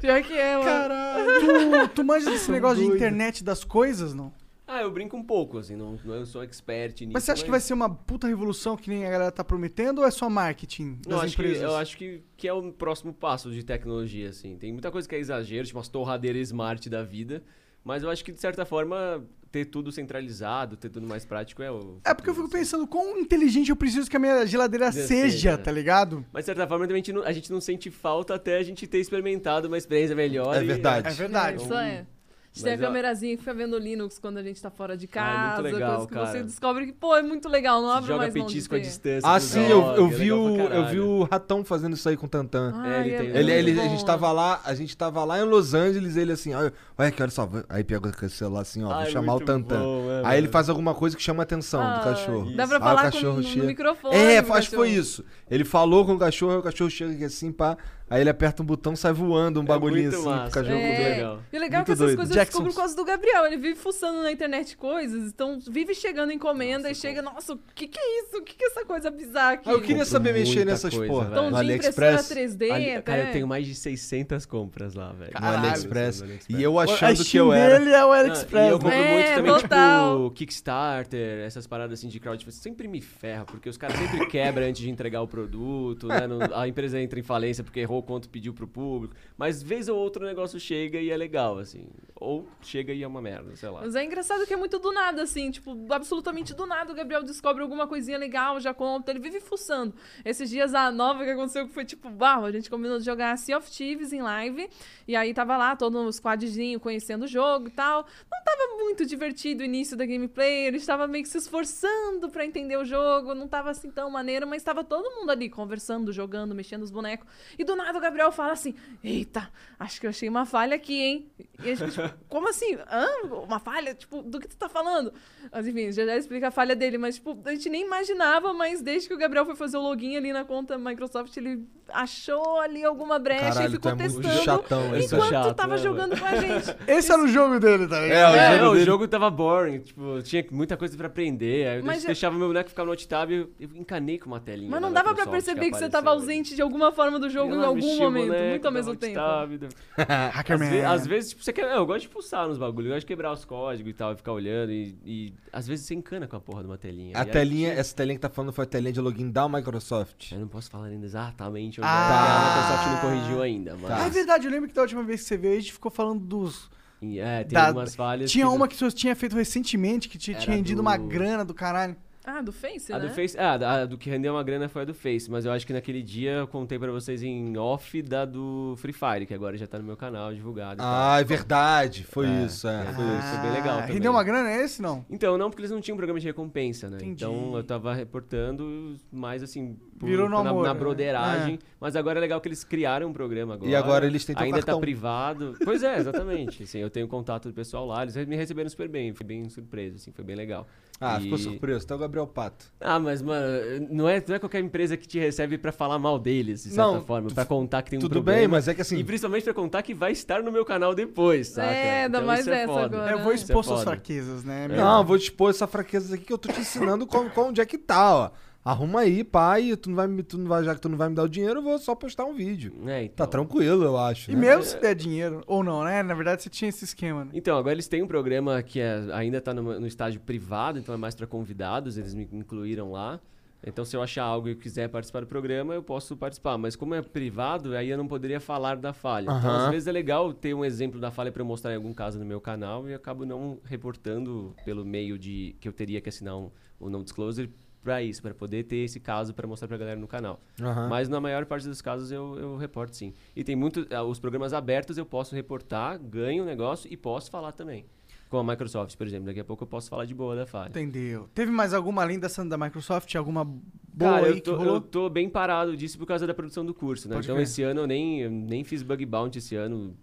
Speaker 4: Pior que é, mano.
Speaker 3: Tu, tu manja desse negócio de internet das coisas, não?
Speaker 5: Ah, eu brinco um pouco, assim, não, não eu sou expert nisso.
Speaker 3: Mas você acha que vai ser uma puta revolução que nem a galera tá prometendo ou é só marketing das
Speaker 5: Eu acho, que,
Speaker 3: empresas?
Speaker 5: eu acho que, que é o próximo passo de tecnologia, assim. Tem muita coisa que é exagero, tipo as torradeiras smart da vida. Mas eu acho que, de certa forma, ter tudo centralizado, ter tudo mais prático é o.
Speaker 3: É porque eu fico
Speaker 5: futuro, assim.
Speaker 3: pensando quão inteligente eu preciso que a minha geladeira
Speaker 5: Deve
Speaker 3: seja,
Speaker 5: ser, né?
Speaker 3: tá ligado?
Speaker 5: Mas, de certa forma, também a gente, não, a gente não sente falta até a gente ter experimentado uma experiência melhor.
Speaker 2: É
Speaker 5: e-
Speaker 2: verdade.
Speaker 3: É verdade.
Speaker 4: Isso é. A gente tem a
Speaker 5: Mas, ó-
Speaker 4: câmerazinha que fica vendo Linux quando a gente tá fora de
Speaker 5: Ah, é
Speaker 4: casa.
Speaker 5: muito legal,
Speaker 4: coisas que você
Speaker 5: cara.
Speaker 4: descobre que, pô, é muito legal, não
Speaker 5: Você
Speaker 4: abre
Speaker 5: joga
Speaker 4: mais mão de
Speaker 5: petisco à
Speaker 4: ter.
Speaker 5: distância.
Speaker 2: Ah,
Speaker 5: pro
Speaker 2: sim, eu, eu
Speaker 5: jogo, é
Speaker 2: vi
Speaker 5: legal
Speaker 2: o,
Speaker 5: pra
Speaker 2: eu
Speaker 5: caralho.
Speaker 2: vi o Ratão fazendo isso aí com o Tantan.
Speaker 4: Ai,
Speaker 5: ele
Speaker 4: é
Speaker 5: tem-
Speaker 4: muito
Speaker 2: Ele, ele-
Speaker 4: bom,
Speaker 2: a gente
Speaker 4: né?
Speaker 2: tava lá, a gente tava lá em Los Angeles, ele assim, olha, olha que olha só, vai- aí pega o celular assim, ó,
Speaker 5: Ah,
Speaker 2: vou
Speaker 5: é
Speaker 2: chamar o
Speaker 5: muito
Speaker 2: Tantan.
Speaker 5: bom, é,
Speaker 2: aí
Speaker 5: mano.
Speaker 2: ele faz alguma coisa que chama a atenção
Speaker 4: Ah,
Speaker 2: do cachorro.
Speaker 4: Dá pra
Speaker 2: Aí o
Speaker 4: falar com-
Speaker 2: cachorro
Speaker 4: no- no
Speaker 2: chega-
Speaker 4: microfone,
Speaker 2: É,
Speaker 4: o
Speaker 2: acho que foi
Speaker 4: cachorro.
Speaker 2: isso. Ele falou com o cachorro, aí o cachorro chega aqui assim, pá, aí ele aperta um botão, sai voando um bagulhinho
Speaker 5: É muito
Speaker 2: assim
Speaker 5: massa,
Speaker 2: pro cachorro
Speaker 5: é.
Speaker 2: comer.
Speaker 5: legal.
Speaker 4: E o legal é
Speaker 2: Muito
Speaker 4: que essas
Speaker 2: doido.
Speaker 4: coisas eu
Speaker 2: Jackson.
Speaker 4: descubro por causa do Gabriel. Ele vive fuçando na internet coisas, então vive chegando encomenda e chega, nossa, o que que é isso? O que que é essa coisa bizarra aqui?
Speaker 2: Ah, eu queria saber
Speaker 5: Muita
Speaker 2: mexer nessas
Speaker 5: coisa,
Speaker 2: porra.
Speaker 5: velho.
Speaker 4: Então,
Speaker 2: no
Speaker 4: de impressora
Speaker 2: AliExpress.
Speaker 4: 3D
Speaker 5: Ali-
Speaker 4: até...
Speaker 5: Cara, eu tenho mais de 600 compras lá, velho.
Speaker 2: No AliExpress.
Speaker 5: No AliExpress.
Speaker 2: E eu
Speaker 3: a
Speaker 2: achando que
Speaker 3: Steam
Speaker 2: eu era.
Speaker 3: dele é o
Speaker 5: Ah, e eu
Speaker 3: AliExpress,
Speaker 5: compro
Speaker 3: né?
Speaker 4: É,
Speaker 5: muito também,
Speaker 4: total.
Speaker 5: tipo, Kickstarter, essas paradas assim de crowdfunding. Sempre me ferra, porque os caras sempre quebram antes de entregar o produto, né? Não- a empresa entra em falência porque errou quanto pediu pro público. Mas vez ou outra o negócio chega e é legal, assim. Ou chega e é uma merda, sei lá.
Speaker 4: Mas é engraçado que é muito do nada, assim, tipo, absolutamente do nada o Gabriel descobre alguma coisinha legal, já conta, ele vive fuçando. Esses dias a nova que aconteceu que foi tipo, uau, a gente combinou de jogar Sea of Thieves em live, e aí tava lá todo um squadzinho conhecendo o jogo e tal. Não tava muito divertido o início da gameplay, ele estava meio que se esforçando pra entender o jogo, não tava assim tão maneiro, mas tava todo mundo ali conversando, jogando, mexendo os bonecos. E do nada o Gabriel fala assim: "Eita, acho que eu achei uma falha aqui, hein?" E a gente tipo, como assim? Hã? Uma falha? Tipo, do que tu tá falando? Mas enfim, já, já explica a falha dele, mas tipo, a gente nem imaginava, mas desde que o Gabriel foi fazer o login ali na conta Microsoft, ele achou ali alguma brecha
Speaker 2: Caralho,
Speaker 4: e ficou
Speaker 2: tu é muito
Speaker 4: testando
Speaker 2: chatão, é eu
Speaker 5: sou
Speaker 4: enquanto
Speaker 5: chato,
Speaker 4: tava
Speaker 5: né,
Speaker 4: jogando com a gente.
Speaker 3: Esse era o jogo dele, tá
Speaker 2: É, o
Speaker 3: ligado?
Speaker 5: É,
Speaker 2: jogo
Speaker 5: não, o
Speaker 2: dele-
Speaker 5: jogo tava boring, tipo, tinha muita coisa pra aprender. Aí eu
Speaker 4: Mas
Speaker 5: deix-
Speaker 4: é-
Speaker 5: deixava meu boneco ficar no alt tab e eu, eu encanei com uma telinha.
Speaker 4: Mas não
Speaker 5: da
Speaker 4: dava pra
Speaker 5: Microsoft
Speaker 4: perceber que você
Speaker 5: apareceu
Speaker 4: tava
Speaker 5: ali.
Speaker 4: ausente de alguma forma do jogo
Speaker 5: Eu
Speaker 4: em
Speaker 5: lá
Speaker 4: algum
Speaker 5: mexia o
Speaker 4: moment,
Speaker 5: boneco,
Speaker 4: muito ao mesmo
Speaker 5: dava alt
Speaker 4: tempo.
Speaker 5: tab, da- É, Às,
Speaker 3: Hackerman.
Speaker 5: ve- às vezes, tipo, você quer. Eu gosto de pulsar nos bagulhos, eu gosto de quebrar os códigos e tal, e ficar olhando. E, e às vezes você encana com a porra de uma telinha.
Speaker 2: A
Speaker 5: E aí-
Speaker 2: telinha, essa telinha que tá falando foi a telinha de login da Microsoft.
Speaker 5: Eu não posso falar ainda exatamente onde
Speaker 3: Ah.
Speaker 5: é, porque a Microsoft não corrigiu ainda,
Speaker 3: Ah, é
Speaker 5: mas.
Speaker 3: verdade, eu lembro que da última vez que você veio, a gente ficou falando dos.
Speaker 5: E, É, tem
Speaker 3: da-
Speaker 5: algumas falhas.
Speaker 3: Tinha
Speaker 5: que-
Speaker 3: uma que você tinha feito recentemente, que tinha,
Speaker 5: Era
Speaker 3: tinha rendido uma
Speaker 5: do-
Speaker 3: grana do caralho.
Speaker 4: Ah, do Face,
Speaker 5: A
Speaker 4: né?
Speaker 5: do Face, ah, da- a do que rendeu uma grana foi a do Face, mas eu acho que naquele dia eu contei pra vocês em off da do Free Fire, que agora já tá no meu canal divulgado. e tal.
Speaker 2: Ah, é verdade. Foi
Speaker 5: É,
Speaker 2: isso, é.
Speaker 5: é.
Speaker 2: Foi isso.
Speaker 5: foi bem legal
Speaker 3: Ah,
Speaker 5: também.
Speaker 3: Rendeu uma grana, é esse não?
Speaker 5: Então, não, porque eles não tinham programa de recompensa, né?
Speaker 3: Entendi.
Speaker 5: Então eu tava reportando, mas assim,
Speaker 3: Virou no
Speaker 5: na,
Speaker 3: amor,
Speaker 5: na
Speaker 3: né?
Speaker 5: broderagem. Mas agora é legal que eles criaram um programa agora.
Speaker 2: E agora eles têm teu
Speaker 5: Ainda
Speaker 2: cartão.
Speaker 5: tá privado. Pois é, exatamente. assim, eu tenho contato do pessoal lá, eles me receberam super bem, fui bem surpreso, assim, foi bem legal.
Speaker 2: Ah,
Speaker 5: E-
Speaker 2: ficou surpreso. Até o Gabriel Pato.
Speaker 5: Ah, mas, mano, não é, não é qualquer empresa que te recebe pra falar mal deles, de certa
Speaker 2: Não,
Speaker 5: forma,
Speaker 2: tu-
Speaker 5: pra contar que tem um
Speaker 2: Tudo
Speaker 5: problema.
Speaker 2: bem, mas é que assim.
Speaker 5: E principalmente pra contar que vai estar no meu canal depois, saca? Então,
Speaker 4: É, ainda mais
Speaker 5: isso
Speaker 4: essa
Speaker 5: foda.
Speaker 4: agora. né?
Speaker 3: Eu vou
Speaker 4: Isso
Speaker 5: é
Speaker 3: expor suas
Speaker 5: foda. É.
Speaker 3: fraquezas, né?
Speaker 2: Não, vou te expor essa fraqueza aqui que eu tô te ensinando qual, qual onde é que tá, ó. Arruma aí, pai. Tu não vai, me- tu não vai, já que tu não vai me dar o dinheiro, eu vou só postar um vídeo.
Speaker 5: É,
Speaker 2: Tá
Speaker 5: então.
Speaker 2: tranquilo, eu acho.
Speaker 3: E
Speaker 2: né?
Speaker 5: é.
Speaker 3: mesmo se der dinheiro, ou não, né? Na verdade, você tinha esse esquema, né?
Speaker 5: Então, agora eles têm um programa que é- ainda tá numa- no, estágio privado, então é mais pra convidados, eles me incluíram lá. Então, se eu achar algo e eu quiser participar do programa, eu posso participar. Mas como é privado, aí eu não poderia falar da falha. Então,
Speaker 2: Aham.
Speaker 5: às vezes é legal ter um exemplo da falha pra eu mostrar em algum caso no meu canal e eu acabo não reportando pelo meio de que eu teria que assinar um, um non-disclosure pra isso, pra poder ter esse caso pra mostrar pra galera no canal.
Speaker 2: Aham.
Speaker 5: Mas na maior parte dos casos eu, eu reporto sim. E tem muito. ah, Os programas abertos eu posso reportar, ganho o negócio e posso falar também. Com a Microsoft, por exemplo. Daqui a pouco eu posso falar de boa da falha.
Speaker 3: Entendeu. Teve mais alguma além dessa da Microsoft? Alguma boa
Speaker 5: Cara,
Speaker 3: aí
Speaker 5: eu tô,
Speaker 3: que rolou?
Speaker 5: eu tô bem parado disso por causa da produção do curso, né?
Speaker 3: Pode
Speaker 5: então
Speaker 3: crer.
Speaker 5: esse ano eu nem, eu nem fiz bug bounty esse ano.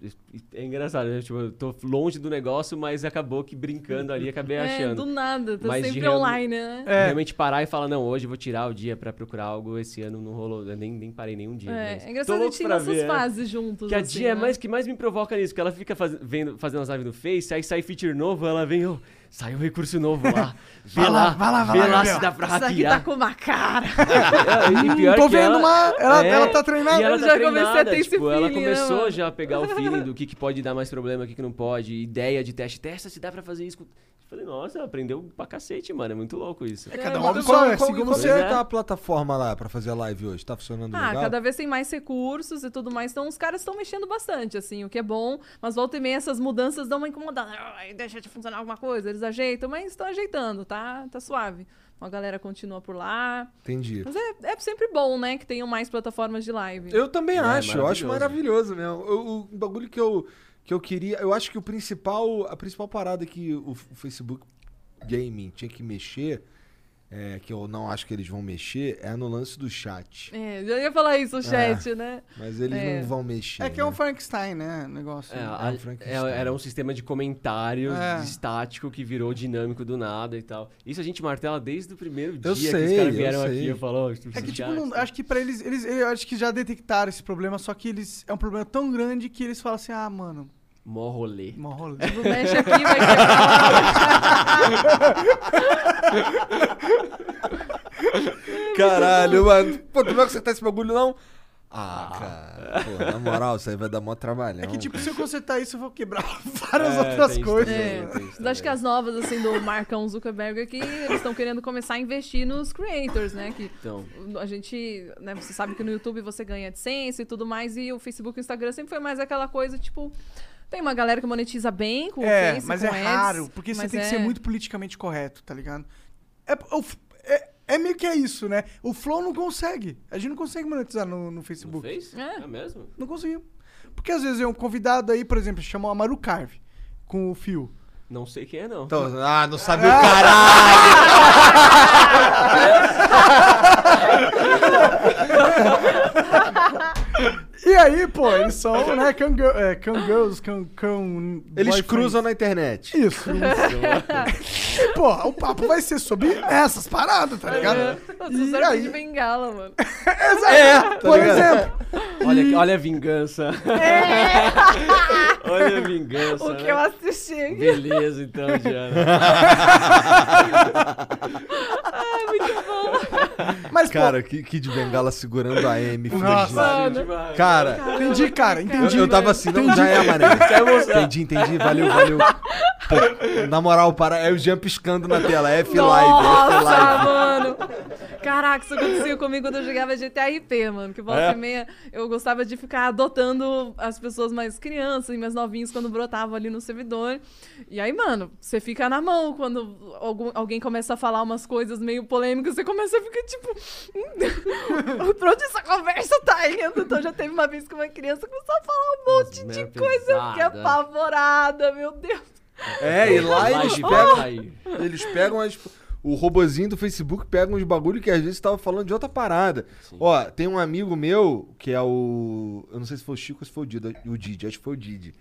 Speaker 5: É engraçado, né? Tipo, eu tô longe do negócio, mas acabou que brincando ali, acabei
Speaker 4: É,
Speaker 5: achando.
Speaker 4: do nada, tá
Speaker 5: Mas de
Speaker 4: sempre
Speaker 5: real-
Speaker 4: online, né?
Speaker 5: Realmente parar e falar, não, hoje eu vou tirar o dia pra procurar algo, esse ano não rolou, eu nem, nem parei nenhum dia.
Speaker 4: É,
Speaker 5: mas
Speaker 4: é
Speaker 5: tô
Speaker 4: engraçado a
Speaker 5: louco
Speaker 4: gente ir
Speaker 5: pra
Speaker 4: nessas
Speaker 5: ver.
Speaker 4: fases juntos.
Speaker 5: Que a
Speaker 4: assim,
Speaker 5: Dia é
Speaker 4: né?
Speaker 5: mais que mais me provoca nisso, que ela fica faz- vendo, fazendo as lives no Face, aí sai feature novo, ela vem, ô, saiu um recurso novo lá. Vê
Speaker 3: Vai lá,
Speaker 5: lá,
Speaker 3: vai lá, vai
Speaker 5: vê
Speaker 3: lá,
Speaker 5: lá
Speaker 3: Gabriel.
Speaker 5: se dá pra
Speaker 4: Isso daqui tá
Speaker 5: hackear.
Speaker 4: com uma cara.
Speaker 5: É, e pior
Speaker 3: tô
Speaker 5: que
Speaker 3: vendo
Speaker 5: ela-
Speaker 3: uma- ela- ela tá treinada.
Speaker 5: E ela
Speaker 4: Eu
Speaker 5: tá
Speaker 4: já comecei
Speaker 5: treinada,
Speaker 4: a ter esse
Speaker 5: tipo, ela
Speaker 4: feeling, né,
Speaker 5: começou
Speaker 4: mano?
Speaker 5: já a pegar o feeling do que, que pode dar mais problema, o que, que não pode, ideia de teste, testa se dá pra fazer isso. com- Eu falei, nossa, aprendeu pra cacete, mano, é muito louco isso.
Speaker 3: É, cada um
Speaker 2: Qual,
Speaker 3: abre sua-
Speaker 2: qual,
Speaker 3: assim
Speaker 2: qual,
Speaker 3: como
Speaker 2: como
Speaker 5: você-
Speaker 2: é que tá a plataforma lá pra fazer a live hoje? Tá funcionando
Speaker 4: Ah,
Speaker 2: legal?
Speaker 4: cada vez tem mais recursos e tudo mais, então os caras estão mexendo bastante, assim, o que é bom, mas volta e meia essas mudanças dão uma incomodada. Ai, Deixa de funcionar alguma coisa, eles ajeitam, mas estão ajeitando, tá? Tá suave. A galera continua por lá.
Speaker 2: Entendi.
Speaker 4: Mas é, é sempre bom, né, que tenham mais plataformas de live.
Speaker 2: Eu também
Speaker 5: É,
Speaker 2: acho, eu acho maravilhoso
Speaker 5: maravilhoso.
Speaker 2: mesmo. Eu- o bagulho que eu, que eu queria. Eu acho que o principal. A principal parada que o, F- o Facebook Gaming tinha que mexer, é, que eu não acho que eles vão mexer, é no lance do chat.
Speaker 4: É, já ia falar
Speaker 3: Ah.
Speaker 4: isso, o chat, né?
Speaker 2: Mas eles
Speaker 4: É.
Speaker 2: não vão mexer.
Speaker 3: É que é um
Speaker 2: né?
Speaker 3: Frankenstein, né? o Negócio.
Speaker 5: É,
Speaker 2: um
Speaker 5: a-
Speaker 2: Frankenstein.
Speaker 5: é, era um sistema de comentários
Speaker 3: É.
Speaker 5: estático que virou dinâmico do nada e tal. Isso a gente martela desde o primeiro
Speaker 2: Eu
Speaker 5: dia que
Speaker 2: sei,
Speaker 5: os
Speaker 2: eu
Speaker 5: caras vieram
Speaker 2: sei.
Speaker 5: aqui e falou. "Ó,
Speaker 3: É que, tipo,
Speaker 5: já-
Speaker 3: não- acho que pra eles, eles. Eu acho que já detectaram esse problema, só que eles. É um problema tão grande que eles falam assim: ah, mano,
Speaker 5: Mó rolê.
Speaker 3: mó rolê.
Speaker 4: Tipo, mexe aqui, vai quebrar.
Speaker 2: Caralho, mano. Pô, é tu não vai consertar tá esse bagulho, não? Ah, cara. Pô, na moral, isso aí vai dar mó trabalhão.
Speaker 3: É que, tipo, se eu consertar isso, eu vou quebrar várias
Speaker 5: É,
Speaker 3: outras
Speaker 5: tem isso
Speaker 3: coisas.
Speaker 5: também,
Speaker 4: É,
Speaker 5: tem isso
Speaker 4: mas acho que
Speaker 5: também.
Speaker 4: as novas, assim, do Marcão Zuckerberg aqui, eles estão querendo começar a investir nos creators, né? Que
Speaker 5: Então.
Speaker 4: a gente, né, você sabe que no YouTube você ganha AdSense e tudo mais, e o Facebook e o Instagram sempre foi mais aquela coisa, tipo, tem uma galera que monetiza bem com o
Speaker 3: É,
Speaker 4: Face,
Speaker 3: mas
Speaker 4: com
Speaker 3: é
Speaker 4: ads,
Speaker 3: raro, porque você
Speaker 4: mas
Speaker 3: tem que
Speaker 4: é-
Speaker 3: ser muito politicamente correto, tá ligado? É, o f- é- é meio que é isso, né? O Flow não consegue. A gente não consegue monetizar no, no
Speaker 5: Não
Speaker 3: Facebook.
Speaker 5: fez?
Speaker 4: É.
Speaker 5: É, mesmo?
Speaker 3: Não conseguiu. Porque às vezes é um convidado aí, por exemplo, chamou a Maru Carve com o Fio.
Speaker 5: Não sei quem é, não.
Speaker 2: Então, ah, não sabe o caralho.
Speaker 3: E aí, pô, eles são, né, cangir- é, cangirls, can, can
Speaker 2: Eles
Speaker 3: boyfriends.
Speaker 2: cruzam na internet.
Speaker 3: Isso. Porra, o papo vai ser sobre essas paradas, tá
Speaker 4: É.
Speaker 3: ligado?
Speaker 4: Vocês
Speaker 3: E
Speaker 4: eram de
Speaker 3: aí,
Speaker 4: bengala, mano.
Speaker 2: É, tá
Speaker 3: por
Speaker 2: ligado?
Speaker 3: exemplo,
Speaker 5: Olha, olha a vingança. olha a vingança.
Speaker 4: É, O que
Speaker 5: né?
Speaker 4: eu assisti aqui.
Speaker 5: Beleza, então, Diana.
Speaker 4: Ah,
Speaker 3: mas, pô,
Speaker 2: Cara, que, que de bengala segurando a M, fugindo.
Speaker 4: Mano.
Speaker 2: Cara,
Speaker 3: entendi, cara,
Speaker 2: eu,
Speaker 3: entendi.
Speaker 2: eu tava assim, não, já é, mané. Entendi, entendi, valeu, valeu. Pô, na moral, para. É o Jean piscando na tela, é F live, F
Speaker 4: Nossa,
Speaker 2: live.
Speaker 4: mano! Caraca, isso acontecia comigo quando eu jogava GTA RP, mano. Que volta
Speaker 5: É?
Speaker 4: e meia eu gostava de ficar adotando as pessoas mais crianças e mais novinhos quando brotavam ali no servidor. E aí, mano, você fica na mão quando algum- alguém começa a falar umas coisas meio polêmicas, você começa a ficar tipo. "Hum, pra onde essa conversa tá indo? Então já teve uma vez que uma criança começou a falar um monte
Speaker 5: Nossa,
Speaker 4: de
Speaker 5: merda
Speaker 4: coisa. Eu fiquei
Speaker 5: pesada.
Speaker 4: apavorada, meu Deus.
Speaker 2: É, e lá eles
Speaker 5: Live vai
Speaker 2: pegam.
Speaker 5: cair.
Speaker 2: Eles pegam as. O robozinho do Facebook pega uns bagulho que às vezes tava falando de outra parada. Ó, tem um amigo meu, que é o. Eu não sei se foi o Chico ou se foi o Didi. O Didi, acho que foi o Didi.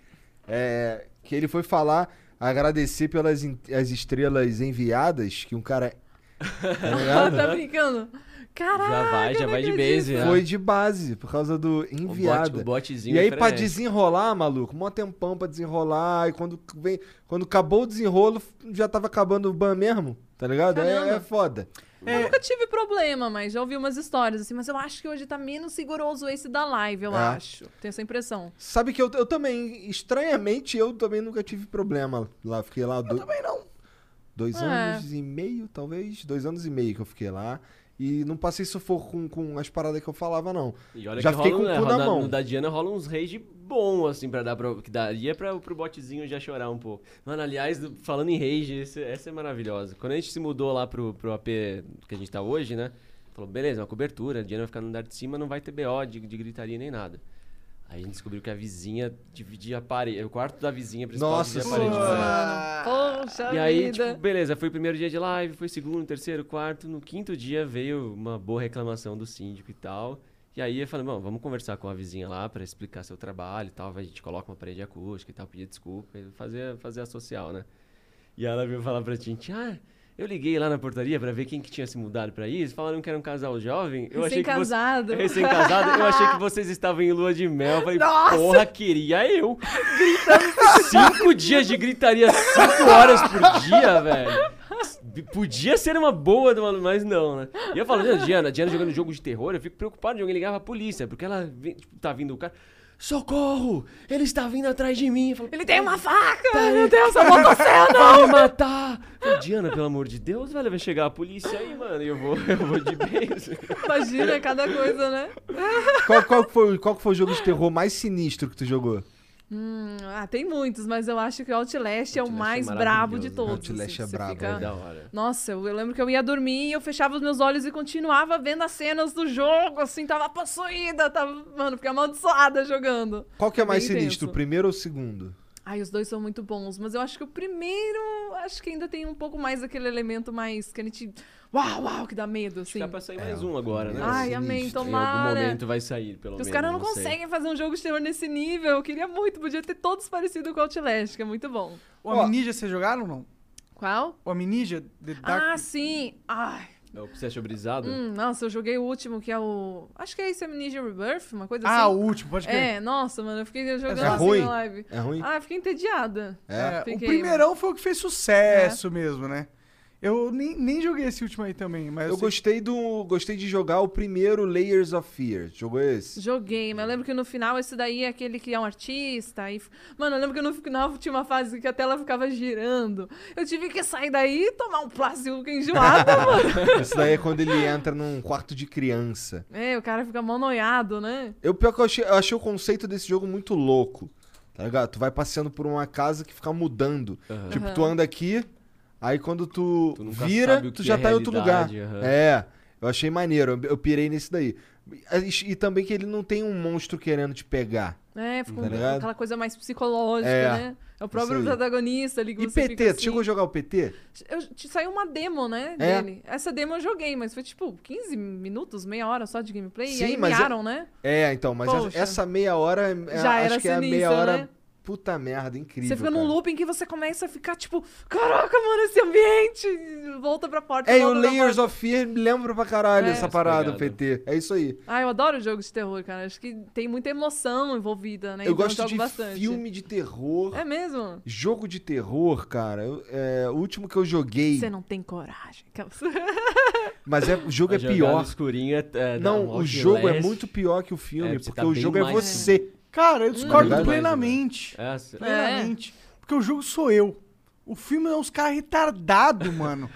Speaker 2: É, que ele foi falar, agradecer pelas in- as estrelas enviadas, que um cara. Tá ligado?
Speaker 4: tá brincando? Caraca!
Speaker 5: Já vai, já
Speaker 4: eu não
Speaker 5: vai de
Speaker 4: acredito.
Speaker 5: base. né?
Speaker 2: Foi de base, por causa do
Speaker 5: O bot-
Speaker 2: enviada.
Speaker 5: O botezinho
Speaker 2: E aí, pra
Speaker 5: diferente.
Speaker 2: desenrolar, maluco, mó tempão pra desenrolar. E quando, vem, quando acabou o desenrolo, já tava acabando o ban mesmo, tá ligado? É,
Speaker 4: Caramba.
Speaker 2: é foda.
Speaker 4: Eu nunca tive problema, mas já ouvi umas histórias assim. Mas eu acho que hoje tá menos rigoroso esse da live, eu
Speaker 2: É.
Speaker 4: acho. Tenho essa impressão.
Speaker 2: Sabe que eu, eu também, estranhamente, eu também nunca tive problema lá. Fiquei lá do, também não. dois
Speaker 4: É.
Speaker 2: anos e meio, talvez. Dois anos e meio que eu fiquei lá. E não passei sufoco com, com as paradas que eu falava, não.
Speaker 5: E olha
Speaker 2: Já
Speaker 5: que
Speaker 2: fiquei
Speaker 5: rola,
Speaker 2: com o
Speaker 5: né,
Speaker 2: cu na
Speaker 5: rola-
Speaker 2: mão.
Speaker 5: No da Diana rola uns rage bom, assim, pra dar pra, que daria pra, pro botezinho já chorar um pouco. Mano, aliás, do- falando em rage, esse- essa é maravilhosa. Quando a gente se mudou lá pro, pro AP que a gente tá hoje, né? Falou, beleza, uma cobertura, a Diana vai ficar no andar de cima, não vai ter BO de, de gritaria nem nada. Aí a gente descobriu que a vizinha dividia a parede, o quarto da vizinha principal
Speaker 2: Nossa
Speaker 5: dividia a parede.
Speaker 2: Senhora.
Speaker 5: né?
Speaker 2: Ah.
Speaker 4: Poxa
Speaker 5: E aí,
Speaker 4: vida.
Speaker 5: tipo, beleza, foi o primeiro dia de live, foi o segundo, terceiro, quarto. No quinto dia veio uma boa reclamação do síndico e tal. E aí eu falei, bom, vamos conversar com a vizinha lá pra explicar seu trabalho e tal. A gente coloca uma parede acústica e tal, pedir desculpa, e fazer, fazer a social, né? E ela veio falar pra gente, ah, eu liguei lá na portaria pra ver quem que tinha se mudado pra isso. Falaram que era um casal jovem. Eu achei que você-
Speaker 4: Recém-casado.
Speaker 5: Recém-casado. Eu achei que vocês estavam em lua de mel. Eu Falei,
Speaker 4: Nossa!
Speaker 5: porra, queria eu. Cinco dias de gritaria, cinco horas por dia, velho. Podia ser uma boa, mas não, né? E eu falo, Diana, Diana jogando jogo de terror, eu fico preocupado de alguém ligar pra polícia, porque ela vi- tipo, tá vindo o cara. Socorro! Ele está vindo atrás de mim. Eu falo,
Speaker 4: Ele tem uma faca!
Speaker 5: tá
Speaker 4: meu Deus, tá eu vou você!
Speaker 5: Vai me matar! Eu falo, Diana, pelo amor de Deus, velho, vai chegar a polícia aí, mano. E eu vou, eu vou de beijo.
Speaker 4: Imagina cada coisa, né?
Speaker 2: Qual, qual, que foi, qual que foi o jogo de terror mais sinistro que tu jogou?
Speaker 4: Hum, ah, tem muitos, mas eu acho que o Outlast é o
Speaker 5: Outlast é
Speaker 4: mais brabo de
Speaker 5: maravilhoso, né?
Speaker 4: todos. assim,
Speaker 2: Outlast é
Speaker 4: você
Speaker 2: brabo,
Speaker 4: fica-
Speaker 2: é da
Speaker 5: hora.
Speaker 4: Nossa, eu, eu lembro que eu ia dormir e eu fechava os meus olhos e continuava vendo as cenas do jogo, assim, tava possuída, tava, mano, fiquei amaldiçoada jogando.
Speaker 2: Qual que é
Speaker 4: Foi
Speaker 2: mais
Speaker 4: bem
Speaker 2: sinistro,
Speaker 4: intenso.
Speaker 2: o primeiro ou o segundo?
Speaker 4: Ai, os dois são muito bons, mas eu acho que o primeiro, acho que ainda tem um pouco mais daquele elemento mais que a gente. Uau, uau, que dá medo, assim.
Speaker 5: Dá pra sair mais um agora, né?
Speaker 4: Ai, amém,
Speaker 2: sinistro.
Speaker 5: Em algum
Speaker 4: tomara.
Speaker 5: momento vai sair, pelo
Speaker 4: Porque
Speaker 5: menos.
Speaker 4: os caras não,
Speaker 5: sei.
Speaker 4: conseguem fazer um jogo de terror nesse nível. Eu queria muito, podia ter todos parecido com o Outlast, que é muito bom.
Speaker 3: o Amnesia, vocês jogaram ou não?
Speaker 4: Qual?
Speaker 3: O Amnesia, The
Speaker 4: Ah,
Speaker 3: Dark...
Speaker 4: sim! Ai,
Speaker 5: É o que você achou brisado?
Speaker 4: hum, nossa, eu joguei o último, que é o. Acho que é esse Amnesia Rebirth, uma coisa
Speaker 3: Ah,
Speaker 4: assim.
Speaker 3: o último, pode crer.
Speaker 4: É, nossa, mano, eu fiquei jogando
Speaker 2: É
Speaker 4: assim
Speaker 2: ruim?
Speaker 4: na live.
Speaker 2: É ruim?
Speaker 4: Ah, eu fiquei entediada.
Speaker 3: É, o
Speaker 4: Fiquei, É.
Speaker 3: primeirão foi o que fez sucesso mesmo, né? Eu nem, nem joguei esse último aí também, mas... assim,
Speaker 2: Eu
Speaker 3: sei que-
Speaker 2: gostei do. Gostei de jogar o primeiro Layers of Fear. Jogou esse?
Speaker 4: Joguei, mas eu lembro que no final esse daí é aquele que é um artista. E... f- Mano, eu lembro que no final tinha uma fase que a tela ficava girando. Eu tive que sair daí e tomar um plástico que enjoada, mano.
Speaker 2: Esse daí é quando ele entra num quarto de criança.
Speaker 4: É, o cara fica mal noiado, né?
Speaker 2: Eu pior que eu achei, eu achei o conceito desse jogo muito louco. Tá ligado? Tu vai passeando por uma casa que fica mudando. Tipo, tu anda aqui, aí quando tu,
Speaker 5: Tu nunca
Speaker 2: vira,
Speaker 5: sabe o
Speaker 2: tu
Speaker 5: que
Speaker 2: já
Speaker 5: é
Speaker 2: tá em outro lugar.
Speaker 5: realidade, aham.
Speaker 2: É. Eu achei maneiro, eu- eu pirei nesse daí. E, e também que ele não tem um monstro querendo te pegar.
Speaker 4: É, fica
Speaker 2: Tá
Speaker 4: um-
Speaker 2: ligado?
Speaker 4: aquela coisa mais psicológica,
Speaker 2: É,
Speaker 4: né? É o próprio
Speaker 2: isso aí.
Speaker 4: protagonista ali que
Speaker 2: E
Speaker 4: você
Speaker 2: PT,
Speaker 4: fica
Speaker 2: tu
Speaker 4: assim.
Speaker 2: chegou a jogar o PT?
Speaker 4: Eu, te saiu uma demo, né,
Speaker 2: É.
Speaker 4: dele. Essa demo eu joguei, mas foi tipo 15 minutos, meia hora só de gameplay.
Speaker 2: Sim,
Speaker 4: e aí
Speaker 2: mas eu-
Speaker 4: miaram, né?
Speaker 2: É, então, mas
Speaker 4: Poxa.
Speaker 2: essa- essa meia hora, é,
Speaker 4: Já
Speaker 2: acho
Speaker 4: era
Speaker 2: que é a meia
Speaker 4: sinistra,
Speaker 2: hora,
Speaker 4: né?
Speaker 2: puta merda, incrível.
Speaker 4: Você fica
Speaker 2: cara.
Speaker 4: num looping que você começa a ficar tipo, caraca, mano, esse ambiente! Volta pra porta.
Speaker 2: É, e o
Speaker 4: volta pra
Speaker 2: Layers
Speaker 4: porta.
Speaker 2: of Fear me lembra pra caralho
Speaker 4: É.
Speaker 2: essa
Speaker 4: Essa
Speaker 2: parada,
Speaker 5: pegada.
Speaker 2: PT. É isso aí.
Speaker 4: Ah, eu adoro jogos de terror, cara. Acho que tem muita emoção envolvida, né?
Speaker 2: eu
Speaker 4: então
Speaker 2: gosto
Speaker 4: jogo
Speaker 2: de
Speaker 4: bastante.
Speaker 2: filme de terror.
Speaker 4: É mesmo?
Speaker 2: Jogo de terror, cara, eu- é, o último que eu joguei,
Speaker 4: Você não tem coragem. Aquelas-
Speaker 2: mas é, o jogo é
Speaker 5: Jogar no
Speaker 2: pior.
Speaker 5: escurinho é- é- dá um
Speaker 2: Não, o
Speaker 5: walking
Speaker 2: jogo é
Speaker 5: last.
Speaker 2: muito pior que o filme,
Speaker 5: É, você
Speaker 2: porque
Speaker 5: tá
Speaker 2: o
Speaker 5: bem
Speaker 2: jogo é
Speaker 5: mais-
Speaker 2: você.
Speaker 4: Hum.
Speaker 3: Cara, eu discordo
Speaker 2: Verdade.
Speaker 3: plenamente.
Speaker 5: É, cê-
Speaker 3: Plenamente. Porque o jogo sou eu. O filme é uns caras retardados, mano.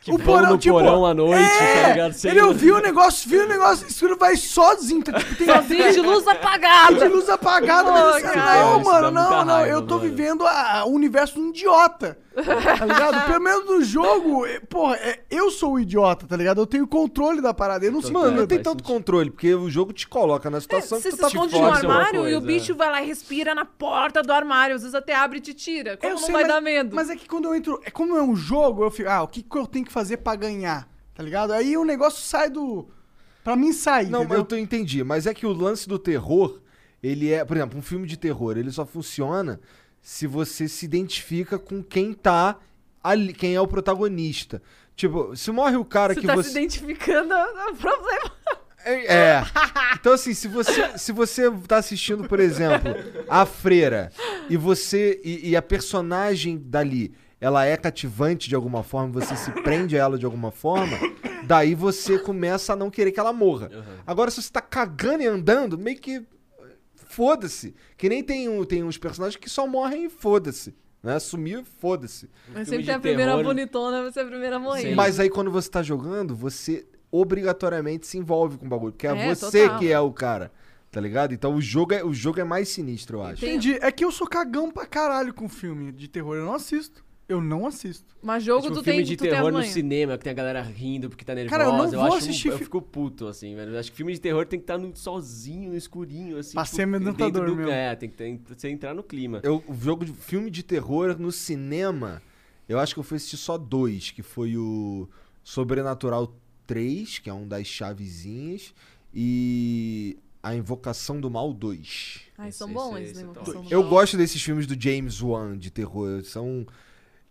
Speaker 3: tipo, é,
Speaker 5: Que vão no
Speaker 2: tipo,
Speaker 5: porão à noite,
Speaker 2: é,
Speaker 5: tá ligado? Sei
Speaker 3: ele
Speaker 5: lá.
Speaker 3: ouviu o
Speaker 2: né?
Speaker 3: negócio, viu o negócio escuro, vai sozinho. Tá, tipo, tem
Speaker 4: Sozinho de luz apagada.
Speaker 3: de luz apagada.
Speaker 4: Pô,
Speaker 3: mas assim,
Speaker 4: cara.
Speaker 3: não,
Speaker 5: Isso dá
Speaker 3: mano,
Speaker 5: muita
Speaker 3: não, não.
Speaker 5: raiva,
Speaker 3: Eu tô
Speaker 5: mano.
Speaker 3: vivendo a- a- o universo de um idiota. Tá ligado? Pelo menos no jogo, é, porra, é, eu sou o idiota, tá ligado? Eu tenho controle da parada. Eu não sei.
Speaker 5: Total.
Speaker 2: Mano,
Speaker 5: É,
Speaker 2: não tem
Speaker 5: faz
Speaker 2: tanto
Speaker 5: sentido.
Speaker 2: controle, porque o jogo te coloca na
Speaker 4: É,
Speaker 2: situação que
Speaker 4: Você
Speaker 2: tu
Speaker 4: se
Speaker 2: tá
Speaker 4: esconde no
Speaker 5: fora, isso é uma
Speaker 4: armário e o
Speaker 5: coisa,
Speaker 4: bicho
Speaker 5: é.
Speaker 4: vai lá e respira na porta do armário. Às vezes até abre e te tira. Como
Speaker 3: Eu
Speaker 4: não
Speaker 3: sei,
Speaker 4: vai
Speaker 3: mas,
Speaker 4: dar medo?
Speaker 3: Mas é que quando eu entro. É como é um jogo, eu fico. Ah, o que, que eu tenho que fazer pra ganhar? Tá ligado? Aí o negócio sai do. Pra mim sair.
Speaker 2: Não, mas
Speaker 3: entendeu?
Speaker 2: eu tô- entendi. Mas é que o lance do terror, ele é, por exemplo, um filme de terror, ele só funciona se você se identifica com quem tá ali, quem é o protagonista. Tipo, se morre o cara
Speaker 4: você
Speaker 2: que
Speaker 4: tá se
Speaker 2: você
Speaker 4: identificando, é um problema.
Speaker 2: é. Então assim, se você se você tá assistindo, por exemplo, a freira e você e, e a personagem dali, ela é cativante de alguma forma, você se prende a ela de alguma forma, daí você começa a não querer que ela morra. Agora se você tá cagando e andando, meio que foda-se. Que nem tem um, tem uns personagens que só morrem e foda-se. Né? Sumiu e foda-se.
Speaker 4: Mas
Speaker 5: de
Speaker 4: sempre tem a primeira
Speaker 5: terror.
Speaker 4: bonitona, você é a primeira a morrer.
Speaker 5: Sim.
Speaker 2: Mas aí quando você tá jogando, você obrigatoriamente se envolve com o bagulho. Porque é,
Speaker 4: É,
Speaker 2: você
Speaker 4: total.
Speaker 2: que é o cara. Tá ligado? Então o jogo é, o jogo é mais sinistro, eu acho.
Speaker 3: Entendi. É que eu sou cagão pra caralho com filme de terror. Eu não assisto. Eu não assisto.
Speaker 4: Mas jogo
Speaker 5: Tipo,
Speaker 4: tu
Speaker 5: filme
Speaker 4: tem,
Speaker 5: de
Speaker 4: tu tem
Speaker 5: terror no
Speaker 4: amanhã.
Speaker 5: cinema, que tem a galera rindo porque tá nervosa.
Speaker 3: Cara, eu não vou
Speaker 5: acho,
Speaker 3: assistir
Speaker 5: Eu
Speaker 3: fi-
Speaker 5: fico puto, assim, velho. Eu acho que filme de terror tem que estar no, sozinho, no escurinho, assim.
Speaker 3: Pra
Speaker 5: tipo,
Speaker 3: ser amedrontador
Speaker 5: dentro do-
Speaker 3: mesmo.
Speaker 5: É, tem que ter- você entrar no clima.
Speaker 2: Eu, o jogo de filme de terror no cinema, eu acho que eu fui assistir só dois, que foi o Sobrenatural 3, que é um das chavezinhas, e A Invocação do Mal 2.
Speaker 4: Ai, são
Speaker 5: Esse-
Speaker 4: bons
Speaker 5: esse-
Speaker 4: eles,
Speaker 5: esse
Speaker 4: né?
Speaker 5: é
Speaker 4: São
Speaker 5: top.
Speaker 4: bons.
Speaker 2: Eu gosto desses filmes do James Wan de terror. São.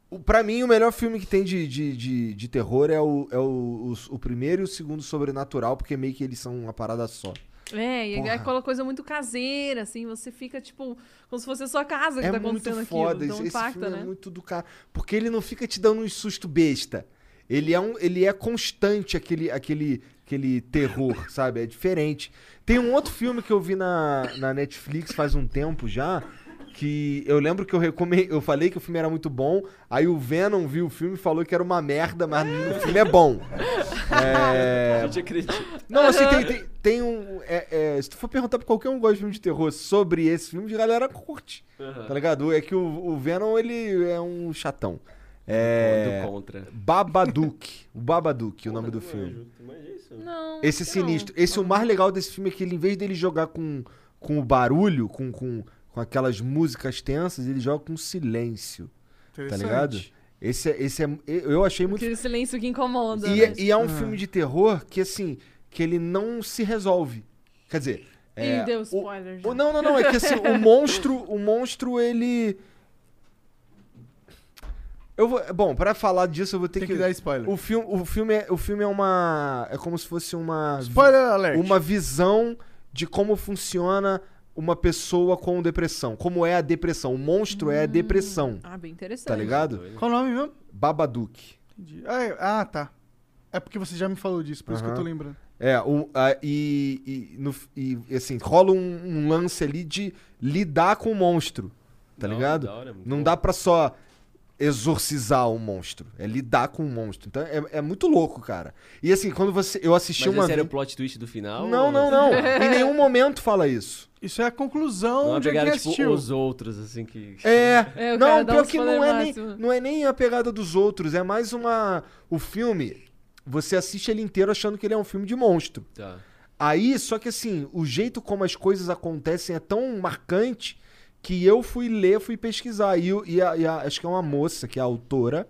Speaker 2: o- Pra mim, o melhor filme que tem de, de, de, de terror é, o, é o, o, o primeiro e o segundo sobrenatural, porque meio que eles são uma parada só.
Speaker 4: É, e é
Speaker 2: Porra.
Speaker 4: aquela coisa muito caseira, assim, você fica, tipo, como se fosse a sua casa que
Speaker 2: é
Speaker 4: tá
Speaker 2: muito
Speaker 4: acontecendo
Speaker 2: foda.
Speaker 4: aquilo. Então
Speaker 2: esse esse
Speaker 4: impacta,
Speaker 2: filme
Speaker 4: né?
Speaker 2: é muito do cara. Porque ele não fica te dando um susto besta. Ele é, um, ele é constante, aquele, aquele, aquele terror, sabe? É diferente. Tem um outro filme que eu vi na, na Netflix faz um tempo já. Que eu lembro que eu recomendei. Eu falei que o filme era muito bom. Aí o Venom viu o filme e falou que era uma merda, mas o filme é bom. É,
Speaker 5: A gente acredita.
Speaker 2: não, assim, tem, tem, tem um. é- é, se tu for perguntar pra qualquer um que gosta de filme de terror sobre esse filme, a galera curte. Tá ligado? É que o, o Venom, ele é um chatão.
Speaker 5: Do
Speaker 2: É.
Speaker 5: contra.
Speaker 2: Babadook. O Babadook, o nome do filme.
Speaker 4: Não,
Speaker 2: Esse é
Speaker 4: acho que não.
Speaker 2: sinistro. Esse, o mais legal desse filme é que ele, em vez dele jogar com, com o barulho, com, com, com aquelas músicas tensas, ele joga com silêncio. Tá ligado? Esse, é- esse é. Eu achei muito
Speaker 4: Aquele silêncio que incomoda.
Speaker 2: e,
Speaker 4: né?
Speaker 2: é- e é um filme de terror que, assim, que ele não se resolve. Quer dizer. É,
Speaker 4: Ih, deu
Speaker 2: o-
Speaker 4: spoiler já.
Speaker 2: o- não, não, não. É que assim, o monstro. O monstro, ele. Eu vou, bom, pra falar disso, eu vou ter
Speaker 3: Tem que dar spoiler.
Speaker 2: O filme, o, filme é, o filme é uma. É como se fosse uma. vi-
Speaker 3: Spoiler alert.
Speaker 2: Uma visão de como funciona uma pessoa com depressão. Como é a depressão. O monstro é a depressão.
Speaker 4: Ah, bem interessante.
Speaker 2: Tá ligado?
Speaker 3: Qual o nome mesmo?
Speaker 2: Babadook.
Speaker 3: Entendi. Ah, é- Ah, tá. É porque você já me falou disso, por isso que eu tô
Speaker 2: Aham.
Speaker 3: lembrando.
Speaker 2: É, o- a- e, e, no f- e, assim, rola um, um lance ali de lidar com o monstro, tá
Speaker 5: Da hora,
Speaker 2: ligado?
Speaker 5: da hora, é muito
Speaker 2: Não
Speaker 5: bom.
Speaker 2: dá pra só exorcizar o monstro, é lidar com o monstro. Então é, é muito louco, cara. E assim, quando você. Eu assisti
Speaker 5: Mas
Speaker 2: uma.
Speaker 5: esse era o
Speaker 2: vez-
Speaker 5: plot twist do final?
Speaker 2: Não,
Speaker 5: ou- é
Speaker 2: não, não. em nenhum momento fala isso.
Speaker 3: Isso é a
Speaker 5: Não
Speaker 3: conclusão
Speaker 5: é
Speaker 3: de quem
Speaker 5: pegada, tipo,
Speaker 3: assistiu.
Speaker 5: os outros, assim, que...
Speaker 2: É,
Speaker 4: É, eu
Speaker 2: não,
Speaker 4: quero dar
Speaker 2: pior
Speaker 4: um
Speaker 2: que não
Speaker 4: spoiler
Speaker 2: é, nem,
Speaker 4: máximo.
Speaker 2: não é nem a pegada dos outros, é mais uma. O filme, Você assiste ele inteiro achando que ele é um filme de monstro.
Speaker 5: Tá.
Speaker 2: Aí, só que assim, o jeito como as coisas acontecem é tão marcante que eu fui ler, fui pesquisar. E, o- e a- e a- acho que é uma moça, que é a autora,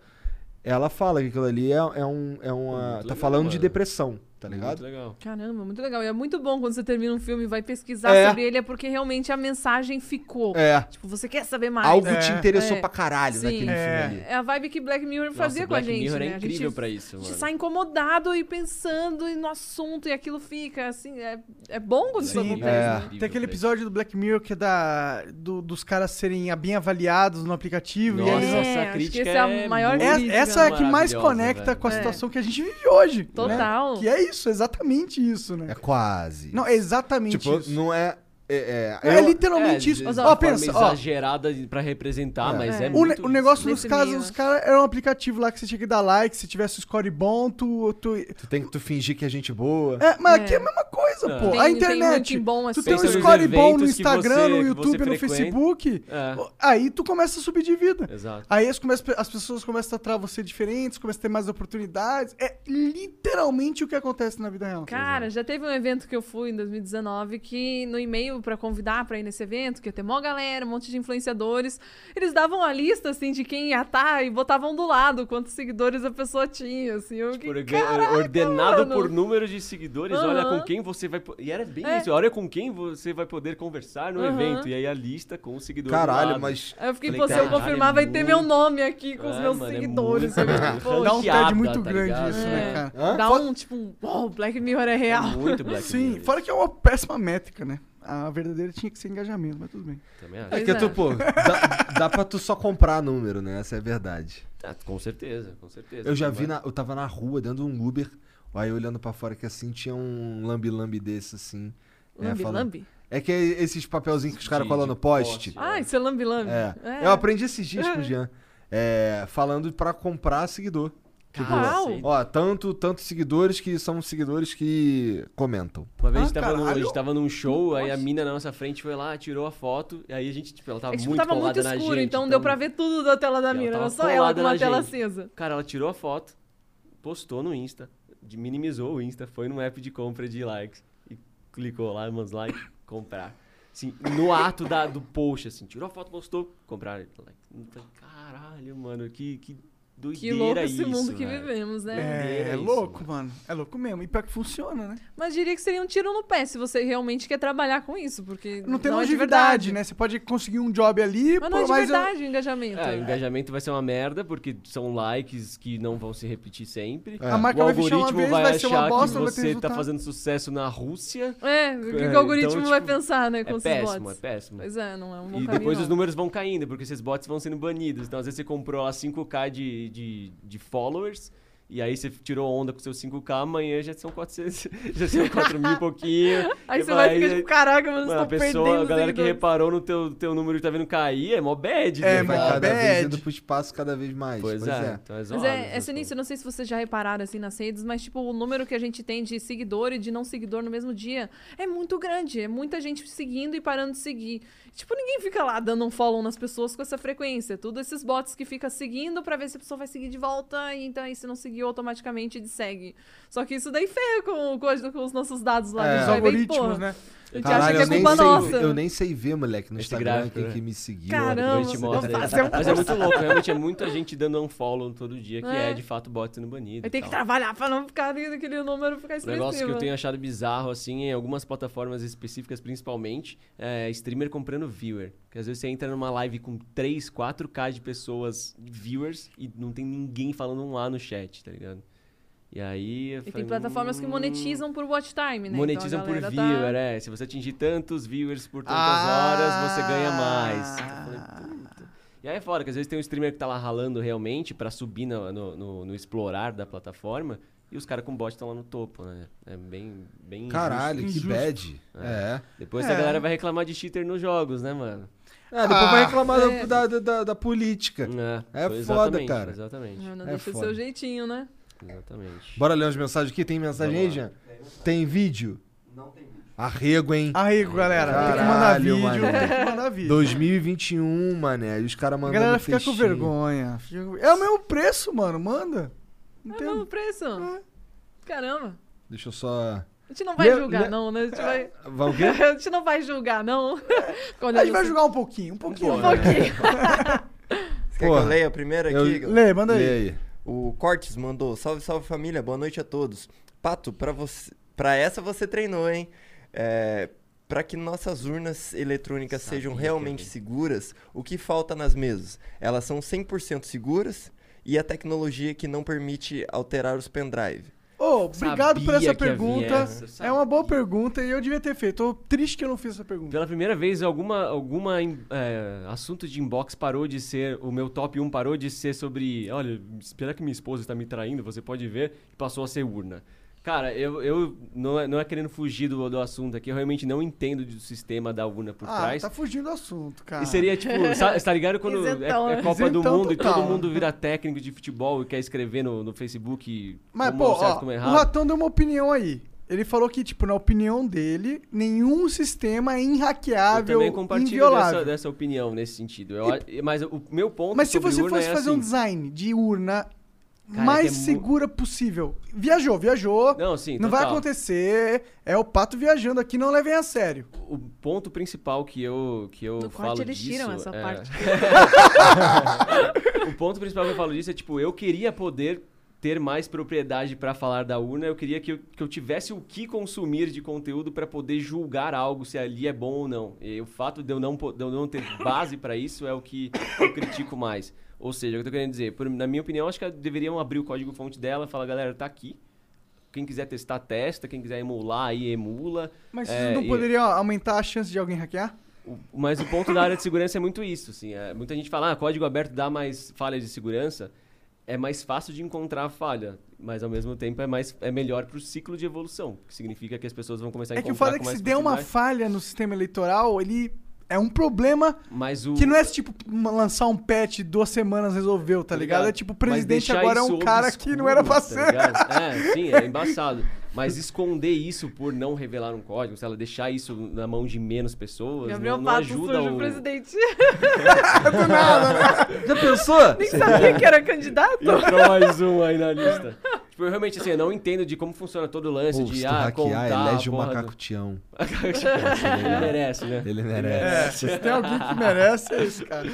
Speaker 2: ela fala que aquilo ali é, é um. É uma,
Speaker 5: Muito
Speaker 2: tá
Speaker 5: legal,
Speaker 2: falando de
Speaker 5: mano.
Speaker 2: depressão, tá
Speaker 5: Muito
Speaker 2: ligado?
Speaker 5: legal.
Speaker 4: Caramba, muito legal. E é muito bom quando você termina um filme e vai pesquisar
Speaker 2: É.
Speaker 4: sobre ele, é porque realmente a mensagem ficou.
Speaker 2: É.
Speaker 4: Tipo, você quer saber mais.
Speaker 2: Algo
Speaker 4: é.
Speaker 2: te interessou
Speaker 4: É.
Speaker 2: pra caralho
Speaker 4: Sim.
Speaker 2: naquele
Speaker 3: É.
Speaker 2: filme ali.
Speaker 4: a vibe que Black Mirror
Speaker 5: Nossa,
Speaker 4: fazia com a
Speaker 5: Black
Speaker 4: gente,
Speaker 5: Mirror é
Speaker 4: né? a
Speaker 5: incrível
Speaker 4: gente,
Speaker 5: pra isso,
Speaker 4: A gente
Speaker 5: mano.
Speaker 4: sai incomodado e pensando e no assunto e aquilo fica, assim, é, é bom quando isso
Speaker 3: Sim.
Speaker 4: acontece,
Speaker 2: É.
Speaker 4: né?
Speaker 3: Tem aquele episódio do Black Mirror que é da, do- dos caras serem bem avaliados no aplicativo.
Speaker 5: Nossa,
Speaker 3: e eles
Speaker 4: É,
Speaker 5: essa
Speaker 4: acho que
Speaker 5: crítica
Speaker 4: essa é a maior
Speaker 5: muito
Speaker 4: crítica.
Speaker 3: É- essa é a que mais
Speaker 5: maravilhosa,
Speaker 3: conecta
Speaker 5: velho.
Speaker 3: com a
Speaker 4: É.
Speaker 3: situação que a gente vive hoje. né?
Speaker 4: Total.
Speaker 3: Que é isso, exatamente isso,
Speaker 2: É
Speaker 3: né?
Speaker 2: quase.
Speaker 3: Não, é exatamente
Speaker 2: tipo,
Speaker 3: isso.
Speaker 2: não é. É, é,
Speaker 3: É
Speaker 2: eu-
Speaker 3: literalmente
Speaker 5: É,
Speaker 3: isso.
Speaker 5: de- de
Speaker 3: Ó,
Speaker 5: forma
Speaker 3: pensa, ó.
Speaker 5: exagerada pra representar,
Speaker 2: É.
Speaker 5: mas é,
Speaker 4: É.
Speaker 3: O, ne-
Speaker 5: muito
Speaker 3: o negócio dos
Speaker 4: nesse
Speaker 3: caras,
Speaker 4: meio,
Speaker 3: os
Speaker 4: né?
Speaker 3: caras era um aplicativo lá que você tinha que dar like, se tivesse um score bom, tu. tu...
Speaker 2: Tu tem que tu fingir que é gente boa.
Speaker 3: É, mas
Speaker 4: É.
Speaker 3: aqui é a mesma coisa,
Speaker 5: É.
Speaker 3: pô.
Speaker 4: Tem-
Speaker 3: a
Speaker 4: tem
Speaker 3: internet.
Speaker 4: ranking bom,
Speaker 3: tu
Speaker 4: assim.
Speaker 3: tem um
Speaker 4: Pensa
Speaker 5: nos
Speaker 3: score bom no
Speaker 5: eventos que
Speaker 3: Instagram,
Speaker 5: você-
Speaker 3: no
Speaker 5: que
Speaker 3: YouTube,
Speaker 5: você
Speaker 3: no
Speaker 5: frequenta.
Speaker 3: Facebook.
Speaker 5: É.
Speaker 3: Aí tu começa a subir de vida.
Speaker 5: Exato.
Speaker 3: Aí as, come- as pessoas começam a tratar você diferentes, começam a ter mais oportunidades. É literalmente o que acontece na vida real.
Speaker 4: Cara, já teve um evento que eu fui em 2019 que no e-mail pra convidar pra ir nesse evento, que ia ter mó galera, um monte de influenciadores, eles davam a lista assim de quem ia estar e botavam do lado quantos seguidores a pessoa tinha, assim. Eu
Speaker 5: Por-
Speaker 4: fiquei,
Speaker 5: Tipo, ordenado
Speaker 4: mano.
Speaker 5: por número de seguidores,
Speaker 4: Aham.
Speaker 5: olha com quem você vai. po- E era bem
Speaker 4: É.
Speaker 5: isso, olha com quem você vai poder conversar no
Speaker 4: Aham.
Speaker 5: evento. E aí a lista com os seguidores.
Speaker 2: Caralho,
Speaker 5: do lado.
Speaker 2: mas.
Speaker 4: Aí eu fiquei,
Speaker 5: Falei,
Speaker 4: pô, se eu
Speaker 5: caralho, é
Speaker 4: confirmar, vai ter
Speaker 5: muito-
Speaker 4: meu nome aqui com os
Speaker 5: É,
Speaker 4: meus
Speaker 5: mano, é
Speaker 4: seguidores.
Speaker 5: muito-
Speaker 4: Eu fiquei, pô,
Speaker 5: Dá
Speaker 3: Dá um TED
Speaker 5: Chiada,
Speaker 3: muito
Speaker 5: tá
Speaker 3: grande
Speaker 5: ligado?
Speaker 3: isso,
Speaker 4: É.
Speaker 3: né, cara?
Speaker 2: Hã?
Speaker 4: Dá um, tipo, um, "Uau, Black Mirror é
Speaker 5: É
Speaker 4: real.
Speaker 5: muito Black
Speaker 3: Sim,
Speaker 5: Mirror,
Speaker 3: fora que é uma péssima métrica, né? A verdadeira tinha que ser engajamento, mas tudo bem.
Speaker 5: Também acho.
Speaker 2: É
Speaker 4: Pois
Speaker 2: que
Speaker 4: é.
Speaker 2: tu, pô, dá, dá pra tu só comprar número, né? Essa é a verdade.
Speaker 5: Ah, com certeza, com certeza.
Speaker 2: Eu já
Speaker 5: Mas-
Speaker 2: vi, na, eu tava na rua, dentro de um Uber, aí olhando pra fora que assim tinha um lambi-lambi desse, assim. né,
Speaker 4: Lambi,
Speaker 2: falando-
Speaker 4: lambi?
Speaker 2: É que é esses papelzinhos que os caras
Speaker 5: De-
Speaker 2: colam
Speaker 5: de
Speaker 2: no poste.
Speaker 5: poste.
Speaker 4: Ah, isso é lambi, lambi.
Speaker 2: É.
Speaker 4: É.
Speaker 2: Eu aprendi esses dias com o Jean. É, falando pra comprar seguidor. Tipo,
Speaker 4: Uau.
Speaker 2: ó, tanto, tanto seguidores que são seguidores que comentam.
Speaker 5: Uma vez a, gente
Speaker 3: Ah,
Speaker 5: tava num, a
Speaker 3: caralho.
Speaker 5: gente tava num show, aí a mina na nossa frente foi lá, tirou a foto, e aí a gente, tipo, ela tava
Speaker 4: É que, tipo,
Speaker 5: muito
Speaker 4: tava muito
Speaker 5: colada na
Speaker 4: escuro,
Speaker 5: gente,
Speaker 4: então deu pra ver tudo da tela da
Speaker 5: ela
Speaker 4: mina.
Speaker 5: tava
Speaker 4: Era só ela
Speaker 5: colada
Speaker 4: com uma
Speaker 5: na
Speaker 4: tela
Speaker 5: gente.
Speaker 4: acesa.
Speaker 5: Cara, ela tirou a foto, postou no Insta, de- minimizou o Insta, foi num app de compra de likes e clicou lá, mans like, comprar. Assim, no ato da, do post, assim, tirou a foto, postou, comprar. Like. Eu falei, Caralho, mano, que, que
Speaker 4: Que
Speaker 5: doideira
Speaker 4: louco esse
Speaker 5: isso,
Speaker 4: mundo que
Speaker 5: velho."
Speaker 4: vivemos, né?
Speaker 3: É,
Speaker 5: isso,
Speaker 3: louco, mano. É louco mesmo. E pior que funciona, né?
Speaker 4: Mas diria que seria um tiro no pé se você realmente quer trabalhar com isso, porque
Speaker 3: Não tem
Speaker 4: é de
Speaker 3: longevidade, né? Você pode conseguir um job ali,
Speaker 4: Mas não é
Speaker 3: pô,
Speaker 4: de
Speaker 3: mas eu-
Speaker 4: verdade o engajamento.
Speaker 5: É, o engajamento vai ser uma merda, porque são likes que não vão se repetir sempre.
Speaker 3: É. a
Speaker 5: O
Speaker 3: marca vai fechar uma
Speaker 5: algoritmo
Speaker 3: vez, vai,
Speaker 5: vai
Speaker 3: ser uma
Speaker 5: achar
Speaker 3: bosta,
Speaker 5: que
Speaker 3: não vai ter
Speaker 5: você tá
Speaker 3: resultado.
Speaker 5: fazendo sucesso na Rússia.
Speaker 4: É, o que
Speaker 5: É,
Speaker 4: o algoritmo
Speaker 5: então,
Speaker 4: vai
Speaker 5: tipo,
Speaker 4: pensar, né, com
Speaker 5: É
Speaker 4: esses
Speaker 5: péssimo, é
Speaker 4: bots.
Speaker 5: péssimo.
Speaker 4: Pois é, não é um bom
Speaker 5: E
Speaker 4: caminho,
Speaker 5: depois os
Speaker 4: não.
Speaker 5: números vão caindo, porque esses bots vão sendo banidos. Então, às vezes, você comprou lá 5k de, de, de followers, e aí você tirou onda com seus 5k, amanhã já são 400, já são 4 mil e pouquinho.
Speaker 4: Aí
Speaker 5: E
Speaker 4: você vai
Speaker 5: aí-
Speaker 4: ficar tipo, caraca, mas
Speaker 5: né? Mano, a
Speaker 4: estou
Speaker 5: pessoa,
Speaker 4: perdendo
Speaker 5: a galera que
Speaker 4: seguidores.
Speaker 5: reparou no teu, teu número que tá vendo cair, é mó bad,
Speaker 3: É,
Speaker 5: né,
Speaker 2: Ele vai
Speaker 3: mano,
Speaker 5: cara?
Speaker 2: cada vez
Speaker 3: bad.
Speaker 2: indo pro espaço cada vez mais.
Speaker 5: Pois, é, então é
Speaker 4: Mas
Speaker 5: zoado
Speaker 4: é, é
Speaker 5: essas
Speaker 4: sinistro, eu não sei se vocês já repararam assim nas redes, mas tipo, o número que a gente tem de seguidor e de não seguidor no mesmo dia é muito grande. É muita gente seguindo e parando de seguir. Tipo, ninguém fica lá dando um follow nas pessoas com essa frequência. É Tudo esses bots que fica seguindo pra ver se a pessoa vai seguir de volta, e então aí se não seguir, automaticamente dessegue. Só que isso daí ferra com, com, as- com os nossos dados lá.
Speaker 2: É.
Speaker 4: a gente
Speaker 3: Os
Speaker 4: vai ver,
Speaker 3: algoritmos,
Speaker 4: porra,
Speaker 3: né?
Speaker 4: A gente
Speaker 2: Caralho,
Speaker 4: acha
Speaker 2: eu
Speaker 4: que é
Speaker 2: nem,
Speaker 4: culpa
Speaker 2: sei,
Speaker 4: nossa.
Speaker 2: eu nem sei ver, moleque, no
Speaker 5: Esse
Speaker 2: Instagram
Speaker 5: gráfico,
Speaker 2: quem
Speaker 5: né?
Speaker 2: que me seguiu.
Speaker 4: Caramba.
Speaker 5: Depois te
Speaker 4: Não,
Speaker 5: mostra
Speaker 4: não
Speaker 5: aí.
Speaker 4: faça, eu um
Speaker 5: Mas é muito louco, realmente é muita gente dando unfollow todo dia, que é,
Speaker 4: É.
Speaker 5: de fato bot sendo banido.
Speaker 4: Vai
Speaker 5: e
Speaker 4: ter que
Speaker 5: tal.
Speaker 4: trabalhar pra não ficar aquele número ficar
Speaker 5: Então.
Speaker 4: expressivo.
Speaker 5: O Um negócio que eu tenho achado bizarro, assim, em algumas plataformas específicas, principalmente, é streamer comprando viewer. Porque às vezes você entra numa live com 3, 4K de pessoas, viewers, e não tem ninguém falando um A no chat, tá ligado? E aí. eu
Speaker 4: E tem
Speaker 5: falei,
Speaker 4: plataformas que
Speaker 5: "Hum,
Speaker 4: monetizam por watch time, né?
Speaker 5: Monetizam por
Speaker 4: viewer,
Speaker 5: viewer, é. Se você atingir tantos viewers por tantas
Speaker 2: Ah!
Speaker 5: horas, você ganha mais. Eu falei, "Puta." E aí é foda, que às vezes tem um streamer que tá lá ralando realmente pra subir no, no, no- no explorar da plataforma e os caras com bot estão lá no topo, né? É bem. bem
Speaker 2: Caralho, que
Speaker 3: Injusto.
Speaker 2: bad. É.
Speaker 5: injusto. Depois
Speaker 3: É.
Speaker 5: a galera vai reclamar de cheater nos jogos, né, mano?
Speaker 2: Ah, depois vai
Speaker 3: Ah,
Speaker 2: reclamar da-
Speaker 5: é.
Speaker 2: da, da, da política. É
Speaker 5: foi
Speaker 2: foda,
Speaker 5: exatamente,
Speaker 2: cara.
Speaker 5: Exatamente.
Speaker 4: Não, não
Speaker 2: É
Speaker 4: deixa o
Speaker 2: foda.
Speaker 4: seu jeitinho, né?
Speaker 5: Exatamente.
Speaker 2: Bora ler umas mensagens aqui? Tem mensagem aí,
Speaker 5: Vamos
Speaker 2: Jean? Tem vídeo? Não tem vídeo. Arrego, hein?
Speaker 3: Arrego, galera. tem que mandar
Speaker 2: Caralho,
Speaker 3: vídeo,
Speaker 2: mano.
Speaker 3: tem que mandar vídeo.
Speaker 2: 2021, mané. E os caras
Speaker 3: A
Speaker 2: mandando.
Speaker 3: né? galera fica com
Speaker 2: textinho.
Speaker 3: vergonha. Fica com- É o mesmo preço, mano. Manda. Não
Speaker 4: É o
Speaker 3: tem-
Speaker 4: mesmo preço. Caramba.
Speaker 2: Deixa eu só.
Speaker 4: A gente não vai
Speaker 2: Ne-
Speaker 4: julgar,
Speaker 2: ne-
Speaker 4: não, né? A gente vai.
Speaker 2: Vai o quê?
Speaker 4: A gente não vai julgar, não. Quando
Speaker 3: A gente vai
Speaker 4: você-
Speaker 3: jogar um pouquinho, um pouquinho.
Speaker 4: um pouquinho.
Speaker 6: Você quer que
Speaker 2: Porra.
Speaker 6: eu leia primeiro
Speaker 2: Eu-
Speaker 6: aqui? Igor?
Speaker 3: Lê, manda aí.
Speaker 2: Lê aí.
Speaker 6: O Cortes mandou: Salve, salve família, boa noite a todos. Pato, pra, você, pra essa você treinou, hein? É, pra que nossas urnas eletrônicas sejam realmente seguras, o que falta nas mesas? Elas são 100% seguras e a tecnologia que não permite alterar os pendrive.
Speaker 3: Ô, obrigado por
Speaker 5: Sabia
Speaker 3: essa
Speaker 5: que havia
Speaker 3: pergunta.
Speaker 5: essa,
Speaker 3: é uma boa
Speaker 5: sabia.
Speaker 3: pergunta e eu devia ter feito. Tô triste que eu não fiz essa pergunta.
Speaker 5: Pela primeira vez, alguma, alguma em- é, assunto de inbox parou de ser. O meu top 1 parou de ser sobre. Olha, será que minha esposa está me traindo? Você pode ver. E passou a ser urna. Cara, eu, eu não, é, não é querendo fugir do, do assunto aqui, eu realmente não entendo do sistema da urna por
Speaker 3: ah,
Speaker 5: trás.
Speaker 3: tá fugindo do assunto, cara.
Speaker 5: E seria tipo, sa- tá ligado quando é-
Speaker 4: Isentão,
Speaker 5: é,
Speaker 4: né?
Speaker 5: Copa do
Speaker 3: Isentão
Speaker 5: Mundo e todo
Speaker 3: total.
Speaker 5: mundo vira técnico de futebol e quer escrever no, no Facebook
Speaker 3: Mas,
Speaker 5: como
Speaker 3: pô,
Speaker 5: é o certo
Speaker 3: ó,
Speaker 5: como
Speaker 3: o
Speaker 5: é errado?
Speaker 3: Ratão deu uma opinião aí. Ele falou que, tipo, na opinião dele, nenhum sistema é
Speaker 5: Eu
Speaker 3: inhackeável,
Speaker 5: também compartilho
Speaker 3: inviolável.
Speaker 5: dessa, dessa opinião nesse sentido. Eu a- mas o meu ponto
Speaker 3: Mas se
Speaker 5: sobre
Speaker 3: você
Speaker 5: urna
Speaker 3: fosse
Speaker 5: é
Speaker 3: fazer um
Speaker 5: assim,
Speaker 3: design de urna
Speaker 5: Cara,
Speaker 3: mais
Speaker 5: é que é mu-
Speaker 3: segura possível, viajou, viajou.
Speaker 5: Não, sim,
Speaker 3: Não vai
Speaker 5: total.
Speaker 3: acontecer. É o pato viajando aqui, não levem a sério.
Speaker 5: o ponto principal que eu que eu
Speaker 4: No corte
Speaker 5: falo
Speaker 4: eles
Speaker 5: disso
Speaker 4: tiram essa
Speaker 5: é-
Speaker 4: parte.
Speaker 5: o ponto principal que eu falo disso é tipo eu queria poder ter mais propriedade pra falar da urna eu queria que eu, que eu tivesse o que consumir de conteúdo pra poder julgar algo se ali é bom ou não e o fato de eu não po- de eu não ter base pra isso é o que eu critico mais ou seja o que eu tô querendo dizer por- na minha opinião acho que deveriam abrir o código fonte dela e falar galera tá aqui quem quiser testar testa quem quiser emular aí emula
Speaker 3: Mas
Speaker 5: É,
Speaker 3: isso não
Speaker 5: e-
Speaker 3: poderia aumentar a chance de alguém hackear?
Speaker 5: o- Mas o ponto da área de segurança é muito isso, assim. é, muita gente fala, ah, código aberto dá mais falha de segurança. É mais fácil de encontrar a falha, mas ao mesmo tempo é, mais, é melhor para o ciclo de evolução, que significa que as pessoas vão começar tá
Speaker 3: É
Speaker 5: a
Speaker 3: que
Speaker 5: encontrar
Speaker 3: o fato é
Speaker 5: com
Speaker 3: que
Speaker 5: mais
Speaker 3: se der uma
Speaker 5: facilidade.
Speaker 3: falha no sistema eleitoral, ele é um problema
Speaker 5: mas o
Speaker 3: que não é tipo uma- lançar um patch duas semanas resolveu, tá
Speaker 5: Tá
Speaker 3: ligado?
Speaker 5: ligado?
Speaker 3: É tipo, o
Speaker 5: Mas
Speaker 3: presidente
Speaker 5: deixar
Speaker 3: agora é
Speaker 5: isso
Speaker 3: um cara que não era pra
Speaker 5: obscuro, tá
Speaker 3: ser.
Speaker 5: ligado? é, sim, é embaçado. Mas esconder isso por não revelar um código, sei lá, deixar isso na mão de menos pessoas,
Speaker 4: Gabriel
Speaker 5: não, não
Speaker 4: Pato
Speaker 5: ajuda
Speaker 4: sujo
Speaker 5: o...
Speaker 4: presidente.
Speaker 2: Já pensou?
Speaker 4: Nem sabia que era candidato.
Speaker 5: Entrou mais um aí na lista. Tipo, eu realmente, assim, eu não entendo de como funciona todo o lance
Speaker 2: Pô, se
Speaker 5: de,
Speaker 2: tu
Speaker 5: ah,
Speaker 2: hackear,
Speaker 5: contar
Speaker 2: elege
Speaker 5: a
Speaker 2: o
Speaker 5: porra
Speaker 2: macaco
Speaker 5: do-
Speaker 2: Tião.
Speaker 5: Ele merece, né?
Speaker 2: Ele merece.
Speaker 3: Se tem alguém que merece, é esse
Speaker 5: Tá
Speaker 3: cara.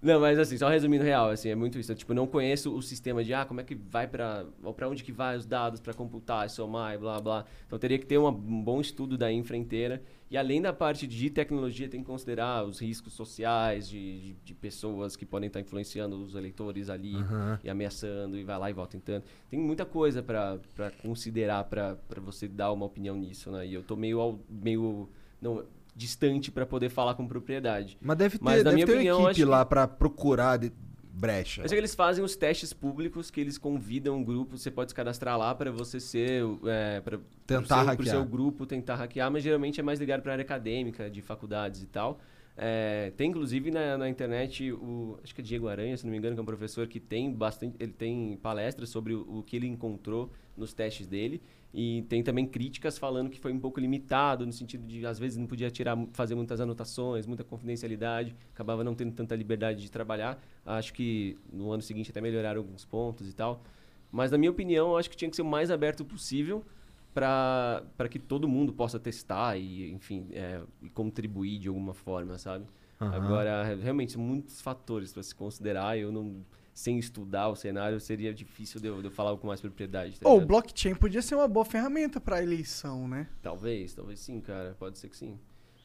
Speaker 5: Não, mas assim, só resumindo real, assim, é muito isso. Eu, tipo, não conheço o sistema de, ah, como é que vai pra... ou Pra onde que vai os dados pra computar e somar e blá, blá. Então teria que ter uma- um bom estudo da infra inteira. E além da parte de tecnologia, tem que considerar os riscos sociais de, de, de pessoas que podem estar influenciando os eleitores ali e ameaçando e vai lá e volta em tanto. Tem muita coisa pra pra considerar, pra pra você dar uma opinião nisso, né? E eu tô meio... ao- meio não, distante pra poder falar com propriedade.
Speaker 2: Mas deve ter,
Speaker 5: Mas, na
Speaker 2: deve
Speaker 5: minha
Speaker 2: ter
Speaker 5: opinião,
Speaker 2: uma
Speaker 5: acho
Speaker 2: equipe
Speaker 5: que-
Speaker 2: lá pra procurar de- brecha.
Speaker 5: Eu sei que eles fazem os testes públicos que eles convidam um grupo, você pode se cadastrar lá para você ser. É, pra,
Speaker 2: Tentar
Speaker 5: pro seu, pro
Speaker 2: hackear.
Speaker 5: seu grupo tentar hackear, mas geralmente é mais ligado para área acadêmica, de faculdades e tal. É, tem inclusive na, na internet o. Acho que é Diego Aranha, se não me engano, que é um professor que tem bastante. Ele tem palestras sobre o, o que ele encontrou nos testes dele. E tem também críticas falando que foi um pouco limitado, no sentido de às vezes não podia tirar, mu- fazer muitas anotações, muita confidencialidade, acabava não tendo tanta liberdade de trabalhar. Acho que no ano seguinte até melhoraram alguns pontos e tal. Mas na minha opinião, eu acho que tinha que ser o mais aberto possível para que todo mundo possa testar e, enfim, é, e contribuir de alguma forma, sabe?
Speaker 2: Aham.
Speaker 5: Agora, re- realmente, são muitos fatores para se considerar. Eu não. Sem estudar o cenário, seria difícil de eu, de eu falar com mais propriedade. tá
Speaker 3: Ou o
Speaker 5: ligado?
Speaker 3: blockchain podia ser uma boa ferramenta pra eleição, né?
Speaker 5: Talvez, talvez sim, cara. Pode ser que sim.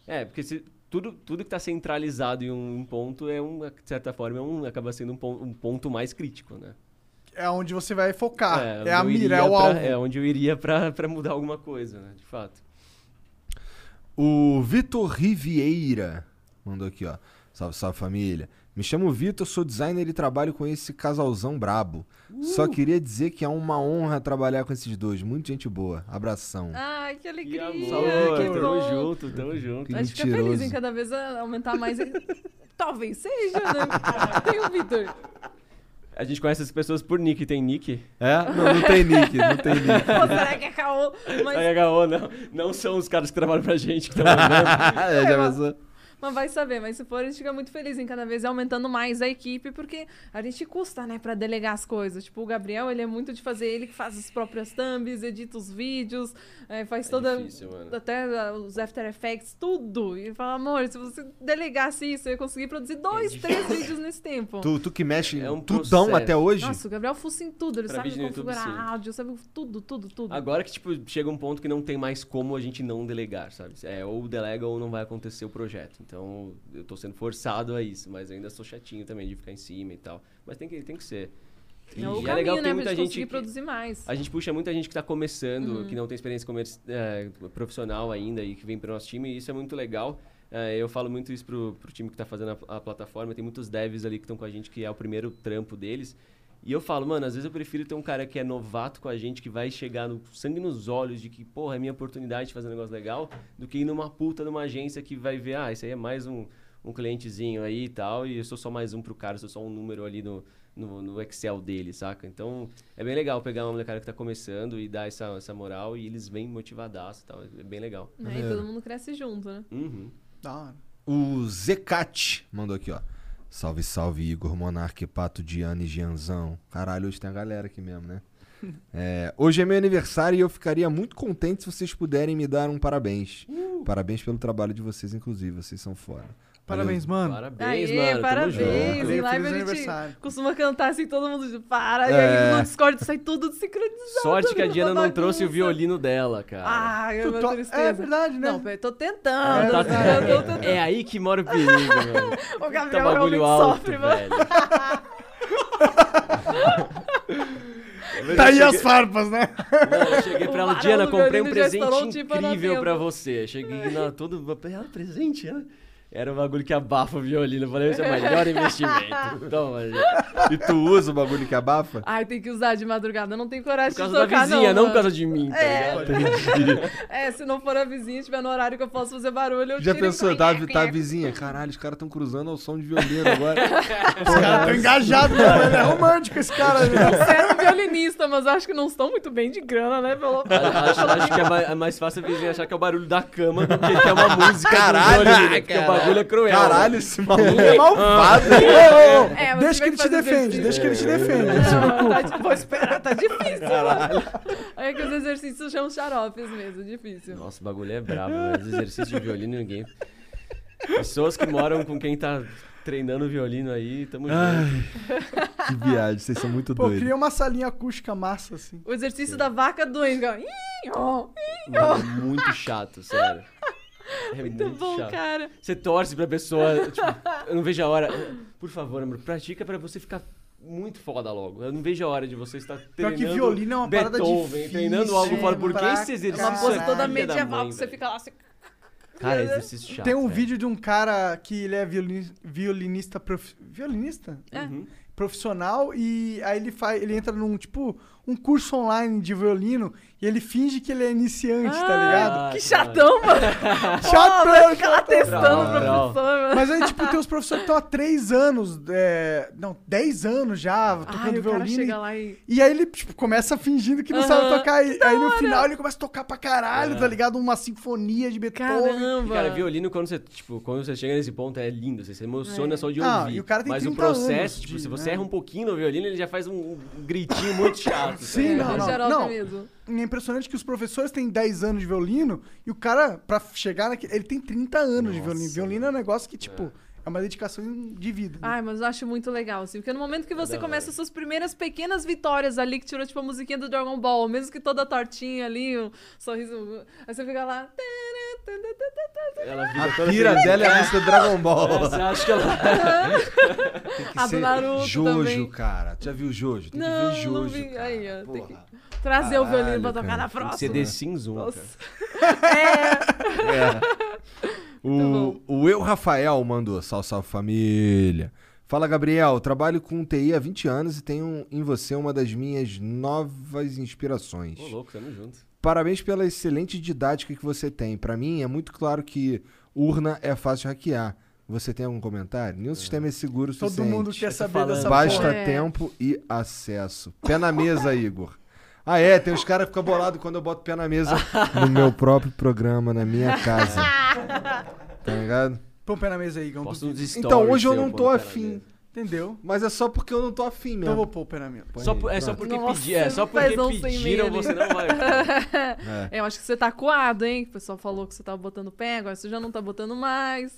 Speaker 5: É, porque se, tudo, tudo que tá centralizado em um, um ponto é um, de certa forma, é um, acaba sendo um, pon- um ponto mais crítico, né?
Speaker 3: É onde você vai focar. É,
Speaker 5: onde
Speaker 3: a
Speaker 5: eu
Speaker 3: mira,
Speaker 5: iria
Speaker 3: é o
Speaker 5: pra-
Speaker 3: alvo.
Speaker 5: É onde eu iria pra, pra mudar alguma coisa, né? De fato.
Speaker 2: O Vitor Rivieira mandou aqui, ó. Salve, salve família. Me chamo Vitor, sou designer e trabalho com esse casalzão brabo. Só queria dizer que é uma honra trabalhar com esses dois. Muita gente boa. Abração.
Speaker 4: Ai, que
Speaker 5: Que
Speaker 4: alegria.
Speaker 5: amor,
Speaker 4: que
Speaker 5: tamo
Speaker 4: bom.
Speaker 5: junto, tamo junto.
Speaker 2: Que
Speaker 4: A gente fica feliz
Speaker 2: mentiroso.
Speaker 4: em cada vez a- aumentar mais. Talvez seja, né? Tem o Vitor.
Speaker 5: A gente conhece as pessoas por nick, tem nick?
Speaker 2: É? Não, não tem nick, não tem nick.
Speaker 4: Ou será que é caô? Mas
Speaker 5: Mas... HO, não, não são os caras que trabalham pra gente que estão mandando.
Speaker 2: Ah, é, já pensou?
Speaker 4: Mas vai saber, mas se for, a gente fica muito feliz em cada vez aumentando mais a equipe, porque a gente custa, né, pra delegar as coisas. Tipo, o Gabriel, ele é muito de fazer, ele que faz as próprias thumbs, edita os vídeos, eh, faz toda.
Speaker 5: É difícil, né? mano.
Speaker 4: até ah, os After Effects, tudo. E ele fala, amor, se você delegasse isso, eu ia conseguir produzir dois, três vídeos nesse tempo.
Speaker 2: Tu, tu que mexe em
Speaker 5: É um
Speaker 2: tudão
Speaker 5: processo.
Speaker 2: até hoje?
Speaker 4: Nossa, o Gabriel fuça em tudo, ele
Speaker 5: Pra
Speaker 4: sabe
Speaker 5: vídeo no YouTube,
Speaker 4: configurar
Speaker 5: sim.
Speaker 4: áudio, sabe tudo, tudo, tudo.
Speaker 5: Agora que, tipo, chega um ponto que não tem mais como a gente não delegar, sabe? É, ou delega ou não vai acontecer o projeto. Então, eu tô sendo forçado a isso, mas eu ainda sou chatinho também de ficar em cima e tal. Mas tem que, tem que ser.
Speaker 4: é o
Speaker 5: E
Speaker 4: caminho, né, pra gente conseguir produzir mais.
Speaker 5: A gente puxa muita gente que tá começando, que não tem experiência comer- eh, profissional ainda e que vem pro nosso time, e isso é muito legal. Eh, eu falo muito isso pro, pro time que tá fazendo a, a plataforma, tem muitos devs ali que estão com a gente, que é o primeiro trampo deles. E eu falo, mano, às vezes eu prefiro ter um cara que é novato com a gente, que vai chegar no sangue nos olhos de que, porra, é minha oportunidade de fazer um negócio legal, do que ir numa puta numa agência que vai ver, ah, isso aí é mais um, um clientezinho aí e tal, e eu sou só mais um pro cara, sou só um número ali no, no, no Excel dele, saca? Então é bem legal pegar uma molecada que tá começando e dar essa, essa moral e eles vêm motivadaço e tal. É bem legal.
Speaker 4: Né, E todo mundo cresce junto, né?
Speaker 5: Uhum.
Speaker 3: Da hora.
Speaker 2: O Zecat mandou aqui, ó. Salve, salve, Igor Monarque, Pato, Diana e Gianzão. Caralho, hoje tem a galera aqui mesmo, né? É, hoje é meu aniversário e eu ficaria muito contente se vocês puderem me dar um parabéns. Parabéns pelo trabalho de vocês, inclusive. Vocês são foda.
Speaker 3: Parabéns, mano.
Speaker 5: Uhum. Parabéns,
Speaker 4: Aê,
Speaker 5: mano. tamo junto.
Speaker 4: parabéns. Em
Speaker 3: Feliz
Speaker 4: live a
Speaker 3: aniversário.
Speaker 4: gente costuma cantar assim, todo mundo para. E
Speaker 2: É.
Speaker 4: aí no Discord sai tudo desincronizado.
Speaker 5: Sorte que a
Speaker 4: vira uma
Speaker 5: Diana não
Speaker 4: bagunça.
Speaker 5: trouxe o violino dela, cara.
Speaker 4: Ah, eu
Speaker 3: Tu
Speaker 4: uma
Speaker 3: to-
Speaker 4: tristeza.
Speaker 3: É verdade, né?
Speaker 4: Não, pera, tô tentando.
Speaker 5: Tá-
Speaker 4: eu tô tentando.
Speaker 5: é aí que mora o perigo, mano.
Speaker 4: O
Speaker 5: Tá
Speaker 4: Gabriel realmente
Speaker 5: bagulho alto,
Speaker 4: sofre, mano.
Speaker 5: velho.
Speaker 3: Tá aí as farpas, né?
Speaker 5: Eu cheguei pra ela,
Speaker 4: O
Speaker 5: Diana,
Speaker 4: barão do
Speaker 5: comprei um
Speaker 4: violino já
Speaker 5: presente
Speaker 4: estourou, tipo, há
Speaker 5: incrível
Speaker 4: 90.
Speaker 5: pra você. Cheguei na todo. Ela, presente? Ela... Era um bagulho que abafa o violino. Eu falei, esse é o melhor investimento. Toma, gente.
Speaker 2: E tu usa o bagulho que abafa?
Speaker 4: Ai, tem que usar de madrugada. eu Não tenho coragem
Speaker 5: Por causa
Speaker 4: de tocar,
Speaker 5: da vizinha, não,
Speaker 4: mano.
Speaker 5: por causa de mim, tá
Speaker 4: É.
Speaker 5: ligado?
Speaker 4: É, se não for a vizinha, tiver no horário que eu posso fazer barulho, eu
Speaker 2: Já
Speaker 4: tiro e- é
Speaker 2: pensou? Tá, tá a vizinha? Caralho, os caras estão cruzando ao som de violino agora.
Speaker 3: Os caras tão engajados, né? mano? Ele é romântico esse cara, né?
Speaker 4: Você era um violinista, mas acho que não estão muito bem de grana, né? Pelo...
Speaker 5: acho, acho que é mais, é mais fácil a vizinha achar que é o barulho da cama do que que é uma música. do
Speaker 6: Caralho,
Speaker 5: violino, Porque o bagulho é cruel.
Speaker 2: Ah,
Speaker 5: Ah.
Speaker 2: Caralho, esse maluco é
Speaker 3: Malvado. Ô, ô, ô,
Speaker 4: É,
Speaker 3: Deixa
Speaker 4: mas
Speaker 3: que
Speaker 4: tiver
Speaker 3: ele
Speaker 4: que
Speaker 3: te
Speaker 4: fazer
Speaker 3: defende,
Speaker 4: exercício. É.
Speaker 3: deixa que ele te defende.
Speaker 4: Não, tá- vou esperar, tá difícil. mano. É que os exercícios são xaropes mesmo, difícil.
Speaker 5: Nossa, o bagulho é brabo, mas exercício de violino ninguém. Pessoas que moram com quem tá treinando violino aí, tamo junto.
Speaker 2: Que viagem, vocês são muito
Speaker 3: Pô,
Speaker 2: doidos.
Speaker 3: cria uma salinha acústica massa, assim.
Speaker 4: O exercício da vaca doendo. ó. Ih, ó, ih, ó.
Speaker 5: Mano, é muito chato, sério. É muito,
Speaker 4: Muito bom,
Speaker 5: chato.
Speaker 4: cara.
Speaker 5: Você torce pra pessoa, tipo, eu não vejo a hora. Por favor, amor, pratica pra você ficar muito foda logo. Eu não vejo a hora de você estar
Speaker 3: Pior
Speaker 5: treinando.
Speaker 3: que violino é uma parada
Speaker 5: Beethoven,
Speaker 3: difícil,
Speaker 5: treinando algo fora. Por que
Speaker 3: pra
Speaker 5: esse exercício?
Speaker 4: É uma pose
Speaker 5: é
Speaker 4: toda
Speaker 5: filha da
Speaker 4: medieval
Speaker 5: mãe,
Speaker 4: que você
Speaker 5: velho?
Speaker 4: fica lá assim.
Speaker 5: Cara, é exercício chato.
Speaker 3: Tem um
Speaker 5: velho.
Speaker 3: vídeo de um cara que ele é violin- violinista. prof- Violinista?
Speaker 4: É.
Speaker 3: Profissional. E aí ele faz. Ele entra num tipo um curso online de violino e ele finge que ele é iniciante, tá ligado?
Speaker 5: Ah,
Speaker 4: Que
Speaker 5: que
Speaker 4: chatão, mano.
Speaker 3: Chato,
Speaker 4: Pô, Fica lá testando
Speaker 5: Brau,
Speaker 4: o professor, mano.
Speaker 3: Mas aí, tipo, tem uns professores que estão há três anos. é, não, dez anos já, tá tocando
Speaker 4: Ai, o cara
Speaker 3: violino.
Speaker 4: chega lá e.
Speaker 3: E aí ele, tipo, começa fingindo que não sabe
Speaker 4: Aham.
Speaker 3: tocar. E, aí no final ele começa a tocar pra caralho, tá ligado? Uma sinfonia de Beethoven.
Speaker 5: E,
Speaker 4: Caramba!
Speaker 5: Cara, violino, quando você, tipo, quando você chega nesse ponto, é lindo. Você se emociona só de ouvir.
Speaker 3: Ah, e o cara tem
Speaker 5: Mas o
Speaker 3: 30
Speaker 5: processo,
Speaker 3: anos
Speaker 5: tipo,
Speaker 3: de-
Speaker 5: se você
Speaker 3: né?
Speaker 5: erra um pouquinho no violino, ele já faz um, um gritinho muito chato. tá
Speaker 3: Sim,
Speaker 5: ligado?
Speaker 3: não, não.
Speaker 4: Xarope
Speaker 3: não.
Speaker 4: mesmo.
Speaker 3: E é impressionante que os professores têm 10 anos de violino e o cara, pra chegar naquele. Ele tem 30 anos de violino. Violino é um negócio que, tipo, é, uma dedicação de vida. né?
Speaker 4: Ai, mas eu acho muito legal, assim, porque no momento que você começa as suas primeiras pequenas vitórias ali, que tirou, tipo, a musiquinha do Dragon Ball, mesmo que toda tortinha ali, o sorriso, aí você fica lá...
Speaker 2: É
Speaker 5: Ela fica
Speaker 2: A
Speaker 5: toda
Speaker 2: pira
Speaker 5: feliz.
Speaker 2: dela é a música do Dragon Ball.
Speaker 5: Você acha que ela.
Speaker 4: A do Naruto
Speaker 2: Jojo,
Speaker 4: também.
Speaker 2: cara. Tu já viu Jojo? Tem
Speaker 4: Não,
Speaker 2: que ver Jojo.
Speaker 4: não vi.
Speaker 2: cara.
Speaker 4: Aí, ó, tem
Speaker 2: Porra.
Speaker 4: Trazer o violino
Speaker 2: Caralho,
Speaker 4: pra tocar
Speaker 2: cara,
Speaker 4: na
Speaker 5: Tem que ser
Speaker 4: próxima.
Speaker 5: The Sims 1, cara.
Speaker 4: Nossa.
Speaker 2: O, o Eu Rafael mandou. Salve, salve família. Fala, Gabriel. Trabalho com TI há 20 anos e tenho em você uma das minhas novas inspirações.
Speaker 5: Ô, louco, tamo junto.
Speaker 2: Parabéns pela excelente didática que você tem. Pra mim, é muito claro que urna é fácil de hackear. Você tem algum comentário? Nenhum sistema é seguro o
Speaker 3: Todo
Speaker 2: suficiente.
Speaker 3: mundo quer saber dessa
Speaker 2: Basta
Speaker 3: porra.
Speaker 4: É.
Speaker 2: tempo e acesso. Pé na mesa, Igor. Ah, é, tem uns caras que ficam bolados quando eu boto pé na mesa no meu próprio programa, na minha casa. Tá ligado?
Speaker 3: Põe o pé na mesa aí, Gão.
Speaker 5: Posta uns
Speaker 3: duvido.
Speaker 5: stories.
Speaker 2: Então, hoje eu
Speaker 5: seu
Speaker 2: não
Speaker 5: pondo
Speaker 2: tô
Speaker 5: o pé na
Speaker 2: afim.
Speaker 5: mesa.
Speaker 3: Entendeu?
Speaker 2: Mas é só porque eu não tô afim
Speaker 3: Então eu vou
Speaker 2: mesmo.
Speaker 3: pôr o pé na mesa.
Speaker 2: Põe
Speaker 5: Só
Speaker 2: aí,
Speaker 5: por- é só
Speaker 2: pronto.
Speaker 5: porque
Speaker 4: Nossa,
Speaker 5: pedi- é só
Speaker 4: faz um
Speaker 5: porque
Speaker 4: sem meia
Speaker 5: pediram,
Speaker 4: ali.
Speaker 5: você não vai.
Speaker 4: Eu acho que você tá coado, hein? O pessoal falou que você tava botando pé, agora você já não tá botando mais.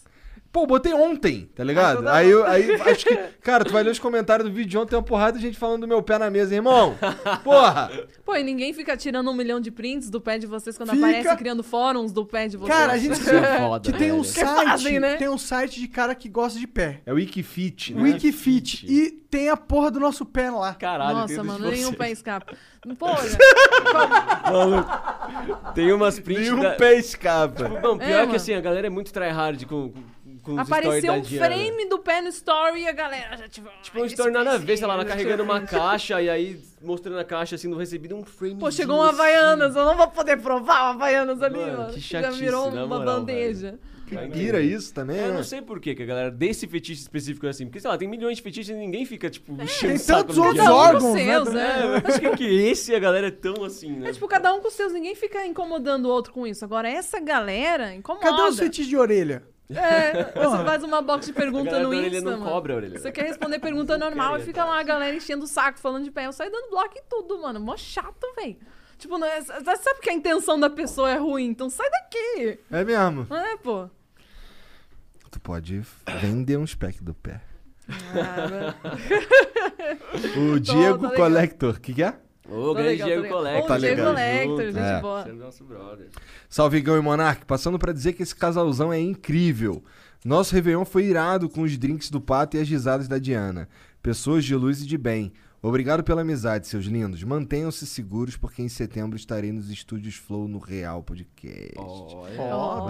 Speaker 2: Pô, botei ontem, tá ligado?
Speaker 4: Ah, então tá
Speaker 2: aí,
Speaker 4: bom.
Speaker 2: eu- aí acho que. Cara, tu vai ler os comentários do vídeo de ontem, tem uma porrada de gente falando do meu pé na mesa, irmão. Porra!
Speaker 4: Pô, e ninguém fica tirando um milhão de prints do pé de vocês quando
Speaker 3: Fica.
Speaker 4: aparece criando fóruns do pé de vocês.
Speaker 3: Cara, a gente
Speaker 5: Isso
Speaker 3: escreveu
Speaker 5: é foda,
Speaker 3: que tem um
Speaker 5: velho.
Speaker 4: Que
Speaker 3: site,
Speaker 4: fazem, né?
Speaker 3: tem um site de cara que gosta de pé.
Speaker 2: É o Wikifit, né?
Speaker 3: Wikifit. E tem a porra do nosso pé lá.
Speaker 5: Caralho,
Speaker 4: Nossa,
Speaker 5: tem um dos
Speaker 4: mano,
Speaker 5: de
Speaker 4: nenhum
Speaker 5: vocês.
Speaker 4: pé escapa. Pô, olha,
Speaker 5: Tem umas prints
Speaker 2: Nenhum
Speaker 5: da-
Speaker 2: um pé escapa.
Speaker 5: Não, pior
Speaker 4: É,
Speaker 5: que
Speaker 4: mano.
Speaker 5: assim, a galera é muito tryhard com, com, com os stories
Speaker 4: apareceu
Speaker 5: da
Speaker 4: um
Speaker 5: Diana.
Speaker 4: frame do pé no story e a galera já tipo.
Speaker 5: Tipo, um
Speaker 4: "Ai,
Speaker 5: story
Speaker 4: esse
Speaker 5: nada a ver,
Speaker 4: pezinho,
Speaker 5: sei lá, ela
Speaker 4: esse
Speaker 5: carregando uma
Speaker 4: pezinho".
Speaker 5: caixa e aí mostrando a caixa assim, não recebido um frame.
Speaker 4: Pô, chegou um Havaianas, eu não vou poder provar o Havaianas ali,
Speaker 5: Mano,
Speaker 4: mano.
Speaker 5: que
Speaker 4: Já
Speaker 5: chatice,
Speaker 4: virou
Speaker 5: na
Speaker 4: uma
Speaker 5: moral,
Speaker 4: bandeja.
Speaker 2: Pira isso também,
Speaker 5: É, Eu
Speaker 2: né?
Speaker 5: não sei por que que a galera desse fetiche específico é assim. Porque, sei lá, tem milhões de fetiches e ninguém fica, tipo,
Speaker 4: É.
Speaker 5: enchendo
Speaker 3: Tem
Speaker 5: o saco
Speaker 3: tantos
Speaker 5: do
Speaker 3: outros
Speaker 4: Cada
Speaker 5: Diana.
Speaker 4: um com
Speaker 3: órgãos, né,
Speaker 4: seus,
Speaker 3: também.
Speaker 4: né?
Speaker 5: É, mas por que que esse a galera é tão assim, né?
Speaker 4: É tipo, cada um com seus, ninguém fica incomodando o outro com isso. Agora, essa galera incomoda.
Speaker 3: Cadê o fetiche de orelha?
Speaker 4: É, você faz uma box de
Speaker 5: a
Speaker 4: pergunta
Speaker 5: galera
Speaker 4: no
Speaker 5: da
Speaker 4: Insta,
Speaker 5: orelha não
Speaker 4: mano.
Speaker 5: cobra a orelha. né?
Speaker 4: Você quer responder pergunta normal e fica
Speaker 5: tá.
Speaker 4: lá a galera enchendo o saco, falando de pé. Eu saio dando bloco e tudo, mano. Mó chato, velho. Tipo, não é- você sabe que a intenção da pessoa é ruim, então sai daqui.
Speaker 2: É mesmo.
Speaker 4: Não é, pô?
Speaker 2: Tu pode vender um spec do pé.
Speaker 4: Cara,
Speaker 2: O Diego
Speaker 4: ligado.
Speaker 2: Collector, o que, que é?
Speaker 5: Ô,
Speaker 4: tô
Speaker 5: grande
Speaker 4: legal, tô
Speaker 5: Diego
Speaker 4: legal.
Speaker 5: Collector.
Speaker 4: Ô,
Speaker 2: Tá
Speaker 4: Diego
Speaker 2: ligado.
Speaker 4: Collector,
Speaker 5: Junto.
Speaker 4: gente
Speaker 2: É.
Speaker 4: boa.
Speaker 5: Você é nosso brother.
Speaker 2: Salve Igão e Monark, passando pra dizer que esse casalzão é incrível. Nosso Réveillon foi irado com os drinks do Pato e as risadas da Diana. Pessoas de luz e de bem. Obrigado pela amizade, seus lindos. Mantenham-se seguros, porque em setembro estarei nos estúdios Flow no Real Podcast.
Speaker 5: Oh. Olha,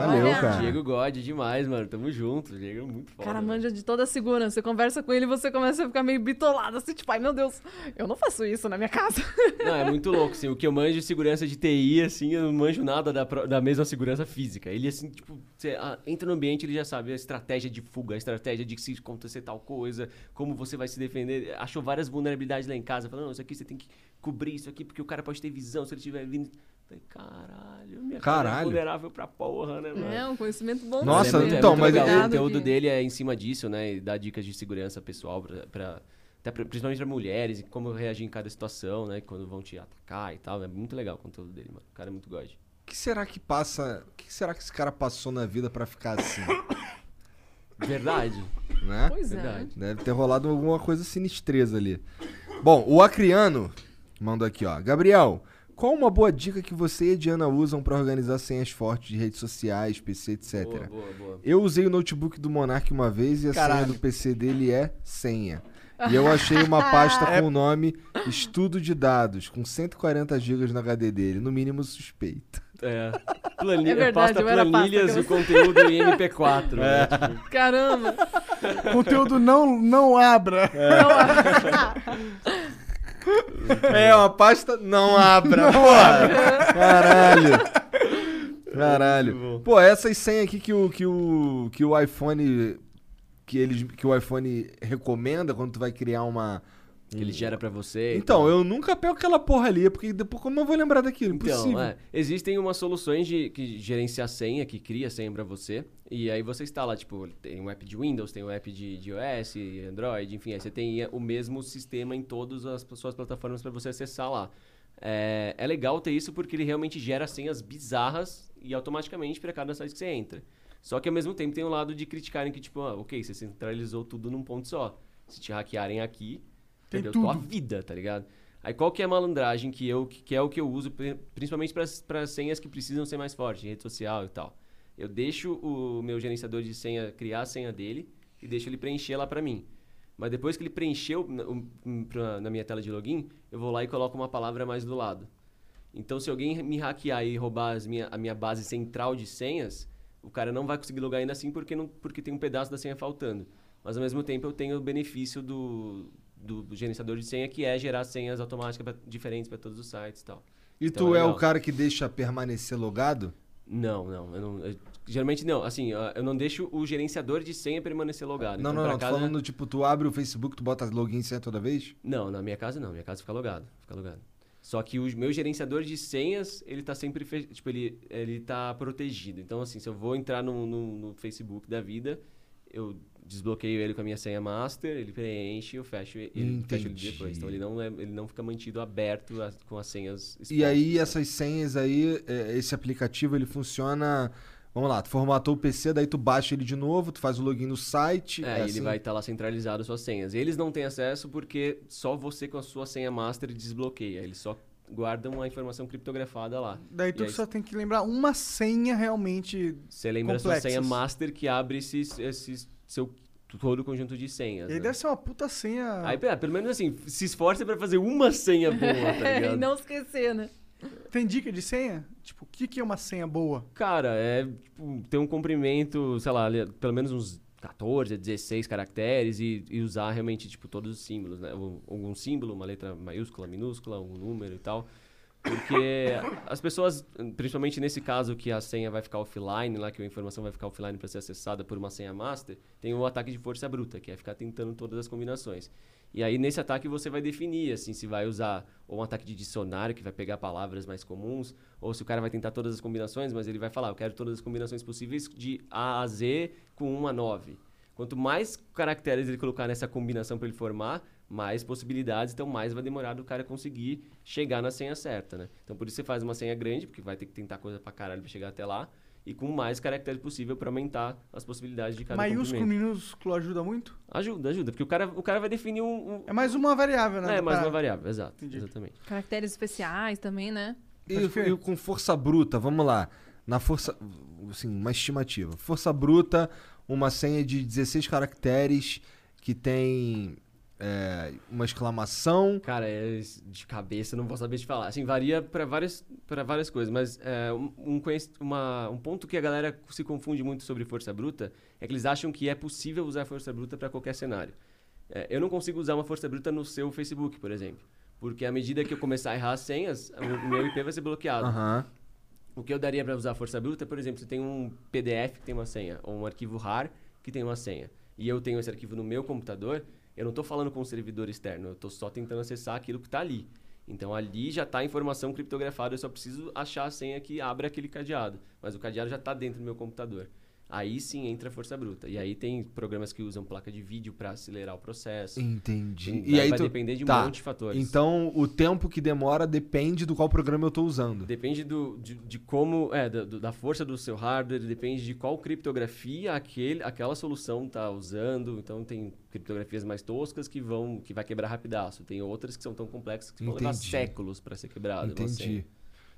Speaker 2: valeu,
Speaker 4: Olha.
Speaker 2: cara.
Speaker 5: Diego God demais, mano. Tamo junto. O Diego é muito foda.
Speaker 4: Cara,
Speaker 5: velho.
Speaker 4: manja de toda a segurança. Você conversa com ele e você começa a ficar meio bitolado, assim, tipo, ai meu Deus, eu não faço isso na minha casa.
Speaker 5: Não, é muito louco, assim. O que eu manjo de segurança de TI, assim, eu não manjo nada da, pro- da mesma segurança física. Ele, assim, tipo, você ah, entra no ambiente, ele já sabe a estratégia de fuga, a estratégia de se acontecer tal coisa, como você vai se defender. Achou várias vulnerabilidades lá em casa, falando, não, isso aqui você tem que cobrir isso aqui, porque o cara pode ter visão se ele estiver vindo. Falei, caralho, minha casa é
Speaker 2: Caralho.
Speaker 5: vulnerável pra porra, né, mano?
Speaker 4: É, um conhecimento bom.
Speaker 2: Nossa,
Speaker 4: né?
Speaker 5: Ele é muito-
Speaker 2: então,
Speaker 5: é muito
Speaker 2: mas-
Speaker 5: legal. o
Speaker 4: Obrigado
Speaker 5: conteúdo
Speaker 4: que-
Speaker 5: dele é em cima disso, né? E dá dicas de segurança pessoal pra, pra- até pra- principalmente pra mulheres, e como reagir em cada situação, né? Quando vão te atacar e tal. É muito legal o conteúdo dele, mano. O cara é muito god.
Speaker 2: O que será que passa. O que será que esse cara passou na vida pra ficar assim?
Speaker 5: Verdade.
Speaker 2: Né?
Speaker 4: Pois é.
Speaker 5: Verdade.
Speaker 2: Deve ter rolado alguma coisa sinistreza ali. Bom, o Acriano mandou aqui, ó. Gabriel, qual uma boa dica que você e a Diana usam pra organizar senhas fortes de redes sociais, PC, etc?
Speaker 5: Boa, boa, boa.
Speaker 2: Eu usei o notebook do Monark uma vez e a senha do PC dele é senha. E eu achei uma pasta com o nome Estudo de Dados, com 140 GB no HD dele, no mínimo suspeito.
Speaker 5: É, planilha,
Speaker 4: É verdade,
Speaker 5: pasta
Speaker 4: eu era pasta
Speaker 5: planilhas
Speaker 4: que eu-
Speaker 5: e conteúdo em MP4. né? Tipo,
Speaker 4: Caramba.
Speaker 3: Conteúdo não, não abra.
Speaker 5: Tá
Speaker 2: É, uma pasta não abra, porra. Caralho. Caralho. Pô, essas 100 aqui que o, que o, que o iPhone que, eles, que o iPhone recomenda quando tu vai criar uma... um-
Speaker 5: que ele gera pra você. e
Speaker 2: Então, eu nunca pego aquela porra ali, porque depois como eu vou lembrar daquilo? Impossível.
Speaker 5: Então, é, existem umas soluções de que gerencia a senha, que cria a senha pra você. E aí você instala, tipo, tem um app de Windows, tem um app de, de iOS, Android, enfim, aí você tem o mesmo sistema em todas as suas plataformas pra você acessar lá. É, é legal ter isso porque ele realmente gera senhas bizarras e automaticamente pra cada site que você entra. Só que ao mesmo tempo tem um lado de criticarem que, tipo, ah, ok, você centralizou tudo num ponto só. Se te hackearem aqui,
Speaker 3: Tem
Speaker 5: perdeu
Speaker 3: tudo.
Speaker 5: tua vida, tá ligado? Aí qual que é a malandragem que eu que é o que eu uso pri- principalmente para senhas que precisam ser mais fortes, rede social e tal. Eu deixo o meu gerenciador de senha criar a senha dele e deixo ele preencher lá pra mim. Mas depois que ele preencheu na, um- um- pra- na minha tela de login, eu vou lá e coloco uma palavra mais do lado. Então, se alguém me hackear e roubar as minha, a minha base central de senhas, o cara não vai conseguir logar ainda assim porque, não, porque tem um pedaço da senha faltando. Mas, ao mesmo tempo, eu tenho o benefício do, do, do gerenciador de senha, que é gerar senhas automáticas pra- diferentes para todos os sites e tal.
Speaker 2: E
Speaker 5: Então
Speaker 2: tu
Speaker 5: é
Speaker 2: é, o
Speaker 5: legal.
Speaker 2: cara que deixa permanecer logado?
Speaker 5: Não, não. Eu não eu- geralmente, não. Assim, ó, eu não deixo o gerenciador de senha permanecer logado.
Speaker 2: não, não,
Speaker 5: Então, pra
Speaker 2: não. Tô
Speaker 5: cada-
Speaker 2: falando, tipo, tu abre o Facebook, tu bota login certo toda vez?
Speaker 5: Não, na minha casa não. Minha casa fica logado. Fica logado. Só que o meu gerenciador de senhas, ele tá sempre, fe- tipo, ele, ele tá protegido. Então, assim, se eu vou entrar no, no, no Facebook da vida, eu desbloqueio ele com a minha senha master, ele preenche, eu fecho e- ele, fecho ele
Speaker 2: Entendi.
Speaker 5: depois. Então, ele não, é, ele não fica mantido aberto a- com as senhas
Speaker 2: E
Speaker 5: expostas,
Speaker 2: aí
Speaker 5: né?
Speaker 2: essas senhas aí, é, esse aplicativo ele funciona. Vamos lá, tu formatou o PC, daí tu baixa ele de novo, tu faz o login no site.
Speaker 5: É, e
Speaker 2: assim.
Speaker 5: ele vai estar lá centralizado as suas senhas. Eles não têm acesso porque só você com a sua senha master desbloqueia. Eles só guardam a informação criptografada lá.
Speaker 3: Daí
Speaker 5: E
Speaker 3: tu
Speaker 5: aí
Speaker 3: só tem que lembrar uma senha realmente.
Speaker 5: Você lembra a sua
Speaker 3: complexas.
Speaker 5: senha master que abre esse, esse seu todo o conjunto de senhas.
Speaker 3: E aí
Speaker 5: né?
Speaker 3: deve ser uma puta senha.
Speaker 5: Aí, pelo menos assim, se esforça pra fazer uma senha boa,
Speaker 4: e
Speaker 5: tá ligado?
Speaker 4: não esquecer, né?
Speaker 3: Tem dica de senha? Tipo, o que, que é uma senha boa?
Speaker 5: Cara, é tipo, ter um comprimento, sei lá, ali- pelo menos uns 14 a 16 caracteres e, e usar realmente tipo todos os símbolos, né? Um- Algum símbolo, uma letra maiúscula, minúscula, um número e tal. Porque as pessoas, principalmente nesse caso que a senha vai ficar offline, lá que a informação vai ficar offline para ser acessada por uma senha master, tem o ataque de força bruta, que é ficar tentando todas as combinações. E aí nesse ataque você vai definir assim se vai usar ou um ataque de dicionário que vai pegar palavras mais comuns, ou se o cara vai tentar todas as combinações, mas ele vai falar, eu quero todas as combinações possíveis de A a Z com 1 a 9. Quanto mais caracteres ele colocar nessa combinação para ele formar, mais possibilidades, então mais vai demorar do cara conseguir chegar na senha certa, né? Então por isso você faz uma senha grande, porque vai ter que tentar coisa pra caralho pra chegar até lá, e com mais caracteres possível para aumentar as possibilidades de cada
Speaker 3: Maiúsculo,
Speaker 5: comprimento.
Speaker 3: minúsculo ajuda muito?
Speaker 5: Ajuda, ajuda, porque o cara, o cara vai definir um... um-
Speaker 3: É mais uma variável, né?
Speaker 5: É,
Speaker 3: da
Speaker 5: mais uma
Speaker 3: parada.
Speaker 5: variável, exato, exatamente.
Speaker 4: Caracteres especiais também, né?
Speaker 2: E, e com força bruta, vamos lá. Na força. Assim, uma estimativa. Força bruta, uma senha de 16 caracteres que tem é, uma exclamação.
Speaker 5: Cara, é s- de cabeça não vou saber te falar. Assim, varia para várias, pra várias coisas, mas é, um, um conhec- uma- um ponto que a galera se confunde muito sobre força bruta é que eles acham que é possível usar força bruta para qualquer cenário. É, eu não consigo usar uma força bruta no seu Facebook, por exemplo. Porque à medida que eu começar a errar as senhas, o meu IP vai ser bloqueado.
Speaker 2: Aham.
Speaker 5: O que eu daria para usar a força bruta, por exemplo, você tem um PDF que tem uma senha, ou um arquivo RAR que tem uma senha, e eu tenho esse arquivo no meu computador, eu não estou falando com um servidor externo, eu estou só tentando acessar aquilo que está ali. Então ali já está a informação criptografada, eu só preciso achar a senha que abre aquele cadeado, mas o cadeado já está dentro do meu computador. Aí sim entra a força bruta. E aí tem programas que usam placa de vídeo para acelerar o processo.
Speaker 2: Entendi.
Speaker 5: Vai- vai depender de um monte de fatores.
Speaker 2: Tá. Então, o tempo que demora depende do qual programa eu tô usando.
Speaker 5: Depende do, de, de como. É, da, do- da força do seu hardware, depende de qual criptografia aquele, aquela solução tá usando. Então tem criptografias mais toscas que vão. que vai quebrar rapidaço. Tem outras que são tão complexas que vão levar
Speaker 2: Entendi.
Speaker 5: séculos para ser quebrada.
Speaker 2: Entendi.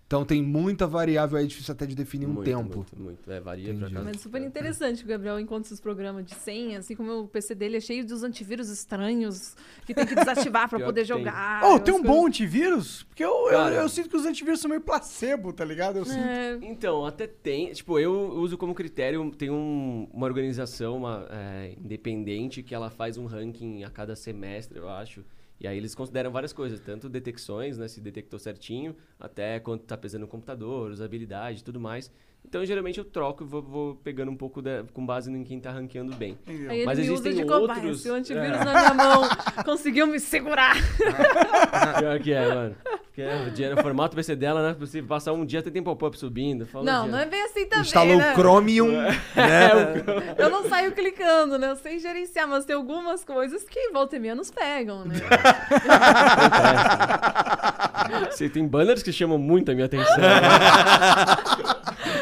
Speaker 2: Então tem muita variável aí, difícil até de definir um
Speaker 5: muito,
Speaker 2: tempo.
Speaker 5: Muito, muito. É, varia pra
Speaker 2: Entendi.
Speaker 5: cada-
Speaker 4: Mas super interessante que o Gabriel encontra esses programas de senha, assim como o PC dele é cheio de uns antivírus estranhos que tem que desativar pra
Speaker 5: Pior
Speaker 4: poder
Speaker 5: que tem.
Speaker 4: jogar.
Speaker 3: Oh, tem um
Speaker 4: umas
Speaker 3: bom antivírus? Porque eu, eu,
Speaker 5: Cara.
Speaker 3: eu sinto que os antivírus são meio placebo, tá ligado? Eu sinto.
Speaker 4: coisas- É,
Speaker 5: Então, até tem. Tipo, eu uso como critério. Tem um- uma organização uma, é, independente que ela faz um ranking a cada semestre, eu acho. E aí eles consideram várias coisas, tanto detecções, né, se detectou certinho, até quanto tá pesando o computador, usabilidade e tudo mais. Então, geralmente eu troco e vou, vou pegando um pouco da- com base em quem tá ranqueando bem.
Speaker 3: Entendeu?
Speaker 4: aí ele
Speaker 5: Mas
Speaker 4: me usa
Speaker 5: existem
Speaker 4: de cobaia.
Speaker 5: outros- é.
Speaker 4: Se o antivírus na minha mão conseguiu me segurar.
Speaker 5: Pior que é, mano. Porque é, o dinheiro, o formato vai ser dela, né? Você passar um dia até tem pop-up subindo. fala um
Speaker 4: Não,
Speaker 5: dia.
Speaker 4: não é bem assim também,
Speaker 2: Instalou
Speaker 4: né?
Speaker 2: o Chromium, né?
Speaker 4: Eu não saio clicando, né? Eu sei gerenciar, mas tem algumas coisas que volta e meia nos pegam, né?
Speaker 5: Você tem banners que chamam muito a minha atenção.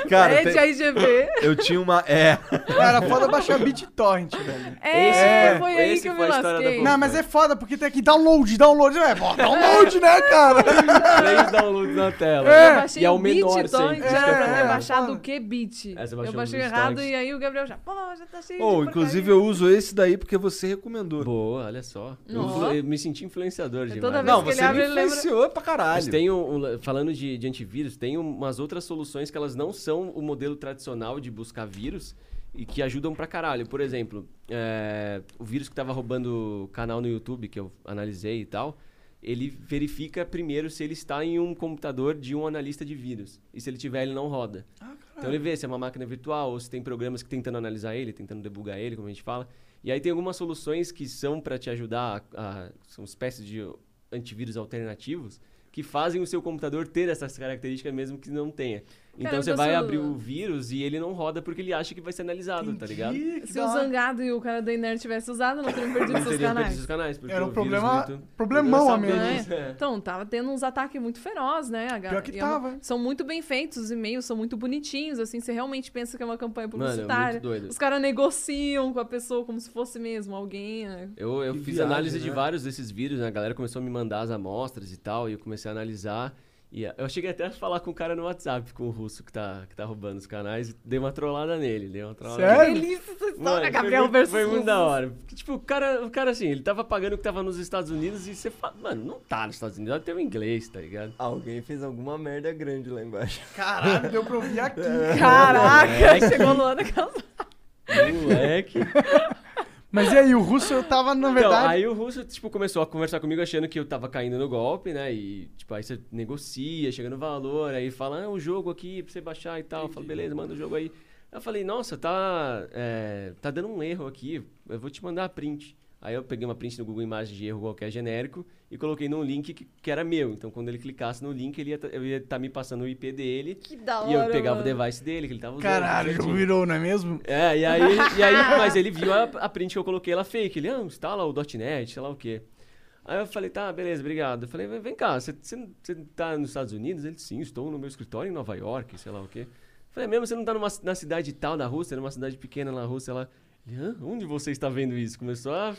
Speaker 2: Cara,
Speaker 4: Pede
Speaker 2: tem-
Speaker 4: a IGV.
Speaker 2: eu tinha uma. É.
Speaker 3: Cara, foda baixar BitTorrent, velho.
Speaker 4: É,
Speaker 5: Esse-
Speaker 4: foi aí
Speaker 5: esse
Speaker 4: que eu
Speaker 5: foi
Speaker 4: me
Speaker 5: a história da
Speaker 4: lasquei.
Speaker 5: boca.
Speaker 3: Não, mas é foda, porque tem aqui download, download. É, bom, download, né,
Speaker 5: Tá
Speaker 3: cara?
Speaker 5: Três downloads na tela.
Speaker 4: Eu baixei
Speaker 5: E é
Speaker 4: o
Speaker 5: o menor
Speaker 4: bit, então,
Speaker 5: sempre.
Speaker 4: é,
Speaker 5: isso que eu ia
Speaker 4: é,
Speaker 5: falar.
Speaker 4: baixado
Speaker 3: Fala.
Speaker 4: o que bit?
Speaker 5: É, você
Speaker 4: eu
Speaker 5: baixou
Speaker 4: baixei
Speaker 5: nos
Speaker 4: errado
Speaker 5: torrents.
Speaker 4: e aí o Gabriel já, pô, já tá cheio
Speaker 2: Ou,
Speaker 4: de
Speaker 2: inclusive,
Speaker 4: porcaria.
Speaker 2: eu uso esse daí porque você recomendou.
Speaker 5: Boa, olha só. Eu
Speaker 4: Ó.
Speaker 5: influ- Eu me senti influenciador de
Speaker 4: toda
Speaker 2: Não,
Speaker 4: vez que
Speaker 2: você
Speaker 4: ele abre,
Speaker 2: me
Speaker 4: ele lembra-
Speaker 2: influenciou pra caralho.
Speaker 5: Mas tem um, um- falando de, de antivírus, tem umas outras soluções que elas não são o modelo tradicional de buscar vírus e que ajudam pra caralho. Por exemplo, é, o vírus que tava roubando o canal no YouTube, que eu analisei e tal, ele verifica primeiro se ele está em um computador de um analista de vírus. E se ele tiver, ele não roda.
Speaker 3: Ah,
Speaker 5: então ele vê se é uma máquina virtual ou se tem programas que tentando analisar ele, tentando debugar ele, como a gente fala. E aí tem algumas soluções que são pra te ajudar, a- a- são espécies de antivírus alternativos que fazem o seu computador ter essas características mesmo que não tenha. Então
Speaker 4: Caramba,
Speaker 5: você vai
Speaker 4: se o-
Speaker 5: abrir o vírus e ele não roda porque ele acha que vai ser analisado, tá ligado?
Speaker 3: Ih, que
Speaker 4: Se
Speaker 3: da
Speaker 4: o
Speaker 3: hora.
Speaker 4: um Zangado e o cara do Inert tivessem usado, não teriam perdido
Speaker 5: Não
Speaker 4: seus
Speaker 5: teriam perdido
Speaker 4: canais.
Speaker 5: seus canais. porque
Speaker 3: Era um
Speaker 5: o vírus
Speaker 3: problema-
Speaker 5: do YouTube-
Speaker 3: problemão,
Speaker 5: Eu sabia
Speaker 3: amigo.
Speaker 5: disso,
Speaker 4: É.
Speaker 5: é.
Speaker 4: Então, tava tendo uns ataques muito feroz, né? A
Speaker 3: Pior que
Speaker 4: e é uma-
Speaker 3: tava, hein?
Speaker 4: São muito bem feitos, os e-mails são muito bonitinhos, assim, você realmente pensa que é uma campanha
Speaker 5: Mano, é muito
Speaker 4: publicitária.
Speaker 5: doido.
Speaker 4: Os caras negociam com a pessoa como se fosse mesmo alguém, né?
Speaker 5: Eu, eu
Speaker 2: Que
Speaker 5: fiz
Speaker 2: viagem,
Speaker 5: análise de
Speaker 2: né?
Speaker 5: vários desses vírus, né? A galera começou a me mandar as amostras e tal, e eu comecei a analisar. E a- eu cheguei até a falar com o cara no WhatsApp, com o russo que tá, que tá roubando os canais, e dei uma trollada nele, dei uma trollada
Speaker 3: Sério?
Speaker 5: nele.
Speaker 4: Delícia essa
Speaker 5: Mano,
Speaker 4: história,
Speaker 5: foi
Speaker 4: Gabriel
Speaker 5: muito-
Speaker 4: versus um
Speaker 5: Foi muito
Speaker 4: Russo.
Speaker 5: da hora. Porque, tipo, o cara, o cara assim, ele tava pagando o que tava nos Estados Unidos e você fala, mano, não tá nos Estados Unidos, ela tem o inglês, tá ligado?
Speaker 6: Alguém fez alguma merda grande lá embaixo.
Speaker 3: Caralho, deu pra ouvir aqui.
Speaker 5: É.
Speaker 4: Caraca, chegou a Luana Casal.
Speaker 5: Moleque.
Speaker 3: Mas e aí, o russo eu tava, na
Speaker 5: Então,
Speaker 3: verdade.
Speaker 5: aí o russo, tipo, começou a conversar comigo achando que eu tava caindo no golpe, né? E, tipo, aí você negocia, chega no valor, aí fala, ah, o jogo aqui pra você baixar e tal. Eu falo, beleza, manda o jogo aí. Aí Eu falei, nossa, tá, é, tá dando um erro aqui, eu vou te mandar a print. Aí eu peguei uma print no Google Imagens de erro qualquer genérico e coloquei num link que, que era meu. Então, quando ele clicasse no link, ele ia, tá- eu ia estar me passando o IP dele.
Speaker 4: Que da hora.
Speaker 5: E eu pegava
Speaker 4: mano.
Speaker 5: o device dele, que ele tava usando.
Speaker 3: Caralho, o
Speaker 5: certinho.
Speaker 3: jogo virou, não é mesmo?
Speaker 5: É, e aí, e aí mas ele viu a, a print que eu coloquei, ela fake. Ele, ah, instala o .NET, sei lá o quê. Aí eu falei, tá, beleza, obrigado. Eu falei, "Vem- vem cá, você você não- você tá nos Estados Unidos? Ele, sim, estou no meu escritório em Nova York, sei lá o quê. Eu falei, "É mesmo, você não tá numa, ci- na cidade tal da Rússia, numa cidade pequena na Rússia? Ela, "Ele, hã? onde você está vendo isso? Começou a,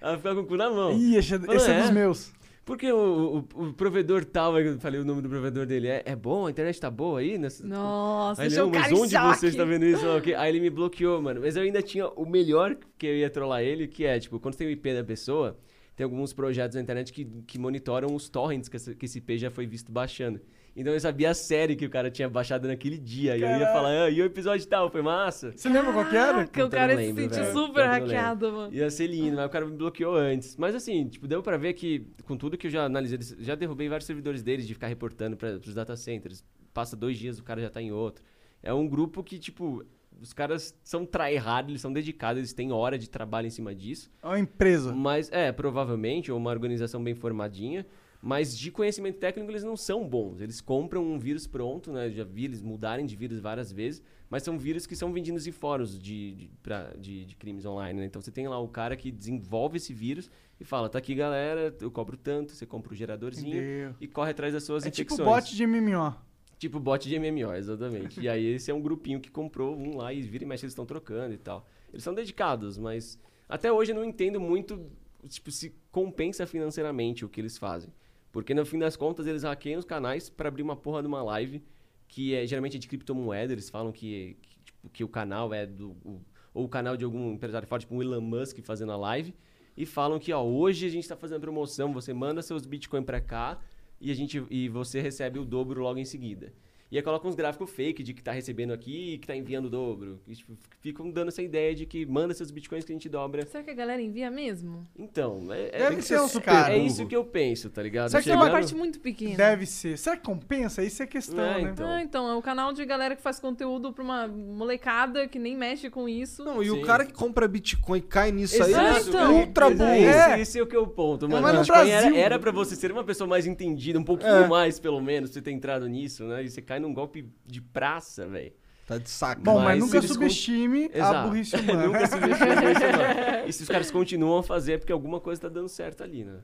Speaker 5: a ficar com o cu na mão.
Speaker 3: Ih, esse, é-
Speaker 5: Falou,
Speaker 3: esse é dos
Speaker 5: "É?"
Speaker 3: meus.
Speaker 5: Porque o, o- o provedor tal, eu falei o nome do provedor dele, é, é bom? A internet tá boa aí? Nessa,
Speaker 4: Nossa,
Speaker 5: Aí ele,
Speaker 4: deixou
Speaker 5: não,
Speaker 4: o cara
Speaker 5: mas
Speaker 4: em
Speaker 5: onde você
Speaker 4: choque.
Speaker 5: está vendo isso? Ok. Aí ele me bloqueou, mano. Mas eu ainda tinha o melhor que eu ia trollar ele, que é, tipo, quando tem o IP da pessoa, tem alguns projetos na internet que, que monitoram os torrents que, essa- que esse IP já foi visto baixando. Então eu sabia a série que o cara tinha baixado naquele dia. E eu ia falar, ah, e o episódio tal, foi massa?
Speaker 3: Você lembra qual que era?
Speaker 4: Caraca, o
Speaker 5: Puta,
Speaker 4: cara
Speaker 5: não
Speaker 4: se
Speaker 5: lembro,
Speaker 4: sentiu
Speaker 5: velho.
Speaker 4: super
Speaker 5: Pior que eu não
Speaker 4: hackeado,
Speaker 5: lembro.
Speaker 4: mano.
Speaker 5: Ia ser lindo, mas o cara me bloqueou antes. Mas assim, tipo, deu pra ver que, com tudo que eu já analisei, desse- já derrubei vários servidores deles de ficar reportando para os data centers. Passa dois dias, o cara já tá em outro. É um grupo que, tipo, os caras são tryhard, eles são dedicados, eles têm hora de trabalho em cima disso.
Speaker 3: É uma empresa.
Speaker 5: Mas, é, provavelmente, ou uma organização bem formadinha. Mas de conhecimento técnico eles não são bons. Eles compram um vírus pronto, né? Já vi eles mudarem de vírus várias vezes, mas são vírus que são vendidos em fóruns de, de, pra- de- de crimes online, né? Então você tem lá o cara que desenvolve esse vírus e fala: tá aqui, galera, eu cobro tanto, você compra o geradorzinho
Speaker 3: Entendeu.
Speaker 5: e corre atrás das suas
Speaker 3: É tipo
Speaker 5: infecções.
Speaker 3: bot de MMO.
Speaker 5: Tipo bot de MMO, exatamente. e aí esse é um grupinho que comprou um lá e vira e mexe, eles estão trocando e tal. Eles são dedicados, mas até hoje eu não entendo muito tipo, se compensa financeiramente o que eles fazem. Porque no fim das contas eles hackeiam os canais pra abrir uma porra de uma live que é geralmente é de criptomoeda, eles falam que, que, tipo, que o canal é do. o- ou o canal de algum empresário forte, tipo um Elon Musk fazendo a live, e falam que ó, hoje a gente tá fazendo promoção, você manda seus Bitcoin pra cá e, a gente, e você recebe o dobro logo em seguida. E aí coloca uns gráficos fake de que tá recebendo aqui e que tá enviando o dobro. E, tipo, ficam dando essa ideia de que manda seus bitcoins que a gente dobra.
Speaker 4: Será que a galera envia mesmo?
Speaker 5: Então, é, é,
Speaker 3: Deve
Speaker 5: é-
Speaker 3: ser um super
Speaker 5: é
Speaker 3: burro.
Speaker 5: isso que eu penso, tá ligado?
Speaker 3: Só
Speaker 4: Só
Speaker 3: que
Speaker 4: que é uma
Speaker 5: Chegando-
Speaker 4: parte muito pequena.
Speaker 3: Deve ser. Será que compensa? Isso é questão,
Speaker 5: É,
Speaker 3: né?
Speaker 5: então.
Speaker 4: Ah, então, é o canal de galera que faz conteúdo pra uma molecada que nem mexe com isso.
Speaker 2: Não, e
Speaker 5: Sim.
Speaker 2: o cara que compra Bitcoin e cai nisso aí,
Speaker 4: Exato.
Speaker 2: ele é ultra
Speaker 5: Mas
Speaker 2: burro.
Speaker 5: é isso,
Speaker 3: É.
Speaker 5: esse é o que é o ponto,
Speaker 3: mas
Speaker 5: mano.
Speaker 3: no
Speaker 5: Bitcoin era,
Speaker 3: Brasil- É.
Speaker 5: era pra você ser uma pessoa mais entendida, um pouquinho mais, pelo menos, você ter entrado nisso, né? E você cai num golpe de praça, velho.
Speaker 2: Tá de saco.
Speaker 3: Bom, mas,
Speaker 5: Mas
Speaker 3: nunca
Speaker 5: eles con-
Speaker 3: subestime a
Speaker 5: Exato.
Speaker 3: burrice
Speaker 5: Nunca
Speaker 3: humana.
Speaker 5: se mexeu nisso, não. E se os caras continuam a fazer, é porque alguma coisa tá dando certo ali, né?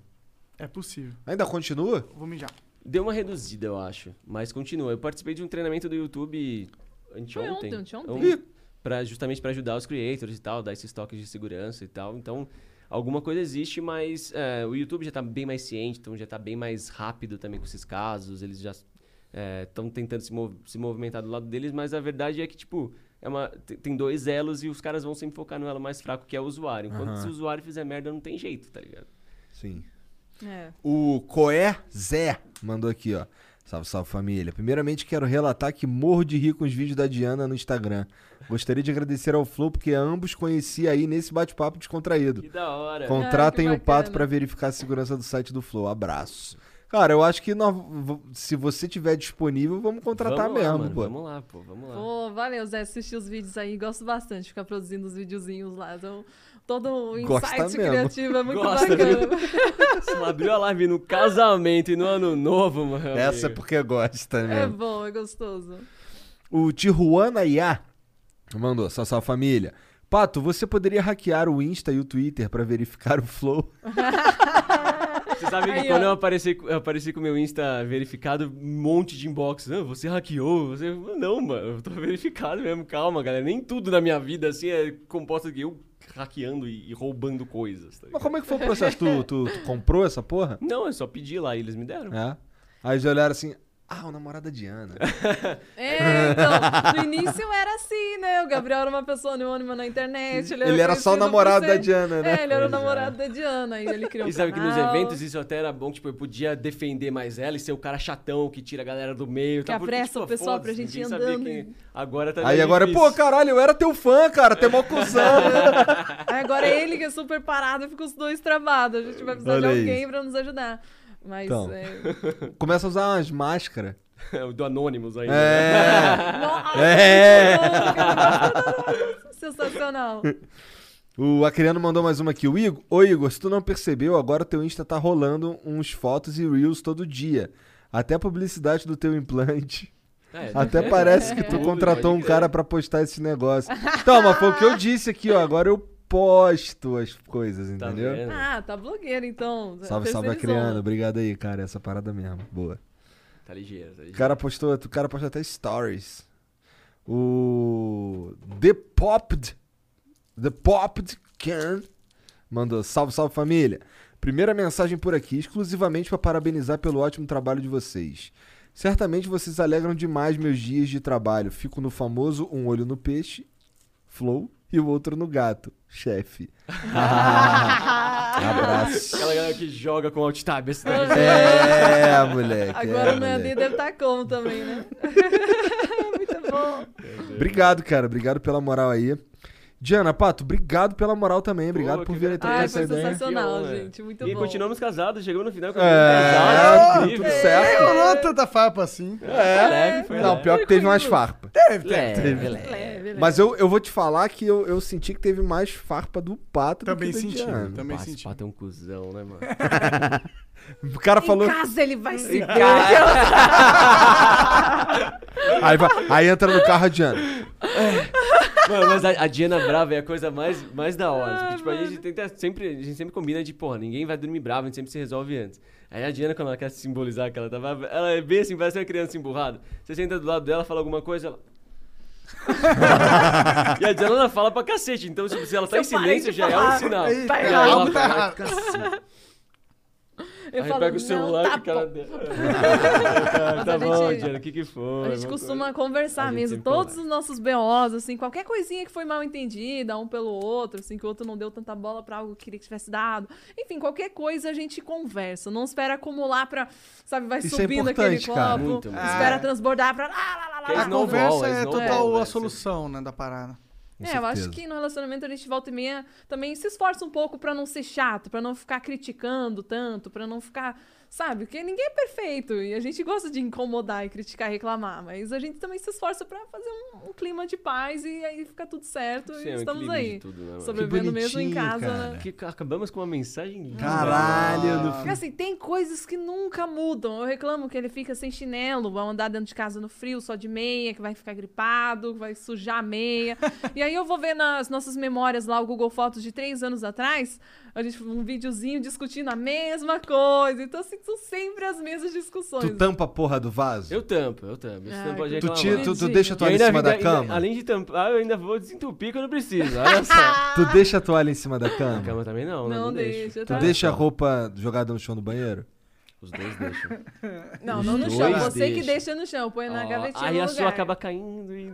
Speaker 3: é possível.
Speaker 2: Ainda continua?
Speaker 3: Vou mijar.
Speaker 5: Deu uma reduzida, eu acho. Mas continua. Eu participei de um treinamento do YouTube
Speaker 4: Foi
Speaker 5: anteontem.
Speaker 4: ontem, ontem.
Speaker 5: Um- pra- justamente para ajudar os creators e tal, dar esses toques de segurança e tal. Então, alguma coisa existe, mas é, o YouTube já tá bem mais ciente, então já tá bem mais rápido também com esses casos. Eles já estão tentando se, mov- se movimentar do lado deles, mas a verdade é que, tipo, é uma, te- tem dois elos e os caras vão sempre focar no elo mais fraco, que é o usuário. Enquanto se o usuário fizer merda, não tem jeito, tá ligado?
Speaker 2: Sim.
Speaker 4: É.
Speaker 2: O Coé Zé mandou aqui, ó. Salve, salve família. Primeiramente quero relatar que morro de rir com os vídeos da Diana no Instagram. Gostaria de agradecer ao Flow porque ambos conheci aí nesse bate-papo descontraído.
Speaker 5: Ah, Que da hora.
Speaker 2: Contratem
Speaker 4: Ah, que
Speaker 2: o Pato
Speaker 4: bacana.
Speaker 2: para verificar a segurança do site do Flow. Abraço. Cara, eu acho que nós, vo- se você tiver disponível, vamos contratar
Speaker 5: Vamos lá,
Speaker 2: mesmo,
Speaker 5: mano,
Speaker 2: pô.
Speaker 5: Vamos lá, pô. Vamos lá.
Speaker 4: Pô, valeu, Zé, assistir os vídeos aí. Gosto bastante de ficar produzindo os videozinhos lá. Então, todo o
Speaker 2: Gosta
Speaker 4: insight
Speaker 2: mesmo.
Speaker 4: criativo é muito
Speaker 5: Gosta, viu?
Speaker 4: bacana.
Speaker 5: Você abriu a live no casamento e no ano novo, mano.
Speaker 2: Essa é porque gosta
Speaker 4: É
Speaker 2: mesmo.
Speaker 4: bom, é gostoso.
Speaker 2: O Tijuana Iá mandou, só salve família. Pato, você poderia hackear o Insta e o Twitter pra verificar o flow?
Speaker 5: Você sabe que
Speaker 4: Aí,
Speaker 5: quando
Speaker 4: ó.
Speaker 5: eu apareci, eu apareci com meu Insta verificado, um monte de inbox. Ah, você hackeou, você. Não, mano, eu tô verificado mesmo. Calma, galera. Nem tudo na minha vida assim é composto de eu hackeando e, e roubando coisas. tá ligado?
Speaker 2: Mas como é que foi o processo? Tu, tu- tu comprou essa porra?
Speaker 5: Não, eu só pedi lá e eles me deram.
Speaker 2: É. Aí eles olharam assim, ah, o namorado da Diana.
Speaker 5: Tá
Speaker 4: É, então, no início era assim, né? O Gabriel era uma pessoa anônima na internet. Ele era,
Speaker 2: Ele era só o
Speaker 4: conhecido
Speaker 2: namorado
Speaker 4: por ser-
Speaker 2: da Diana, né?
Speaker 4: É, ele era o namorado da Diana e ele criou
Speaker 5: E
Speaker 4: um
Speaker 5: sabe que nos
Speaker 4: canal.
Speaker 5: eventos isso até era bom, tipo, eu podia defender mais ela e ser o cara chatão que tira a galera do meio.
Speaker 4: Que apressa o pessoal pra gente
Speaker 5: tipo, foda-se, ninguém
Speaker 4: ir
Speaker 5: sabia
Speaker 4: andando
Speaker 5: quem- Agora tá
Speaker 2: Aí
Speaker 5: meio
Speaker 2: agora,
Speaker 5: difícil.
Speaker 2: pô, caralho, eu era teu fã, cara, tem mó cuzão.
Speaker 4: Aí Agora ele que é super parado e fica os dois travados. A gente vai precisar
Speaker 2: Olha
Speaker 4: de alguém
Speaker 2: isso.
Speaker 4: pra nos ajudar. Mas
Speaker 2: Então.
Speaker 4: é...
Speaker 2: Começa a usar umas máscaras.
Speaker 5: É, o do Anonymous ainda. né?
Speaker 2: É.
Speaker 4: Nossa,
Speaker 2: É.
Speaker 4: Sensacional.
Speaker 2: O Acriano mandou mais uma aqui. O Igor, ô Igor, se tu não percebeu, agora teu Insta tá rolando uns fotos e reels todo dia. Até a publicidade do teu implante.
Speaker 5: É,
Speaker 2: Até parece que tu
Speaker 5: Tudo, né?
Speaker 2: contratou
Speaker 5: pode
Speaker 2: um
Speaker 5: crer.
Speaker 2: cara pra postar esse negócio. Então, mas foi o que eu disse aqui, ó. Agora eu posto as coisas,
Speaker 5: Tá
Speaker 2: entendeu?
Speaker 5: vendo?
Speaker 4: Ah, tá blogueira então.
Speaker 2: Salve, salve,
Speaker 4: Terceirizou.
Speaker 2: Acriano. Obrigado aí, cara. Essa parada mesmo. Boa.
Speaker 5: Tá ligeiro, tá
Speaker 2: O
Speaker 5: ligeiro.
Speaker 2: cara postou, o cara postou até stories. O The Popped, The Popped Can mandou salve, salve família. Primeira mensagem por aqui, exclusivamente para parabenizar pelo ótimo trabalho de vocês. Certamente vocês alegram demais meus dias de trabalho. Fico no famoso um olho no peixe, flow, e o outro no gato, chefe. Abraço.
Speaker 5: Aquela galera que joga com alt tab. assim, né?
Speaker 2: É, moleque.
Speaker 4: Ah. Agora
Speaker 2: é,
Speaker 4: o Nandinho
Speaker 2: moleque.
Speaker 4: deve estar como também, né? Muito bom.
Speaker 2: Obrigado, cara. Obrigado pela moral aí. Diana, Pato, obrigado pela moral também. Obrigado
Speaker 5: Pô,
Speaker 2: por
Speaker 5: que
Speaker 2: vir aí
Speaker 5: legal.
Speaker 2: trocar
Speaker 4: Ai,
Speaker 2: essa
Speaker 4: foi
Speaker 2: ideia.
Speaker 4: sensacional,
Speaker 5: Que honra.
Speaker 4: gente. Muito
Speaker 5: né? e
Speaker 4: bom.
Speaker 5: continuamos casados, chegamos no final.
Speaker 2: É,
Speaker 5: casados,
Speaker 2: deu tudo certo.
Speaker 3: Eu não tanta farpa assim.
Speaker 5: Foi leve, foi
Speaker 2: Não,
Speaker 5: leve.
Speaker 2: pior que teve umas farpas.
Speaker 5: Leve, leve.
Speaker 4: Leve,
Speaker 2: É. Mas eu, eu vou te falar que eu, eu senti que teve mais farpa do Pato
Speaker 3: Também
Speaker 2: do que da
Speaker 3: senti, né?
Speaker 2: Diana.
Speaker 3: também
Speaker 5: Pá, esse
Speaker 3: senti.
Speaker 5: pato é um cuzão, né, mano?
Speaker 2: O cara falou...
Speaker 4: Em casa ele vai se
Speaker 2: Aí, vai- aí entra no carro a Diana.
Speaker 5: Mano, mas a, a Diana Brava é a coisa mais, mais da hora.
Speaker 4: Ah,
Speaker 5: porque, tipo, a gente tenta sempre, a gente sempre combina de, porra, ninguém vai dormir bravo, a gente sempre se resolve antes. Aí a Diana, quando ela quer simbolizar que ela tá brava, ela é bem assim, parece uma criança emburrada. Você senta do lado dela, fala alguma coisa, ela. e a Diana ela fala pra cacete, então se, se ela tá em
Speaker 4: parei
Speaker 5: silêncio
Speaker 4: de
Speaker 5: já é
Speaker 4: falar.
Speaker 5: um sinal.
Speaker 3: Eita,
Speaker 5: Ela
Speaker 4: errado,
Speaker 5: fala,
Speaker 3: tá
Speaker 5: "Caralho,
Speaker 3: errado."
Speaker 5: cacete.
Speaker 4: Eu
Speaker 5: Aí
Speaker 4: falo,
Speaker 5: pega o
Speaker 4: não,
Speaker 5: celular
Speaker 4: tá
Speaker 5: e cara
Speaker 4: bom.
Speaker 5: dela. tá,
Speaker 4: a
Speaker 5: tá bom,
Speaker 4: gente-
Speaker 5: Diana, o que que foi?
Speaker 4: A gente
Speaker 5: Alguma
Speaker 4: costuma
Speaker 5: coisa. A
Speaker 4: conversar
Speaker 5: gente
Speaker 4: mesmo,
Speaker 5: sempre
Speaker 4: todos
Speaker 5: conversa.
Speaker 4: os nossos BOs, assim, qualquer coisinha que foi mal entendida, um pelo outro, assim, que o outro não deu tanta bola pra algo que queria que tivesse dado. Enfim, qualquer coisa a gente conversa, não espera acumular pra, sabe, vai
Speaker 2: Isso é
Speaker 4: subindo aquele
Speaker 2: importante,
Speaker 4: copo,
Speaker 2: cara. Ah.
Speaker 5: Muito, muito.
Speaker 4: espera transbordar pra... lá, lá, lá, lá, lá.
Speaker 5: Que eles
Speaker 3: A
Speaker 5: não vão,
Speaker 3: conversa
Speaker 5: eles
Speaker 3: é
Speaker 5: não
Speaker 3: total
Speaker 5: vão, né?
Speaker 3: a solução, né, da parada.
Speaker 2: Com
Speaker 4: É, eu acho
Speaker 2: certeza.
Speaker 4: que no relacionamento a gente volta e meia também se esforça um pouco pra não ser chato, pra não ficar criticando tanto, pra não ficar, sabe? Porque ninguém é perfeito e a gente gosta de incomodar e criticar e reclamar, mas a gente também se esforça pra fazer um, um clima de paz e aí fica tudo certo
Speaker 5: Sim, é
Speaker 4: e
Speaker 5: um
Speaker 4: estamos
Speaker 5: equilíbrio de
Speaker 4: aí.
Speaker 5: tudo, né, mano?
Speaker 4: sobrevivendo
Speaker 2: Que
Speaker 4: mesmo em
Speaker 2: bonitinho,
Speaker 4: casa,
Speaker 2: cara.
Speaker 4: né?
Speaker 5: Que ca- acabamos com uma mensagem linda.
Speaker 2: Caralho, no
Speaker 4: Porque assim, tem coisas que nunca mudam. Eu reclamo que ele fica sem chinelo, vai andar dentro de casa no frio, só de meia, que vai ficar gripado, que vai sujar a meia. e aí eu vou ver nas nossas memórias lá, o Google Fotos de três anos atrás, a gente um videozinho discutindo a mesma coisa. Então, assim, são sempre as mesmas discussões.
Speaker 2: Tu tampa a porra do vaso?
Speaker 5: Eu tampo, eu tampo. Isso
Speaker 4: Ai,
Speaker 5: não pode
Speaker 4: que
Speaker 2: Tu,
Speaker 5: reclamar.
Speaker 2: tira, tu, tu
Speaker 4: Ah, Entendi.
Speaker 2: deixa a
Speaker 5: E
Speaker 2: toalha em
Speaker 5: ainda-
Speaker 2: cima da
Speaker 5: ainda-
Speaker 2: cama?
Speaker 5: além de tampar, eu ainda vou desentupir quando precisa. Olha só. A
Speaker 2: Tu deixa a toalha em cima da cama?
Speaker 5: cama também não, né?
Speaker 4: Não
Speaker 5: Não deixo.
Speaker 4: deixa,
Speaker 2: Tu
Speaker 4: tá?
Speaker 2: deixa a roupa jogada no chão do banheiro?
Speaker 5: Os dois deixam.
Speaker 4: Não, não no
Speaker 5: Os
Speaker 4: chão.
Speaker 5: dois
Speaker 4: Você que
Speaker 5: deixam.
Speaker 4: deixa no chão, põe na
Speaker 5: Ó,
Speaker 4: gavetinha.
Speaker 5: aí
Speaker 4: no
Speaker 5: a sua
Speaker 4: lugar.
Speaker 5: acaba caindo e.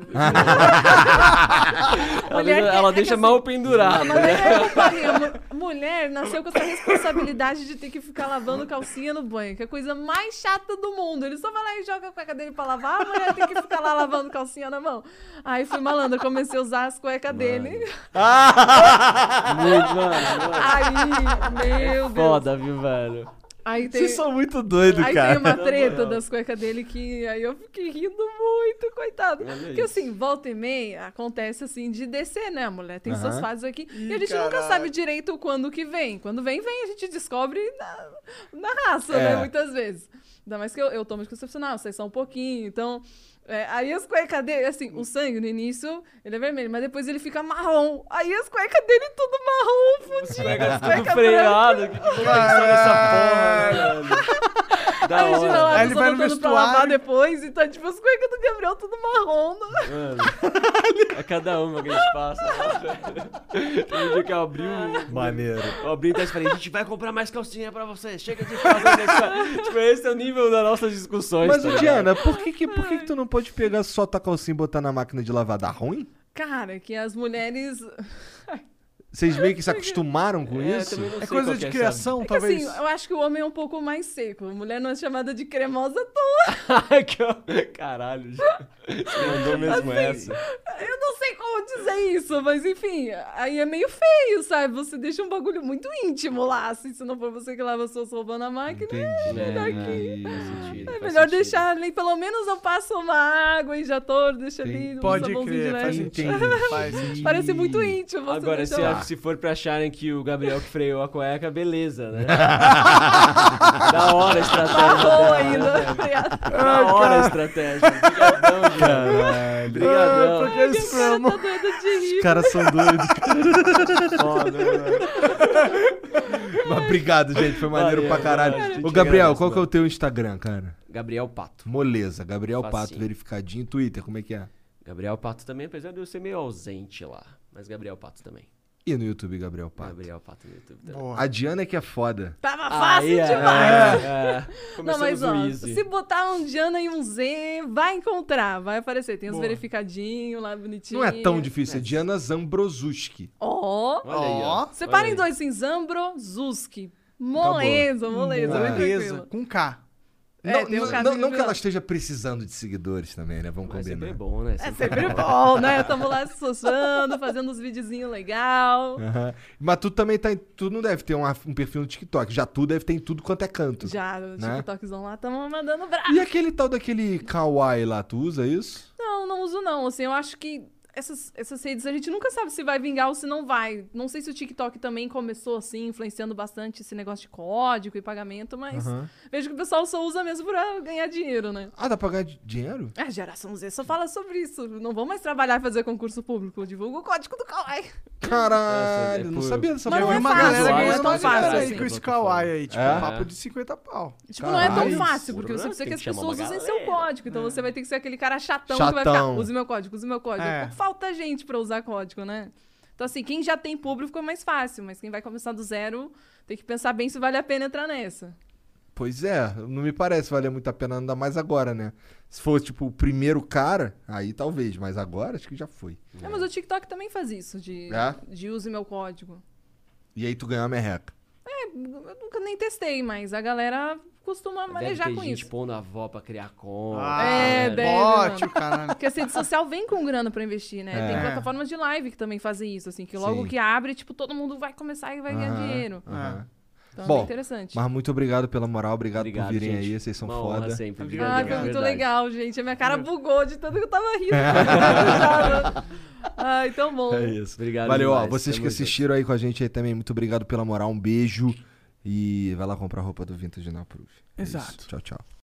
Speaker 5: ela
Speaker 4: Mulher
Speaker 5: deixa,
Speaker 4: quer-
Speaker 5: ela
Speaker 4: é que
Speaker 5: deixa
Speaker 4: assim-
Speaker 5: mal pendurado.
Speaker 4: Mas mulher, que pariu, mu- mulher nasceu com essa responsabilidade de ter que ficar lavando calcinha no banho, que é a coisa mais chata do mundo. Ele só vai lá e joga a cueca dele pra lavar, a mulher tem que ficar lá lavando calcinha na mão. Aí fui malandra, comecei a usar as cuecas dele.
Speaker 5: Muito, mano.
Speaker 4: Aí, meu Deus.
Speaker 5: Foda, viu, velho?
Speaker 4: Aí tem,
Speaker 9: Vocês são muito doidos,
Speaker 4: aí tem
Speaker 9: cara.
Speaker 4: uma treta das cuecas dele que aí eu fiquei rindo muito, coitado. Porque assim, volta e meia acontece assim de descer, né, mulher? Tem suas fases aqui. e a gente nunca sabe direito quando que vem. Quando vem, vem, a gente descobre na, na raça, né?
Speaker 9: É.
Speaker 4: Muitas vezes. Ainda mais que eu, eu tomo anticoncepcional, vocês são um pouquinho, então. é, aí as cuecas dele, assim, o sangue no início, ele é vermelho, mas depois ele fica marrom. Aí as cuecas dele tudo marrom, fudido. As
Speaker 5: Tudo
Speaker 4: cuecas brancas.
Speaker 5: freado, que conexão essa porra, velho. Da
Speaker 4: Aí a gente vai
Speaker 5: hora.
Speaker 4: lá,
Speaker 3: Aí ele
Speaker 4: só
Speaker 3: vai no
Speaker 4: botando pra
Speaker 3: vestuário.
Speaker 4: lavar depois. Então, tipo, as cuecas do Gabriel tudo marrom. né?
Speaker 5: É cada uma que a gente passa. né? Tem um dia que eu abri o.
Speaker 9: Maneiro.
Speaker 5: Eu abri o teste e falei, a gente vai comprar mais calcinha pra você. Chega de fazer isso. Tipo, esse é o nível das nossas discussões.
Speaker 2: Mas,
Speaker 5: tá
Speaker 2: ô,
Speaker 5: ligado?
Speaker 2: Diana, por que, que, por que, que tu não pode pegar só tua calcinha e botar na máquina de lavar? Dá ruim?
Speaker 4: Cara, que as mulheres.
Speaker 2: Vocês meio que se acostumaram com
Speaker 5: É, eu
Speaker 2: isso?
Speaker 5: também não
Speaker 3: É
Speaker 5: sei
Speaker 3: coisa
Speaker 5: qual
Speaker 3: de
Speaker 5: que essa-
Speaker 3: criação,
Speaker 4: É que,
Speaker 3: talvez.
Speaker 4: assim, eu acho que o homem é um pouco mais seco. A mulher não é chamada de cremosa à toa.
Speaker 5: Que eu- Caralho, gente. Você mandou mesmo essa.
Speaker 4: Eu não sei como dizer isso, mas enfim, aí é meio feio, sabe? Você deixa um bagulho muito íntimo lá. Assim, se não for você que lava suas roupas na máquina.
Speaker 5: É,
Speaker 4: melhor que-
Speaker 5: faz sentido,
Speaker 4: É
Speaker 5: faz
Speaker 4: melhor
Speaker 5: sentido.
Speaker 4: deixar ali, pelo menos eu passo uma água e já tô, deixa ali um
Speaker 3: Pode
Speaker 4: sabãozinho de
Speaker 3: crer, faz
Speaker 4: leve.
Speaker 3: sentido. Faz sentido.
Speaker 4: Parece muito íntimo. você
Speaker 5: Agora,
Speaker 4: deixa
Speaker 5: se,
Speaker 4: lá.
Speaker 5: a- se for pra acharem que o Gabriel que freou a cueca, beleza, né? da hora a estratégia.
Speaker 4: Tá Boa
Speaker 5: dela,
Speaker 4: ainda.
Speaker 5: né?
Speaker 4: Obrigada.
Speaker 5: Da hora a estratégia. Obrigadão, Diana. Obrigadão.
Speaker 9: Porque eles
Speaker 4: Porque a cara tá doida de rir.
Speaker 2: Os caras são doidos.
Speaker 9: foda,
Speaker 5: né,
Speaker 9: velho.
Speaker 2: Mas obrigado, gente. Foi maneiro
Speaker 5: Valeu,
Speaker 2: pra caralho.
Speaker 5: cara, a gente
Speaker 2: Ô, Gabriel,
Speaker 5: agradece,
Speaker 2: qual que é
Speaker 5: mano.
Speaker 2: o teu Instagram, cara?
Speaker 5: Gabriel Pato.
Speaker 2: Moleza, Gabriel Pato,
Speaker 5: Facinho.
Speaker 2: verificadinho. Twitter, como é que é?
Speaker 5: Gabriel Pato também, apesar de eu ser meio ausente lá. Mas Gabriel Pato também.
Speaker 2: E no YouTube, Gabriel Pato.
Speaker 5: Gabriel Pato no YouTube também.
Speaker 2: A Diana é que é foda.
Speaker 4: Tava
Speaker 5: Aí,
Speaker 4: fácil
Speaker 5: é,
Speaker 4: demais.
Speaker 5: é, é.
Speaker 4: Não, mas
Speaker 5: Começamos
Speaker 4: ó,
Speaker 5: o easy.
Speaker 4: se botar um Diana e um Z, vai encontrar, vai aparecer. Tem os verificadinhos lá bonitinho.
Speaker 2: Não é tão difícil, é Diana Zambrosuski.
Speaker 4: Ó.
Speaker 5: Olha aí, ó.
Speaker 4: Separa
Speaker 5: Olha
Speaker 4: em
Speaker 5: aí.
Speaker 4: dois, assim, Zambro, Zuski. Moleza, moleza, bem
Speaker 3: Beleza,
Speaker 4: tranquilo.
Speaker 3: com K.
Speaker 4: É,
Speaker 2: não,
Speaker 4: tem um
Speaker 2: não-
Speaker 4: caso
Speaker 2: não-
Speaker 4: que
Speaker 2: não
Speaker 4: eu
Speaker 2: que
Speaker 4: vi
Speaker 2: ela
Speaker 4: lá.
Speaker 2: esteja precisando de seguidores também, né? Vamos
Speaker 5: Mas sempre é
Speaker 2: combinar.
Speaker 5: bom, né?
Speaker 4: É sempre bom, né? Tamo lá se sociando, fazendo uns videozinhos legal.
Speaker 2: Aham. Mas tu também tá em, tu não deve ter um, af- um perfil no TikTok. Já tu deve ter em tudo quanto é canto.
Speaker 4: Já, o
Speaker 2: Né?
Speaker 4: TikTokzão lá, tamo mandando bravo.
Speaker 2: E aquele tal daquele kawaii lá, tu usa isso?
Speaker 4: Não, não uso não. Assim, eu acho que essas, essas redes a gente nunca sabe se vai vingar ou se não vai. Não sei se o TikTok também começou assim, influenciando bastante esse negócio de código e pagamento, mas vejo que o pessoal só usa mesmo pra ganhar dinheiro, né? É,
Speaker 2: Ah, dá pra ganhar di- dinheiro?
Speaker 4: A geração Z só fala sobre isso. Não vão mais trabalhar e fazer concurso público. Divulga o código do Kawaii.
Speaker 2: Caralho,
Speaker 5: Essa é
Speaker 2: não
Speaker 5: por-
Speaker 2: sabia dessa
Speaker 4: Mas não
Speaker 3: Eu vi
Speaker 4: é
Speaker 2: parada.
Speaker 3: uma
Speaker 4: fácil,
Speaker 3: galera
Speaker 5: não é
Speaker 3: ganhando
Speaker 5: tão
Speaker 3: uma
Speaker 5: fácil
Speaker 3: grana aí
Speaker 5: assim.
Speaker 3: com esse Kawaii aí, tipo,
Speaker 2: É?
Speaker 3: um papo de 50 pau.
Speaker 4: Tipo, não é tão
Speaker 2: Caralho,
Speaker 4: fácil, porque você
Speaker 5: porra,
Speaker 4: precisa
Speaker 5: tem
Speaker 4: que as
Speaker 5: que chamar
Speaker 4: pessoas
Speaker 5: uma
Speaker 4: usem seu
Speaker 5: galera. É.
Speaker 4: código. Então você vai ter que ser aquele cara chatão, que vai ficar,
Speaker 2: Chatão.
Speaker 4: use meu código, use meu código.
Speaker 3: É.
Speaker 4: Falta gente pra usar código, né? Então assim, quem já tem público é mais fácil, mas quem vai começar do zero tem que pensar bem se vale a pena entrar nessa.
Speaker 2: Pois é, não me parece valer muito a pena, ainda mais agora, né? Se fosse, tipo, o primeiro cara, aí talvez, mas agora acho que já foi.
Speaker 4: É, mas o TikTok também faz isso, de,
Speaker 2: É?
Speaker 4: de use meu código. É,
Speaker 2: E aí tu ganhou a merreca.
Speaker 4: Eu nunca nem testei, mas a galera costuma
Speaker 5: Deve
Speaker 4: manejar
Speaker 5: ter
Speaker 4: com
Speaker 5: gente
Speaker 4: isso.
Speaker 5: pondo a avó pra criar conta.
Speaker 2: Ah,
Speaker 4: É,
Speaker 5: né?
Speaker 4: deve,
Speaker 3: Bote,
Speaker 4: mano.
Speaker 3: caralho.
Speaker 4: Porque a rede social vem com grana pra investir, né? Tem
Speaker 2: É.
Speaker 4: plataformas de live que também fazem isso, assim, que logo
Speaker 2: Sim.
Speaker 4: que abre, tipo, todo mundo vai começar e vai ganhar
Speaker 2: Aham,
Speaker 4: dinheiro.
Speaker 2: aham.
Speaker 4: Então é
Speaker 2: Bom,
Speaker 4: bem interessante.
Speaker 2: Mas muito obrigado pela moral, obrigado,
Speaker 5: Ah. Obrigado,
Speaker 2: por virem
Speaker 5: gente.
Speaker 2: aí, vocês são
Speaker 5: Uma honra
Speaker 2: foda.
Speaker 5: sempre.
Speaker 3: Obrigado,
Speaker 4: Ah,
Speaker 5: obrigado,
Speaker 4: foi
Speaker 5: de
Speaker 4: muito
Speaker 5: verdade.
Speaker 4: legal, gente. A minha cara bugou de tanto que eu tava rindo. Cara. Ai, tão bom.
Speaker 2: É isso.
Speaker 5: Obrigado
Speaker 2: Valeu, ó.
Speaker 5: demais,
Speaker 2: Vocês que
Speaker 5: tamo junto.
Speaker 2: assistiram aí com a gente aí também, muito obrigado pela moral. Um beijo. E vai lá comprar roupa do Vintage na Proof. É isso.
Speaker 3: Exato.
Speaker 2: Tchau, tchau.